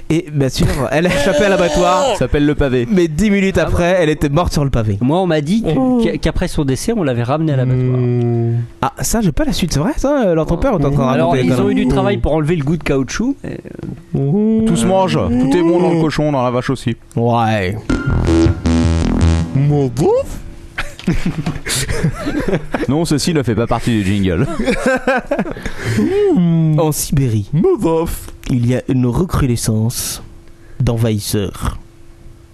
Speaker 6: Et bien sûr, elle a échappé à l'abattoir.
Speaker 5: Ça s'appelle le pavé.
Speaker 6: Mais dix minutes
Speaker 7: Ah
Speaker 6: après, elle était morte sur le pavé.
Speaker 7: Moi, on m'a dit que-
Speaker 6: Oh.
Speaker 7: qu'a- qu'après son décès, on l'avait ramenée à l'abattoir.
Speaker 6: Ah, ça, j'ai pas la suite, c'est vrai ça Alors ton père est en train de
Speaker 7: Oh. Alors,
Speaker 6: raconter
Speaker 7: ils
Speaker 6: les
Speaker 7: ont eu du
Speaker 6: conneries.
Speaker 7: travail pour enlever le goût de caoutchouc. mais-
Speaker 5: Tout se mange, tout est bon dans le cochon, dans la vache aussi.
Speaker 6: Ouais.
Speaker 5: Mon Non, ceci ne fait pas partie du jingle. Mm.
Speaker 6: En Sibérie, il y a une recrudescence d'envahisseurs.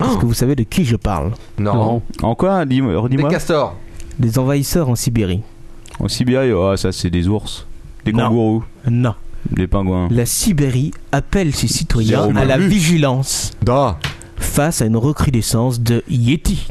Speaker 5: Oh.
Speaker 6: Est-ce que vous savez de qui je parle
Speaker 5: Non. En quoi dis- Redis-moi.
Speaker 6: castors. Des envahisseurs en Sibérie.
Speaker 5: En Sibérie, oh, ça c'est des ours, des
Speaker 6: Non.
Speaker 5: kangourous,
Speaker 6: Non.
Speaker 5: des pingouins.
Speaker 6: La Sibérie appelle ses citoyens
Speaker 5: Zéro
Speaker 6: à la
Speaker 5: malus.
Speaker 6: vigilance face à une recrudescence de Yeti.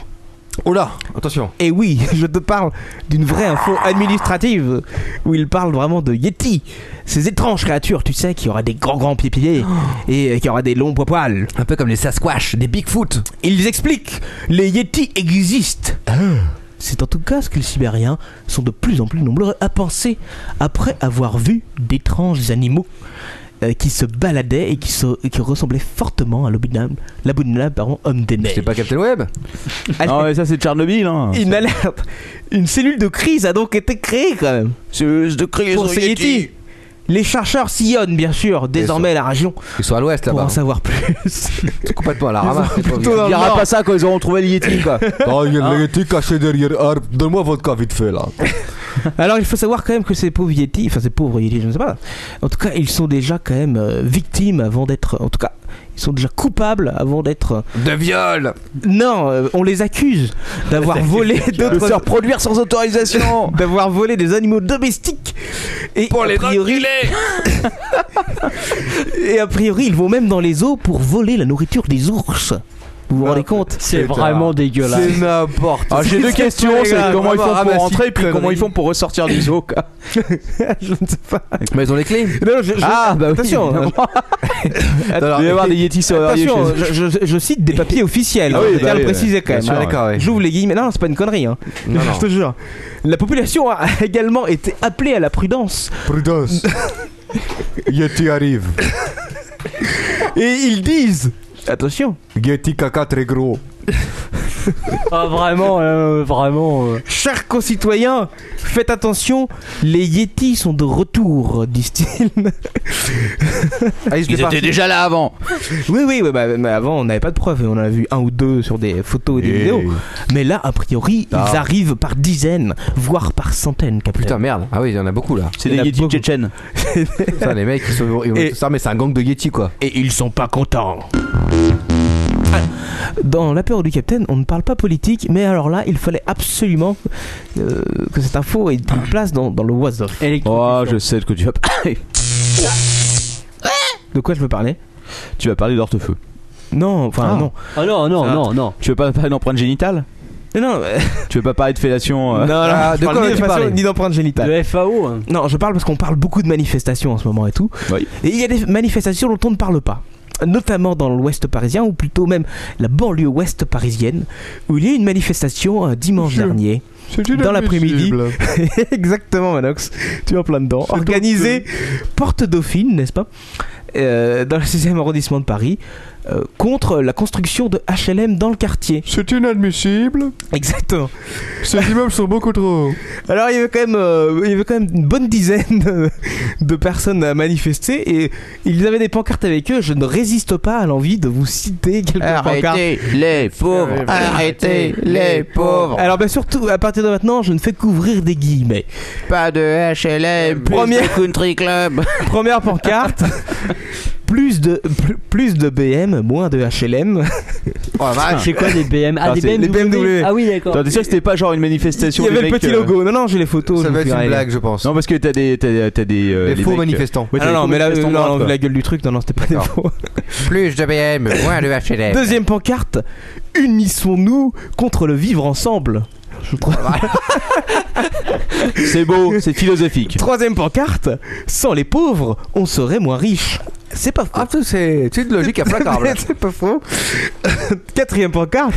Speaker 9: Oh là, attention.
Speaker 6: Et oui, je te parle d'une vraie info administrative où il parle vraiment de Yeti. Ces étranges créatures, tu sais, qui aura des grands grands pieds pieds
Speaker 5: Oh.
Speaker 6: et euh, qui aura des longs poils poils. Un peu comme les Sasquatch, des Bigfoot. Ils expliquent, les Yeti existent.
Speaker 5: Ah.
Speaker 6: C'est en tout cas ce que les Sibériens sont de plus en plus nombreux à penser après avoir vu d'étranges animaux euh, qui se baladaient et qui, se- et qui ressemblaient fortement à l'abominable l'abominable, pardon, homme des neiges. C'est
Speaker 9: pas Captain Web
Speaker 5: Ah ouais, ça c'est Tchernobyl. Hein.
Speaker 6: une alerte, une cellule de crise a donc été créée quand même.
Speaker 5: Cellule de crise
Speaker 6: pour
Speaker 5: aux
Speaker 6: ces
Speaker 5: Yétis.
Speaker 6: Yétis. Les chercheurs sillonnent bien sûr désormais la région.
Speaker 9: Ils sont à l'ouest
Speaker 6: Pour
Speaker 9: là-bas.
Speaker 6: en savoir plus.
Speaker 9: complètement à la ramasse.
Speaker 6: Ils sont plutôt
Speaker 9: Il
Speaker 6: dans le
Speaker 9: y aura
Speaker 6: nord.
Speaker 9: pas ça quand ils auront trouvé le Yeti quoi. Oh, il y a le Yeti caché derrière arbre. Donne-moi votre cas vite fait là.
Speaker 6: Alors il faut savoir quand même que ces pauvres Yétis, enfin ces pauvres Yétis, je ne sais pas. En tout cas, ils sont déjà quand même euh, victimes avant d'être, en tout cas, ils sont déjà coupables avant d'être. euh,
Speaker 9: De viol
Speaker 6: Non, euh, on les accuse d'avoir volé d'autres.
Speaker 5: De se reproduire sans autorisation.
Speaker 6: d'avoir volé des animaux domestiques. Et pour les priori... Et a priori, ils vont même dans les eaux pour voler la nourriture des ours. Vous vous rendez compte
Speaker 7: C'est vraiment dégueulasse.
Speaker 9: C'est n'importe
Speaker 5: Ah, j'ai deux questions, c'est comment ils font
Speaker 9: ah,
Speaker 5: pour rentrer et puis comment ils
Speaker 9: font
Speaker 5: font pour ressortir du zoo. quoi.
Speaker 9: Mais ils ont les clés
Speaker 6: Non, je- je-
Speaker 5: Ah bah oui,
Speaker 6: attention.
Speaker 5: évidemment.
Speaker 6: Attends,
Speaker 5: Il va y avoir des Yétis sur
Speaker 6: Attention, je, je- je cite des papiers officiels.
Speaker 5: Ah
Speaker 6: hein,
Speaker 5: oui,
Speaker 6: je
Speaker 5: bah
Speaker 6: tiens à
Speaker 5: oui,
Speaker 6: le préciser quand
Speaker 5: bien
Speaker 6: même.
Speaker 5: sûr,
Speaker 6: hein.
Speaker 5: d'accord, oui.
Speaker 6: J'ouvre les guillemets. Non, non, c'est pas une connerie. hein.
Speaker 5: Non, non.
Speaker 6: Je te jure. La population a également été appelée à la prudence.
Speaker 9: Prudence. Yeti arrive.
Speaker 6: Et ils disent. Attention.
Speaker 9: Yeti caca très gros.
Speaker 6: ah, vraiment, euh, vraiment. euh. Chers concitoyens, faites attention, les Yétis sont de retour, disent-ils.
Speaker 5: Ah,
Speaker 8: Ils étaient déjà
Speaker 5: là avant.
Speaker 6: Oui, oui, ouais, bah, mais avant, on n'avait pas de preuves. et On en a vu un ou deux sur des photos et des
Speaker 5: Et-
Speaker 6: vidéos. Mais là, a priori,
Speaker 5: Ah.
Speaker 6: ils arrivent par dizaines, voire par centaines, Capitaine. Putain,
Speaker 4: merde. Ah oui, il y en a beaucoup là.
Speaker 5: C'est des Yétis tchétchènes.
Speaker 4: Putain, les mecs, ils sont, ils vont
Speaker 6: Et-
Speaker 4: tous s'armer, c'est un gang de Yeti quoi.
Speaker 6: Et ils sont pas contents. Ah, Dans l'apéro du Capitaine, on ne parle pas politique, mais alors là, il fallait absolument euh, que cette info ait une place dans, dans le was-of.
Speaker 5: Oh, je sais de quoi tu vas parler.
Speaker 6: De quoi je veux parler
Speaker 5: Tu vas parler d'ortefeu.
Speaker 6: Non, enfin non.
Speaker 7: Ah non, non,
Speaker 5: Ça-
Speaker 7: non, non.
Speaker 5: Tu veux pas parler d'empreinte génitale
Speaker 6: Non,
Speaker 5: Tu veux pas parler de fellation euh,
Speaker 6: Non, non,
Speaker 5: Ah,
Speaker 6: je parle ni de façon- Ni d'empreinte génitale.
Speaker 7: De FAO.
Speaker 6: Non, je parle parce qu'on parle beaucoup de manifestations en ce moment et tout. Et il y a des manifestations dont on ne parle pas. Notamment dans l'ouest parisien, ou plutôt même la banlieue ouest parisienne, où il y a eu une manifestation euh, dimanche dernier. Dans l'après-midi. Exactement, Manox. Tu es en plein dedans. Organisée porte Dauphine, n'est-ce pas Euh, Dans le 16e arrondissement de Paris, euh, contre la construction de HLM dans le quartier.
Speaker 9: C'est inadmissible.
Speaker 6: Exactement.
Speaker 9: Ces immeubles sont beaucoup trop hauts.
Speaker 6: Alors il y avait quand même, euh, il y avait quand même une bonne dizaine de, de personnes à manifester et ils avaient des pancartes avec eux. Je ne résiste pas à l'envie de vous citer quelques pancartes.
Speaker 5: les pauvres
Speaker 6: Alors bien surtout, à partir de maintenant, je ne fais qu'ouvrir des guillemets.
Speaker 5: Pas de HLM,
Speaker 6: Première-
Speaker 5: country club.
Speaker 6: Première pancarte. Plus de, plus- plus de BM, moins de HLM.
Speaker 5: Oh, vache.
Speaker 7: C'est quoi des BM Ah,
Speaker 5: Non,
Speaker 7: des
Speaker 5: c'est-
Speaker 7: BMW.
Speaker 5: les BMW.
Speaker 7: Ah oui, d'accord.
Speaker 5: Attends, T'es sûr que c'était pas genre une manifestation
Speaker 6: Il y
Speaker 5: des
Speaker 6: avait le
Speaker 5: mecs,
Speaker 6: petit
Speaker 5: euh,
Speaker 6: logo. Non, non, j'ai les photos.
Speaker 5: Ça va
Speaker 6: je vous
Speaker 5: être une
Speaker 6: ferai.
Speaker 5: blague,
Speaker 4: je pense.
Speaker 5: Non, parce que t'as des, t'as, t'as des, euh,
Speaker 4: Des
Speaker 5: les
Speaker 4: faux
Speaker 5: mecs, euh,
Speaker 4: manifestants.
Speaker 5: ouais, t'as
Speaker 6: Ah non,
Speaker 5: des
Speaker 6: non,
Speaker 5: faux
Speaker 6: mais là,
Speaker 5: manifestants
Speaker 6: non,
Speaker 5: droite,
Speaker 6: non,
Speaker 5: quoi.
Speaker 6: vu la gueule du truc, non, non, c'était pas des faux.
Speaker 4: Plus de BM, moins de HLM.
Speaker 6: Deuxième pancarte, unissons-nous contre le vivre ensemble. Je trouve-
Speaker 5: C'est beau, c'est philosophique.
Speaker 6: Troisième pancarte, sans les pauvres, on serait moins riche. C'est pas faux. Ah,
Speaker 4: c'est une logique implacable.
Speaker 6: c'est pas faux. Quatrième pancarte,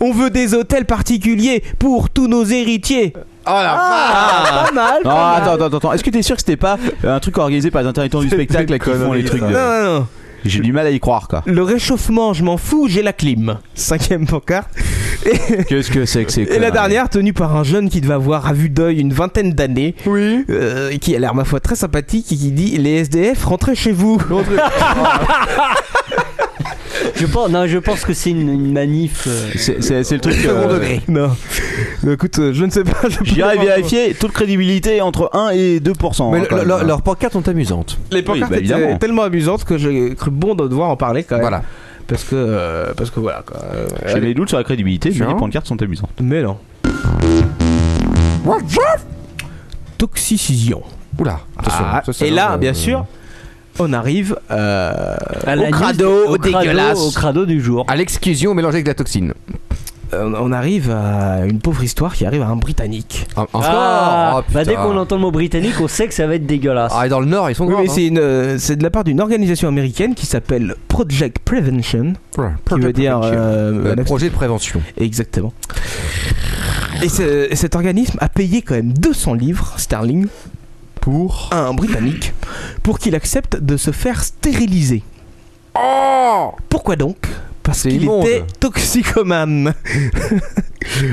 Speaker 6: on veut des hôtels particuliers pour tous nos héritiers.
Speaker 4: Oh la
Speaker 6: Pas mal.
Speaker 5: Non, attends, attends, attends. Est-ce que t'es sûr que c'était pas euh, un truc organisé par les intermittents du spectacle là, qui font les trucs de...
Speaker 6: Non, non, non.
Speaker 5: J'ai du mal à y croire, quoi.
Speaker 6: Le réchauffement, je m'en fous, j'ai la clim. Cinquième pancarte. Et-
Speaker 5: Qu'est-ce que c'est que c'est
Speaker 6: Et la dernière, tenue par un jeune qui devait avoir à vue d'œil une vingtaine d'années.
Speaker 9: Oui.
Speaker 6: et qui a l'air, ma foi, très sympathique et qui dit Les SDF, rentrez chez vous.
Speaker 7: Je pense, non, je pense que c'est une, une manif. euh,
Speaker 5: C'est c'est- c'est le truc.
Speaker 6: Second
Speaker 5: euh,
Speaker 6: degré. Non. Écoute, euh, je ne sais pas. je peux
Speaker 5: J'irai
Speaker 6: pas-
Speaker 5: vérifier taux de crédibilité entre 1 et 2%.
Speaker 4: Mais
Speaker 5: hein,
Speaker 4: le-
Speaker 5: quand
Speaker 4: le-
Speaker 5: même, hein.
Speaker 4: leurs pancartes sont amusantes.
Speaker 6: Les pancartes
Speaker 5: bah,
Speaker 6: étaient
Speaker 5: évidemment.
Speaker 6: tellement amusantes que j'ai cru bon de devoir en parler quand même.
Speaker 4: Voilà.
Speaker 6: Parce que, euh, parce que voilà quoi. Euh,
Speaker 5: J'ai
Speaker 6: allez.
Speaker 5: des doutes sur la crédibilité, mais les
Speaker 6: Tiens.
Speaker 5: pancartes sont amusantes.
Speaker 6: Mais non. Toxicision.
Speaker 4: Oula. attention,
Speaker 6: Ah,
Speaker 4: ça, c'est
Speaker 6: et là,
Speaker 4: le-
Speaker 6: bien sûr, on arrive euh,
Speaker 7: à la
Speaker 6: au
Speaker 7: news-
Speaker 6: crado,
Speaker 7: au crado-
Speaker 6: dégueulasse.
Speaker 7: Au crado du jour.
Speaker 4: À l'exclusion mélangée avec de la toxine.
Speaker 6: Euh, on arrive à une pauvre histoire qui arrive à un Britannique.
Speaker 4: En- Encore
Speaker 7: Ah,
Speaker 4: Oh, putain.
Speaker 7: bah dès qu'on entend le mot britannique, on sait que ça va être dégueulasse.
Speaker 4: Ah, et dans le Nord, ils sont
Speaker 6: Oui,
Speaker 4: graves,
Speaker 6: mais
Speaker 4: hein.
Speaker 6: c'est une, euh, c'est de la part d'une organisation américaine qui s'appelle Project Prevention, qui veut dire euh,
Speaker 4: hein. Euh, projet de prévention.
Speaker 6: Exactement. Et ce- et cet organisme a payé quand même 200 livres sterling pour à un Britannique pour qu'il accepte de se faire stériliser. Pourquoi donc Parce
Speaker 4: Oh C'est
Speaker 6: qu'il
Speaker 4: immonde.
Speaker 6: était toxicomane.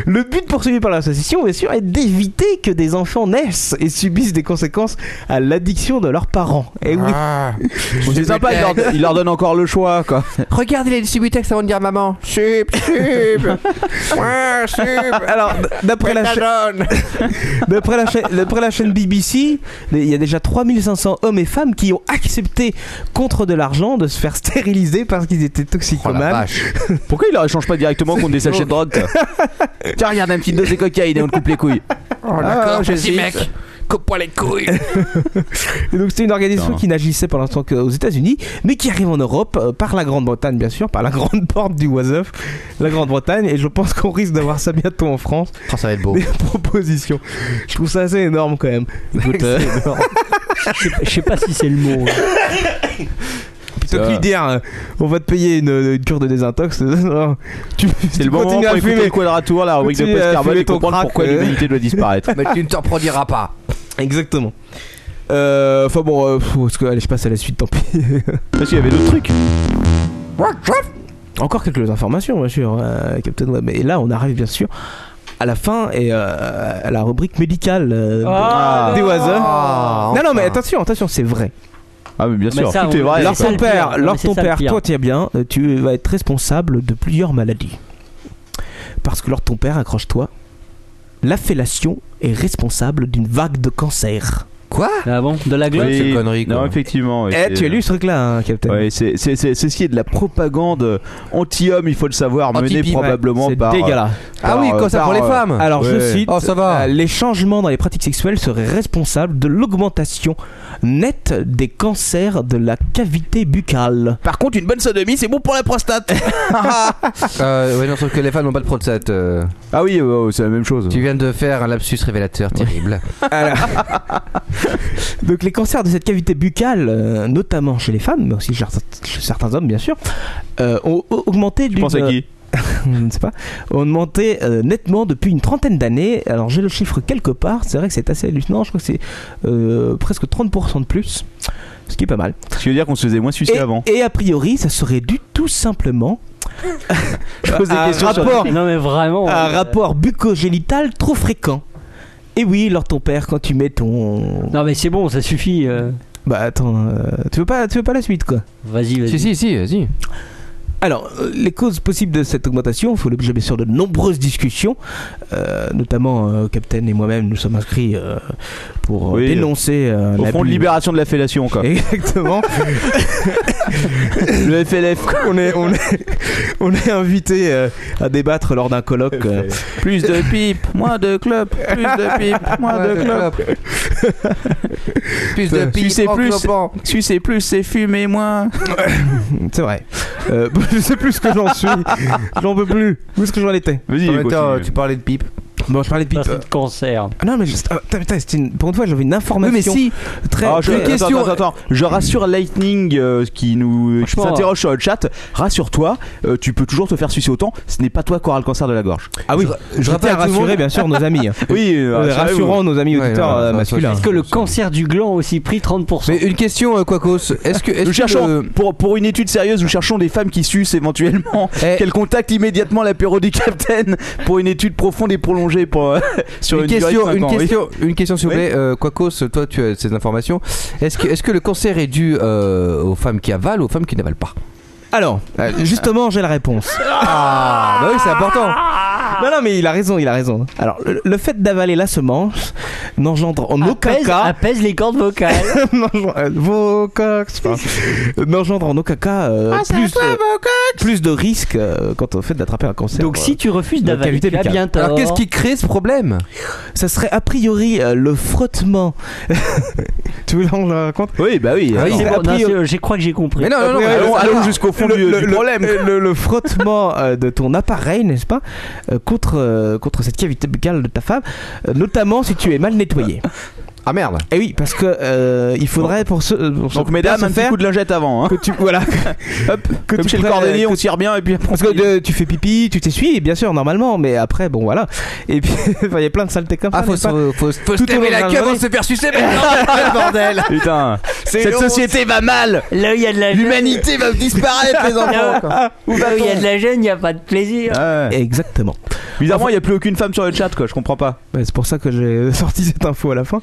Speaker 6: Le but poursuivi par l'association, bien sûr, est d'éviter que des enfants naissent et subissent des conséquences à l'addiction de leurs parents. Et
Speaker 4: Ah,
Speaker 6: oui.
Speaker 5: C'est sympa, il leur, il leur donne encore le choix, quoi.
Speaker 4: Regarde, il a du subutex avant de dire maman. Sup, sup. ouais, sup.
Speaker 6: Alors, d- d'après la, cha-
Speaker 4: Méthadone.
Speaker 6: D'après la, chaîne- d'après la chaîne BBC, il y a déjà 3500 hommes et femmes qui ont accepté, contre de l'argent, de se faire stériliser parce qu'ils étaient
Speaker 4: Oh la
Speaker 6: toxicomanes.
Speaker 4: vache.
Speaker 5: Pourquoi il leur échange pas directement contre des sachets de drogue quoi Tiens, regarde un petit dose de cocaïne et on te coupe les couilles.
Speaker 4: d'accord,
Speaker 5: je
Speaker 4: vas-y,
Speaker 5: sais.
Speaker 4: mec.
Speaker 8: Coupe-moi les couilles.
Speaker 6: et donc c'était une organisation
Speaker 5: Putain.
Speaker 6: qui n'agissait pour l'instant qu'aux États-Unis, mais qui arrive en Europe, euh, par la Grande-Bretagne bien sûr, par la grande porte du Wasuf, la Grande-Bretagne, et je pense qu'on risque d'avoir ça bientôt en France,
Speaker 4: Oh, ça va être beau.
Speaker 6: des propositions. Je trouve ça assez énorme quand même. Écoute, euh,
Speaker 7: Je sais- je sais pas si c'est le mot. hein.
Speaker 6: plutôt que
Speaker 5: Ça
Speaker 6: lui
Speaker 5: va.
Speaker 6: dire, euh, on va te payer une, une cure de désintox, non, tu,
Speaker 5: C'est le bon moment
Speaker 6: continues
Speaker 5: pour
Speaker 6: à
Speaker 5: écouter
Speaker 6: fumer.
Speaker 5: le quadratour, la rubrique de
Speaker 6: Continue à
Speaker 5: Post Carbone
Speaker 6: fumer
Speaker 5: et
Speaker 6: ton
Speaker 5: comprendre
Speaker 6: crack,
Speaker 5: pourquoi
Speaker 6: euh.
Speaker 5: l'humanité doit disparaître.
Speaker 4: Mais tu ne te reproduiras pas.
Speaker 6: Exactement. Euh, Enfin bon, euh, pff, parce que- allez, je passe à la suite, tant pis.
Speaker 5: Parce qu'il y avait d'autres trucs.
Speaker 6: encore quelques informations, bien sûr, euh, Captain Web. Et là, on arrive bien sûr à la fin et euh, à la rubrique médicale euh,
Speaker 5: Ah.
Speaker 6: de- des Oiseaux.
Speaker 5: Ah,
Speaker 6: non, non,
Speaker 5: enfin.
Speaker 6: mais attention, attention, c'est vrai.
Speaker 5: Ah, mais bien sûr, tout est vrai.
Speaker 6: Alors ton père, alors ton père, toi tiens bien, euh, tu vas être responsable de plusieurs maladies. Parce que lors de ton père, accroche-toi, la fellation est responsable d'une vague de cancer.
Speaker 4: Quoi
Speaker 7: Ah bon De la
Speaker 5: Oui,
Speaker 7: glotte
Speaker 5: Non, effectivement. oui,
Speaker 6: Eh,
Speaker 5: c'est-
Speaker 6: tu as lu ce truc-là, hein, Captain
Speaker 5: Ouais, c'est- c'est- c'est- ceci est de la propagande anti-homme, il faut le savoir, menée
Speaker 6: Anti-pi,
Speaker 5: probablement
Speaker 6: ouais, c'est
Speaker 5: par.
Speaker 6: dégueulasse.
Speaker 4: Ah
Speaker 5: par, euh, par, euh,
Speaker 6: Alors je
Speaker 5: ouais.
Speaker 6: cite
Speaker 4: Oh,
Speaker 6: euh, les changements dans les pratiques sexuelles seraient responsables de l'augmentation nette des cancers de la cavité buccale.
Speaker 4: Par contre, une bonne sodomie, c'est bon pour la prostate. euh, ouais, non, sauf que les femmes n'ont pas de prostate. euh.
Speaker 5: Ah oui, c'est la même chose.
Speaker 4: Tu viens de faire un lapsus révélateur terrible.
Speaker 6: Donc les cancers de cette cavité buccale, euh, notamment chez les femmes, mais aussi chez certains- chez certains hommes bien sûr, euh, ont au- augmenté d'une...
Speaker 5: penses à qui
Speaker 6: Je ne sais pas. Ont augmenté euh, nettement depuis une trentaine d'années. Alors j'ai le chiffre quelque part, c'est vrai que c'est assez hallucinant, je crois que c'est euh, presque 30% de plus, ce qui est pas mal.
Speaker 5: Ce qui veut dire qu'on se faisait moins sucer
Speaker 6: et,
Speaker 5: avant.
Speaker 6: et a priori, ça serait dû tout simplement
Speaker 5: Je pose des
Speaker 6: à un
Speaker 5: questions sur-
Speaker 6: rapport, Ah,
Speaker 7: Non, mais vraiment.
Speaker 6: à un rapport bucogénital trop fréquent. Et oui, lors ton père, quand tu mets ton.
Speaker 7: Non, mais c'est bon, ça suffit. euh.
Speaker 6: Bah attends, euh, tu veux pas, tu veux pas la suite quoi
Speaker 7: Vas-y, vas-y.
Speaker 4: Si, si, si, vas-y.
Speaker 6: Alors, euh, les causes possibles de cette augmentation font l'objet bien sûr de nombreuses discussions, euh, notamment euh, Captain et moi-même nous sommes inscrits euh, pour euh,
Speaker 5: Oui,
Speaker 6: dénoncer. euh,
Speaker 5: Au
Speaker 6: l'abus.
Speaker 5: fond de libération de la fellation, quoi.
Speaker 6: Exactement.
Speaker 5: Le FLF.
Speaker 6: On est, on est, on est invité euh, à débattre lors d'un colloque. euh,
Speaker 5: Plus de pipe, moins de clopes, plus de pipe, moins de clopes.
Speaker 4: Plus
Speaker 6: de pipe
Speaker 5: Sucer
Speaker 6: en
Speaker 5: plus,
Speaker 4: clopant.
Speaker 5: sucer plus, c'est fumer moins.
Speaker 6: C'est vrai. Euh, je sais plus ce que j'en suis. J'en peux plus. Où est-ce que j'en étais
Speaker 5: Vas-y,
Speaker 6: En même temps,
Speaker 5: continue.
Speaker 6: euh, parlais de pipe. Bon, je parlais de pipe.
Speaker 7: Passer de cancer.
Speaker 6: Ah non, mais juste. ah, putain, putain, c'était une- pour une fois, j'avais une information.
Speaker 5: Oui, mais si.
Speaker 6: Très.
Speaker 5: Ah, je,
Speaker 6: très-
Speaker 5: attends, attends, attends, attends. Je rassure Lightning euh, qui nous qui
Speaker 7: Franchement,
Speaker 5: s'interroge sur le chat. Rassure-toi, euh, tu peux toujours te faire sucer autant. Ce n'est pas toi qui auras le cancer de la gorge.
Speaker 6: Ah oui,
Speaker 5: je
Speaker 6: je
Speaker 5: rappelle
Speaker 6: tiens
Speaker 5: à
Speaker 6: à
Speaker 5: tout le
Speaker 6: rassurer
Speaker 5: monde.
Speaker 6: bien sûr nos amis. hein.
Speaker 5: Oui, euh,
Speaker 6: Euh,
Speaker 5: rassurez-vous.
Speaker 6: rassurant nos amis
Speaker 4: Ouais,
Speaker 6: auditeurs
Speaker 4: non,
Speaker 6: euh,
Speaker 4: non,
Speaker 6: masculins.
Speaker 7: Est-ce que le cancer du gland a aussi pris 30%
Speaker 4: Mais une question, euh, Quacos. Est-ce que. Est
Speaker 5: Nous cherchons, pour, pour une étude sérieuse, nous cherchons des femmes qui sucent éventuellement,
Speaker 4: Eh.
Speaker 5: qu'elles contactent immédiatement l'apéro du Capitaine pour une étude profonde et prolongée pour, euh, sur une,
Speaker 4: une
Speaker 5: durée de
Speaker 4: question,
Speaker 5: cinq
Speaker 4: une
Speaker 5: ans, oui.
Speaker 4: question, une question s'il vous
Speaker 5: Oui.
Speaker 4: plaît, Euh, Quacos, toi tu as ces informations. Est-ce que, est-ce que le cancer est dû euh, aux femmes qui avalent ou aux femmes qui n'avalent pas
Speaker 6: Alors, euh, justement, j'ai la réponse.
Speaker 4: Ah, bah oui, c'est important.
Speaker 6: Non, non, mais il a raison, il a raison. Alors, le, le fait d'avaler la semence n'engendre en aucun
Speaker 7: apaise,
Speaker 6: cas.
Speaker 7: apaise les cordes vocales.
Speaker 6: N'engendre- euh, vos coques, c'est pas- n'engendre en aucun cas euh,
Speaker 5: Ah,
Speaker 6: plus, de, plus de risques euh, quant au fait d'attraper un cancer. euh,
Speaker 7: Donc, si tu refuses
Speaker 6: de la
Speaker 7: d'avaler,
Speaker 6: cavité
Speaker 7: tu as
Speaker 6: buccale.
Speaker 7: bien tort.
Speaker 4: Alors qu'est-ce qui crée ce problème
Speaker 6: Ça serait a priori euh, le frottement. tu veux qu'on le raconte
Speaker 5: Oui, bah oui.
Speaker 7: Ah oui,
Speaker 5: alors.
Speaker 7: c'est bon,
Speaker 6: a
Speaker 7: non,
Speaker 6: priori-
Speaker 7: c'est- euh, je crois que j'ai compris.
Speaker 4: Mais non, non, non,
Speaker 6: Ouais,
Speaker 4: mais
Speaker 5: allons
Speaker 6: ouais,
Speaker 5: allons
Speaker 6: alors,
Speaker 5: jusqu'au fond du, du
Speaker 6: le-
Speaker 5: problème.
Speaker 6: le- le frottement euh, de ton appareil, n'est-ce pas, euh, contre, euh, contre cette cavité buccale de ta femme, euh, notamment si tu es mal nettoyé.
Speaker 4: Ah merde.
Speaker 6: Et oui, parce que euh, il faudrait pour ce euh, pour ce-
Speaker 5: Donc, mesdames,
Speaker 6: bien
Speaker 5: un
Speaker 6: se
Speaker 5: petit
Speaker 6: faire
Speaker 5: coup de lingette avant. hein.
Speaker 6: que tu voilà
Speaker 5: Hop,
Speaker 6: que
Speaker 5: comme
Speaker 6: tu euh,
Speaker 5: chez le
Speaker 6: prennes-
Speaker 5: cordonnier,
Speaker 6: que-
Speaker 5: on
Speaker 4: Ah,
Speaker 5: tire bien et puis
Speaker 6: parce que euh, tu fais pipi, tu t'essuies bien sûr normalement, mais après bon voilà. Et puis enfin, il y a plein de saletés comme
Speaker 4: Ah,
Speaker 6: ça.
Speaker 4: faut,
Speaker 6: n'est-ce pas
Speaker 4: se, faut, faut se
Speaker 6: Tout au
Speaker 4: taper
Speaker 6: long de
Speaker 4: la
Speaker 6: la
Speaker 4: queue avant de
Speaker 6: journée.
Speaker 4: se faire sucer maintenant Quel bordel
Speaker 5: Putain, cette société va mal.
Speaker 7: Là où il y a de la
Speaker 5: L'humanité va disparaître, les enfants. quoi. Où
Speaker 7: Là où il y a de
Speaker 5: va-t-on
Speaker 7: la gêne, il n'y a pas de plaisir.
Speaker 5: Ah ouais.
Speaker 6: Exactement.
Speaker 5: Bizarrement, il n'y a plus aucune femme sur le chat, quoi. Je comprends pas.
Speaker 6: Bah, c'est pour ça que j'ai sorti cette info à la fin.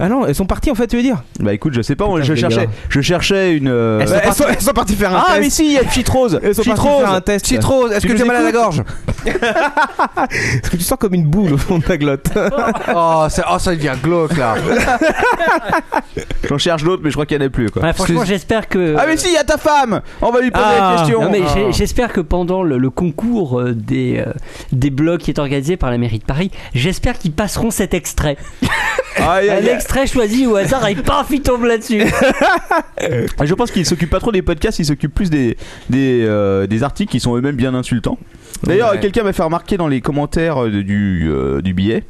Speaker 6: Ah non, elles sont parties en fait, tu veux dire
Speaker 5: Bah écoute, je sais pas. moi,
Speaker 6: Putain,
Speaker 5: je
Speaker 6: je
Speaker 5: cherchais,
Speaker 6: dégueulasse.
Speaker 5: je cherchais une. euh,
Speaker 6: Elles sont
Speaker 5: bah,
Speaker 6: parties- elles sont parties faire un
Speaker 5: Ah
Speaker 6: test.
Speaker 5: mais si, il y a Chitrose.
Speaker 6: Elles sont parties
Speaker 5: Chitrose.
Speaker 6: faire un test.
Speaker 4: Citrose, est-ce
Speaker 5: Tu
Speaker 4: que
Speaker 5: nous
Speaker 4: tu as mal à la
Speaker 5: écoutes
Speaker 4: gorge
Speaker 6: Parce que tu sens comme une boule au fond de ta glotte.
Speaker 5: Ah.
Speaker 4: oh ça, oh, ça devient glauque là
Speaker 5: J'en cherche d'autres, mais je crois qu'il y en a plus, quoi.
Speaker 7: Ouais, euh, franchement,
Speaker 4: Excuse-
Speaker 7: j'espère que.
Speaker 5: Ah mais si, il y a ta femme. On va lui poser
Speaker 6: Ah.
Speaker 5: la question.
Speaker 7: Non, mais j'ai- j'espère que pendant le, le concours euh, des, euh, des blogs qui est organisé par la mairie de Paris, j'espère qu'ils passeront cet extrait.
Speaker 5: Aïe,
Speaker 7: Un
Speaker 5: aïe, aïe.
Speaker 7: extrait choisi au hasard et paf, il tombe là-dessus.
Speaker 5: Ah, Je pense qu'ils s'occupent pas trop des podcasts, ils s'occupent plus des, des, euh, des articles qui sont eux-mêmes bien insultants. D'ailleurs,
Speaker 4: Ouais.
Speaker 5: quelqu'un m'a fait remarquer dans les commentaires euh, de- du, euh, du billet.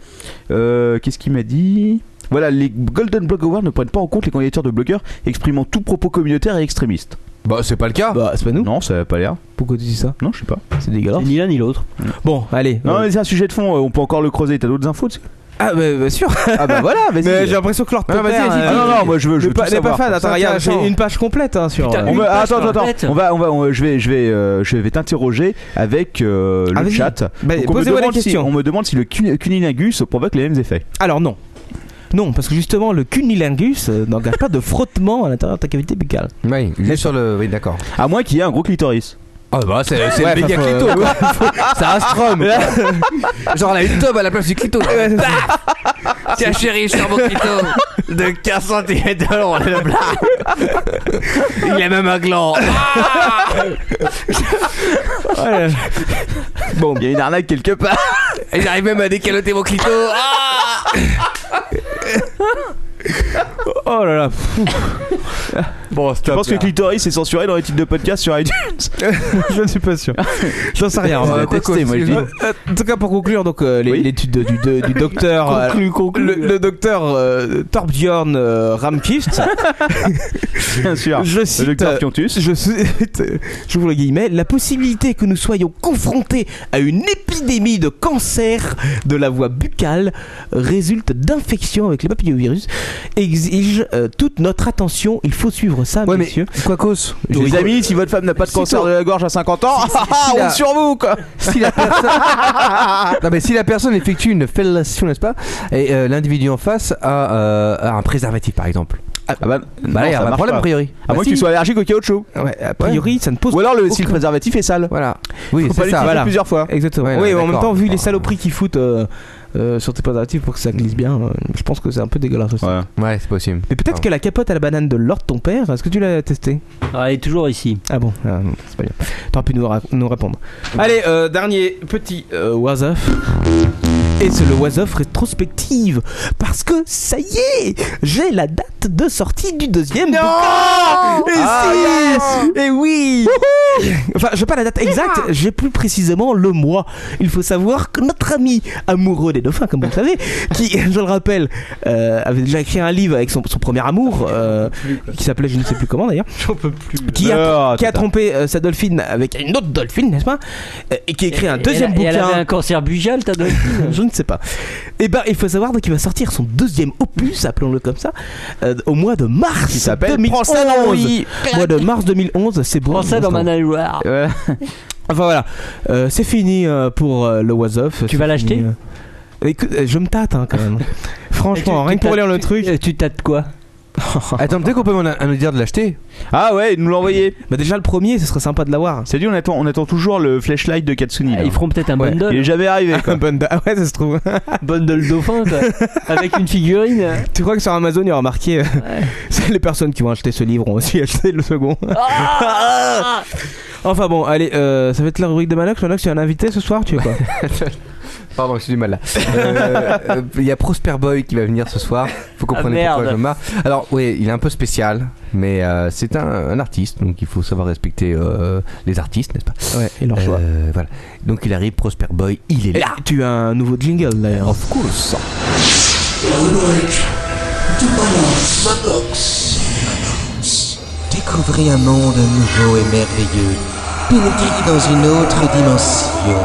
Speaker 5: Euh, Qu'est-ce qu'il m'a dit Voilà, les Golden Blog Awards ne prennent pas en compte les candidatures de blogueurs exprimant tout propos communautaire et extrémiste.
Speaker 4: Bah c'est pas le cas
Speaker 6: Bah, c'est pas nous.
Speaker 5: Non, ça a pas l'air.
Speaker 6: Pourquoi tu dis ça
Speaker 5: Non, je sais pas.
Speaker 6: C'est dégueulasse.
Speaker 7: ni l'un ni l'autre.
Speaker 6: Bon, allez.
Speaker 5: Non,
Speaker 6: euh,
Speaker 5: mais c'est un sujet de fond, euh, on peut encore le creuser. T'as d'autres infos dessus
Speaker 6: Ah, bah, bien sûr.
Speaker 5: Ah, bah voilà, vas-y.
Speaker 6: Mais j'ai l'impression que leur
Speaker 5: Ah, vas-y,
Speaker 6: père,
Speaker 5: vas-y,
Speaker 6: euh,
Speaker 5: dis, dis, dis. N'est pas-
Speaker 6: pas,
Speaker 5: n'est pas
Speaker 6: fan. Attends, regarde, j'ai une page complète hein, sur.
Speaker 5: On me- attends, attends, attends. On va, on va, on- je vais, je vais, euh, je vais t'interroger avec euh,
Speaker 6: Ah,
Speaker 5: le
Speaker 6: vas-y.
Speaker 5: chat.
Speaker 6: Bah,
Speaker 5: Donc, on me
Speaker 6: posez-moi la
Speaker 5: demande si-
Speaker 6: question.
Speaker 5: on me demande si le cun- cunilingus provoque les mêmes effets.
Speaker 6: Alors non. Non, parce que justement, le cunilingus euh, n'engage pas de frottement à l'intérieur de ta cavité buccale.
Speaker 4: Oui, juste sur le. Oui, d'accord.
Speaker 5: À moins qu'il y ait un gros clitoris.
Speaker 4: Ah bah c'est
Speaker 6: c'est le méga
Speaker 4: clito
Speaker 6: clito, quoi.
Speaker 4: C'est un strum Genre elle a une tube à la place du clito
Speaker 8: Tiens chérie, je suis un beau clito
Speaker 4: De 15 cm de long le
Speaker 8: Il a même un gland
Speaker 5: Bon, il y a une arnaque quelque part.
Speaker 8: Ils arrivent même à décaloter mon clito Ah.
Speaker 6: Oh là là.
Speaker 5: bon, je
Speaker 6: stop,
Speaker 5: pense que
Speaker 6: là.
Speaker 5: clitoris est censuré dans les titres de podcast sur iTunes.
Speaker 6: je ne suis pas sûr. J'en sais rien.
Speaker 5: On
Speaker 6: Euh,
Speaker 5: va
Speaker 6: quoi
Speaker 5: tester,
Speaker 6: que-
Speaker 5: moi, je dis.
Speaker 6: Euh, En tout cas, pour conclure, donc euh, les- l'étude du, de- du docteur,
Speaker 5: Conclu,
Speaker 6: euh, Le, le docteur euh, Torbjörn euh, Ramkvist.
Speaker 5: Bien sûr.
Speaker 6: Je
Speaker 5: Ah, Le
Speaker 6: cite,
Speaker 5: docteur
Speaker 6: euh, Je cite, euh, je vous le guillemets, la possibilité que nous soyons confrontés à une épidémie de cancer de la voie buccale résulte d'infections avec les papillovirus exige euh, toute notre attention. Il faut suivre ça, messieurs.
Speaker 4: Quoi cause
Speaker 5: Les amis, si votre femme n'a pas de
Speaker 6: Si
Speaker 5: cancer
Speaker 6: toi-
Speaker 5: de la gorge à 50 ans,
Speaker 6: Si- si- si
Speaker 5: on
Speaker 6: la-
Speaker 5: sur vous quoi.
Speaker 4: Si la personne, non mais si la personne effectue une fellation, n'est-ce pas, et euh, l'individu en face a, euh, a un préservatif par exemple.
Speaker 5: Ah bah,
Speaker 4: bah là, il y a un problème a priori.
Speaker 5: À moins que tu sois allergique au caoutchouc.
Speaker 6: Ouais, a priori, ça ne pose
Speaker 5: Ou alors le, si le préservatif est sale.
Speaker 4: Voilà. Oui, c'est
Speaker 5: Faut pas
Speaker 4: ça.
Speaker 5: l'utiliser
Speaker 4: Voilà.
Speaker 5: plusieurs fois.
Speaker 6: Exactement.
Speaker 4: Ouais,
Speaker 6: oui,
Speaker 4: non,
Speaker 6: mais en même
Speaker 4: d'accord.
Speaker 6: temps, vu les saloperies qu'ils foutent euh, euh, sur tes préservatifs pour que ça glisse bien, euh, je pense que c'est un peu dégueulasse aussi.
Speaker 4: Ouais, c'est possible.
Speaker 6: Mais peut-être que la capote à la banane de Lord ton père, est-ce que tu l'as testé
Speaker 7: Elle est toujours ici.
Speaker 6: Ah bon, ah, non, c'est pas bien. T'aurais pu nous, ra- nous répondre. Allez, euh, dernier petit euh, was off. Et c'est le was off rétrospective. Parce que ça y est, j'ai la date de sortie du deuxième. Non Et
Speaker 10: Ah,
Speaker 6: si Et oui Enfin, j'ai pas la date exacte, j'ai plus précisément le mois. Il faut savoir que notre ami amoureux des dauphins, comme vous le savez, qui, je le rappelle, euh, avait déjà écrit un livre avec son, son premier amour, euh, qui s'appelait je ne sais plus comment d'ailleurs. J'en peux plus. Qui a,
Speaker 5: Ah,
Speaker 6: qui a
Speaker 5: t'as-
Speaker 6: trompé euh, sa dolphine avec une autre dolphine, n'est-ce pas Euh, Et qui a écrit un
Speaker 7: Et
Speaker 6: deuxième
Speaker 7: elle a- et
Speaker 6: bouquin.
Speaker 7: elle avait un cancer buccal, ta dolphine
Speaker 6: Je ne sais pas. Et ben, il faut savoir donc, qu'il va sortir son deuxième opus, appelons-le comme ça, euh, au mois de mars.
Speaker 5: Qui s'appelle
Speaker 6: 2011.
Speaker 5: Prends ça dans l'ouïe.
Speaker 6: Mois de mars 2011, c'est bon.
Speaker 7: Prends ça dans ma nageoire.
Speaker 5: Voilà.
Speaker 6: Enfin voilà, Euh, c'est fini euh, pour euh, le Was Off. Tu vas
Speaker 7: l'acheter
Speaker 6: euh. Je me tâte hein, quand même. Franchement, rien que pour lire le truc.
Speaker 5: Euh,
Speaker 7: Tu tâtes quoi
Speaker 4: Attends, peut-être qu'on peut m'en- à nous dire de l'acheter.
Speaker 5: Ah ouais, ils nous l'ont envoyé.
Speaker 6: Bah déjà le premier, ce serait sympa de l'avoir.
Speaker 5: C'est dit, on attend, on attend toujours le flashlight de Katsuni.
Speaker 6: Ah,
Speaker 5: là.
Speaker 7: Ah, Ils feront peut-être un
Speaker 5: Ouais.
Speaker 7: bundle.
Speaker 5: Il est jamais arrivé. quoi.
Speaker 6: Un bundle. Ah ouais, ça se trouve.
Speaker 7: Bundle dauphin, quoi. Avec une figurine.
Speaker 6: tu crois que sur Amazon, il y aura marqué euh, c'est les personnes qui vont acheter ce livre ont aussi acheté le second. Ah enfin bon, allez, euh, ça va être la rubrique de Manox. Manox, tu es un invité ce soir, tu veux quoi
Speaker 4: Pardon, j'ai du mal là. Euh, euh, Il y a Prosper Boy qui va venir ce soir. Faut comprendre
Speaker 7: Ah,
Speaker 4: pourquoi
Speaker 7: merde.
Speaker 4: je me marre. Alors, oui, il est un peu spécial, mais euh, c'est un, un artiste, donc il faut savoir respecter euh, les artistes, n'est-ce pas
Speaker 6: Ouais, et leur choix.
Speaker 4: Euh, voilà. Donc il arrive, Prosper Boy, il est là.
Speaker 6: Tu as un nouveau jingle d'ailleurs.
Speaker 4: Of course.
Speaker 1: Découvrez un monde nouveau et merveilleux. Pénétrez dans une autre dimension.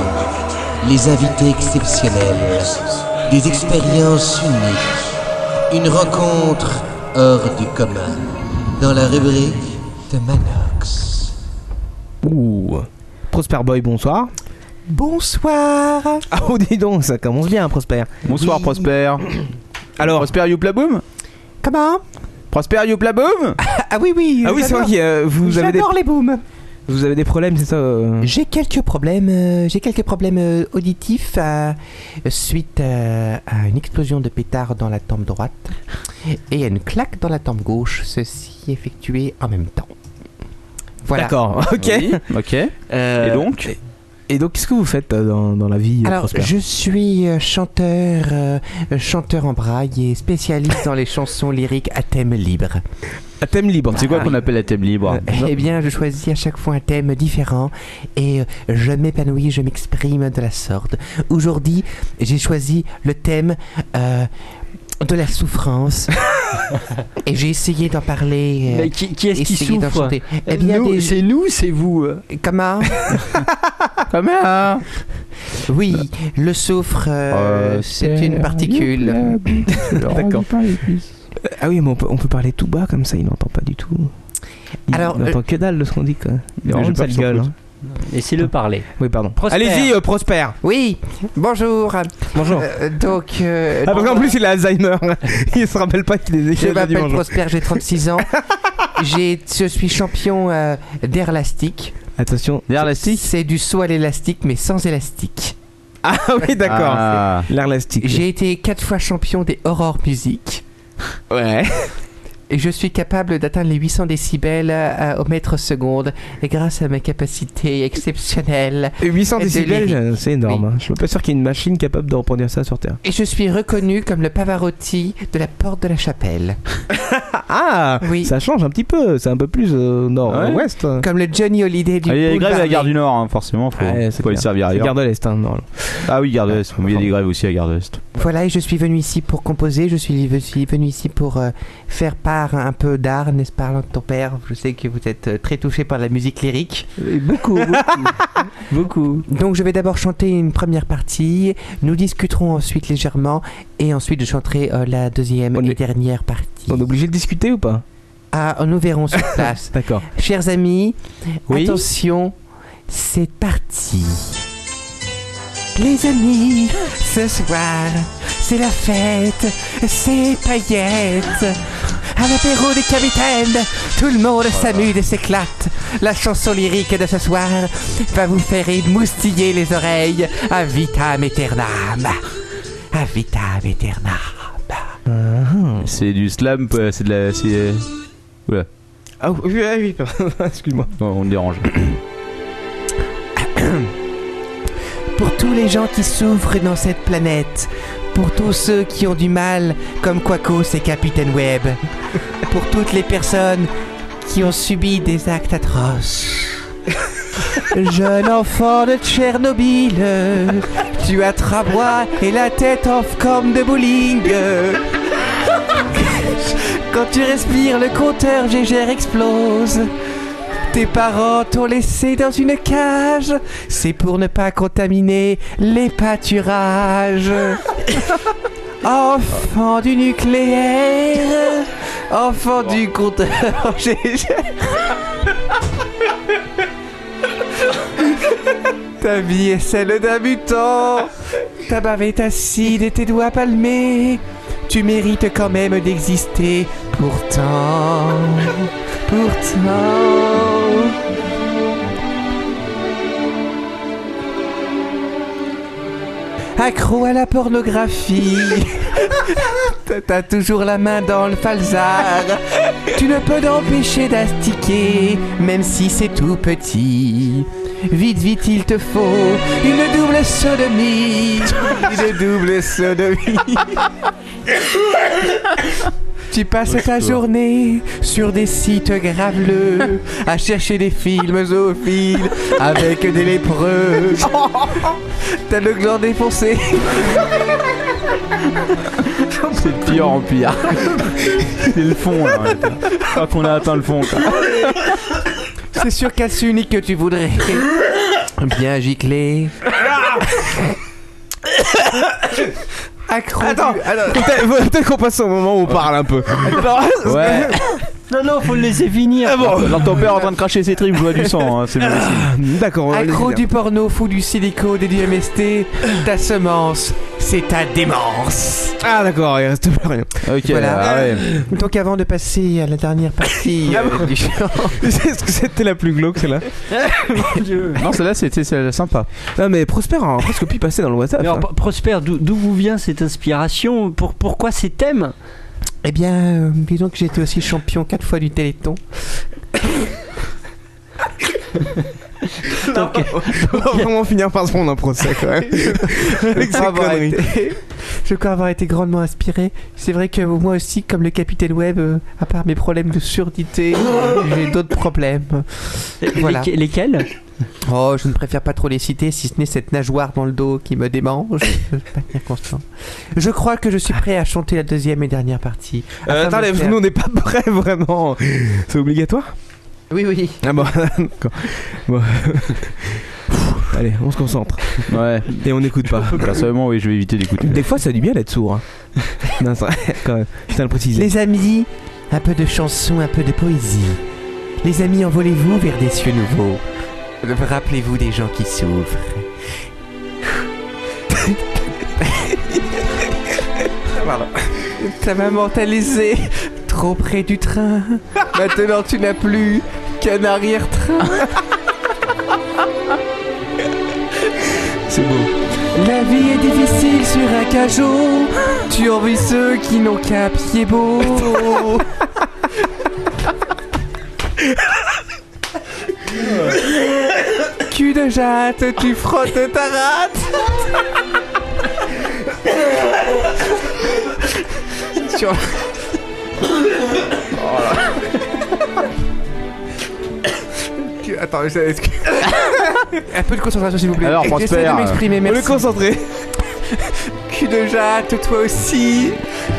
Speaker 1: Les invités exceptionnels. Des expériences uniques. Une rencontre hors du commun. Dans la rubrique de Manox.
Speaker 6: Ouh. Prosper Boy, bonsoir. Bonsoir. Ah oh, dis donc, ça commence bien, Prosper.
Speaker 5: Bonsoir, Prosper.
Speaker 6: Alors.
Speaker 5: Prosper Youplaboom
Speaker 6: Comment
Speaker 5: Prosper Youplaboom
Speaker 3: Ah oui, oui.
Speaker 6: Ah oui, c'est
Speaker 3: j'adore.
Speaker 6: vrai, euh, vous avez des-
Speaker 3: J'adore les booms.
Speaker 6: Vous avez des problèmes, c'est ça euh
Speaker 3: J'ai quelques problèmes, euh, j'ai quelques problèmes euh, auditifs euh, suite euh, à une explosion de pétard dans la tempe droite et à une claque dans la tempe gauche, ceci effectué en même temps. Voilà.
Speaker 6: D'accord, ok.
Speaker 5: ok.
Speaker 6: Euh,
Speaker 5: Et donc
Speaker 6: Et donc, qu'est-ce que vous faites euh, dans, dans la vie, euh,
Speaker 3: Alors,
Speaker 6: Prosper
Speaker 3: je suis euh, chanteur, euh, euh, chanteur en braille et spécialiste dans les chansons lyriques à thème libre.
Speaker 6: À thème libre.
Speaker 5: C'est quoi qu'on appelle à thème libre
Speaker 6: Euh,
Speaker 3: Eh bien, je choisis à chaque fois un thème différent et euh, je m'épanouis, je m'exprime de la sorte. Aujourd'hui, j'ai choisi le thème euh, de la souffrance et j'ai essayé d'en parler. euh,
Speaker 17: Mais qui, qui est-ce qui
Speaker 3: essayé d'en
Speaker 17: souffre
Speaker 3: chanter. Eh bien,
Speaker 17: Nous,
Speaker 3: des-
Speaker 5: Ah,
Speaker 17: C'est nous, c'est vous. euh.
Speaker 3: Comment
Speaker 5: Comment
Speaker 3: Oui, le soufre, euh, c'est une particule.
Speaker 6: D'accord. Ah oui, mais on peut, on peut parler tout bas comme ça, il n'entend pas du tout. Il
Speaker 3: Alors,
Speaker 6: n'entend
Speaker 3: euh,
Speaker 6: que dalle de ce qu'on dit quoi.
Speaker 3: Mais
Speaker 6: Il
Speaker 3: j'ai
Speaker 6: vraiment
Speaker 3: pas
Speaker 6: sale
Speaker 3: le son
Speaker 6: gueule. hein.
Speaker 3: foot.
Speaker 7: Laissez-le parler.
Speaker 6: Oui, pardon.
Speaker 7: Prosper.
Speaker 6: Allez-y, euh, Prosper.
Speaker 3: Oui, bonjour.
Speaker 6: Bonjour.
Speaker 3: Euh, donc. euh,
Speaker 6: Ah, parce qu'en plus, il a Alzheimer. il se rappelle pas qu'il est
Speaker 3: Je m'appelle Prosper, j'ai 36 ans. J'ai- je suis champion euh, d'air élastique.
Speaker 6: Attention.
Speaker 3: D'air élastique C'est du saut à l'élastique, mais sans élastique.
Speaker 6: Ah oui, d'accord. Ah. L'air élastique.
Speaker 3: J'ai été 4 fois champion des Aurore Music.
Speaker 6: Ouais.
Speaker 3: Et je suis capable d'atteindre les 800 décibels euh, au mètre seconde et grâce à ma capacité exceptionnelle.
Speaker 6: 800
Speaker 3: de
Speaker 6: décibels,
Speaker 3: lyrique.
Speaker 6: euh, c'est énorme. hein. Je suis pas sûr qu'il y ait une machine capable de reproduire ça sur Terre.
Speaker 3: Et je suis reconnu comme le Pavarotti de la porte de la chapelle.
Speaker 6: Ah Ça change un petit peu. C'est un peu plus euh, nord-ouest.
Speaker 3: Comme le Johnny Holiday du
Speaker 5: Ah, il y a des
Speaker 3: boulevard
Speaker 5: grèves à la
Speaker 3: des-
Speaker 5: gare du Nord, hein, forcément, faut,
Speaker 6: Ah, Ouais, c'est
Speaker 5: faut les
Speaker 6: clair.
Speaker 5: servir
Speaker 6: C'est
Speaker 5: ailleurs.
Speaker 6: Gare de l'Est, hein, normalement.
Speaker 5: Ah oui, gare de l'Est, mais il y a des grèves aussi à gare de l'Est.
Speaker 3: Voilà, et je suis venu ici pour composer, je suis, je suis venu ici pour euh, faire part un peu d'art, n'est-ce pas, Alain, ton père Je sais que vous êtes euh, très touché par la musique lyrique.
Speaker 7: beaucoup, beaucoup.
Speaker 3: Donc je vais d'abord chanter une première partie, nous discuterons ensuite légèrement, et ensuite je chanterai euh, la deuxième et dernière partie.
Speaker 6: On est obligé de discuter ou pas
Speaker 3: Ah, nous verrons sur place.
Speaker 6: D'accord.
Speaker 3: Chers amis,
Speaker 6: Oui.
Speaker 3: attention, c'est parti. Les amis, ce soir, c'est la fête, c'est paillettes. À l'apéro des capitaines, tout le monde s'amuse et s'éclate. La chanson lyrique de ce soir va vous faire émoustiller les oreilles à vitam aeternam. À vitam aeternam.
Speaker 5: C'est du slam, euh, c'est de la. C'est. Oula.
Speaker 6: Ah oui, oui, oui. excuse-moi.
Speaker 5: Non, on me dérange.
Speaker 3: Pour tous les gens qui souffrent dans cette planète, pour tous ceux qui ont du mal, comme Quacos et Capitaine Web, pour toutes les personnes qui ont subi des actes atroces. Jeune enfant de Tchernobyl, tu as trois bras et la tête en forme de bowling. Quand tu respires, le compteur GGR explose. Tes parents t'ont laissé dans une cage. C'est pour ne pas contaminer les pâturages. Enfant du nucléaire, enfant du compteur GGR. Ta vie est celle d'un mutant. Ta bave est acide et tes doigts palmés. Tu mérites quand même d'exister. Pourtant, pourtant. Accro à la pornographie. T'as- T'as toujours la main dans le falzar. tu ne peux t'empêcher d'astiquer, même si c'est tout petit. Vite, vite, il te faut une double sodomie. Une double sodomie. Tu passes ta journée sur des sites graveleux à chercher des films zoophiles avec des lépreux. T'as le gland défoncé.
Speaker 5: C'est de pire en pire. c'est le fond, là. ouais, putain. Je crois qu'on a atteint le fond, quoi.
Speaker 3: C'est sur casse unique que tu voudrais. Bien giclé. Accro.
Speaker 6: Attends, peut-être peut-être qu'on passe au moment où on parle un peu.
Speaker 5: Ouais.
Speaker 7: Non, non, faut le laisser finir.
Speaker 5: Ah bon Alors ton père est en train de cracher ses tripes, je vois du sang, hein, c'est bon aussi.
Speaker 6: D'accord,
Speaker 3: Accro du porno, fou du silico, des DMST, ta semence, c'est ta démence.
Speaker 6: Ah d'accord, il reste plus rien.
Speaker 5: Ok,
Speaker 3: Voilà.
Speaker 5: ah ouais.
Speaker 3: Donc avant de passer à la dernière partie
Speaker 6: Ah
Speaker 3: euh,
Speaker 6: bon
Speaker 3: du show-
Speaker 6: Est-ce que c'était la plus glauque celle-là
Speaker 5: Non, celle-là c'était celle-là, sympa.
Speaker 6: Non mais Prosper a presque pu passer dans le WhatsApp. hein.
Speaker 7: Alors, P- Prosper, d'où d'où vous vient cette inspiration pour, Pourquoi ces thèmes
Speaker 3: Eh bien, euh, disons que j'étais aussi champion quatre fois du Téléthon.
Speaker 6: Donc, on va vraiment finir par se prendre un procès quand même. Avec
Speaker 3: Je
Speaker 6: ces
Speaker 3: crois avoir
Speaker 6: conneries.
Speaker 3: été- Je crois avoir été grandement inspiré. C'est vrai que moi aussi, comme le capitaine Web, euh, à part mes problèmes de surdité, j'ai d'autres problèmes.
Speaker 7: Et- et
Speaker 3: Voilà.
Speaker 7: lesque- Lesquels
Speaker 3: Oh, je ne préfère pas trop les citer, si ce n'est cette nageoire dans le dos qui me démange. Je peux pas tenir constant. Je crois que je suis prêt à chanter la deuxième et dernière partie.
Speaker 6: Euh,
Speaker 3: Afin de
Speaker 6: attendez,
Speaker 3: me faire-
Speaker 6: nous on n'est pas prêts vraiment. C'est obligatoire
Speaker 3: Oui, oui.
Speaker 6: Ah bon, d'accord. Bon. Allez, on se concentre.
Speaker 5: Ouais.
Speaker 6: Et on n'écoute pas.
Speaker 5: Personnellement, oui, je vais éviter d'écouter.
Speaker 6: Des fois, ça a du bien d'être sourd. hein. non, c'est vrai, quand même. Je tiens à le préciser.
Speaker 3: Les amis, un peu de chanson, un peu de poésie. Les amis, envolez-vous vers des cieux nouveaux. Rappelez-vous des gens qui souffrent. Pardon. Ta maman t'a laissé trop près du train. Maintenant, tu n'as plus qu'un arrière-train.
Speaker 6: C'est beau.
Speaker 3: La vie est difficile sur un cajot. Tu envies ceux qui n'ont qu'un pied beau. Cul de jatte, tu frottes ta rate. sur... Attends, je- est-ce que- Un peu de concentration, s'il vous plaît.
Speaker 5: Alors,
Speaker 3: J'essaie
Speaker 5: Prosper,
Speaker 3: de m'exprimer,
Speaker 5: euh,
Speaker 3: merci.
Speaker 5: le concentrer.
Speaker 3: Cul de jatte, toi aussi,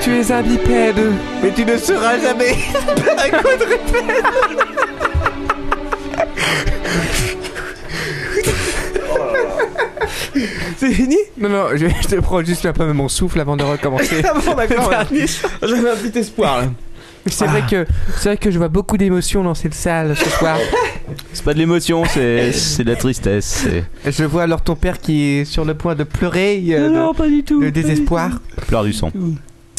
Speaker 3: tu es un bipède, mais tu ne seras jamais un quadrupède. C'est fini Non, non, je, je te prends juste un peu mon souffle avant de recommencer.
Speaker 6: Ah bon, d'accord, ouais. J'avais un petit espoir. là.
Speaker 3: C'est vrai que c'est vrai que je vois beaucoup d'émotions dans cette salle ce soir.
Speaker 5: C'est pas de l'émotion, c'est c'est de la tristesse. c'est-
Speaker 3: Je vois alors ton père qui est sur le point de pleurer. euh,
Speaker 5: Non,
Speaker 3: dans-
Speaker 5: non, pas du tout,
Speaker 3: Le
Speaker 5: pas du
Speaker 3: désespoir.
Speaker 5: Pleure du sang.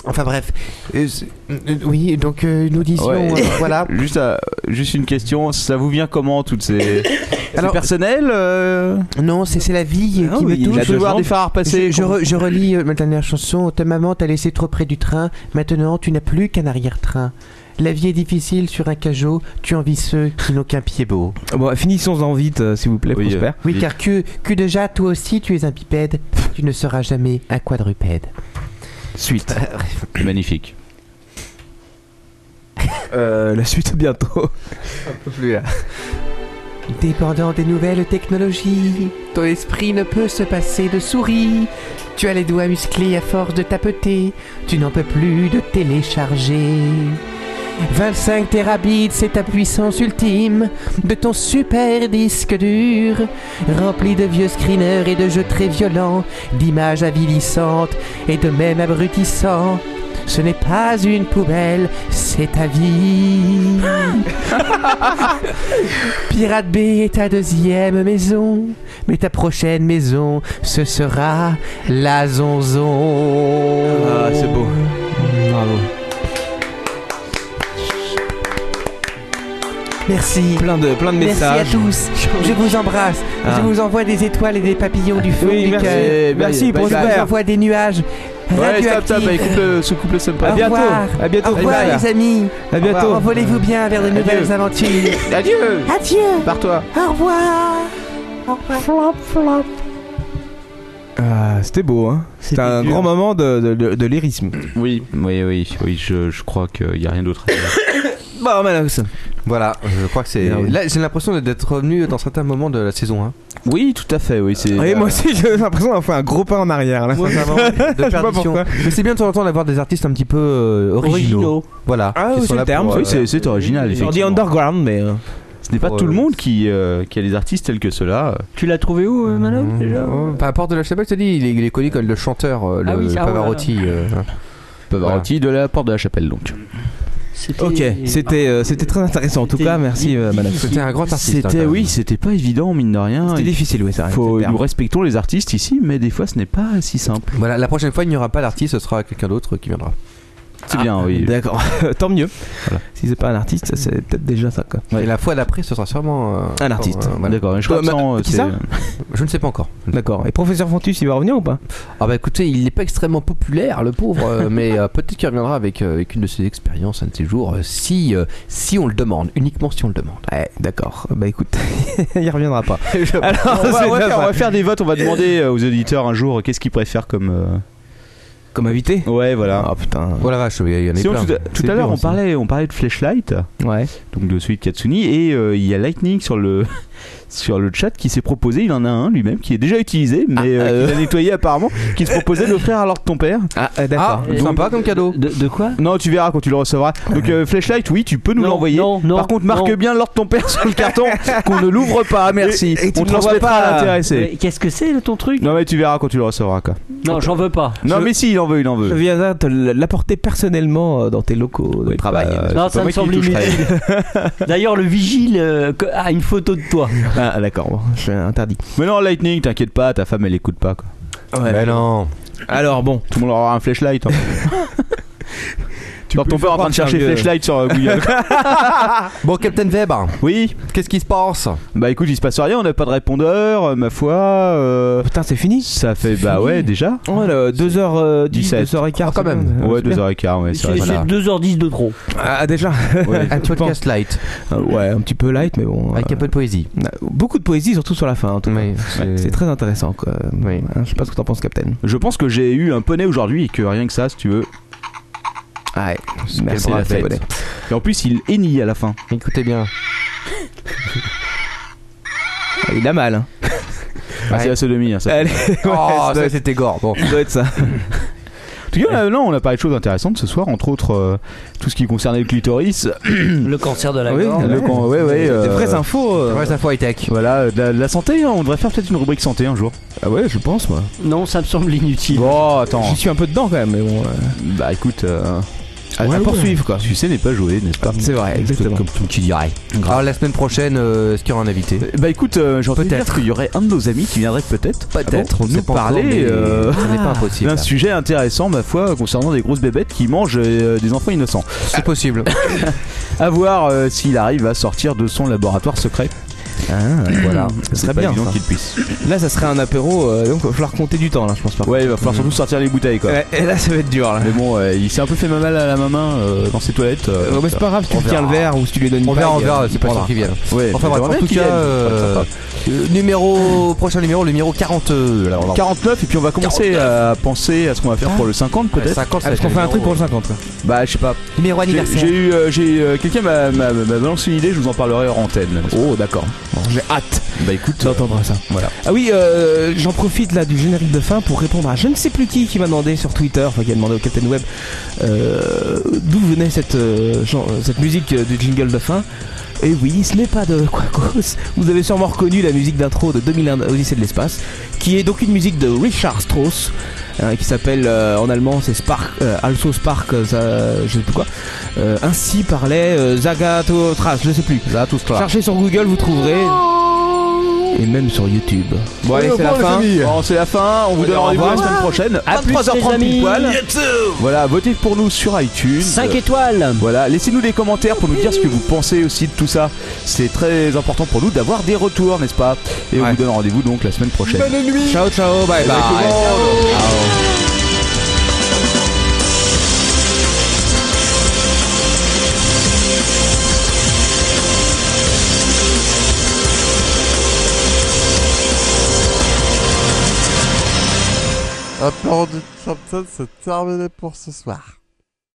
Speaker 3: Enfin bref. Euh, c'est- euh, oui, donc euh, nous disions
Speaker 5: Ouais.
Speaker 3: euh, voilà.
Speaker 5: Juste, à- juste une question, ça vous vient comment toutes ces.
Speaker 3: Alors-
Speaker 5: ces personnel
Speaker 6: euh,
Speaker 3: Non, c'est c'est la vie
Speaker 5: Ah
Speaker 3: qui
Speaker 5: oui, il
Speaker 3: me touche.
Speaker 5: a deux jambes.
Speaker 3: Je, je re- je relis euh, ma dernière chanson. Ta maman t'a laissé trop près du train. Maintenant, tu n'as plus qu'un arrière-train. La vie est difficile sur un cajot. Tu envies ceux qui n'ont qu'un pied beau.
Speaker 6: Bon, finissons-en vite, euh, s'il vous plaît,
Speaker 5: Oui,
Speaker 6: Prosper.
Speaker 5: euh,
Speaker 3: Oui, car que cul de jatte, toi aussi, tu es un bipède. Tu ne seras jamais un quadrupède.
Speaker 5: Suite. Magnifique.
Speaker 6: Euh, la suite bientôt.
Speaker 3: plus Dépendant des nouvelles technologies, ton esprit ne peut se passer de souris. Tu as les doigts musclés à force de tapeter, tu n'en peux plus de télécharger. 25 terabits, c'est ta puissance ultime de ton super disque dur, rempli de vieux screeners et de jeux très violents, d'images avilissantes et de mêmes abrutissants. Ce n'est pas une poubelle, c'est ta vie. Pirate B est ta deuxième maison, mais ta prochaine maison, ce sera la zonzon.
Speaker 5: Ah, c'est beau.
Speaker 6: Bravo.
Speaker 3: Merci.
Speaker 6: Plein de, plein de
Speaker 3: Merci
Speaker 6: messages.
Speaker 3: à tous. Je vous embrasse.
Speaker 6: Ah.
Speaker 3: Je vous envoie des étoiles et des papillons du feu.
Speaker 6: Oui,
Speaker 3: du
Speaker 6: merci.
Speaker 3: cœur.
Speaker 6: Eh, merci,
Speaker 3: Je vous
Speaker 6: Prosper.
Speaker 3: envoie des nuages.
Speaker 5: Ouais,
Speaker 3: radioactifs.
Speaker 5: stop, bah, euh, stop, allez, coupe le, sous- coupe le sympa.
Speaker 3: Au revoir.
Speaker 5: À bientôt,
Speaker 3: Au revoir,
Speaker 5: bye bye.
Speaker 3: les amis.
Speaker 5: À bientôt.
Speaker 3: Au revoir. Envolez-vous bien vers de
Speaker 5: Adieu.
Speaker 3: nouvelles aventures.
Speaker 5: Adieu.
Speaker 3: Adieu.
Speaker 5: Pars-toi.
Speaker 12: Au revoir. Flop, flop.
Speaker 6: Ah, c'était beau, hein. C'était un grand moment de, de, de- de lyrisme.
Speaker 5: Oui, oui, oui, oui je, je crois qu'il n'y a rien d'autre à dire.
Speaker 6: Bon, Manox.
Speaker 4: Voilà, je crois que c'est.
Speaker 5: Ah oui.
Speaker 4: Là, j'ai l'impression d'être revenu dans certains moments de la saison hein. 1.
Speaker 5: Oui, tout à fait, oui. c'est.
Speaker 6: Et moi
Speaker 4: euh,
Speaker 6: aussi, j'ai l'impression d'avoir fait un gros pas en arrière. Là.
Speaker 4: Moi, j'ai un moment
Speaker 6: Ah,
Speaker 4: de
Speaker 6: Je sais pas
Speaker 4: perdition.
Speaker 6: pourquoi.
Speaker 4: Mais c'est bien de temps en temps d'avoir des artistes un petit peu euh, originaux.
Speaker 6: Originaux.
Speaker 4: Voilà.
Speaker 6: Ah,
Speaker 4: qui
Speaker 6: oui,
Speaker 4: sont
Speaker 6: c'est
Speaker 4: là
Speaker 6: le terme.
Speaker 4: pour,
Speaker 5: Oui,
Speaker 4: euh,
Speaker 5: c'est c'est original,
Speaker 6: On
Speaker 5: effectivement.
Speaker 6: dit underground, mais. euh,
Speaker 5: Ce n'est pas tout le monde qui, euh, qui a des artistes tels que ceux-là.
Speaker 7: Tu l'as trouvé où, euh, Manox
Speaker 5: Mmh.
Speaker 7: déjà
Speaker 4: Oh, Par rapport de la Chapelle, je te dis, il est, il est connu comme le chanteur, euh, le
Speaker 7: Ah oui, ah,
Speaker 4: Pavarotti. euh,
Speaker 5: Pavarotti de la porte de la chapelle, donc.
Speaker 6: Ok, c'était euh, c'était très intéressant en tout cas. Merci, euh, Manox. hein,
Speaker 5: C'était, oui, c'était pas évident, mine de rien.
Speaker 6: C'était difficile, oui, c'est vrai.
Speaker 5: Faut,
Speaker 6: c'est clair.
Speaker 5: nous respectons les artistes ici, mais des fois, ce n'est pas si simple.
Speaker 4: Voilà, la prochaine fois, il n'y aura pas d'artiste, ce sera quelqu'un d'autre qui viendra.
Speaker 5: C'est bien, oui.
Speaker 6: D'accord, tant mieux. Si c'est pas un artiste, ça, c'est peut-être déjà ça. Quoi.
Speaker 4: Et la fois d'après, ce sera sûrement. euh,
Speaker 6: Un artiste.
Speaker 4: euh, voilà.
Speaker 5: D'accord, je crois
Speaker 6: Euh,
Speaker 5: que
Speaker 6: ma-
Speaker 5: sans, euh,
Speaker 6: qui
Speaker 5: c'est-
Speaker 6: ça
Speaker 4: Je ne sais pas encore.
Speaker 6: D'accord. Et professeur Fontus, il va revenir ou pas
Speaker 4: Ah bah écoutez, il n'est pas extrêmement populaire, le pauvre, euh, mais euh, peut-être qu'il reviendra avec, euh, avec une de ses expériences un de ces jours, euh, si, euh, si on le demande, uniquement si on le demande.
Speaker 6: Ouais, d'accord. Bah écoute, il reviendra pas.
Speaker 5: Alors, Ah, on, va,
Speaker 6: c'est
Speaker 5: on va
Speaker 6: bien
Speaker 5: faire,
Speaker 6: ça.
Speaker 5: on va faire des votes, on va demander euh, aux auditeurs un jour euh, qu'est-ce qu'ils préfèrent comme. euh,
Speaker 6: Comme invité
Speaker 5: Ouais, voilà.
Speaker 6: Ah putain.
Speaker 4: Oh la vache, il y, en a
Speaker 5: Sinon,
Speaker 4: plein.
Speaker 5: tout à, tout à l'heure, on parlait, on parlait de Flashlight,
Speaker 6: Ouais.
Speaker 5: donc de celui de Katsuni, et euh, il y a Lightning sur le, sur le chat qui s'est proposé, il en a un lui-même qui est déjà utilisé,
Speaker 7: Ah,
Speaker 5: mais euh, qu'il a nettoyé apparemment, qui se proposait d'offrir à l'ordre de ton père.
Speaker 4: Ah,
Speaker 6: euh,
Speaker 4: d'accord. Sympa comme cadeau.
Speaker 7: De, quoi
Speaker 5: Non, tu verras quand tu le recevras. Donc euh, Flashlight, oui, tu peux nous l'envoyer. Par contre, marque bien l'ordre de ton père sur le carton qu'on ne l'ouvre pas, merci.
Speaker 7: Et- et tu
Speaker 5: On
Speaker 7: me
Speaker 5: ne
Speaker 7: l'envoies
Speaker 5: transmet pas
Speaker 7: pas,
Speaker 5: à
Speaker 7: mais
Speaker 5: l'intéressé.
Speaker 7: Qu'est-ce que c'est ton truc
Speaker 5: Non, mais tu verras quand tu le recevras, quoi.
Speaker 7: Non, j'en veux pas.
Speaker 5: Non, mais si, il en veut, il en
Speaker 6: Je
Speaker 5: veut.
Speaker 6: viendrai te l'apporter personnellement euh, dans tes locaux de travail.
Speaker 5: Euh,
Speaker 7: Non, ça me semble inutile. D'ailleurs, le vigile euh, co- a une photo de toi.
Speaker 5: Ah, d'accord, bon, c'est interdit. Mais non, Lightning, t'inquiète pas, ta femme elle écoute pas, quoi.
Speaker 6: ah
Speaker 9: Mais non.
Speaker 5: Alors bon, tout le monde aura un flashlight. hein. Alors,
Speaker 9: peux
Speaker 5: ton père est en train
Speaker 9: faire
Speaker 5: de chercher
Speaker 9: mieux.
Speaker 5: flashlight sur euh, Google.
Speaker 4: bon, Captain Weber.
Speaker 5: Oui.
Speaker 4: Qu'est-ce qui se passe Oh,
Speaker 5: Bah écoute, il se passe rien, on n'a pas de répondeur, euh, ma foi. euh,
Speaker 6: Putain, c'est fini
Speaker 5: Ça fait bah ouais, déjà.
Speaker 6: Ouais, 2h10,
Speaker 5: 17.
Speaker 6: 2h15 Euh, Ah, quand même.
Speaker 5: Ouais, 2h15, ouais, c'est
Speaker 7: C'est
Speaker 5: vrai.
Speaker 7: c'est 2h10 de trop.
Speaker 6: Ah, déjà
Speaker 5: Ouais.
Speaker 6: Un
Speaker 4: podcast
Speaker 6: light. ouais, un petit peu light, mais bon. Avec un peu de poésie. Beaucoup de poésie, surtout sur la fin. en tout cas. c'est très intéressant. Quoi. Hein, Je sais pas ce que t'en penses, Captain.
Speaker 5: Je pense que j'ai eu un poney aujourd'hui et que rien que ça, si tu veux.
Speaker 6: Ouais,
Speaker 5: merci la fête. Et en plus, il hennit à la fin.
Speaker 4: Écoutez bien.
Speaker 6: Il a mal. Hein.
Speaker 5: Ah, c'est la sodomie, hein, ça.
Speaker 6: Allez.
Speaker 4: Oh, ça c'était gore. Bon.
Speaker 6: doit être ça.
Speaker 5: En tout cas, là, non, on a parlé de choses intéressantes ce soir, entre autres euh, tout ce qui concernait le clitoris.
Speaker 7: Le cancer de la
Speaker 5: Oui,
Speaker 7: gorge.
Speaker 5: le con- ouais, ouais, euh,
Speaker 6: infos. euh.
Speaker 4: Ouais, ça fois high-tech.
Speaker 5: Voilà, euh, de la, de la santé, hein, on devrait faire peut-être une rubrique santé un jour.
Speaker 6: Ah ouais, je pense, moi.
Speaker 7: Non, ça me semble inutile.
Speaker 5: Bon, attends.
Speaker 6: J'y suis un peu dedans quand même, mais bon. euh.
Speaker 5: Bah écoute, euh, à, à
Speaker 6: Ouais, ouais.
Speaker 5: poursuivre quoi. Succès n'est pas joué, n'est-ce pas
Speaker 6: C'est vrai, exactement.
Speaker 4: Comme tu dirais. Alors la semaine prochaine, euh, est-ce qu'il y aura un invité
Speaker 5: Bah écoute, euh, j'ai entendu dire qu'il y aurait un de nos amis qui viendrait peut-être
Speaker 6: Ah
Speaker 4: Peut-être,
Speaker 5: pour
Speaker 4: on sait
Speaker 5: nous
Speaker 4: pas encore,
Speaker 5: parler
Speaker 4: mais
Speaker 5: euh,
Speaker 4: ça n'est pas impossible.
Speaker 5: d'un sujet intéressant, ma foi, concernant des grosses bébêtes qui mangent euh, des enfants innocents.
Speaker 4: C'est possible.
Speaker 5: À voir euh, s'il arrive à sortir de son laboratoire secret.
Speaker 6: voilà,
Speaker 5: Ce serait
Speaker 6: ce serait
Speaker 5: pas
Speaker 6: bien.
Speaker 5: évident
Speaker 6: ça.
Speaker 5: qu'il puisse.
Speaker 6: Là, ça serait un apéro, euh, donc il va falloir compter du temps, là, je pense pas.
Speaker 5: Ouais, il va falloir surtout sortir les bouteilles quoi.
Speaker 6: Ouais, et là, ça va être dur, là.
Speaker 5: Mais bon, euh, il s'est un peu fait mal à la maman euh, dans ses toilettes. euh,
Speaker 6: Euh, bah, c'est pas grave si tu
Speaker 5: on
Speaker 6: lui tiens
Speaker 5: verra.
Speaker 6: le verre ou si tu lui donnes une
Speaker 4: On verra, on
Speaker 6: paille, euh,
Speaker 4: verra,
Speaker 6: il
Speaker 4: c'est pas sûr
Speaker 6: prendra.
Speaker 4: qu'ils viennent.
Speaker 5: Ouais,
Speaker 4: Enfin bref,
Speaker 5: j'aimerais
Speaker 4: en tout
Speaker 5: qu'il
Speaker 4: cas,
Speaker 5: vienne, ça serait
Speaker 4: euh,
Speaker 5: sympa.
Speaker 4: euh, numéro, prochain numéro, le numéro 40. euh, alors, alors,
Speaker 5: 49 et puis on va commencer à penser à ce qu'on va faire pour le 50
Speaker 4: ouais,
Speaker 5: peut-être.
Speaker 4: 50,
Speaker 6: Ah, parce qu'on fait un truc pour le 50. quoi.
Speaker 5: Bah je sais pas.
Speaker 4: Numéro
Speaker 5: J'ai
Speaker 4: anniversaire.
Speaker 5: j'ai eu, euh, j'ai euh, quelqu'un m'a m'a- m'a balancé une idée, je vous en parlerai hors antenne. Oh d'accord.
Speaker 6: J'ai hâte
Speaker 5: Bah écoute,
Speaker 6: d'entendre ça.
Speaker 5: voilà.
Speaker 6: Ah oui, euh, j'en profite là du générique de fin pour répondre à je ne sais plus qui qui m'a demandé sur Twitter, enfin qui a demandé au Captain Web euh, d'où venait cette, euh, chan- euh, cette musique euh, du jingle de fin. Et oui, ce n'est pas de Quacos. Vous avez sûrement reconnu la musique d'intro de 2001 Odyssée de l'espace, qui est donc une musique de Richard Strauss, hein, qui s'appelle euh, en allemand c'est Spark, euh, Also Spark, euh, ça- je sais plus quoi. Euh, ainsi parlait euh, Zagatos, je sais plus. Cherchez sur Google, vous trouverez. Et même sur YouTube. Bon, allez, c'est la fin.
Speaker 5: Bon, c'est la fin, on vous donne
Speaker 6: au
Speaker 5: rendez-vous la
Speaker 6: revoir.
Speaker 5: semaine prochaine à
Speaker 7: plus, les
Speaker 5: 23h30
Speaker 7: amis.
Speaker 5: pile poil. Voilà, votez pour nous sur iTunes.
Speaker 6: Euh,
Speaker 7: 5 étoiles.
Speaker 5: Voilà, laissez-nous des commentaires pour nous dire ce que vous pensez aussi de tout ça. C'est très important pour nous d'avoir des retours, n'est-ce pas Et on vous donne rendez-vous donc la semaine prochaine.
Speaker 6: Ciao, ciao, bye bye.
Speaker 2: Un plan de Champion, c'est terminé pour ce soir.